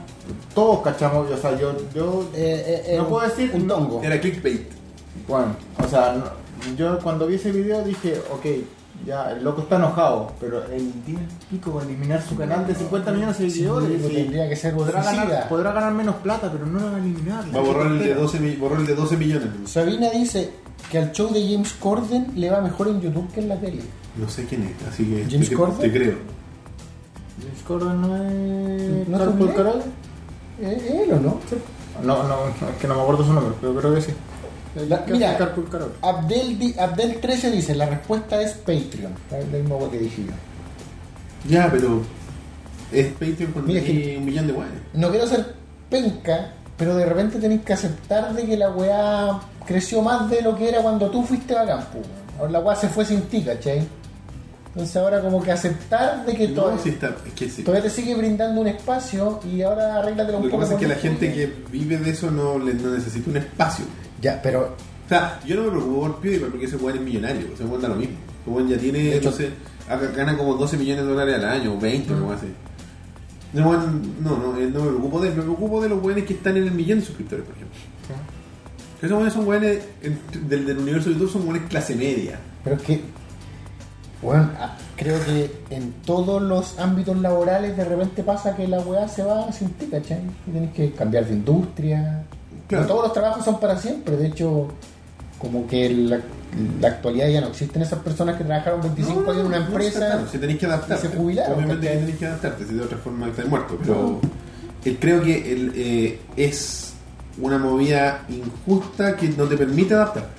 C: todos cachamos, o sea, yo, yo
B: Eh, eh, eh,
C: no
B: un-
C: puedo decir,
B: un
C: no.
A: Oh.
B: tongo
A: Era clickbait.
C: bueno, o sea, no- yo cuando vi ese video dije, ok, Ya, el loco está enojado, pero el tiene el pico de eliminar su canal de 50 millones de seguidores.
B: pues
C: y
B: tendría que ser
C: podrá
B: suicida.
C: ganar, podrá ganar menos plata, pero no la va a eliminar.
A: Va a borrar el de 12, mi- borró el de 12 millones.
B: Sabina dice que al show de James Corden le va mejor en YouTube que en la tele.
A: No sé quién es, así que
B: ¿James
A: te,
B: Corden?
A: te creo.
C: James Corden no es.
B: ¿No es
C: Carpool
B: un
C: Karaoke?
B: ¿Es Eh, él o no?
C: No, no, no, es que no me acuerdo su nombre, pero creo que sí.
B: La- mira.
C: Carpool Karaoke.
B: Abdel, di- Abdel 13 dice, la respuesta es Patreon. Es lo mismo que dije yo.
A: Ya, pero es Patreon cuando
B: Mira
A: tiene un millón de guanes.
B: No quiero ser penca, pero de repente tenés que aceptar de que la weá creció más de lo que era cuando tú fuiste bacán, po. Ahora la weá se fue sin ti, ¿cachai? Entonces ahora como que aceptar de que
A: No,
B: todavía,
A: si está, es que sí.
B: todavía te sigue brindando un espacio y ahora arréglatelo un
A: Lo que
B: poco.
A: pasa es que
B: con
A: la
B: tu
A: gente que
B: vida.
A: vive de eso no, le- no necesita un espacio.
B: Ya, pero
A: O sea, yo no me preocupo por PewDiePie porque ese weón es millonario, ese weón da lo mismo. Ese weón ya tiene,
B: De hecho- Mm.
A: no sé, acá gana como 12 millones de dólares al año, o 20, o algo así. Ese weón- no, no, eh, no me preocupo de él, me preocupo de los weones que están en el millón de suscriptores, por ejemplo. Esos weones son weones en- del, del universo de YouTube, son weones clase media.
B: Pero es que, bueno, creo que en todos los ámbitos laborales de repente pasa que la weá se va sin ti, ¿cachai? Y tenés que cambiar de industria.
A: Claro.
B: No todos los trabajos son para siempre, de hecho, como que en la, en la actualidad ya no existen esas personas que trabajaron 25 años en una empresa.
A: si tenéis que adaptarte.
B: y se jubilaron,
A: Obviamente que
B: ¿cachai?
A: tenéis que adaptarte, si de otra forma estás muerto. Pero eh, creo que el, eh, es una movida injusta que no te permite adaptarte.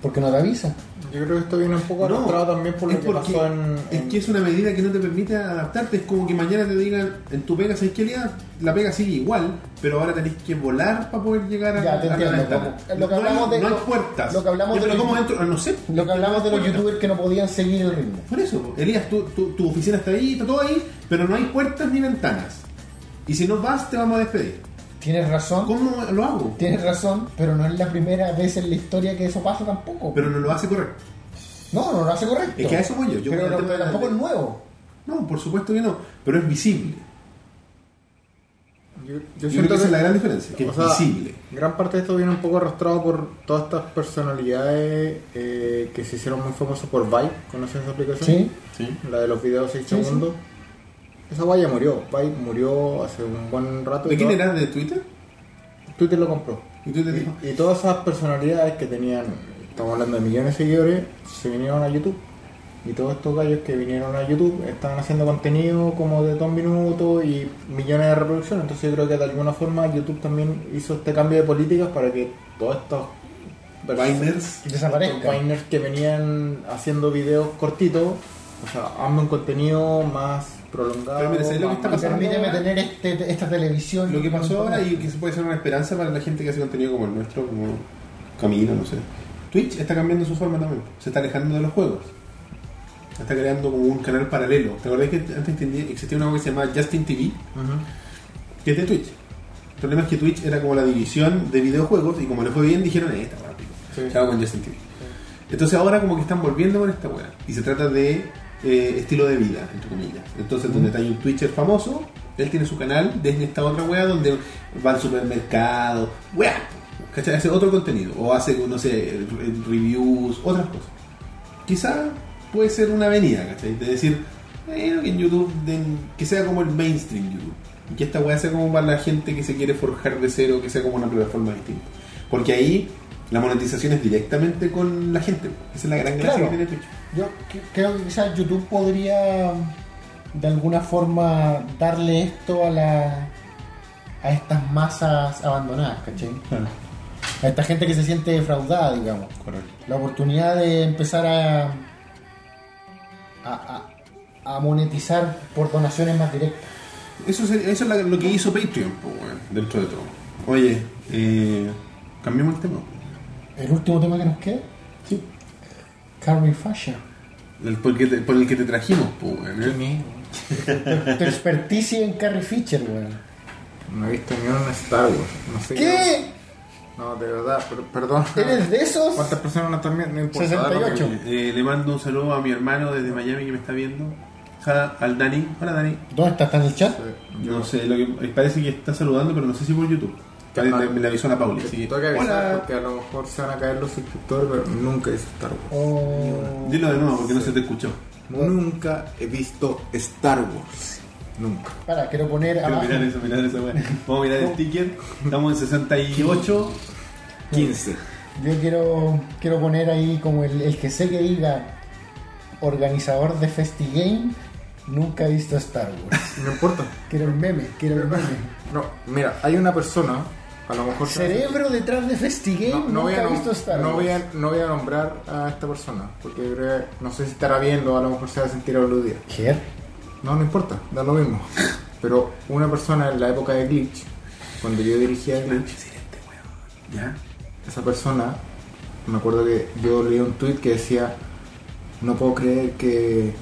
B: porque no te avisa.
C: Yo creo que esto viene un poco
A: No,
C: arrastrado también por lo
A: es
C: que
A: porque-
C: pasó en.
A: Es
C: en-
A: que es una medida que no te permite adaptarte. Es como que mañana te digan, en tu pega, ¿sabes qué, Lía? La pega sigue igual, pero ahora tenés que volar para poder llegar a,
B: Ya, te
A: a la
B: entiendo,
A: ventana.
B: como- lo que
A: no,
B: hablamos
A: hay,
B: de-
A: no hay
B: lo-
A: puertas.
B: lo que hablamos
A: Ya,
B: de
A: pero
B: los-
A: ¿cómo entro? No sé.
B: Lo que hablamos de los
A: Puertas.
B: youtubers que no podían seguir el ritmo.
A: Por eso, po. Elías, tu, tu, tu oficina está ahí, está todo ahí, pero no hay puertas ni ventanas. Y si no vas, te vamos a despedir.
B: Tienes razón,
A: ¿Cómo lo hago?
B: tienes razón, pero no es la primera vez en la historia que eso pasa tampoco.
A: Pero no lo hace correcto.
B: no, no lo hace correcto.
A: Es que a eso voy yo. yo
B: pero
A: voy al
B: no-
A: tema de la-
B: tampoco es nuevo.
A: No, por supuesto que no, pero es visible.
C: Yo, yo
A: Yo, creo
C: siento
A: que esa
C: que-
A: es la gran diferencia, que
C: o
A: es
C: sea,
A: visible.
C: Gran parte de esto viene un poco arrastrado por todas estas personalidades eh, que se hicieron muy famosas por Vibe. ¿Conocen esa aplicación?
B: Sí.
A: Sí.
C: La de los videos 6
B: Sí, sí.
C: segundos. Esa guaya murió. Vibe murió hace un buen rato.
A: ¿De
C: y
A: quién
C: todo-
A: era? ¿De Twitter?
C: Twitter lo compró.
A: Y Twitter dijo,
C: Y, y todas esas personalidades que tenían, estamos hablando de millones de seguidores, se vinieron a YouTube. Y todos estos gallos que vinieron a YouTube estaban haciendo contenido como de dos minutos y millones de reproducciones. Entonces yo creo que de alguna forma YouTube también hizo este cambio de políticas para que todos estos
A: Biners.
B: Desaparezca.
C: estos Biners que venían haciendo videos cortitos, o sea, hazme un contenido más prolongado.
A: Pero mira, ¿sabes lo que
C: más-
A: está
B: Y
A: pasando?
B: permíteme tener este, esta televisión.
A: Lo que pasó ahora y que se puede ser una esperanza para la gente que hace contenido como el nuestro, como Camino, no sé. Twitch está cambiando su forma también, se está alejando de los juegos. Está creando como un canal paralelo. ¿Te acordás que antes tenía- existía una web que se llamaba Justin TV?
C: Ujú.
A: que es de Twitch. El problema es que Twitch era como la división de videojuegos y como le fue bien dijeron, eh, esta weá, pico.
C: Sí.
A: Chao con Justin TV. Entonces ahora como que están volviendo con esta weá. Y se trata de eh, estilo de vida, entre comillas. Entonces donde está un Twitcher famoso, él tiene su canal desde esta otra weá donde va al supermercado, weá. ¿Cachai? Hace otro contenido. O hace, no sé, re- reviews, otras cosas. Quizá puede ser una avenida, ¿cachai? De decir, bueno, que en YouTube, den- que sea como el mainstream YouTube. Y que esta weá sea como para la gente que se quiere forjar de cero, que sea como una plataforma distinta. Porque ahí la monetización es directamente con la gente. Esa es la gran gracia
B: Claro.
A: que tiene Twitch.
B: Yo que- creo que quizás YouTube podría de alguna forma darle esto a la a estas masas abandonadas, ¿cachai? A esta gente que se siente defraudada, digamos.
A: Correcto.
B: La oportunidad de empezar a a, a- a monetizar por donaciones más directas.
A: Eso, sería- eso es la- lo que hizo Patreon, po, weón, dentro de todo. Oye, eh, cambiemos el tema.
B: El último tema que nos queda,
A: Sí.
B: Carrie Fasher.
A: El, por, el que te, por el que te trajimos, po, weón, ¿eh?
B: Tu experticia en Carrie Fisher, weón.
C: No he visto ni una Star Wars. No sé
B: ¿Qué?
C: No, de verdad, per- perdón.
B: ¿Eres de esos?
C: ¿Cuántas personas no están viendo? Ah, No importa.
B: 68.
A: Eh, le mando un saludo a mi hermano desde Miami que me está viendo. Ojalá, al Dani. Hola Dani.
B: ¿Dónde estás? ¿Estás en el chat?
A: eh, No sé, lo que parece que está saludando, pero no sé si por YouTube. Me la, me la avisó la Pauli. así que-
C: Tengo que avisar
B: Hola.
C: porque a lo mejor se van a caer los suscriptores, pero nunca he visto Star Wars.
B: Oh.
A: Dilo de nuevo porque no se te escuchó.
D: Nunca he visto Star Wars. Nunca.
B: Para, quiero poner
A: Quiero
B: abajo.
A: mirar eso, mirar eso, weón. Vamos a mirar el ticket. Estamos en 68.
D: 15.
B: Yo quiero, quiero poner ahí como el, el que sé que diga organizador de FestiGame, nunca he visto Star Wars.
C: No importa.
B: Quiero el meme, quiero el meme.
C: No, mira, hay una persona, a lo mejor...
B: Cerebro detrás de FestiGame,
C: No, no voy,
B: nunca
C: a
B: he
C: nom-
B: visto Star Wars.
C: no voy a- no voy a nombrar a esta persona, porque yo creo que- no sé si estará viendo, a lo mejor se va a sentir aludida.
B: Ger.
C: No, no importa, da lo mismo. Pero una persona en la época de Glitch, cuando yo dirigía Glitch,
A: ¿Ya?
C: esa persona, me acuerdo que yo leí un tweet que decía, no puedo creer que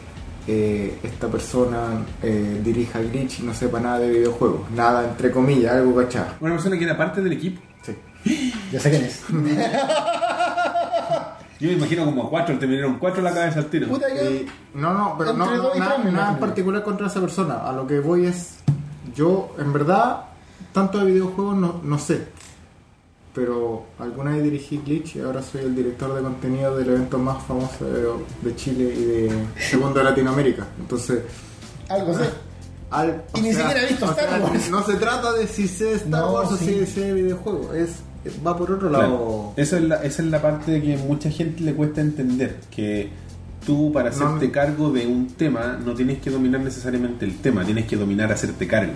C: eh, esta persona eh, dirija Glitch y no sepa nada de videojuegos, nada entre comillas, algo cachado.
A: Una persona que era parte del equipo.
C: Sí.
B: Ya sé quién es.
A: Yo me imagino como a cuatro, le terminaron cuatro la cabeza al tiro.
B: Puta, yo-
C: Y- no, no, pero no,
B: Entre
C: no,
B: dos y
C: nada,
B: tres, me
C: nada en
B: imagino.
C: particular contra esa persona. A lo que voy es, yo en verdad, tanto de videojuegos no, no sé. Pero alguna vez dirigí Glitch y ahora soy el director de contenido del evento más famoso de, de Chile y de segundo de Latinoamérica. Entonces, ah,
B: Algo sé.
C: al-
B: Y ni siquiera he visto
C: o
B: Star Wars.
C: No se trata de si sé Star
B: No,
C: Wars o
B: sí.
C: si sé videojuego. Es, va por otro
A: Claro.
C: lado.
A: Esa, es la, esa es la parte que mucha gente le cuesta entender. Que tú, para
C: No,
A: hacerte
C: no.
A: cargo de un tema, no tienes que dominar necesariamente el tema, tienes que dominar hacerte cargo.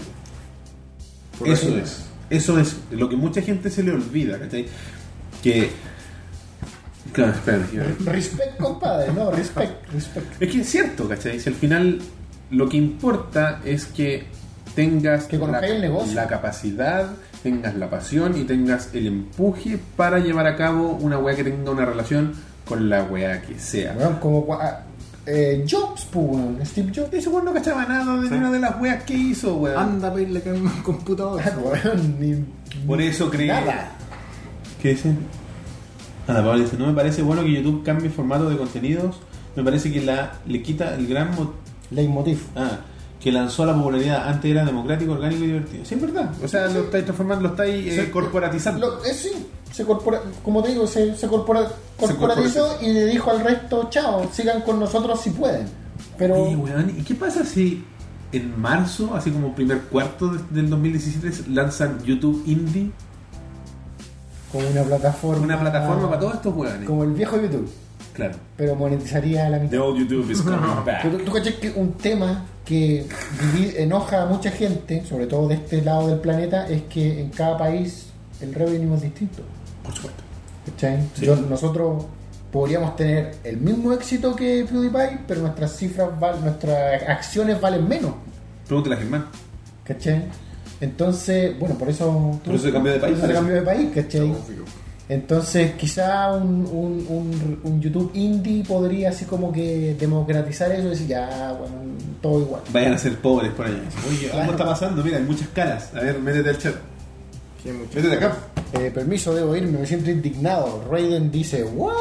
C: Por
A: Eso
C: ahí.
A: es. Eso es lo que mucha gente se le olvida, ¿cachai? Que. Claro, espera, yo-
B: Respect, compadre. No, respect, respect.
A: Es que es cierto, ¿cachai? Si al final lo que importa es que tengas
B: Que conozcáis el negocio.
A: la capacidad, tengas la pasión y tengas el empuje para llevar a cabo una weá que tenga una relación con la weá que sea.
B: Weón, como cua- ah, eh, Jobs, pues, weón. Steve Jobs.
A: Ese weón no cachaba nada de una de las weas que hizo, weón.
C: Anda, pedirle que un computador.
B: Ah, weón, ni-
A: Por eso cree.
B: Nada.
A: ¿Qué dice? Ana Paula "Ah, dice, no me parece bueno que YouTube cambie formato de contenidos. Me parece que la, le quita el gran mo-
B: Leitmotiv.
A: Ah, que lanzó a la popularidad. Antes era democrático, orgánico y divertido. Sí, es verdad. O sea, lo estáis transformando, lo estáis eh,
B: Sí.
A: corporatizando.
B: Lo- eh, sí, se corpora- como te digo, se, se corpora- corporatizó
A: corporatizó.
B: y le dijo al resto, chao, sigan con nosotros si pueden. Pero
A: Oye, weón, ¿y qué pasa si en marzo, así como primer cuarto de- del 2017, lanzan YouTube Indie?
B: con una plataforma...
A: Una plataforma para todos estos weones.
B: Ah. Como el viejo YouTube,
A: Claro.
B: pero monetizaría a la
A: The
B: mitad.
A: old YouTube is coming
B: Pero
A: back.
B: tú cachas que un tema que divi- enoja a mucha gente, sobre todo de este lado del planeta, es que en cada país el revenue es distinto.
A: Por supuesto.
B: ¿cachai?
A: Sí.
B: Yo- nosotros podríamos tener el mismo éxito que PewDiePie, pero nuestras cifras, val- nuestras acciones valen menos.
A: Pregúntale a Germán.
B: ¿Cachai? Entonces, bueno, por eso.
A: Por eso se cambió de país,
B: por eso se
A: parece.
B: cambió de país, ¿cachai?
C: Obvio.
B: Entonces, quizá un, un- un- un YouTube indie podría así como que democratizar eso y decir, ya, bueno, todo igual.
A: Vayan a ser pobres por allá. Oye,
B: Claro.
A: algo está pasando. Mira, hay muchas caras. A ver, métete al chat.
C: Que mucho-
A: Métete acá.
B: Eh, permiso, debo irme, me siento indignado. Raiden dice, ¿what?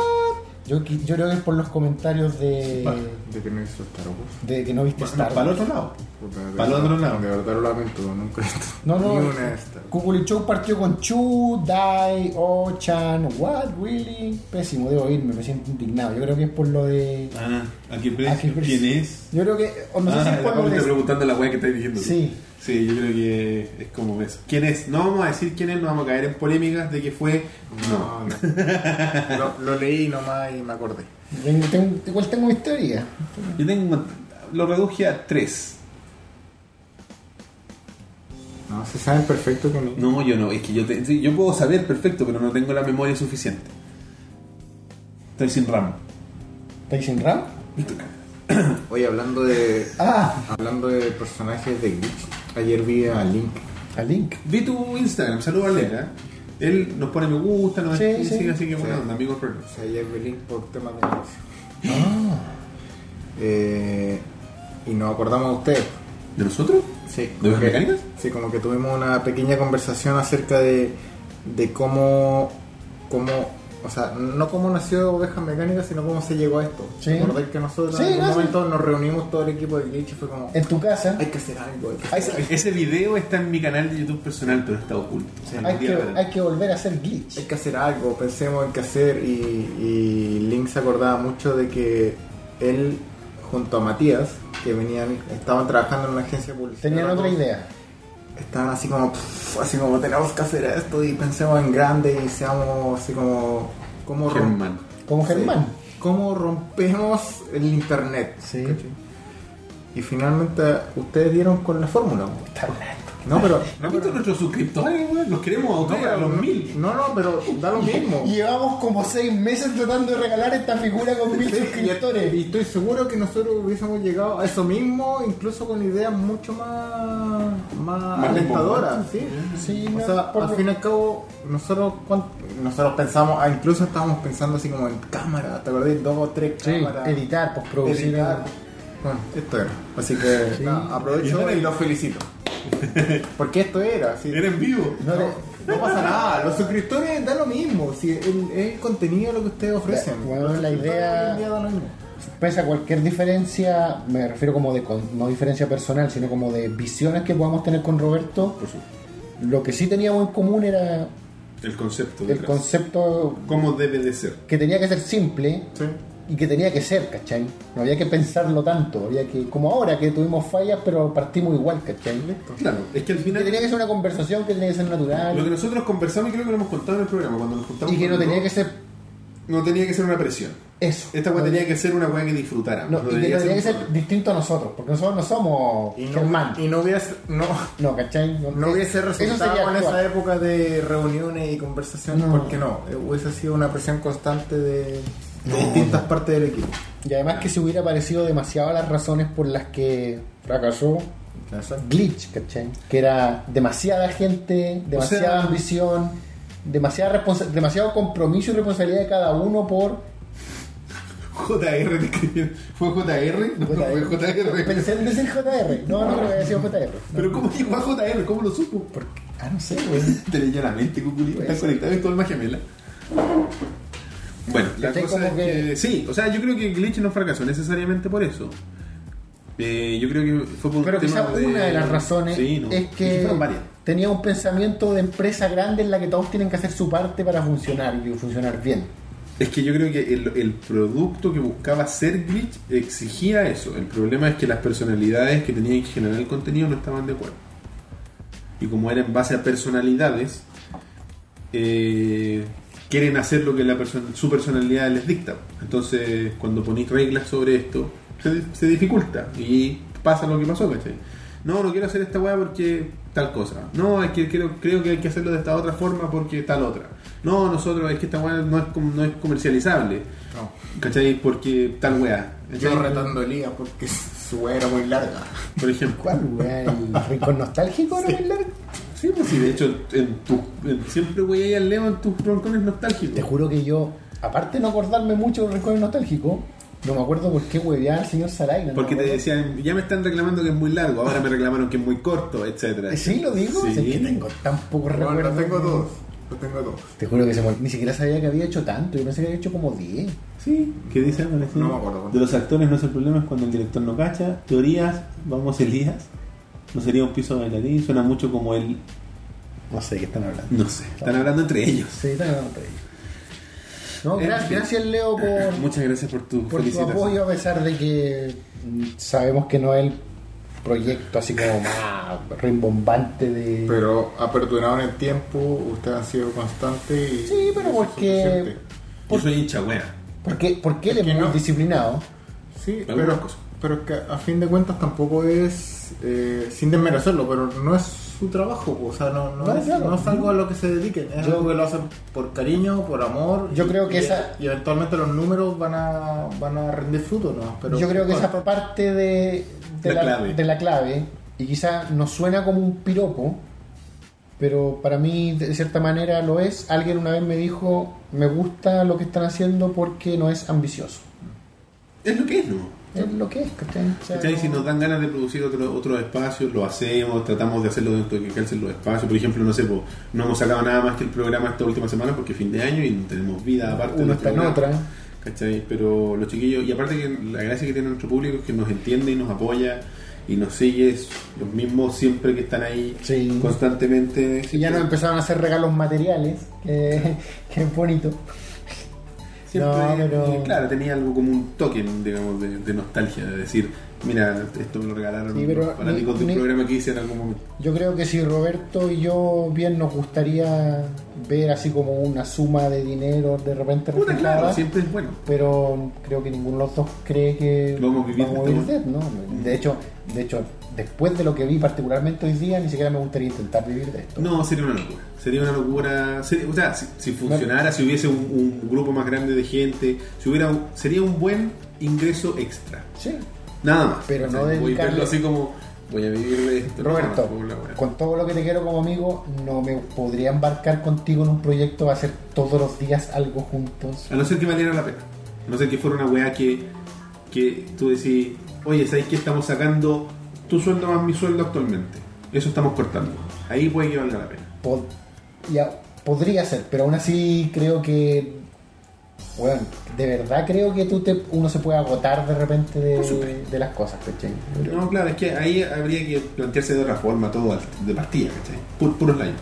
B: Yo, qui- yo creo que es por los comentarios de,
C: De que no hizo Star Wars.
B: de que no viste
A: Bueno,
B: Star
A: para el
B: Wars.
A: otro lado.
C: Puta, de
A: Pa'l otro
C: verdad-
A: lado.
C: De verdad lo lamento, nunca he visto
B: No, no,
C: ni una de estas.
B: Kukuli Show partió con Chu, Dai, Oh, O-Chan, what, really? Pésimo, debo irme, me siento indignado. Yo creo que es por lo de...
A: Ah, ¿a qué
B: ¿A qué
A: precio?
B: precio?
A: ¿Quién es?
B: Yo creo que, o no sé si
A: ah,
B: es
A: la
B: por
A: Paula
B: lo
A: está
B: de...
A: preguntando la weá que estáis diciendo.
B: Sí.
A: Sí, yo creo que es como eso. ¿Quién es? No vamos a decir quién es, no vamos a caer en polémicas de que fue. No.
C: No, no. lo, lo leí nomás y me acordé.
B: Tengo- tengo- igual tengo mi teoría.
A: Yo tengo. Lo reduje a tres.
C: No, se saben perfecto que no.
A: No, yo no. Es que yo, te- sí, yo puedo saber perfecto, pero no tengo la memoria suficiente. Estoy sin RAM.
B: ¿Estáis sin RAM?
A: Listo.
C: Oye, hablando de
B: Ah,
C: hablando de personajes de Glitch, ayer vi a Link.
B: a Link.
A: Vi tu Instagram, saludo a Lera. Él nos pone me gusta, nos
B: Sí,
A: sigue,
B: sí.
A: así que bueno,
C: Sí.
A: onda, amigos perros.
C: O sea, ayer vi Link por temas de negocio.
B: Ah,
C: Eh, y nos acordamos de ustedes.
A: ¿De nosotros?
C: Sí.
A: ¿De los
C: Porque-
A: mecánicos?
C: Sí, como que tuvimos una pequeña conversación acerca de, de cómo, cómo o sea, no cómo nació Ovejas Mecánicas, sino cómo se llegó a esto.
B: Sí.
C: ¿Te acordáis que nosotros
B: Sí,
C: en algún
B: no, sí.
C: momento nos reunimos todo el equipo de Glitch y fue como,
B: En tu casa
C: hay que hacer algo. hay que
B: hay,
C: hacer algo.
D: Ese video está en mi canal de YouTube personal, pero está oculto. Algún
B: hay
D: día
B: que,
D: lo verán.
B: hay que volver a hacer glitch.
C: hay que hacer algo, pensemos en qué hacer. Y, y Link se acordaba mucho de que él, junto a Matías, que venían, estaban trabajando en una agencia publicitaria.
B: Tenían otra
C: todos
B: idea.
C: Estaban así como, "Pff", así como, tenemos que hacer esto y pensemos en grande y seamos así como, como rom-
D: Germán.
B: Como
C: Sí.
B: Germán.
C: ¿Cómo rompemos el internet?
B: Sí.
C: ¿Cachai? Y finalmente ustedes dieron con la fórmula. po.
B: Está hablando.
C: No, pero.
D: ¿Han visto nuestros suscriptores, weón? Los queremos
C: no,
D: autógrafos,
C: pero-
D: los mil.
C: No, no, pero da lo mismo.
B: Llevamos como seis meses tratando de regalar esta figura con mil
C: Sí,
B: suscriptores.
C: Y estoy seguro que nosotros hubiésemos llegado a eso mismo, incluso con ideas mucho más, más
D: Más
C: alentadoras. ¿sí?
B: Sí,
C: O
B: no,
C: sea,
B: por-
C: al fin y al cabo, nosotros, cuan- nosotros pensamos, ah, incluso estábamos pensando así como en cámara, ¿te acordás? Dos o tres
B: Sí,
C: cámaras.
B: editar, pues producir.
C: Editar. Bueno, esto era. Así que
B: Sí.
C: nada,
D: Y
C: aprovecho
D: ahora-
C: y los felicito. Porque esto era. sí.
D: Era en vivo.
B: No,
C: No, no pasa nada, los suscriptores da lo mismo. Si es el, es el contenido lo que ustedes ofrecen.
B: Ya, bueno,
C: Los
B: la
C: suscriptores
B: idea-
C: hoy en día da lo mismo.
B: Pese a cualquier diferencia, me refiero como de, con- no diferencia personal, sino como de visiones que podamos tener con Roberto,
D: Por supuesto.
B: lo que sí teníamos en común era
D: El concepto.
B: el
D: detrás.
B: concepto
D: ¿Cómo debe de ser?
B: que tenía que ser simple
C: Sí.
B: y que tenía que ser, ¿cachai? No había que pensarlo tanto, había que, como ahora que tuvimos fallas, pero partimos igual, ¿cachai?
D: Claro, es que al
B: Que
D: final.
B: tenía que ser una conversación que tenía que ser
D: Lo que
B: natural
D: nosotros conversamos y creo que lo hemos contado en el programa, cuando nos juntamos
B: y que
D: con
B: no
D: el
B: tenía
D: rock,
B: que ser
D: no tenía que ser una presión.
B: eso.
D: Esta weá
B: No-
D: tenía que ser una weá que disfrutáramos.
B: no, y
D: no
B: que no
D: debería
B: tenía que
D: ser-
B: ser distinto a nosotros, porque nosotros no somos
C: Y
B: Germán.
C: no, y no hubiese, no,
B: No, ¿cachai?
C: no hubiese
B: Eso
C: resultado
B: sería
C: con
B: actuar.
C: esa época de reuniones y conversaciones,
B: No.
C: porque no, eh, hubiese sido una presión constante de, de distintas partes del equipo.
B: Y además que se hubiera aparecido demasiado las razones por las que fracasó Glitch, ¿cachai? Que era demasiada gente, demasiada
D: sea-
B: ambición, demasiada responsa- demasiado compromiso y responsabilidad de cada uno por...
D: JR te escribió. ¿Fue JR? No, no fue JR.
B: Pensé en decir JR. No, no creo que haya sido JR. No.
D: Pero ¿cómo llegó a JR? ¿Cómo lo supo?
B: ¿Por qué? Ah, no sé, güey.
D: Te leyó la mente, Cuculín. Estás conectado con tu alma gemela. Bueno, la
B: ¿Cachai?
D: cosa es
B: Como que-
D: que... Sí, o sea, yo creo que Glitch no fracasó necesariamente por eso. Eh, yo creo que fue por
B: Pero
D: tema
B: quizás una de las razones
D: Sí, no.
B: es que
D: fueron varias.
B: tenía un pensamiento de empresa grande en la que todos tienen que hacer su parte para funcionar y funcionar bien.
D: Es que yo creo que el, el producto que buscaba ser glitch exigía eso. El problema es que las personalidades que tenían que generar el contenido no estaban de acuerdo. Y como era en base a personalidades, eh, quieren hacer lo que la perso- su personalidad les dicta. Entonces, cuando ponéis reglas sobre esto, se, se dificulta y pasa lo que pasó, ¿cachai? No, no quiero hacer esta weá porque tal cosa. No, es que creo, creo que hay que hacerlo de esta otra forma porque tal otra. No, nosotros, es que esta weá no es, com- no es comercializable,
C: No.
D: ¿cachai? Porque tal weá.
C: Yo
D: ¿cachai?
C: retando a Elías porque su weá era muy larga.
D: Por ejemplo.
B: ¿Cuál, güey? ¿El rincón nostálgico era muy largo?
D: Sí, pues sí, de hecho, en tu- en- siempre voy a ir al Leo en tus roncones nostálgicos.
B: Te juro que yo, aparte de no acordarme mucho de los rincones nostálgicos, no me acuerdo por qué hueveaba al señor Saraiva. no
D: Porque
B: me
D: te
B: acuerdo.
D: decían, ya me están reclamando que es muy largo, ahora me reclamaron que es muy corto, etcétera.
B: Eh, ¿Sí lo digo?
D: Sí.
B: Sé que tengo tan poco
C: Bueno,
B: recuerdo.
C: los tengo todos, los tengo todos.
B: Te juro que se me- ni siquiera sabía que había hecho tanto. Yo pensé que había hecho como 10.
D: Sí, que dicen
C: No me acuerdo.
F: De los actores no es el problema, es cuando el director no cacha. Teorías, vamos Elías. No sería un piso bailarín, suena mucho como el.
B: No sé de qué están hablando.
D: No sé, están hablando entre ellos.
B: Sí, están hablando entre ellos. No,
D: En
B: gracias,
D: fin.
B: gracias Leo por,
D: Muchas gracias por tu
B: por tu
D: felicitación.
B: apoyo, a pesar de que mm, sabemos que no es el proyecto así como más rimbombante de...
C: Pero aperturado en el tiempo, ustedes han sido constantes y.
B: Sí, pero
C: y eso es
B: porque-
C: suficiente.
D: Yo soy hincha wea.
B: porque, porque él
C: Es
B: es,
C: que
B: muy
C: no.
B: disciplinado.
C: Sí,
D: Algunas
C: pero,
D: cosas.
C: pero es que a fin de cuentas tampoco es. eh, sin desmerecerlo, pero no es su trabajo, o sea, no, no,
B: No,
C: es,
B: claro.
C: no es algo a lo que se dediquen, es
B: Yo-
C: algo que lo hacen por cariño, por amor.
B: Yo
C: y-
B: creo que
C: y-
B: esa-
C: Y eventualmente los números van a, van a rendir fruto, ¿no? Pero,
B: Yo creo que
C: bueno,
B: esa parte de, de,
D: La
B: la,
D: clave.
B: de la clave, y quizás nos suena como un piropo, pero para mí de cierta manera lo es. Alguien una vez me dijo, me gusta lo que están haciendo porque no es ambicioso.
D: Es lo que es, ¿no?
B: es lo que es, ¿cachai? O sea,
D: ¿Cachai? Si
B: no-
D: nos dan ganas de producir otro, otro espacio, lo hacemos, tratamos de hacerlo dentro de que calcen los espacios. Por ejemplo, no sé, po, no hemos sacado nada más que el programa esta última semana porque fin de año y no tenemos vida aparte de
B: uno
D: nuestro
B: está en
D: programa,
B: otra.
D: ¿Cachai? Pero los chiquillos, y aparte que la gracia que tiene nuestro público es que nos entiende y nos apoya y nos sigue, es los mismos siempre que están ahí
B: Sí.
D: constantemente.
B: Y ya nos
D: Siempre-
B: empezaron a hacer regalos materiales, que, que es bonito.
D: Siempre,
B: No, pero-
D: y claro, tenía algo como un token, digamos, de, de nostalgia, de decir, mira, esto me lo regalaron
B: Sí, pero
D: los fanáticos
B: ni-
D: de un
B: ni-
D: programa que hice en algún momento.
B: Yo creo que si Roberto y yo bien nos gustaría ver así como una suma de dinero de repente
D: Puta,
B: reflejada,
D: claro, siempre es bueno.
B: pero creo que ninguno de los dos cree que
D: Lo vamos a vivir
B: vamos a
D: de
B: vivir
D: todo.
B: de- ¿no? De hecho, de hecho, después de lo que vi particularmente hoy día, ni siquiera me gustaría intentar vivir de esto.
D: No, sería una locura. Sería una locura. sería- o sea, si, si funcionara, si hubiese un, un grupo más grande de gente, si hubiera un- sería un buen ingreso extra.
B: Sí.
D: Nada más.
B: Pero no
D: voy a
B: dedicarle-
D: verlo así como voy a vivir de esto.
B: Roberto,
D: No, como la wea.
B: con todo lo que te quiero como amigo, no me podría embarcar contigo en un proyecto a hacer todos los días algo juntos.
D: A no ser que valiera la pena. A no ser que fuera una weá que, que tú decís, oye, ¿sabes que estamos sacando tu sueldo más mi sueldo actualmente? Eso estamos cortando. Ahí puede que valga la pena.
B: Pod- ya, podría ser, pero aún así creo que. Bueno, de verdad creo que tú te, uno se puede agotar de repente de, de las cosas, ¿cachai?
D: No, claro, es que ahí habría que plantearse de otra forma todo, al- de pastilla, ¿cachai? Puro, puro slime.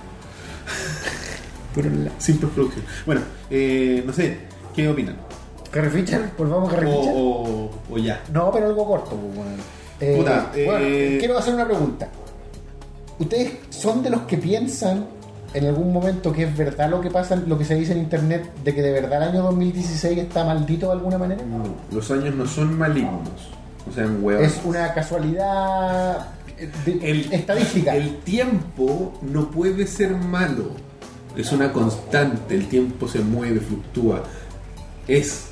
D: Sin postproducción. Bueno, eh, no sé, ¿qué opinan?
B: ¿Carrefichar? ¿Volvamos a
D: O,
B: carrefichar?
D: o, o ya.
B: No, pero algo corto, pues, weón. Eh,
D: oh. Puta, eh,
B: bueno, quiero hacer una pregunta. ¿Ustedes son de los que piensan en algún momento que es verdad lo que pasa, lo que se dice en internet, de que de verdad el año 2016 está maldito de alguna manera?
D: No, los años no son malignos. O sea, en huevos.
B: Es una casualidad eh, de-
D: El-
B: estadística.
D: El tiempo no puede ser malo. Es una constante. El tiempo se mueve, fluctúa. Es.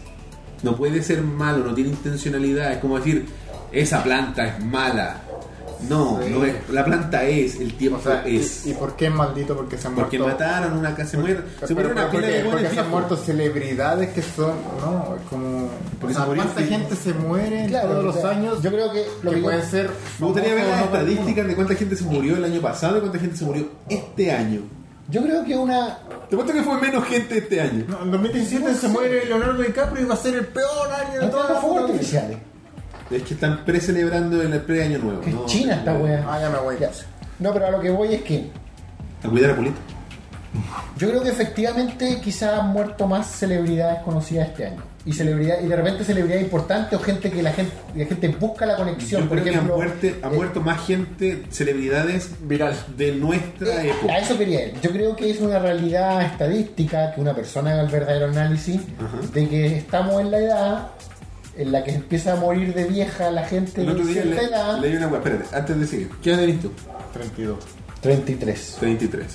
D: No puede ser malo, no tiene intencionalidad. Es como decir, esa planta es mala. No,
C: Sí.
D: no es. La planta es, el tiempo
C: O sea, y-
D: es.
C: y, por qué es maldito? Porque se han
D: porque
C: muerto.
D: mataron una casa, se muere, se
C: Pero-
D: muere una
C: pero
D: pila de
C: porque, porque
D: hueones
C: se han
D: viejos.
C: muerto celebridades que son. No, es como.
D: Porque
C: o
D: se
C: sea,
D: murió
C: ¿Cuánta
D: un-
C: gente se muere en
B: Claro,
C: todos los
B: o sea,
C: años?
B: Yo creo que lo
C: que,
B: que, yo-
C: pueden ser.
D: Me gustaría ver las
C: famosos o no para el mundo?
D: estadísticas de cuánta gente se murió el año pasado y cuánta gente se murió este año.
B: yo creo que una
D: Te cuento que fue menos gente este año.
C: No, en 2017 se muere Leonardo DiCaprio y va a ser el peor año de
B: no
C: toda
B: tengo fuegos
C: la puta vida.
B: artificiales.
D: Es que están pre-celebrando el pre-año nuevo.
B: eh, Que es
D: ¿no?
B: China esta wea.
C: Ah, ya me voy.
B: Ya. No, pero a lo que voy es que
D: A cuidar a Polito.
B: Yo creo que efectivamente quizás han muerto más celebridades conocidas este año. Y celebridad, y de repente celebridades importantes o gente que la gente, la gente busca la conexión.
D: Yo
B: por
D: creo que
B: ejemplo,
D: han muerte- ha
B: eh,
D: muerto más gente, celebridades
C: Viral.
D: de nuestra
B: eh, a
D: época.
B: eso quería ir. Yo creo que es una realidad estadística que una persona haga el verdadero análisis de que estamos en la edad en la que empieza a morir de vieja la gente
D: El otro
B: de
D: día
B: cierta
D: le-
B: edad.
D: leí una wea, espérate, antes de seguir. ¿Qué edad tenés tú?
C: 32.
B: 33.
D: 33.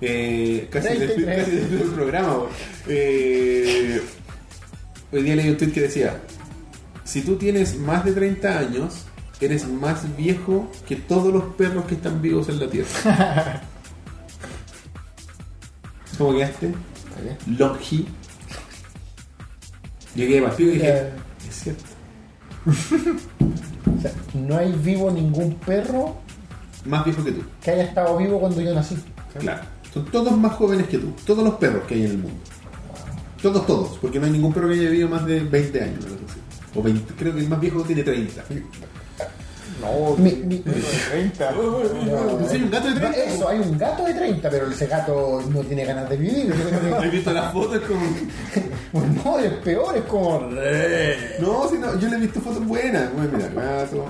D: Eh, casi
B: 33.
D: despido casi despido el programa. bo. Eh, hoy día leí un tweet que decía: Si tú tienes más de 30 años, eres más viejo que todos los perros que están vivos en la tierra. ¿Cómo quedaste? Longi. Llegué más pico y dije:
B: Eh,
D: Es cierto.
B: o sea, no hay vivo ningún perro
D: Más viejo que tú.
B: que haya estado vivo cuando yo nací.
D: Claro. Son todos más jóvenes que tú. Todos los perros que hay en el mundo. Todos, todos. Porque no hay ningún perro que haya vivido más de 20 años. una cosa así. O 20, creo que el más viejo tiene 30.
C: No,
B: Mi- mi-
C: 30.
D: Sí, un gato de 30.
B: Eso, hay un gato de 30, pero ese gato no tiene ganas de vivir. Yo creo
D: He visto las fotos como...
B: que- no, es peor, es como.
D: No, si no, yo le he visto fotos buenas. Bueno, mira, gato.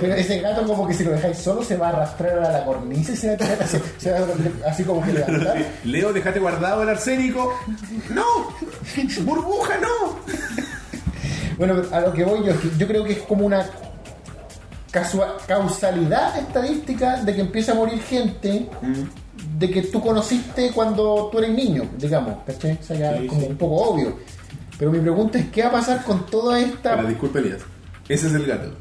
B: Pero ese gato, como que si lo dejáis solo, se va a arrastrar a la cornisa y se va a tirar así, se va a- así como que levantar.
D: Leo, dejate guardado el arsénico. ¡No! ¡Burbuja, no!
B: Bueno, pero a lo que voy yo, es que yo creo que es como una casua- causalidad estadística de que empieza a morir gente
D: Mm.
B: de que tú conociste cuando tú eres niño, digamos, ¿cachai? O sea, ya
D: Sí,
B: es como
D: sí.
B: un poco obvio. Pero mi pregunta es: ¿qué va a pasar con toda esta
D: Ahora, disculpe, Elías. Ese es el gato.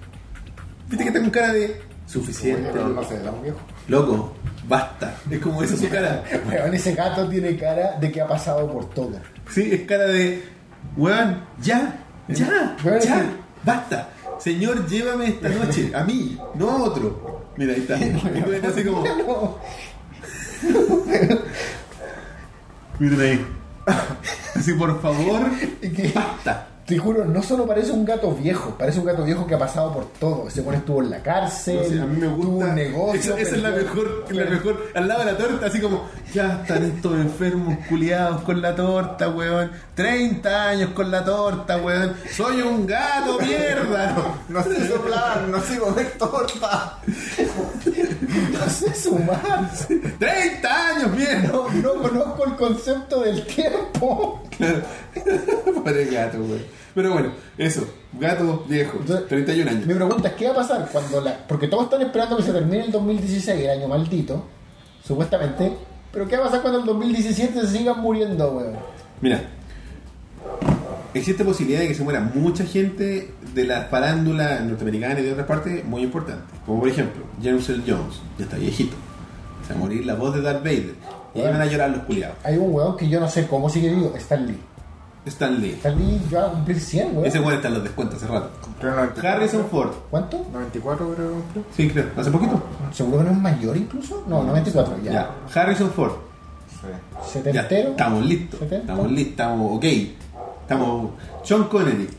D: Viste que tengo cara de... Suficiente.
C: Pero no sé, da un viejo.
D: Loco, basta. Es como esa su cara.
B: Weón, ese gato tiene cara de que ha pasado por todo.
D: Sí, es cara de. Weón, ya, ya,
B: Weón,
D: ya.
B: es que
D: basta, señor, llévame esta noche, a mí, no a otro. Mira, ahí está. Y tú eres así como. Miren ahí. Así, por favor,
B: Y que-
D: basta.
B: Te juro, no solo parece un gato viejo, parece un gato viejo que ha pasado por todo. Se pone estuvo en la cárcel,
D: No sé, a mí me
B: tuvo
D: gusta.
B: un negocio.
D: Esa, esa es la
B: perdió-
D: mejor, la mejor. Al lado de la torta, así como, ya están estos enfermos culiados con la torta, weón. 30 años con la torta, weón. Soy un gato, mierda.
C: No sé soplar, no sé comer torta.
B: No sé sumar.
D: 30 años, mierda.
B: No, no conozco el concepto del tiempo.
D: Pobre gato, weón. Pero bueno, eso. Gato viejo, 31 años.
B: Mi pregunta es: ¿qué va a pasar cuando la.? Porque todos están esperando que se termine el 2016, el año maldito, supuestamente. Pero ¿qué va a pasar cuando el 2017 se sigan muriendo, weón?
D: Mira, existe posibilidad de que se muera mucha gente de la farándula norteamericana y de otras partes muy importante. Como por ejemplo, James Earl Jones, ya está viejito. Se va a morir la voz de Darth Vader. Y ahí van a llorar los culiados.
B: Hay un weón que yo no sé cómo sigue vivo, Stan Lee.
D: Stan Lee.
B: Stan Lee ya va a cumplir 100, weón.
D: Ese bueno está en los descuentos hace rato.
C: Compré 94.
D: Harrison Ford.
B: ¿Cuánto?
C: 94 creo que compré.
D: Sí, creo. Hace poquito.
B: ¿Seguro que no es mayor incluso? No, 94, ya.
D: Ya. Harrison Ford.
C: Sí.
D: Ya.
B: Setentero.
D: Estamos listos.
B: ¿Setenta?
D: Estamos listos. Estamos ok. Estamos. John Connery.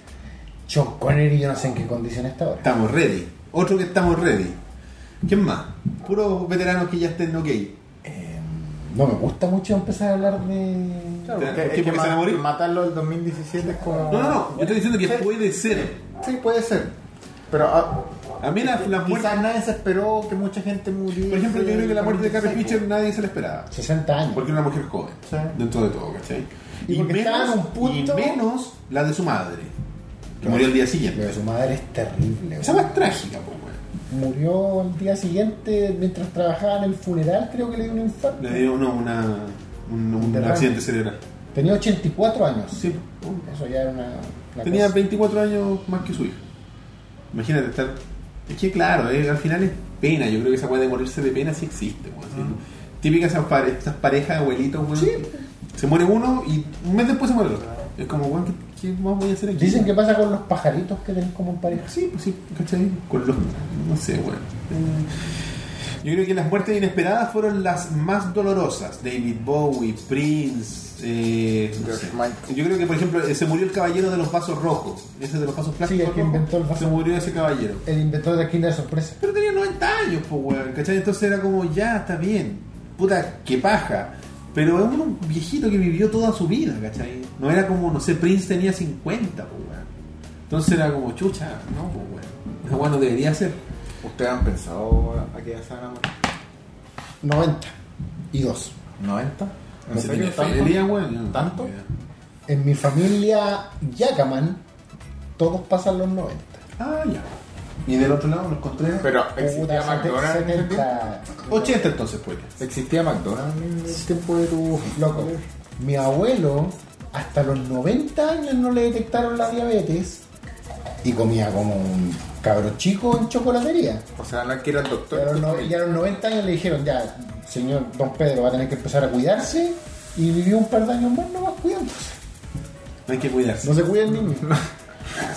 B: John Connery, yo no sé en qué condición está ahora.
D: Estamos ready. Otro que estamos ready. ¿Quién más? Puros veteranos que ya estén ok.
B: No me gusta mucho empezar a hablar de.
D: Claro,
G: porque
D: ¿por
G: es
D: qué?
G: que
D: ¿Porque se
G: ma-
D: va a morir?
G: Matarlo el 2017 es como.
D: No, no, no. Yo estoy diciendo que
G: Sí.
D: puede ser.
G: Sí, puede ser. Pero ah,
D: A mí
C: eh,
D: la, la muerte.
G: quizás nadie se esperó que mucha gente muriera.
D: Por ejemplo, yo creo que la muerte de Carrie Fisher nadie se la esperaba.
B: 60 años.
D: Porque era una mujer joven.
G: Sí.
D: Dentro de todo, ¿cachai?
B: Y porque estaba en un punto-
D: y menos la de su madre. Que murió el día
B: Lo
D: siguiente.
B: de su madre es terrible.
D: Esa
B: weón.
D: más trágica, pues, weón.
B: Murió el día siguiente mientras trabajaba en el funeral, creo que le dio un infarto.
D: Le dio uno una, un, un
B: Derrame.
D: accidente cerebral.
B: Tenía 84 años.
D: Sí.
B: Eso ya era una. una
D: Tenía
B: cosa.
D: 24 años más que su hija. Imagínate estar. Es que claro, eh, al final es pena. Yo creo que esa weá de morirse de pena sí existe. weón, ¿sí? Típicas esas, pare- esas parejas de abuelitos, weón. Se muere uno y un mes después se muere el otro. Es como, weón, ¿qué, qué más voy a hacer aquí?
B: Dicen que pasa con los pajaritos que tenés como en pareja.
D: Sí, pues sí, ¿cachai? Con los. No sé, weón. Yo creo que las muertes inesperadas fueron las más dolorosas. David Bowie, Prince. Eh, no
C: George
D: sé.
C: Michael.
D: Yo creo que, por ejemplo, eh, se murió el caballero de los vasos rojos. Ese de los vasos plásticos.
B: el que
D: rojos,
B: inventó el vaso.
D: Se murió ese caballero.
B: El inventor de la esquina de sorpresa.
D: Pero tenía 90 años, pues, weón, ¿cachai? Entonces era como, ya, está bien. Puta, qué paja. Pero es un viejito que vivió toda su vida, ¿cachai? No era como, no sé, Prince tenía 50, pues, weón. Entonces era como, chucha, no, pues, weón. Esa weá no debería ser.
C: ¿Ustedes han pensado a, a qué edad se van a morir?
B: 90 y 2.
C: ¿90?
D: No
C: ¿En
D: sé,
C: serio?
D: tiene
C: ¿Tanto?
D: feria, weón. Yo no
C: ¿Tanto?
D: tengo idea.
B: En mi familia Yacaman, todos pasan los 90.
D: Ah, ya. ¿Y del otro lado los Contreras?
C: Pero
B: Puta,
C: existía McDonald's en ese tiempo.
B: 70.
D: 80 entonces, pues. ya.
C: Existía McDonald's en el tiempo de tu.
B: Loco, mi abuelo hasta los 90 años no le detectaron la diabetes y comía como un cabro chico en chocolatería.
C: O sea, no es que era el
B: Y
C: doctor.
B: a, los no- y a los 90 años le dijeron, ya, señor don Pedro va a tener que empezar a cuidarse y vivió un par de años más nomás cuidándose.
D: No hay que cuidarse.
B: No se cuida el niño.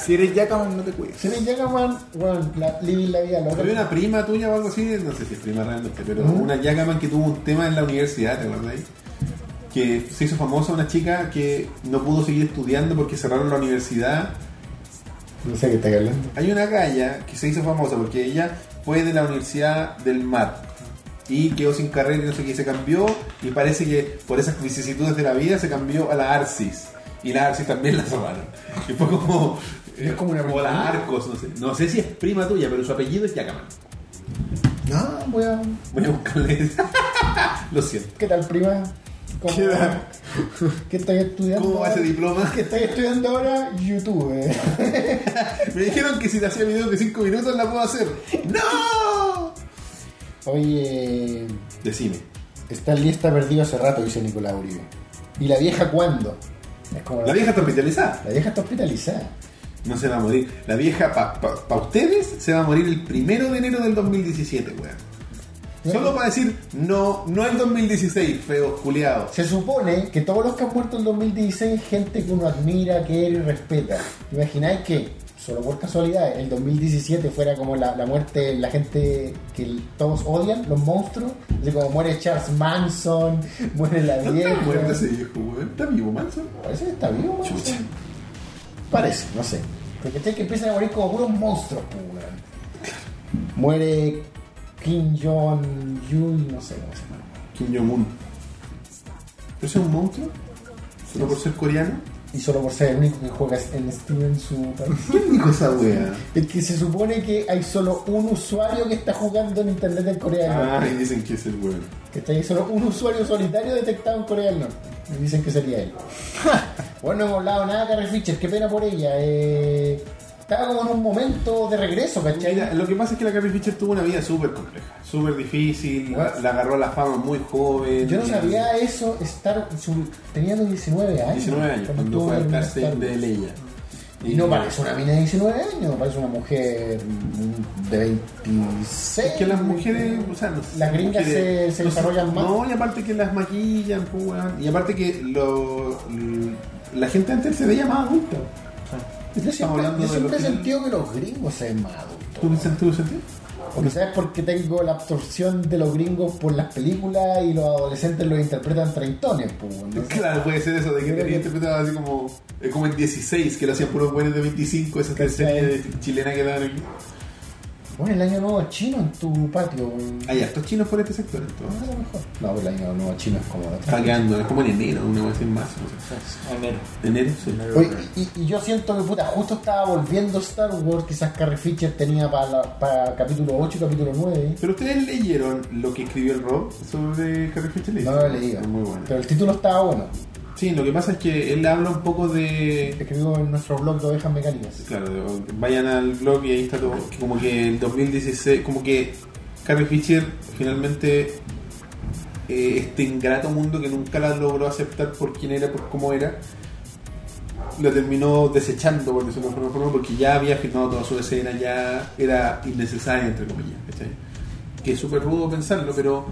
C: Si eres Jackman, no te cuides.
B: Se me llega, man, bueno, la, living la vida loca.
D: Había una prima tuya o algo así, no sé si es prima realmente, pero
B: ¿Mm?
D: una Yagaman que tuvo un tema en la universidad, ¿te acuerdas ahí? Que se hizo famosa una chica que no pudo seguir estudiando porque cerraron la universidad.
B: No sé qué está hablando.
D: Hay una galla que se hizo famosa porque ella fue de la Universidad del Mar y quedó sin carrera y no sé qué, y se cambió y parece que por esas vicisitudes de la vida se cambió a la Arcis y la Arcis también la cerraron. Y fue como...
B: Es como una
D: como la Arcos, no sé. No sé si es prima tuya, pero su apellido es Yagaman.
B: No, voy a...
D: Voy a buscarle. Lo siento.
B: Ah, ¿Qué tal, prima? ¿Cómo,
D: ¿Qué tal?
B: ¿Qué estás estudiando?
D: ¿Cómo va ese diploma?
B: ¿Qué estás estudiando ahora? YouTube.
D: Me dijeron que si te hacía videos de 5 minutos la puedo hacer. ¡No!
B: Oye,
D: Decime.
B: Stanley está perdido hace rato, dice Nicolás Uribe. ¿Y la vieja cuándo? Es como
D: La vieja está hospitalizada.
B: La vieja está hospitalizada.
D: No se va a morir. La vieja, para ustedes, se va a morir el primero de enero del 2017, weón. Solo para decir, no, no el 2016, feos culiados.
B: Se supone que todos los que han muerto en 2016 es gente que uno admira, quiere y respeta. ¿Imagináis que solo por casualidad, el 2017 fuera como la, la muerte, la gente que l- todos odian, los monstruos, así como muere Charles Manson, muere la vieja.
D: ¿Está muerto ese viejo, weón? ¿Está vivo, Manson?
B: Parece que está vivo, Manson.
D: Chucha.
B: Parece, no sé. Porque este que empiezan a morir como puros monstruos, pues, weón. Muere Kim Jong-un, no sé cómo se llama.
D: Kim Jong-un. ¿Pero ese es un monstruo? ¿Solo por ser coreano?
B: Y solo por ser el único que juega en Steam en su país.
D: ¿Quién dijo esa wea?
B: Es que se supone que hay solo un usuario que está jugando en Internet en Corea del Norte.
D: Ah, y dicen que es el weón.
B: ¿Cachai? Hay solo un usuario solitario detectado en Corea del Norte. Y dicen que sería él. bueno, no hemos hablado nada de Carrie Fisher, qué pena por ella. Eh, estaba como en un momento de regreso, ¿cachai?
D: Mira, lo que pasa es que la Carrie Fisher tuvo una vida súper compleja, súper difícil,
B: What?
D: la agarró a la fama muy joven.
B: Yo no sabía eso, estar, su- tenía los 19 años.
D: 19 años, cuando
B: estuvo
D: fue
B: en
D: al
B: el
D: cárcel
B: Star-
D: de Leia.
B: Y no parece una mina de 19 años, parece una mujer mm, de 26.
D: Es que las mujeres, o sea, no sé,
B: Las gringas
D: mujeres-
B: se- se
D: no sé,
B: desarrollan más.
D: No, y aparte que las maquillan, pues, weón. Y aparte que lo, la gente antes se veía más adulta.
B: Yo
D: Estamos
B: siempre,
D: hablando
B: yo
D: de
B: siempre he
D: lo que-
B: sentido que los gringos se ven más adultos.
D: ¿Tú lo sentís? ¿Tú lo sentís?
B: O quizás porque tengo la absorción de los gringos por las películas y los adolescentes los interpretan treintones, pues, ¿no?
D: Claro, puede ser eso, de que
B: Creo
D: tenía
B: que-
D: interpretado así como, eh, como en 16, que lo hacían puros buenos de 25, esas tres
B: ¿Cachai?
D: series de- chilenas que daban aquí.
B: Bueno, el año nuevo chino en tu patio. güey.
D: Hay hartos chinos por este sector, entonces.
B: Ah, mejor. No, pero el año nuevo chino es como de otra.
D: Está quedando, es como en enero, una vez en marzo. no sé.
C: Enero.
D: Enero, sí.
B: Oye, y, y yo siento que puta, justo estaba volviendo Star Wars, quizás Carrie Fisher tenía para, la- para capítulo 8 y capítulo 9.
D: Pero ustedes leyeron lo que escribió el Rob sobre Carrie Fisher
B: No lo he leído.
D: Es Muy bueno.
B: Pero el título estaba bueno.
D: Sí, lo que pasa es que él habla un poco de.
B: Escribió en nuestro blog de ovejas mecánicas.
D: Claro, de- vayan al blog y ahí está todo. que Como que el 2016, como que Carrie Fisher finalmente. eh, este ingrato mundo que nunca la logró aceptar por quién era, por cómo era, la terminó desechando, por decirlo de alguna forma, porque ya había firmado toda su escena, ya era innecesaria, entre comillas. ¿cachai? Que es súper rudo pensarlo, pero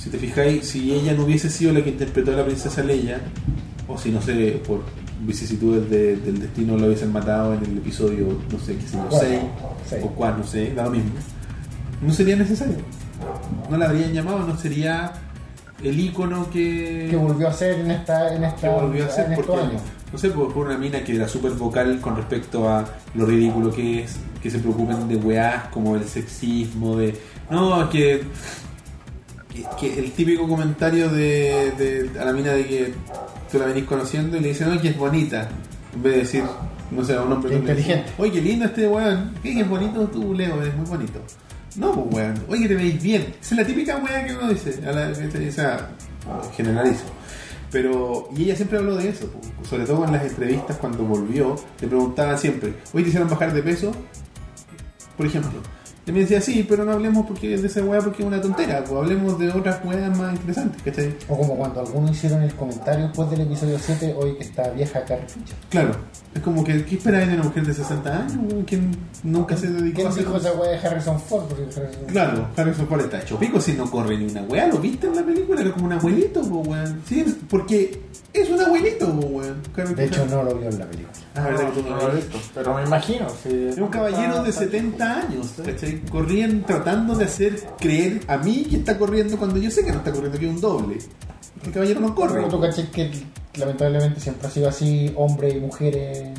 D: si te fijáis, si ella no hubiese sido la que interpretó a la princesa Leia, o si no sé, por vicisitudes de- del destino la hubiesen matado en el episodio, no sé, qué sé yo,
B: Cuatro,
D: 6
B: seis.
D: o 4, no sé, da lo mismo, no sería necesario. No la habrían llamado, no sería el icono que,
B: Que volvió a ser en esta, en
D: que
B: esta
D: volvió a
B: en
D: hacer
B: estos
D: porque,
B: años.
D: no sé, por, por una mina que era súper vocal con respecto a lo ridículo que es, que se preocupen de weás como el sexismo, de... No, es que... que- que el típico comentario de, de- a la mina de que tú la venís conociendo y le dicen, oye, es bonita, en vez de decir, no sé, a un hombre
B: Qué
D: no le dicen,
B: inteligente.
D: Oye, qué lindo este weón, Oye, qué bonito tú, Leo, eres muy bonito. No, pues weón, oye, te veis bien. Esa es la típica weá que uno dice, a la, que- o sea, generalizo. Pero, y ella siempre habló de eso, pues. sobre todo en las entrevistas cuando volvió, le preguntaban siempre, oye, te hicieron bajar de peso, por ejemplo. Y me decía, sí, pero no hablemos porque de esa weá porque es una tontera, pues hablemos de otras weas más interesantes, ¿cachai?
B: O como cuando algunos hicieron el comentario después del episodio 7, hoy que está vieja Carrie Fisher.
D: Claro, es como que, ¿qué esperáis de una mujer de 60 años, weón, que nunca se dedicó a
B: ¿Quién
D: hacer
B: dijo esa weá de Harrison Ford? Porque Harrison-
D: Claro, Harrison Ford está hecho pico si no corre ni una weá. ¿Lo viste en la película? Era como un abuelito, po, weón. Sí, porque es un abuelito, po, weón. Claro
B: De
D: que
B: hecho,
D: sí.
B: no lo vio en la película.
D: Ah, verdad que tú no lo has visto.
C: Pero me imagino. sí.
D: Es un caballero de 70 años, ¿cachai? Corrían tratando de hacer creer a mí que está corriendo cuando yo sé que no está corriendo, que es un doble. El caballero no corre.
B: Pero tú caché que lamentablemente siempre ha sido así, hombre y mujeres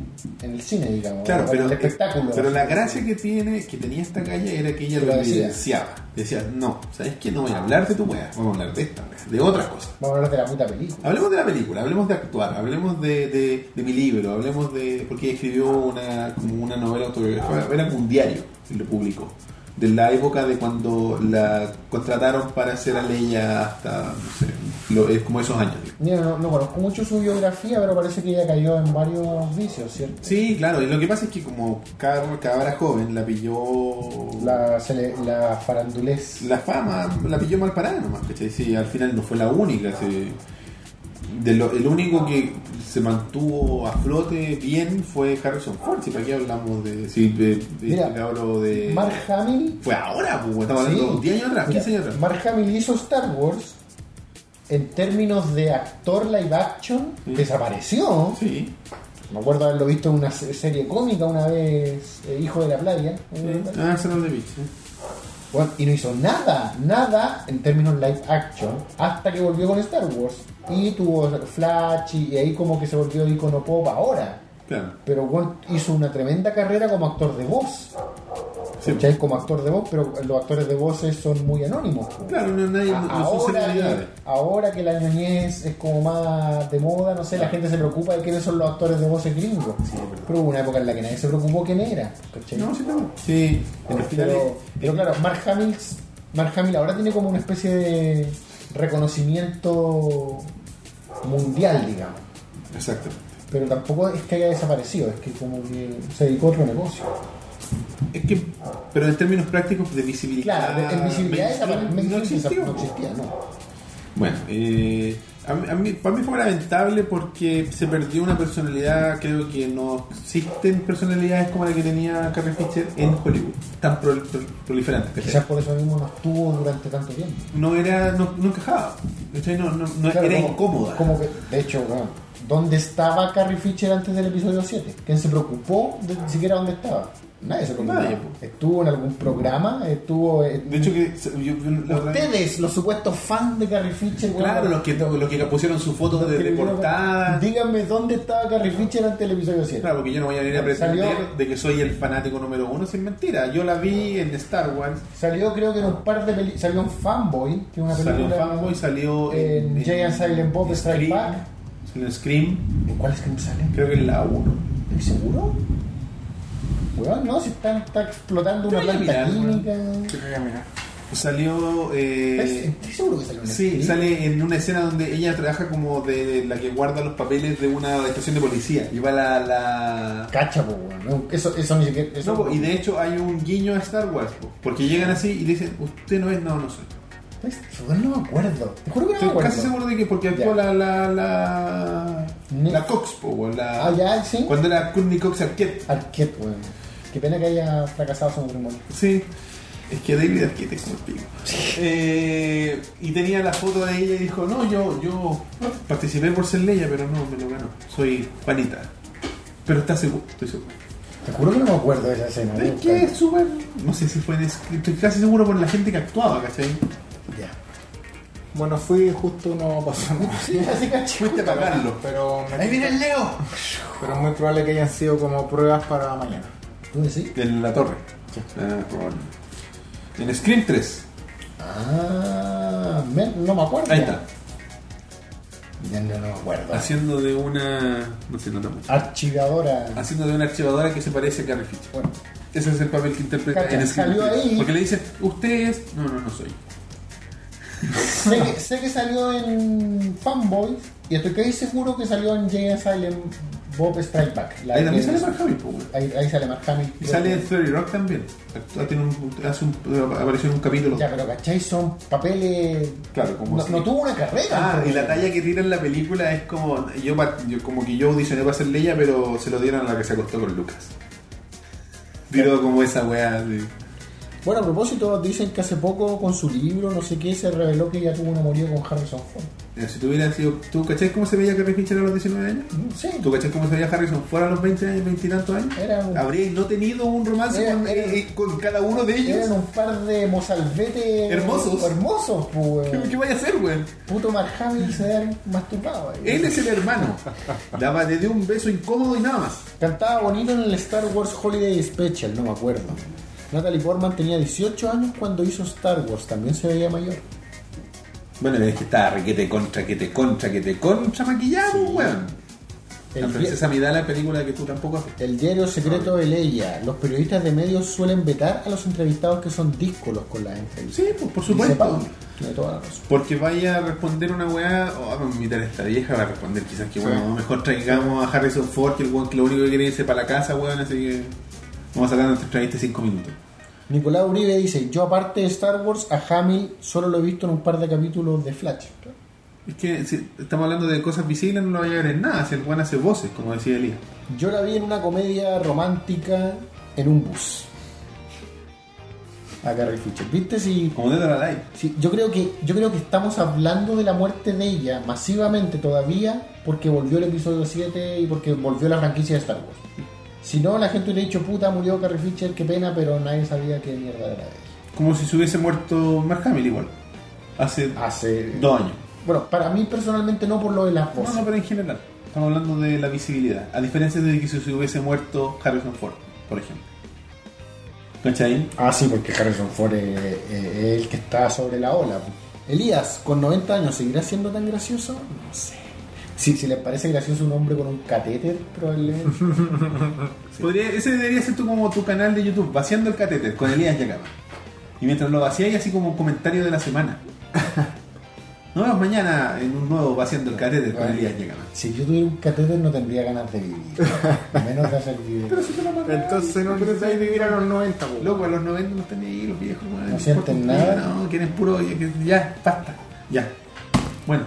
B: en el cine, digamos.
D: Claro,
B: en
D: pero, eh,
B: el espectáculo.
D: pero la gracia que tiene, que tenía esta calle era que ella
B: Lo
D: lo
B: decía.
D: evidenciaba. Decía, no, ¿sabes qué? No voy a hablar de tu weá, vamos a hablar de esta weá, de otras cosas.
B: Vamos a hablar de la puta película.
D: Hablemos de la película, hablemos de actuar, hablemos de, de- de mi libro, hablemos de. porque ella escribió una, como una novela autobiográfica, era como un diario y lo publicó. De la época de cuando la contrataron para hacer a Leia hasta. no sé, lo- es como esos años. digo.
B: Mira, no, no conozco mucho su biografía, pero parece que ella cayó en varios vicios, ¿cierto?
D: Sí, claro, y lo que pasa es que como cada cabra joven la pilló.
B: La, cele- la farandulez.
D: la fama la pilló mal parada nomás, ¿cachai? Sí, al final no fue la única. sí. De lo- el único que se mantuvo a flote bien fue Harrison Ford. Si para qué hablamos de. Si de, de
B: Mira,
D: este cabro de.
B: Mark Hamill.
D: Fue ahora, pues, estamos hablando
B: Sí.
D: 10 años atrás,
B: Mira,
D: 15 años atrás.
B: Mark Hamill hizo Star Wars en términos de actor live action,
D: Sí.
B: desapareció.
D: Sí,
B: Me acuerdo haberlo visto en una se- serie cómica una vez, eh, Hijo de la Playa. eh,
D: Ah, ese no es de Beach. eh.
B: bueno, y no hizo nada, nada en términos live action, hasta que volvió con Star Wars. Y tuvo Flash y, y ahí como que se volvió icono pop ahora.
D: Claro.
B: Pero bueno, hizo una tremenda carrera como actor de voz.
D: Sí.
B: ¿Cachai? Como actor de voz, pero los actores de voces son muy anónimos. po.
D: Claro, no, nadie,
B: A-
D: no, no son
B: ahora, que,
D: celebridades.
B: ahora que la ñoñez es como más de moda, no sé, la gente se preocupa de quiénes son los actores de voces gringos. pero hubo una época en la que nadie se preocupó quién era. ¿cachai?
D: No, sí, no. Sí, en los finales.
B: pero, pero claro, Mark Hamill, Mark Hamill ahora tiene como una especie de reconocimiento mundial, digamos.
D: Exacto.
B: Pero tampoco es que haya desaparecido, es que como que se dedicó a otro negocio.
D: Es que, pero en términos prácticos de visibilidad.
B: Claro, en visibilidad desapare-
D: mainstream, no existió. pues.
B: no existía, no.
D: Bueno, eh, a mí- a mí- para mí fue lamentable porque se perdió una personalidad, creo que no existen personalidades como la que tenía Carrie Fisher en Hollywood, tan pro- pro- proliferantes. ¿cachai?
B: Quizás por eso mismo no estuvo durante tanto tiempo.
D: No era, no, no encajaba, ¿cachai? no, no, no-
B: Claro,
D: era
B: como-
D: incómoda.
B: Como que, de hecho, weón, ¿dónde estaba Carrie Fisher antes del episodio 7? ¿Quién se preocupó de ni siquiera dónde estaba? Nadie se preocupó.
D: Nadie, po.
B: ¿Estuvo en algún programa? ¿Estuvo en-
D: De hecho, que se- yo, yo- la otra vez-
B: Ustedes, los supuestos fans de Carrie Fisher, weón,
D: claro, los que, los que pusieron su foto
B: los que
D: de, de
B: le dieron-
D: portada.
B: Díganme dónde estaba Carrie Fisher antes del episodio 7.
D: Claro, porque yo no voy a venir a
B: Salió-
D: pretender de que soy el fanático número uno, sin mentira. Yo la vi en Star Wars,
B: Salió, creo que en un par de películas. Salió en Fanboy, que es una
D: salió en
B: película.
D: Fanboy, salió en,
B: en Jay and Silent Bob Strike
D: Scream,
B: Back.
D: salió en Scream,
B: ¿En cuál es que me sale?
D: creo que en la 1.
B: ¿Estoy seguro? Weón, no, si están, está explotando una
D: Te voy a
B: planta
D: mirar, weón.
B: química.
D: Salió.
B: ¿Es-
D: Eh,
B: Estoy seguro que salió una
D: sí, sale en una escena donde ella trabaja como de, de la que guarda los papeles de una estación de policía. Lleva la. la...
B: Cacha, po, weón. No, Eso, eso ni siquiera. Eso,
D: No, po, y de hecho hay un guiño a Star Wars, po, porque llegan así y le dicen, usted no es, no, no soy.
B: Pues, weón, no me acuerdo. Te juro que no
D: Estoy
B: me acuerdo.
D: casi seguro de que porque actuó la la la,
B: Ni-
D: la Cox, po, weón, la-
B: Ah, ya, sí.
D: cuando era Courtney Cox Arquette.
B: Arquette, weón. pues, Qué pena que haya fracasado su matrimonio.
D: Sí, es que David Arquette es como el pico. Eh, y tenía la foto de ella y dijo, no, yo, yo participé por ser Leia, pero no, me lo ganó. Soy panita. Pero está seguro, estoy seguro.
B: Te juro que no me acuerdo de esa escena.
D: Es
B: weón.
D: que es súper... No sé si fue en... script, Estoy casi seguro por la gente que actuaba, ¿cachai?
B: Ya.
C: Bueno, fui justo no pasó nada.
B: Sí, así caché.
D: Fuiste para pagarlo.
C: Pero, me-
B: Ahí viene el Leo.
C: pero es muy probable que hayan sido como pruebas para mañana.
B: ¿Tú decís?
D: En la torre. Ah, probable. En Scream 3.
B: Ah, men, no me acuerdo.
D: Ahí está.
B: Ya no, no me acuerdo.
D: Haciendo de una... No sé, no tan mucho.
B: Archivadora.
D: Haciendo de una archivadora que se parece a Carrie Fisher.
B: Bueno,
D: Ese es el papel que interpreta
B: Cacha,
D: en Scream
B: salió
D: 3.
B: ahí.
D: Porque le dicen, usted es... No, no, no soy.
B: sé, que, sé que salió en Fanboy y estoy casi seguro que salió en Jay and Silent Bob Strike Back. La
D: Ahí también
B: que-
D: sale Mark Hamill, po, güey.
B: Ahí, ahí sale Mark Hamill.
D: Y sale en 30 Rock también. Actúa, tiene un- hace un, apareció en un capítulo.
B: Ya, pero ¿cachai? Son papeles...
D: Claro, como
B: No,
D: si-
B: no tuvo una carrera.
D: Ah, y la talla que tira en la película es como yo, pa- yo- como que yo audicioné para ser Leia, pero se lo dieron a la que se acostó con Lucas. Tiró como esa weá así.
B: Bueno, a propósito, dicen que hace poco con su libro, no sé qué, se reveló que ella tuvo un amorío con Harrison Ford.
D: Mira, Si tú hubieras sido. ¿Tú cachás cómo se veía Carrie Fisher a los 19 años?
B: No sé.
D: ¿Tú cachás cómo se veía Harrison fuera a los 20 años, 20 y tantos años?
B: Era un-
D: ¿Habríais no tenido un romance
B: Era-
D: con,
B: era-
D: eh, eh, con cada uno de ellos?
B: Eran un par de mozalbetes...
D: Hermosos.
B: Hermosos, pues.
D: ¿Qué, qué vaya a hacer, weón?
B: Puto Mark Hamill se da masturbado. ahí.
D: Él es el hermano. Daba, le dio un beso incómodo y nada más.
B: Cantaba bonito en el Star Wars Holiday Special, no me acuerdo. Natalie Portman tenía 18 años cuando hizo Star Wars, también se veía mayor.
D: Bueno, es que está requete contra, que te contra, que te contra maquillado, weón. La
B: El, di-
D: princesa Ah. Midala, película que tú tampoco has visto.
B: el diario secreto de Leia. Los periodistas de medios suelen vetar a los entrevistados que son díscolos con las entrevistas.
D: Sí, pues por
B: Dice
D: supuesto.
B: Pablo, tiene toda la razón.
D: Porque vaya a responder una weá, o a invitar a esta vieja va a responder quizás que bueno, mejor traigamos a Harrison Ford, que el weón que lo único que quiere es irse para la casa, weón, así que vamos a sacar nuestra entrevista en 5 minutos.
B: Nicolás Uribe dice, yo aparte de Star Wars, a Hamill solo lo he visto en un par de capítulos de Flash.
D: Es que si estamos hablando de cosas visibles, no lo vaya a ver en nada, si el weón hace voces, como decía Elías.
B: Yo la vi en una comedia romántica en un bus. a Carrie Fisher. ¿Viste? Si
H: Como Dead or Alive.
B: Sí, yo creo que yo creo que estamos hablando de la muerte de ella masivamente todavía porque volvió el episodio 7 y porque volvió la franquicia de Star Wars. Si no, la gente hubiera dicho, puta, murió Carrie Fisher, qué pena, pero nadie sabía qué mierda era de ella.
D: Como si se hubiese muerto Mark Hamill igual. Hace
B: Hace...
D: dos años.
B: Bueno, para mí personalmente no por lo de las
D: No,
B: voces.
D: no, pero en general. Estamos hablando de la visibilidad. A diferencia de que si se hubiese muerto Harrison Ford, por ejemplo.
H: ¿Cachai?
B: Ah, sí, porque Harrison Ford es, es- es el que está sobre la ola. Elías, con 90 años, ¿seguirá siendo tan gracioso? No sé. Si, si les parece gracioso un hombre con un catéter, probablemente.
D: Podría- ese debería ser tu, como tu canal de YouTube, vaciando el catéter con Elías Yacama. Y mientras lo vaciáis, así como un comentario de la semana. Nos vemos mañana en un nuevo vaciando el catéter con Elías Yacama.
B: Si yo tuviera un catéter no tendría ganas de vivir. Menos de hacer videos.
I: Entonces no pensáis vivir a los 90,
C: pues.
I: po.
D: Loco, a los 90 no tenía ahí los viejos. No,
B: sienten
D: Por-
B: nada.
D: No, quieren puro. ya- Ya, basta. Ya. Bueno,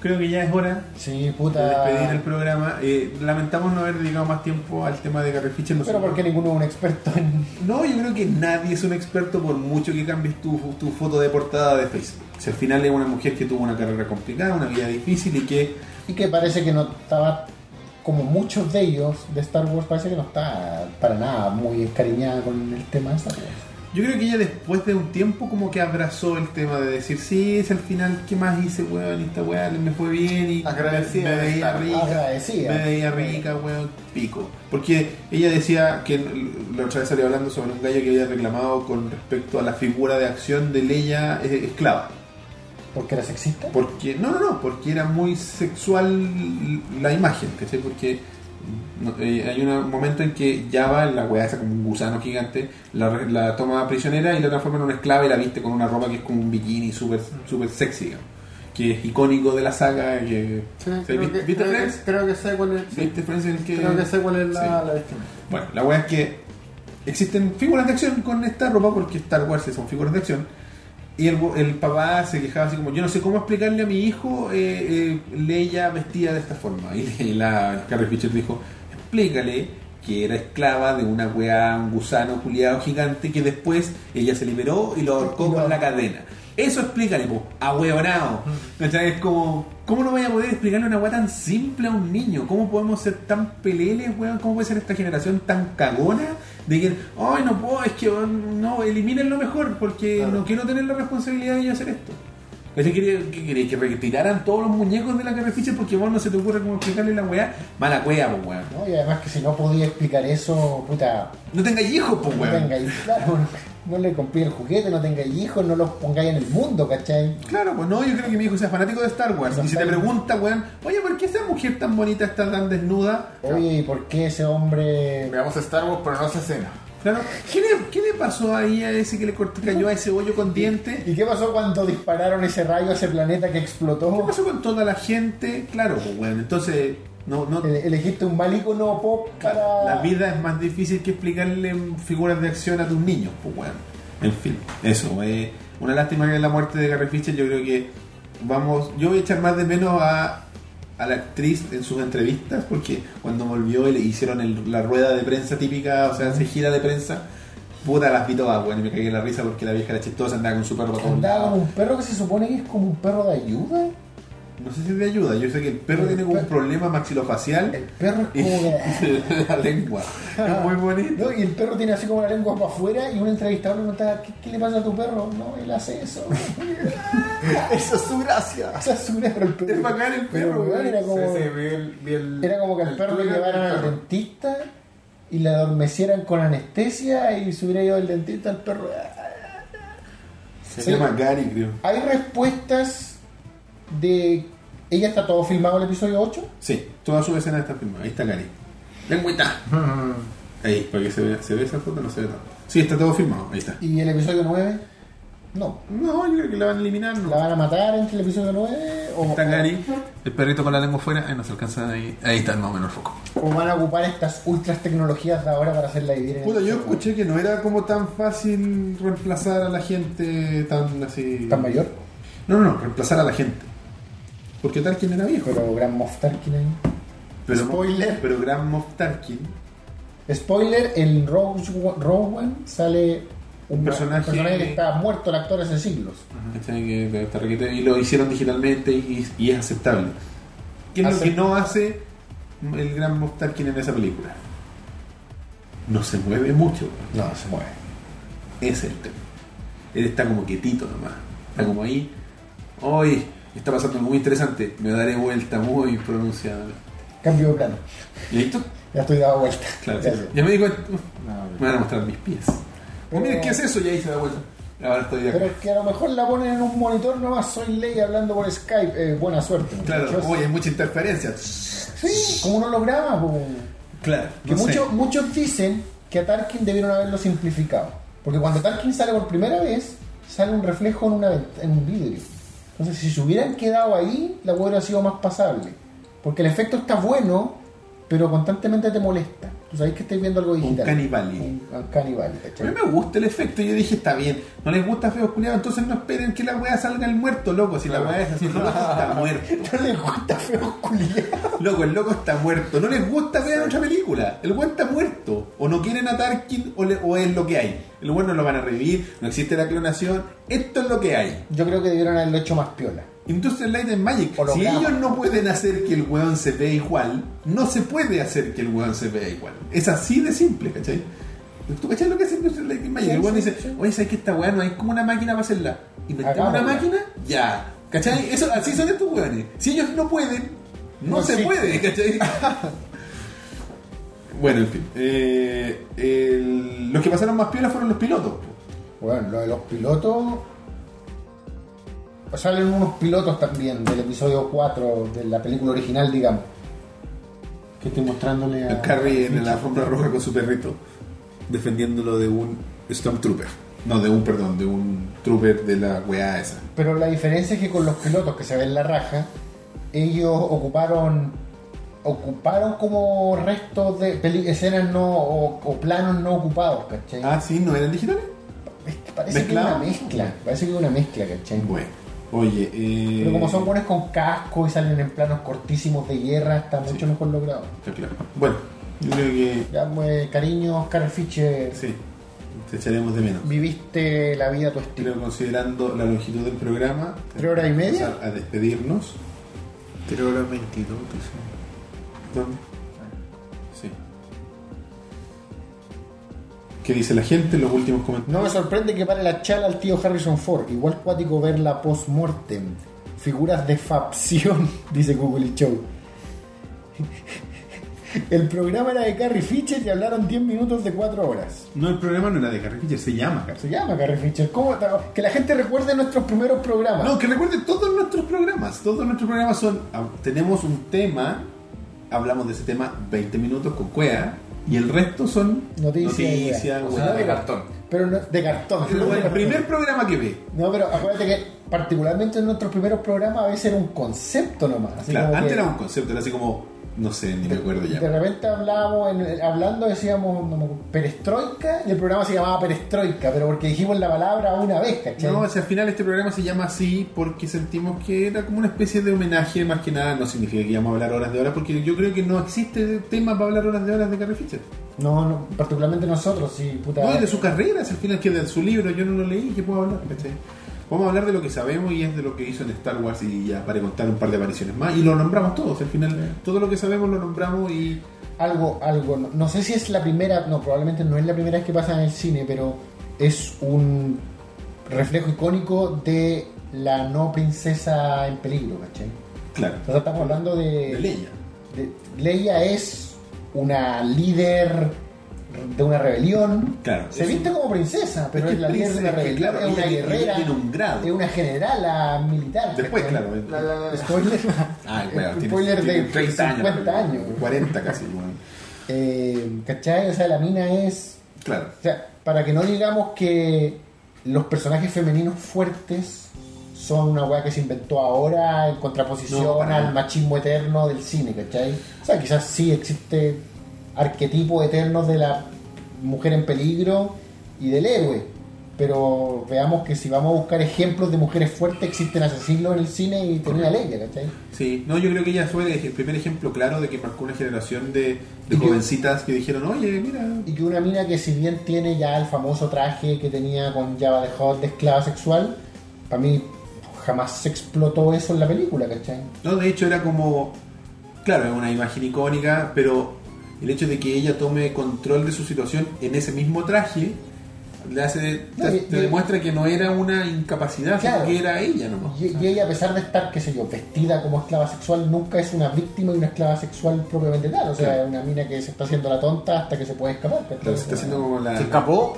D: creo que ya es hora
B: Sí,
D: de despedir el
B: puta.
D: programa. Eh, lamentamos no haber dedicado más tiempo al tema de Carrie Fisher.
B: Pero porque ninguno es un experto en...
D: No, yo creo que nadie es un experto por mucho que cambies tu, tu foto de portada de Facebook. Si al final es una mujer que tuvo una carrera complicada, una vida difícil y que
B: Y que parece que no estaba, como muchos de ellos de Star Wars, parece que no está para nada muy encariñada con el tema de Star Wars.
D: yo creo que ella después de un tiempo como que abrazó el tema de decir, sí, si al final, ¿qué más hice, weón? Y Esta weá me fue bien y
I: Agradecida
D: me
I: de
D: veía
I: estar
D: rica.
B: Agradecida.
D: Me veía rica, weón, pico. Porque ella decía que la otra vez salió hablando sobre un gallo que había reclamado con respecto a la figura de acción de Leia eh, esclava.
B: ¿Porque era sexista?
D: Porque, no, no, no, porque era muy sexual la imagen, ¿cachai? Porque no, eh, hay una- un momento en que Java, la weá esa como un gusano gigante, la, re- la toma prisionera y la transforma en una esclava y la viste con una ropa que es como un bikini súper super sexy, digamos, que es icónico de la saga. Que,
I: Sí,
D: ¿Sí?
I: creo,
D: ¿Viste
I: que, creo, que,
D: Friends?
I: creo que sé cuál es. sí.
D: ¿Viste Friends en el que-
I: Creo que sé cuál es la,
D: Sí.
I: la vestimenta.
D: Bueno, la weá es que existen figuras de acción con esta ropa porque Star Wars son figuras de acción. Y el, bu- el papá se quejaba así como, yo no sé cómo explicarle a mi hijo eh, eh, Leia vestida de esta forma. Y le- la Carrie Fisher dijo, explícale que era esclava de una weá, un gusano culiado gigante que después ella se liberó y lo ahorcó
B: Y lo-
D: con la cadena. Eso explícale, po, ahueonao.
B: Mm.
D: ¿Cachai? Es como, ¿cómo no voy a poder explicarle una weá tan simple a un niño? ¿Cómo podemos ser tan peleles, weón? ¿Cómo puede ser esta generación tan cagona? De que, ay, no puedo, es que weón, no, elimínenlo mejor, porque
I: Claro.
D: no quiero tener la responsabilidad de yo hacer esto. ¿Cachai? ¿Quería- ¿Qué quería? ¿Que retiraran todos los muñecos de la carreficha porque vos no se te ocurre cómo explicarle la weá? Mala weá, pues weón.
B: No, y además que si no podía explicar eso, puta,
D: No tengas hijos, pues
B: no
D: weón.
B: tengáis, claro, no le compréis el juguete, no tengáis hijos, no los pongáis en el mundo, ¿cachai?
D: Claro, pues no, yo creo que mi hijo sea fanático de Star Wars. Y si te pregunta, weón, oye, ¿por qué esa mujer tan bonita está tan desnuda?
B: Oye, ¿y por qué ese hombre...
C: Veamos Star Wars, pero no se cena.
D: Claro, ¿qué le, qué le pasó ahí a ese que le cortó, cayó a ese hoyo con dientes?
B: ¿Y qué pasó cuando dispararon ese rayo a ese planeta que
D: ¿Qué
B: explotó?
D: pasó con toda la gente? Claro, pues weón, entonces, no, no.
B: Ele- Elegiste un mal icono pop para...
D: La vida es más difícil que explicarle figuras de acción a tus niños, pues bueno. En fin, eso. eh, una lástima que la muerte de Carrie Fisher, yo creo que vamos. Yo voy a echar más de menos a, a la actriz en sus entrevistas, porque cuando volvió y le hicieron el- la rueda de prensa típica, o sea, se gira de prensa, puta las vi todas, bueno, y me cagué en la risa porque la vieja era chistosa, andaba con su perro para todos
B: Andaba
D: lados.
B: como un perro que se supone que es como un perro de ayuda.
D: No sé si te ayuda, yo sé que el perro tiene como un problema maxilofacial
B: El perro
D: y
B: es como... ah,
D: la lengua. Es muy bonito.
B: No, y el perro tiene así como la lengua para afuera y un entrevistador le pregunta, ¿qué, qué le pasa a tu perro? No, él hace eso.
C: Eso es su gracia.
B: Esa es una- pero el perro.
D: Es bacán el
B: pero,
D: perro,
B: weón,
D: weón.
B: era como,
C: Sí, sí, vi el- vi el-
B: era como que el perro lo
C: túnel del
B: llevaran al
C: perro.
B: dentista y le adormecieran con anestesia y se hubiera ido al dentista el perro.
D: Se
B: Sí.
D: llama Gary, creo.
B: Hay respuestas de. Ella está todo filmado el episodio 8.
D: Sí, todas sus escenas están filmadas. Ahí está Gary. Lengüita. Ahí, para que se vea, se ve esa foto, no se ve tanto. Sí, está todo filmado. Ahí está.
B: Y el episodio 9, no.
D: No, yo creo que la van a eliminar.
B: ¿La
D: No.
B: van a matar entre el episodio 9? O,
D: Está Gary, el perrito con la lengua fuera. Ahí no se alcanza. Ahí, ahí está más o menos el foco.
B: o van a ocupar estas ultras tecnologías de ahora para hacerla vivir en el
D: Puta, yo
B: episodio
D: escuché que no era como tan fácil reemplazar a la gente tan así.
B: 9. Tan mayor,
D: No, no, no, reemplazar a la gente. Porque Tarkin era viejo.
B: pero Gran Moff Tarkin ahí.
D: Pero,
B: Spoiler.
D: Pero Grand Moff Tarkin
B: Spoiler, en Rogue One, Rogue One sale
D: Un personaje-
B: que está muerto el actor hace siglos.
D: ¿cachai? Que- que te requete- y lo hicieron digitalmente y, y es aceptable. ¿Qué es lo
B: Hace-
D: que no hace el gran Mostarkin en esa película? No se mueve mucho. weón.
B: No, se mueve.
D: Ese es el tema. Él está como quietito nomás. Está como ahí. Hoy está pasando algo muy interesante. Me daré vuelta muy pronunciada.
B: Cambio de plano.
D: ¿Listo?
B: Ya estoy dado vuelta.
D: Claro.
B: Gracias.
D: Ya me di cuenta. Uf,
J: No,
D: Me van a mostrar mis pies.
B: Pero-
D: Mira, ¿qué es eso? Y ahí se da vuelta. Ahora estoy de
B: Pero
D: acuerdo.
B: es que a lo mejor la ponen en un monitor nomás, soy ley hablando por Skype. Eh, buena suerte.
D: Claro,
B: muchachos.
D: oye, hay mucha interferencia.
B: Sí, como uno lo graba. po.
D: Claro,
B: Que mucho- muchos dicen que a Tarkin debieron haberlo simplificado. Porque cuando Tarkin sale por primera vez, sale un reflejo en, una vent- en un vidrio. Entonces, si se hubieran quedado ahí, la hubiera sido más pasable. Porque el efecto está bueno, pero constantemente te molesta. Tú sabes que estáis viendo algo digital.
D: Uncanny Valley.
B: Un Uncanny Valley,
D: A
B: ¿cachai?
D: mí me gusta el efecto, yo dije, está bien. No les gusta feo culiado, entonces no esperen que la weá salga el muerto, loco. Si la weá es así, el loco está muerto.
B: No le gusta feo culiao.
D: Loco, el loco está muerto. No les gusta ver otra película. El weón está muerto. O no quieren a Tarkin o, le- o es lo que hay. El weón no lo van a revivir, no existe la clonación. Esto es lo que hay.
B: Yo creo que debieron haberlo hecho más piola.
D: Industrial Light and Magic. Si
B: Holograma.
D: ellos no pueden hacer que el weón se vea igual, no se puede hacer que el weón se vea igual. Es así de simple, ¿cachai? ¿Tú cachai lo que es Industrial Light and Magic?
B: Sí,
D: el weón
B: sí,
D: dice,
B: sí.
D: oye, ¿sabes que esta weá no hay como una máquina para hacerla? ¿Inventamos una
B: Hagámosla.
D: máquina? Ya. ¿Cachai? Eso, así son estos weones. Si ellos no pueden, no,
B: No
D: se
B: existe.
D: puede, ¿cachai? bueno, en fin. Eh, el- los que pasaron más piola fueron los pilotos. po.
B: Bueno, lo de los pilotos. Salen unos pilotos también del episodio 4 de la película original, digamos. Que estoy mostrándole a.
D: El Carrie en la alfombra roja con su perrito, defendiéndolo de un Stormtrooper. No, de un, perdón, de un trooper de la weá esa.
B: Pero la diferencia es que con los pilotos que se ven la raja, ellos ocuparon. Ocuparon como restos de peli- escenas no o, o planos no ocupados, ¿cachai?
D: Ah, sí, ¿no eran digitales?
B: Es que parece
D: ¿mezclado?
B: que es una mezcla, parece que es una mezcla, ¿cachai?
D: Bueno, oye, eh...
B: Pero como son buenos con casco y salen en planos cortísimos de guerra, está mucho mejor logrado.
D: Está claro. Bueno, yo creo que
B: Ya, pues, cariño, Oscar Fischer,
D: sí, te echaremos de menos.
B: viviste la vida a tu
D: Creo
B: estilo.
D: que considerando la longitud del programa,
B: ¿Tres horas y media?
D: empezar a despedirnos.
K: 3 horas 22, dice.
D: ¿Dónde? Sí. ¿Qué dice la gente? Los últimos comentarios.
B: No me sorprende que pare la chala al tío Harrison Ford. Igual cuático verla post-mortem. Figuras de facción, dice Google Show. El programa era de Carrie Fisher y hablaron 10 minutos de 4 horas.
D: No, el programa no era de Carrie Fisher, se llama Carrie
B: Se llama Carrie Fisher. ¿Cómo tra- Que la gente recuerde nuestros primeros programas.
D: No, que recuerden todos nuestros programas. Todos nuestros programas son. ah, Tenemos un tema, hablamos de ese tema 20 minutos con Cuea, y el resto son
B: Noticias,
D: noticias,
J: O
D: weá.
J: sea, de cartón.
B: Pero no- de cartón.
D: El, el primer programa que ve.
B: No, pero acuérdate que particularmente en nuestros primeros programas a veces era un concepto nomás. así
D: Claro,
B: como
D: antes
B: que
D: era un concepto, era así como. No sé, ni me acuerdo
B: De
D: ya.
B: repente hablábamos, en- hablando decíamos no me acuerdo, perestroika y el programa se llamaba perestroika, pero porque dijimos la palabra una vez, ¿cachai?
D: No, o sea, al final este programa se llama así porque sentimos que era como una especie de homenaje, más que nada. No significa que íbamos a hablar horas de horas, porque yo creo que no existe tema para hablar horas de horas de Carrie Fisher.
B: no, no, particularmente nosotros, sí, puta.
D: No, y de su carrera, si al final que de su libro yo no lo leí, ¿qué puedo hablar? ¿Cachai? Vamos a hablar de lo que sabemos y es de lo que hizo en Star Wars y ya para contar un par de apariciones más. Y lo nombramos todos, al final todo lo que sabemos lo nombramos y...
B: algo, algo, no, no sé si es la primera, no, probablemente no es la primera vez que pasa en el cine, pero es un reflejo icónico de la no princesa en peligro, ¿cachai?
D: Claro,
B: O sea, estamos hablando
D: de Leia.
B: de- Leia es una líder de una rebelión.
D: Claro,
B: Se
D: es
B: viste como princesa, pero
D: es
B: es,
D: que
B: la líder de
D: princesa,
B: una
D: es que,
B: rebelión.
D: claro,
B: es una
D: ella- ella
B: guerrera.
D: tiene un grado.
B: Es una generala militar.
D: Después,
B: ¿cachai?
D: claro.
K: La, la, la-
B: Spoiler.
D: Ah, bueno, tiene-
B: spoiler
D: tiene
B: de
D: 30 años,
B: 50 años.
D: 40 casi, bueno.
B: Eh, ¿Cachai? O sea, la mina es.
D: Claro.
B: O sea, para que no digamos que los personajes femeninos fuertes son una weá que se inventó ahora en contraposición
D: No, para nada.
B: al machismo eterno del cine, ¿cachai? O sea, quizás sí existe arquetipos eternos de la mujer en peligro y del héroe, Pero veamos que si vamos a buscar ejemplos de mujeres fuertes, existen hace siglos en el cine y tenía ley, ¿cachai?
D: Sí, no, yo creo que ella fue el primer ejemplo claro de que marcó una generación de, de jovencitas que dijeron, oye, mira,
B: Y que una mina que si bien tiene ya el famoso traje que tenía con Java de Hot de esclava sexual, para mí jamás se explotó eso en la película, ¿cachai?
D: No, de hecho era como, claro, es una imagen icónica, pero el hecho de que ella tome control de su situación en ese mismo traje, le hace,
B: No,
D: te,
B: y-
D: te
B: y-
D: demuestra que no era una incapacidad,
B: Claro.
D: sino que era ella nomás.
B: Y, y ella, a pesar de estar, qué sé yo, vestida como esclava sexual, nunca es una víctima de una esclava sexual propiamente tal. O sea,
D: Claro.
B: es una mina que se está haciendo la tonta hasta que se puede escapar. ¿cachai?
D: Claro, se está haciendo como la...
L: Se escapó.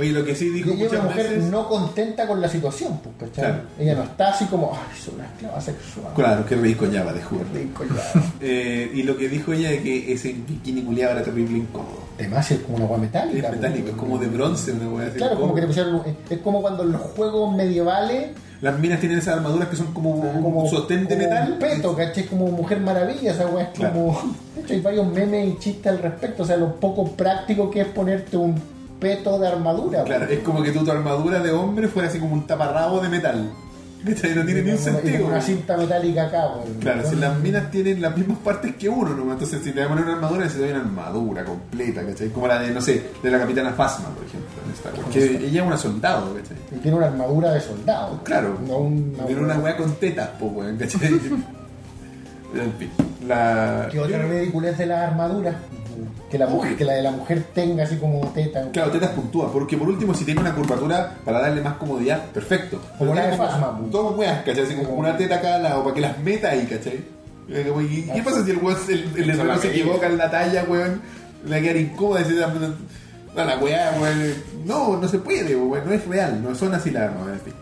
D: Oye, lo que sí dijo
B: Y ella es una
D: muchas
B: mujer
D: veces...
B: no contenta con la situación, pues, ¿cachai?
D: Claro.
B: Ella no está así como, ay, soy una esclava sexual.
D: Claro, que rico ya va de jugar.
B: Rico, ya.
D: Eh, y lo que dijo ella de que ese bikini culiado era terrible incómodo.
B: Demás es como una agua metálica.
D: Es
B: pues,
D: metálico, es como de bronce una weá así.
B: Claro, como
D: incómoda.
B: que te pusieron. un- Es como cuando en los juegos medievales.
D: Las minas tienen esas armaduras que son como, Ah, un
B: Ah, Como
D: sostén de
B: como
D: metal.
B: Un peto, ¿cachai? Como Mujer Maravilla, esa weá es
D: Claro.
B: como. De hecho, hay varios memes y chistes al respecto. O sea, lo poco práctico que es ponerte un peto de armadura.
D: Claro,
B: pues.
D: es como que tú, tu armadura de hombre fuera así como un taparrabo de metal. ¿Cachai? No tiene ni un
B: Y como- y como
D: sentido.
B: Una
D: güey.
B: cinta metálica acá, pues.
D: Claro, si las minas tienen las mismas partes que uno, ¿no? Entonces, si le voy a poner una armadura, se una armadura completa, ¿cachai? Como la de, no sé, de la capitana Phasma, por ejemplo, en Star Wars. Que ella es una soldado, ¿cachai?
B: Y tiene una armadura de soldado.
D: Claro,
B: No una.
D: tiene una weá con tetas, po, weón, ¿cachai? Pero, en fin, la...
B: Que otra ridiculez de las armaduras. Que la, mujer, que la de la mujer tenga así como teta.
D: Claro, tetas puntúas, porque por último, si tiene una curvatura para darle más comodidad, perfecto.
B: Como la de
D: Tiene
B: Fasma, pues.
D: Dos weas, ¿cachai? Así como una teta a cada lado, para que las meta ahí, ¿cachai? Eh, como, ¿Y qué pasa si el weón, el, el hermano se equivoca en la talla, weón? Le va a quedar incómoda y se da- da la weá, weón. No, no se puede, weón, no es real, no son así las armas, en fin.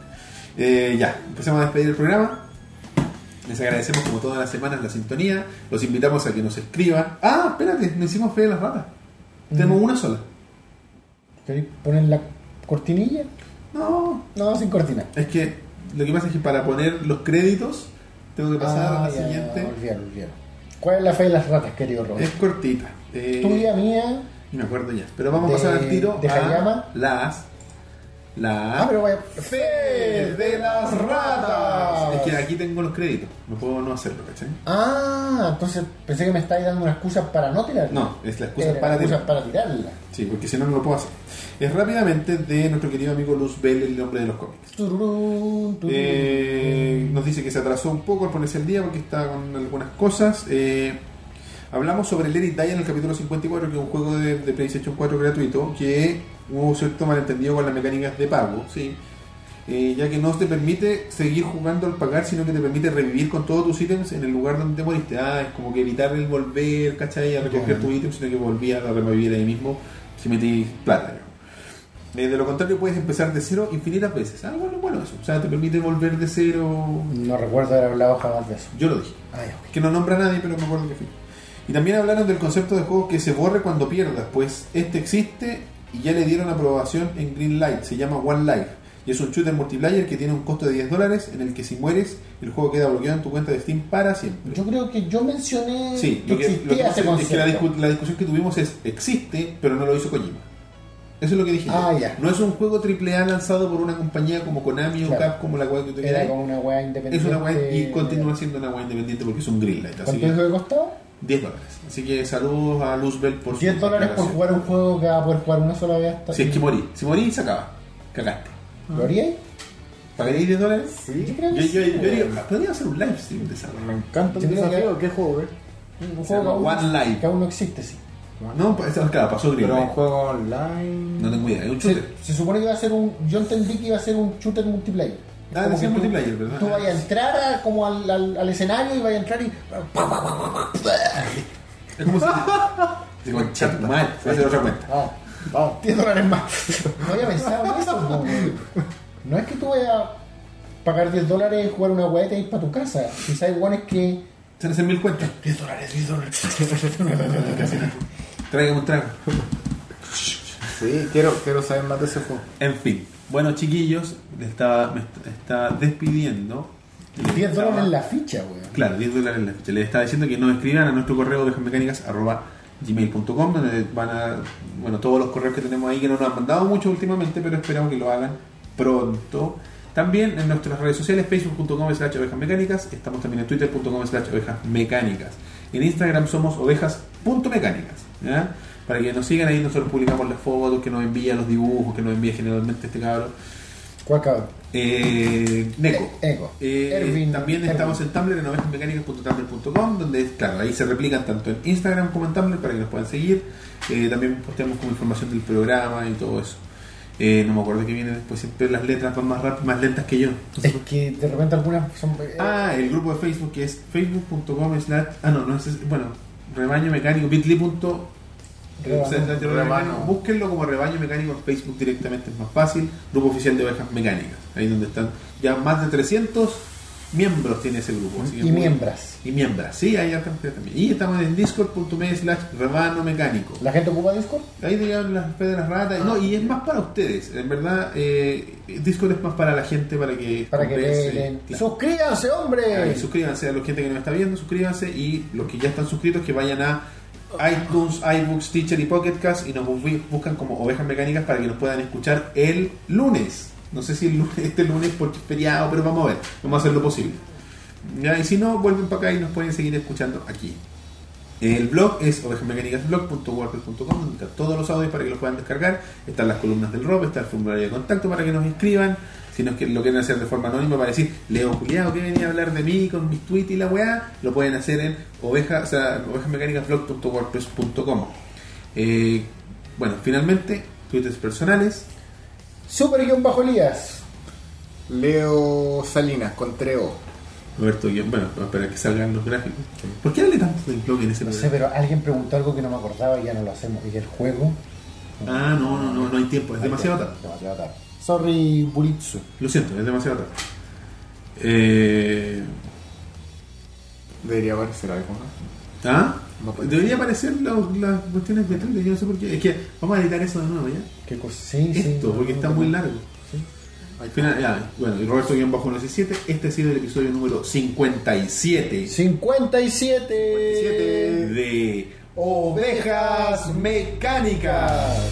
D: Eh, ya, empezamos a despedir el programa. Les agradecemos como todas las semanas la sintonía. Los invitamos a que nos escriban. Ah, espérate, no hicimos fe de las ratas. Tenemos una sola.
B: ¿Queréis poner la cortinilla?
D: No,
B: No, sin cortina.
D: es que lo que pasa es que para poner los créditos tengo que pasar a
B: Ah,
D: la
B: ya,
D: siguiente.
B: ya, olvídalo, olvídalo. ¿Cuál es la fe de las ratas, querido Robert?
D: Es cortita. Eh,
B: Tuya, mía.
D: ni me acuerdo ya. Pero vamos a
B: de-
D: pasar al tiro
B: de
D: a
B: Hayama.
D: las. La
B: Ah, pero vaya.
D: fe de las ratas. Es que aquí tengo los créditos. No puedo no hacerlo, ¿cachai?
B: Ah, entonces pensé que me estáis dando una excusa para no tirarla.
D: No, es la excusa
B: Era la
D: para
B: excusa
D: tirar.
B: para tirarla.
D: Sí, porque si no, no lo puedo hacer. Es rápidamente de nuestro querido amigo Luz Bell, el nombre de los cómics.
B: Tururún, tururún.
D: Eh, nos dice que se atrasó un poco al ponerse el día porque está con algunas cosas. Eh, hablamos sobre Let It Die en el capítulo 54, que es un juego de, de PlayStation 4 gratuito, que hubo cierto malentendido con las mecánicas de pago, ¿sí? Eh, ya que no te permite seguir jugando al pagar, sino que te permite revivir con todos tus ítems en el lugar donde te moriste. Ah, es como que evitar el volver, ¿cachai? A recoger tus ítems, sino que volvías a revivir ahí mismo si metí plata. ¿no? Eh, de lo contrario, puedes empezar de cero infinitas veces. Ah, bueno, bueno, eso. O sea, te permite volver de cero.
B: No recuerdo haber hablado jamás de eso.
D: Yo lo dije.
B: Ay, ok.
D: Que no nombra a nadie, pero me acuerdo que fui. Y también hablaron del concepto de juego que se borre cuando pierdas, pues este existe y ya le dieron aprobación en Green Light. Se llama One Life. Y es un shooter multiplayer que tiene un costo de 10 dólares, en el que si mueres, el juego queda bloqueado en tu cuenta de Steam para siempre.
B: Yo creo que yo mencioné
D: Eh. Sí,
B: que
D: lo que, lo que
B: existía ese
D: pasa es que la,
B: concepto.
D: discu- la discusión que tuvimos es existe, pero no lo hizo Kojima. Eso es lo que dije. yo.
B: Ah, ya.
D: No es un juego AAA lanzado por una compañía como Konami o
B: Claro.
D: Capcom o la cual que tú
B: Era
D: quieras.
B: como una weá
D: Es
B: independiente.
D: una web y continúa siendo una web independiente porque es un greenlight. Así
B: ¿Cuánto
D: que
B: es lo que costaba?
D: 10 dólares. Así que saludos a Luzbel por su
B: 10 dólares por
D: declaración.
B: jugar un juego que va a poder jugar una sola vez hasta.
D: Si es que morí. Si morí, se acaba. Cagaste.
B: ¿Lo haríais?
D: ¿Pagaréis 10 dólares?
B: Yo
C: Sí.
B: creo
D: Yo,
B: que
D: yo, yo
B: sí,
D: digo,
B: weón.
D: ah, podría hacer un live stream de esa wea.
C: Me encanta
B: Yo
C: el
B: creo que-
C: desafío. ¿Qué juego, eh?
B: Un
D: Se llama
B: juego que aún-
D: One Life.
B: que aún no existe, sí.
D: No, pues, esa- claro, pasó
C: Pero un
D: greenlight.
C: juego online.
D: No tengo idea, es un
B: Se,
D: shooter.
B: se supone que iba a ser un. Yo entendí que iba a ser un shooter multiplayer. Es
D: Ah,
B: como
D: decía
B: que tú-
D: multiplayer, ¿verdad?
B: Tú vas a entrar a- como al, al- al escenario y vas a entrar y.
D: Es como si. Digo, chat mal. Voy a hacer otra cuenta.
C: Ah, vamos.
B: 10 dólares más. No había pensado en eso, po, weón. No es que tú vayas a pagar 10 dólares y jugar una hueá y ir para tu casa. Quizás igual es que.
D: Se hacen mil cuentas.
B: 10 dólares, 10 dólares.
D: Traigan un trago.
C: Sí, quiero, quiero saber más de ese juego.
D: En fin. Bueno, chiquillos, le estaba, me est- está despidiendo.
B: 10 dólares en la ficha, weón.
D: Claro, 10 dólares en la ficha. Les estaba diciendo que nos escriban a nuestro correo de gmail.com, donde van a, bueno, todos los correos que tenemos ahí que no nos han mandado mucho últimamente, pero esperamos que lo hagan pronto. También en nuestras redes sociales, facebook.com slash ovejas mecánicas, estamos también en twitter.com slash ovejas mecánicas. En Instagram somos ovejas.mecánicas. ¿ya? Para que nos sigan ahí, nosotros publicamos las fotos que nos envían, los dibujos que nos envía generalmente este cabrón.
B: ¿Cuál cabrón?
D: Eh, Neko.
B: Ego.
D: Eh,
B: Erwin-
D: también
B: Erwin.
D: estamos en Tumblr en ovejasmecánicas.tumblr.com donde claro, ahí se replican tanto en Instagram como en Tumblr para que nos puedan seguir. Eh, también posteamos como información del programa y todo eso. Eh, no me acuerdo que viene después, siempre las letras van más rápidas, más lentas que yo. No sé
B: Es
D: por qué.
B: que de repente algunas son. eh,
D: Eh. Ah, el grupo de Facebook que es facebook.com slash... Ah, no, no es... Bueno, rebaño mecánico, bit.ly. punto- eh,
B: Rebaño.
D: slash rebaño
M: Rebaño.
D: mecánico. Búsquenlo como rebaño mecánico en Facebook directamente, es más fácil. Grupo oficial de ovejas mecánicas, ahí donde están ya más de 300 miembros tiene ese grupo. así que
B: y
D: muy-
B: miembras.
D: Y miembras, sí, ahí harta gente también. Y estamos en discord.me slash rebano mecánico.
B: ¿La gente ocupa Discord?
D: Ahí llegan las fe de las ratas. No, y es más para ustedes. En verdad, eh, Discord es más para la gente, para que...
B: Para que
D: converse,
B: velen.
D: claro.
B: ¡Suscríbanse,
D: Ahí,
B: hombre!
D: suscríbanse a la gente que nos está viendo, suscríbanse y los que ya están suscritos que vayan a iTunes, iBooks, Teacher y Pocket Cast y nos bu- buscan como ovejas mecánicas para que nos puedan escuchar el lunes. No sé si el lunes- este lunes porque es feriado, pero vamos a ver, vamos a hacer lo posible. Ya, y si no, vuelven para acá y nos pueden seguir escuchando aquí. El blog es ovejasmecánicasblog.wordpress.com, donde están todos los audios para que los puedan descargar. Están las columnas del Rob, está el formulario de contacto para que nos escriban. Si nos que- lo quieren hacer de forma anónima para decir, Leo Juliado que venía a hablar de mí con mis tweets y la weá, lo pueden hacer en oveja, o sea, ovejasmecánicasblog.wordpress.com. Eh, bueno, finalmente, tweets personales.
B: Super guión bajo Elías.
C: Leo Salinas, con Treo.
D: Roberto, yo- bueno, para que salgan los gráficos. ¿Por qué hablé tanto del blog en ese
B: No sé,
D: programa?
B: pero alguien preguntó algo que no me acordaba y ya no lo hacemos. Y el juego.
D: Ah, no, no, no, no hay tiempo, es demasiado tarde.
B: Demasiado tarde. Sorry, Buritsu.
D: Lo siento, es demasiado tarde. Eh,
C: Debería aparecer algo, ¿no?
D: ¿Ah?
C: No puede
D: Debería aparecer los- las cuestiones de Twitter, yo no sé por qué. Es que vamos a editar eso de nuevo, ¿ya?
B: ¿Qué cosa? Sí, sí.
D: Esto, porque está muy largo. Al final, ya, bueno, y Roberto guión bajo 97, este ha sido el episodio número 57
B: 57.
D: de Ovejas Mecánicas.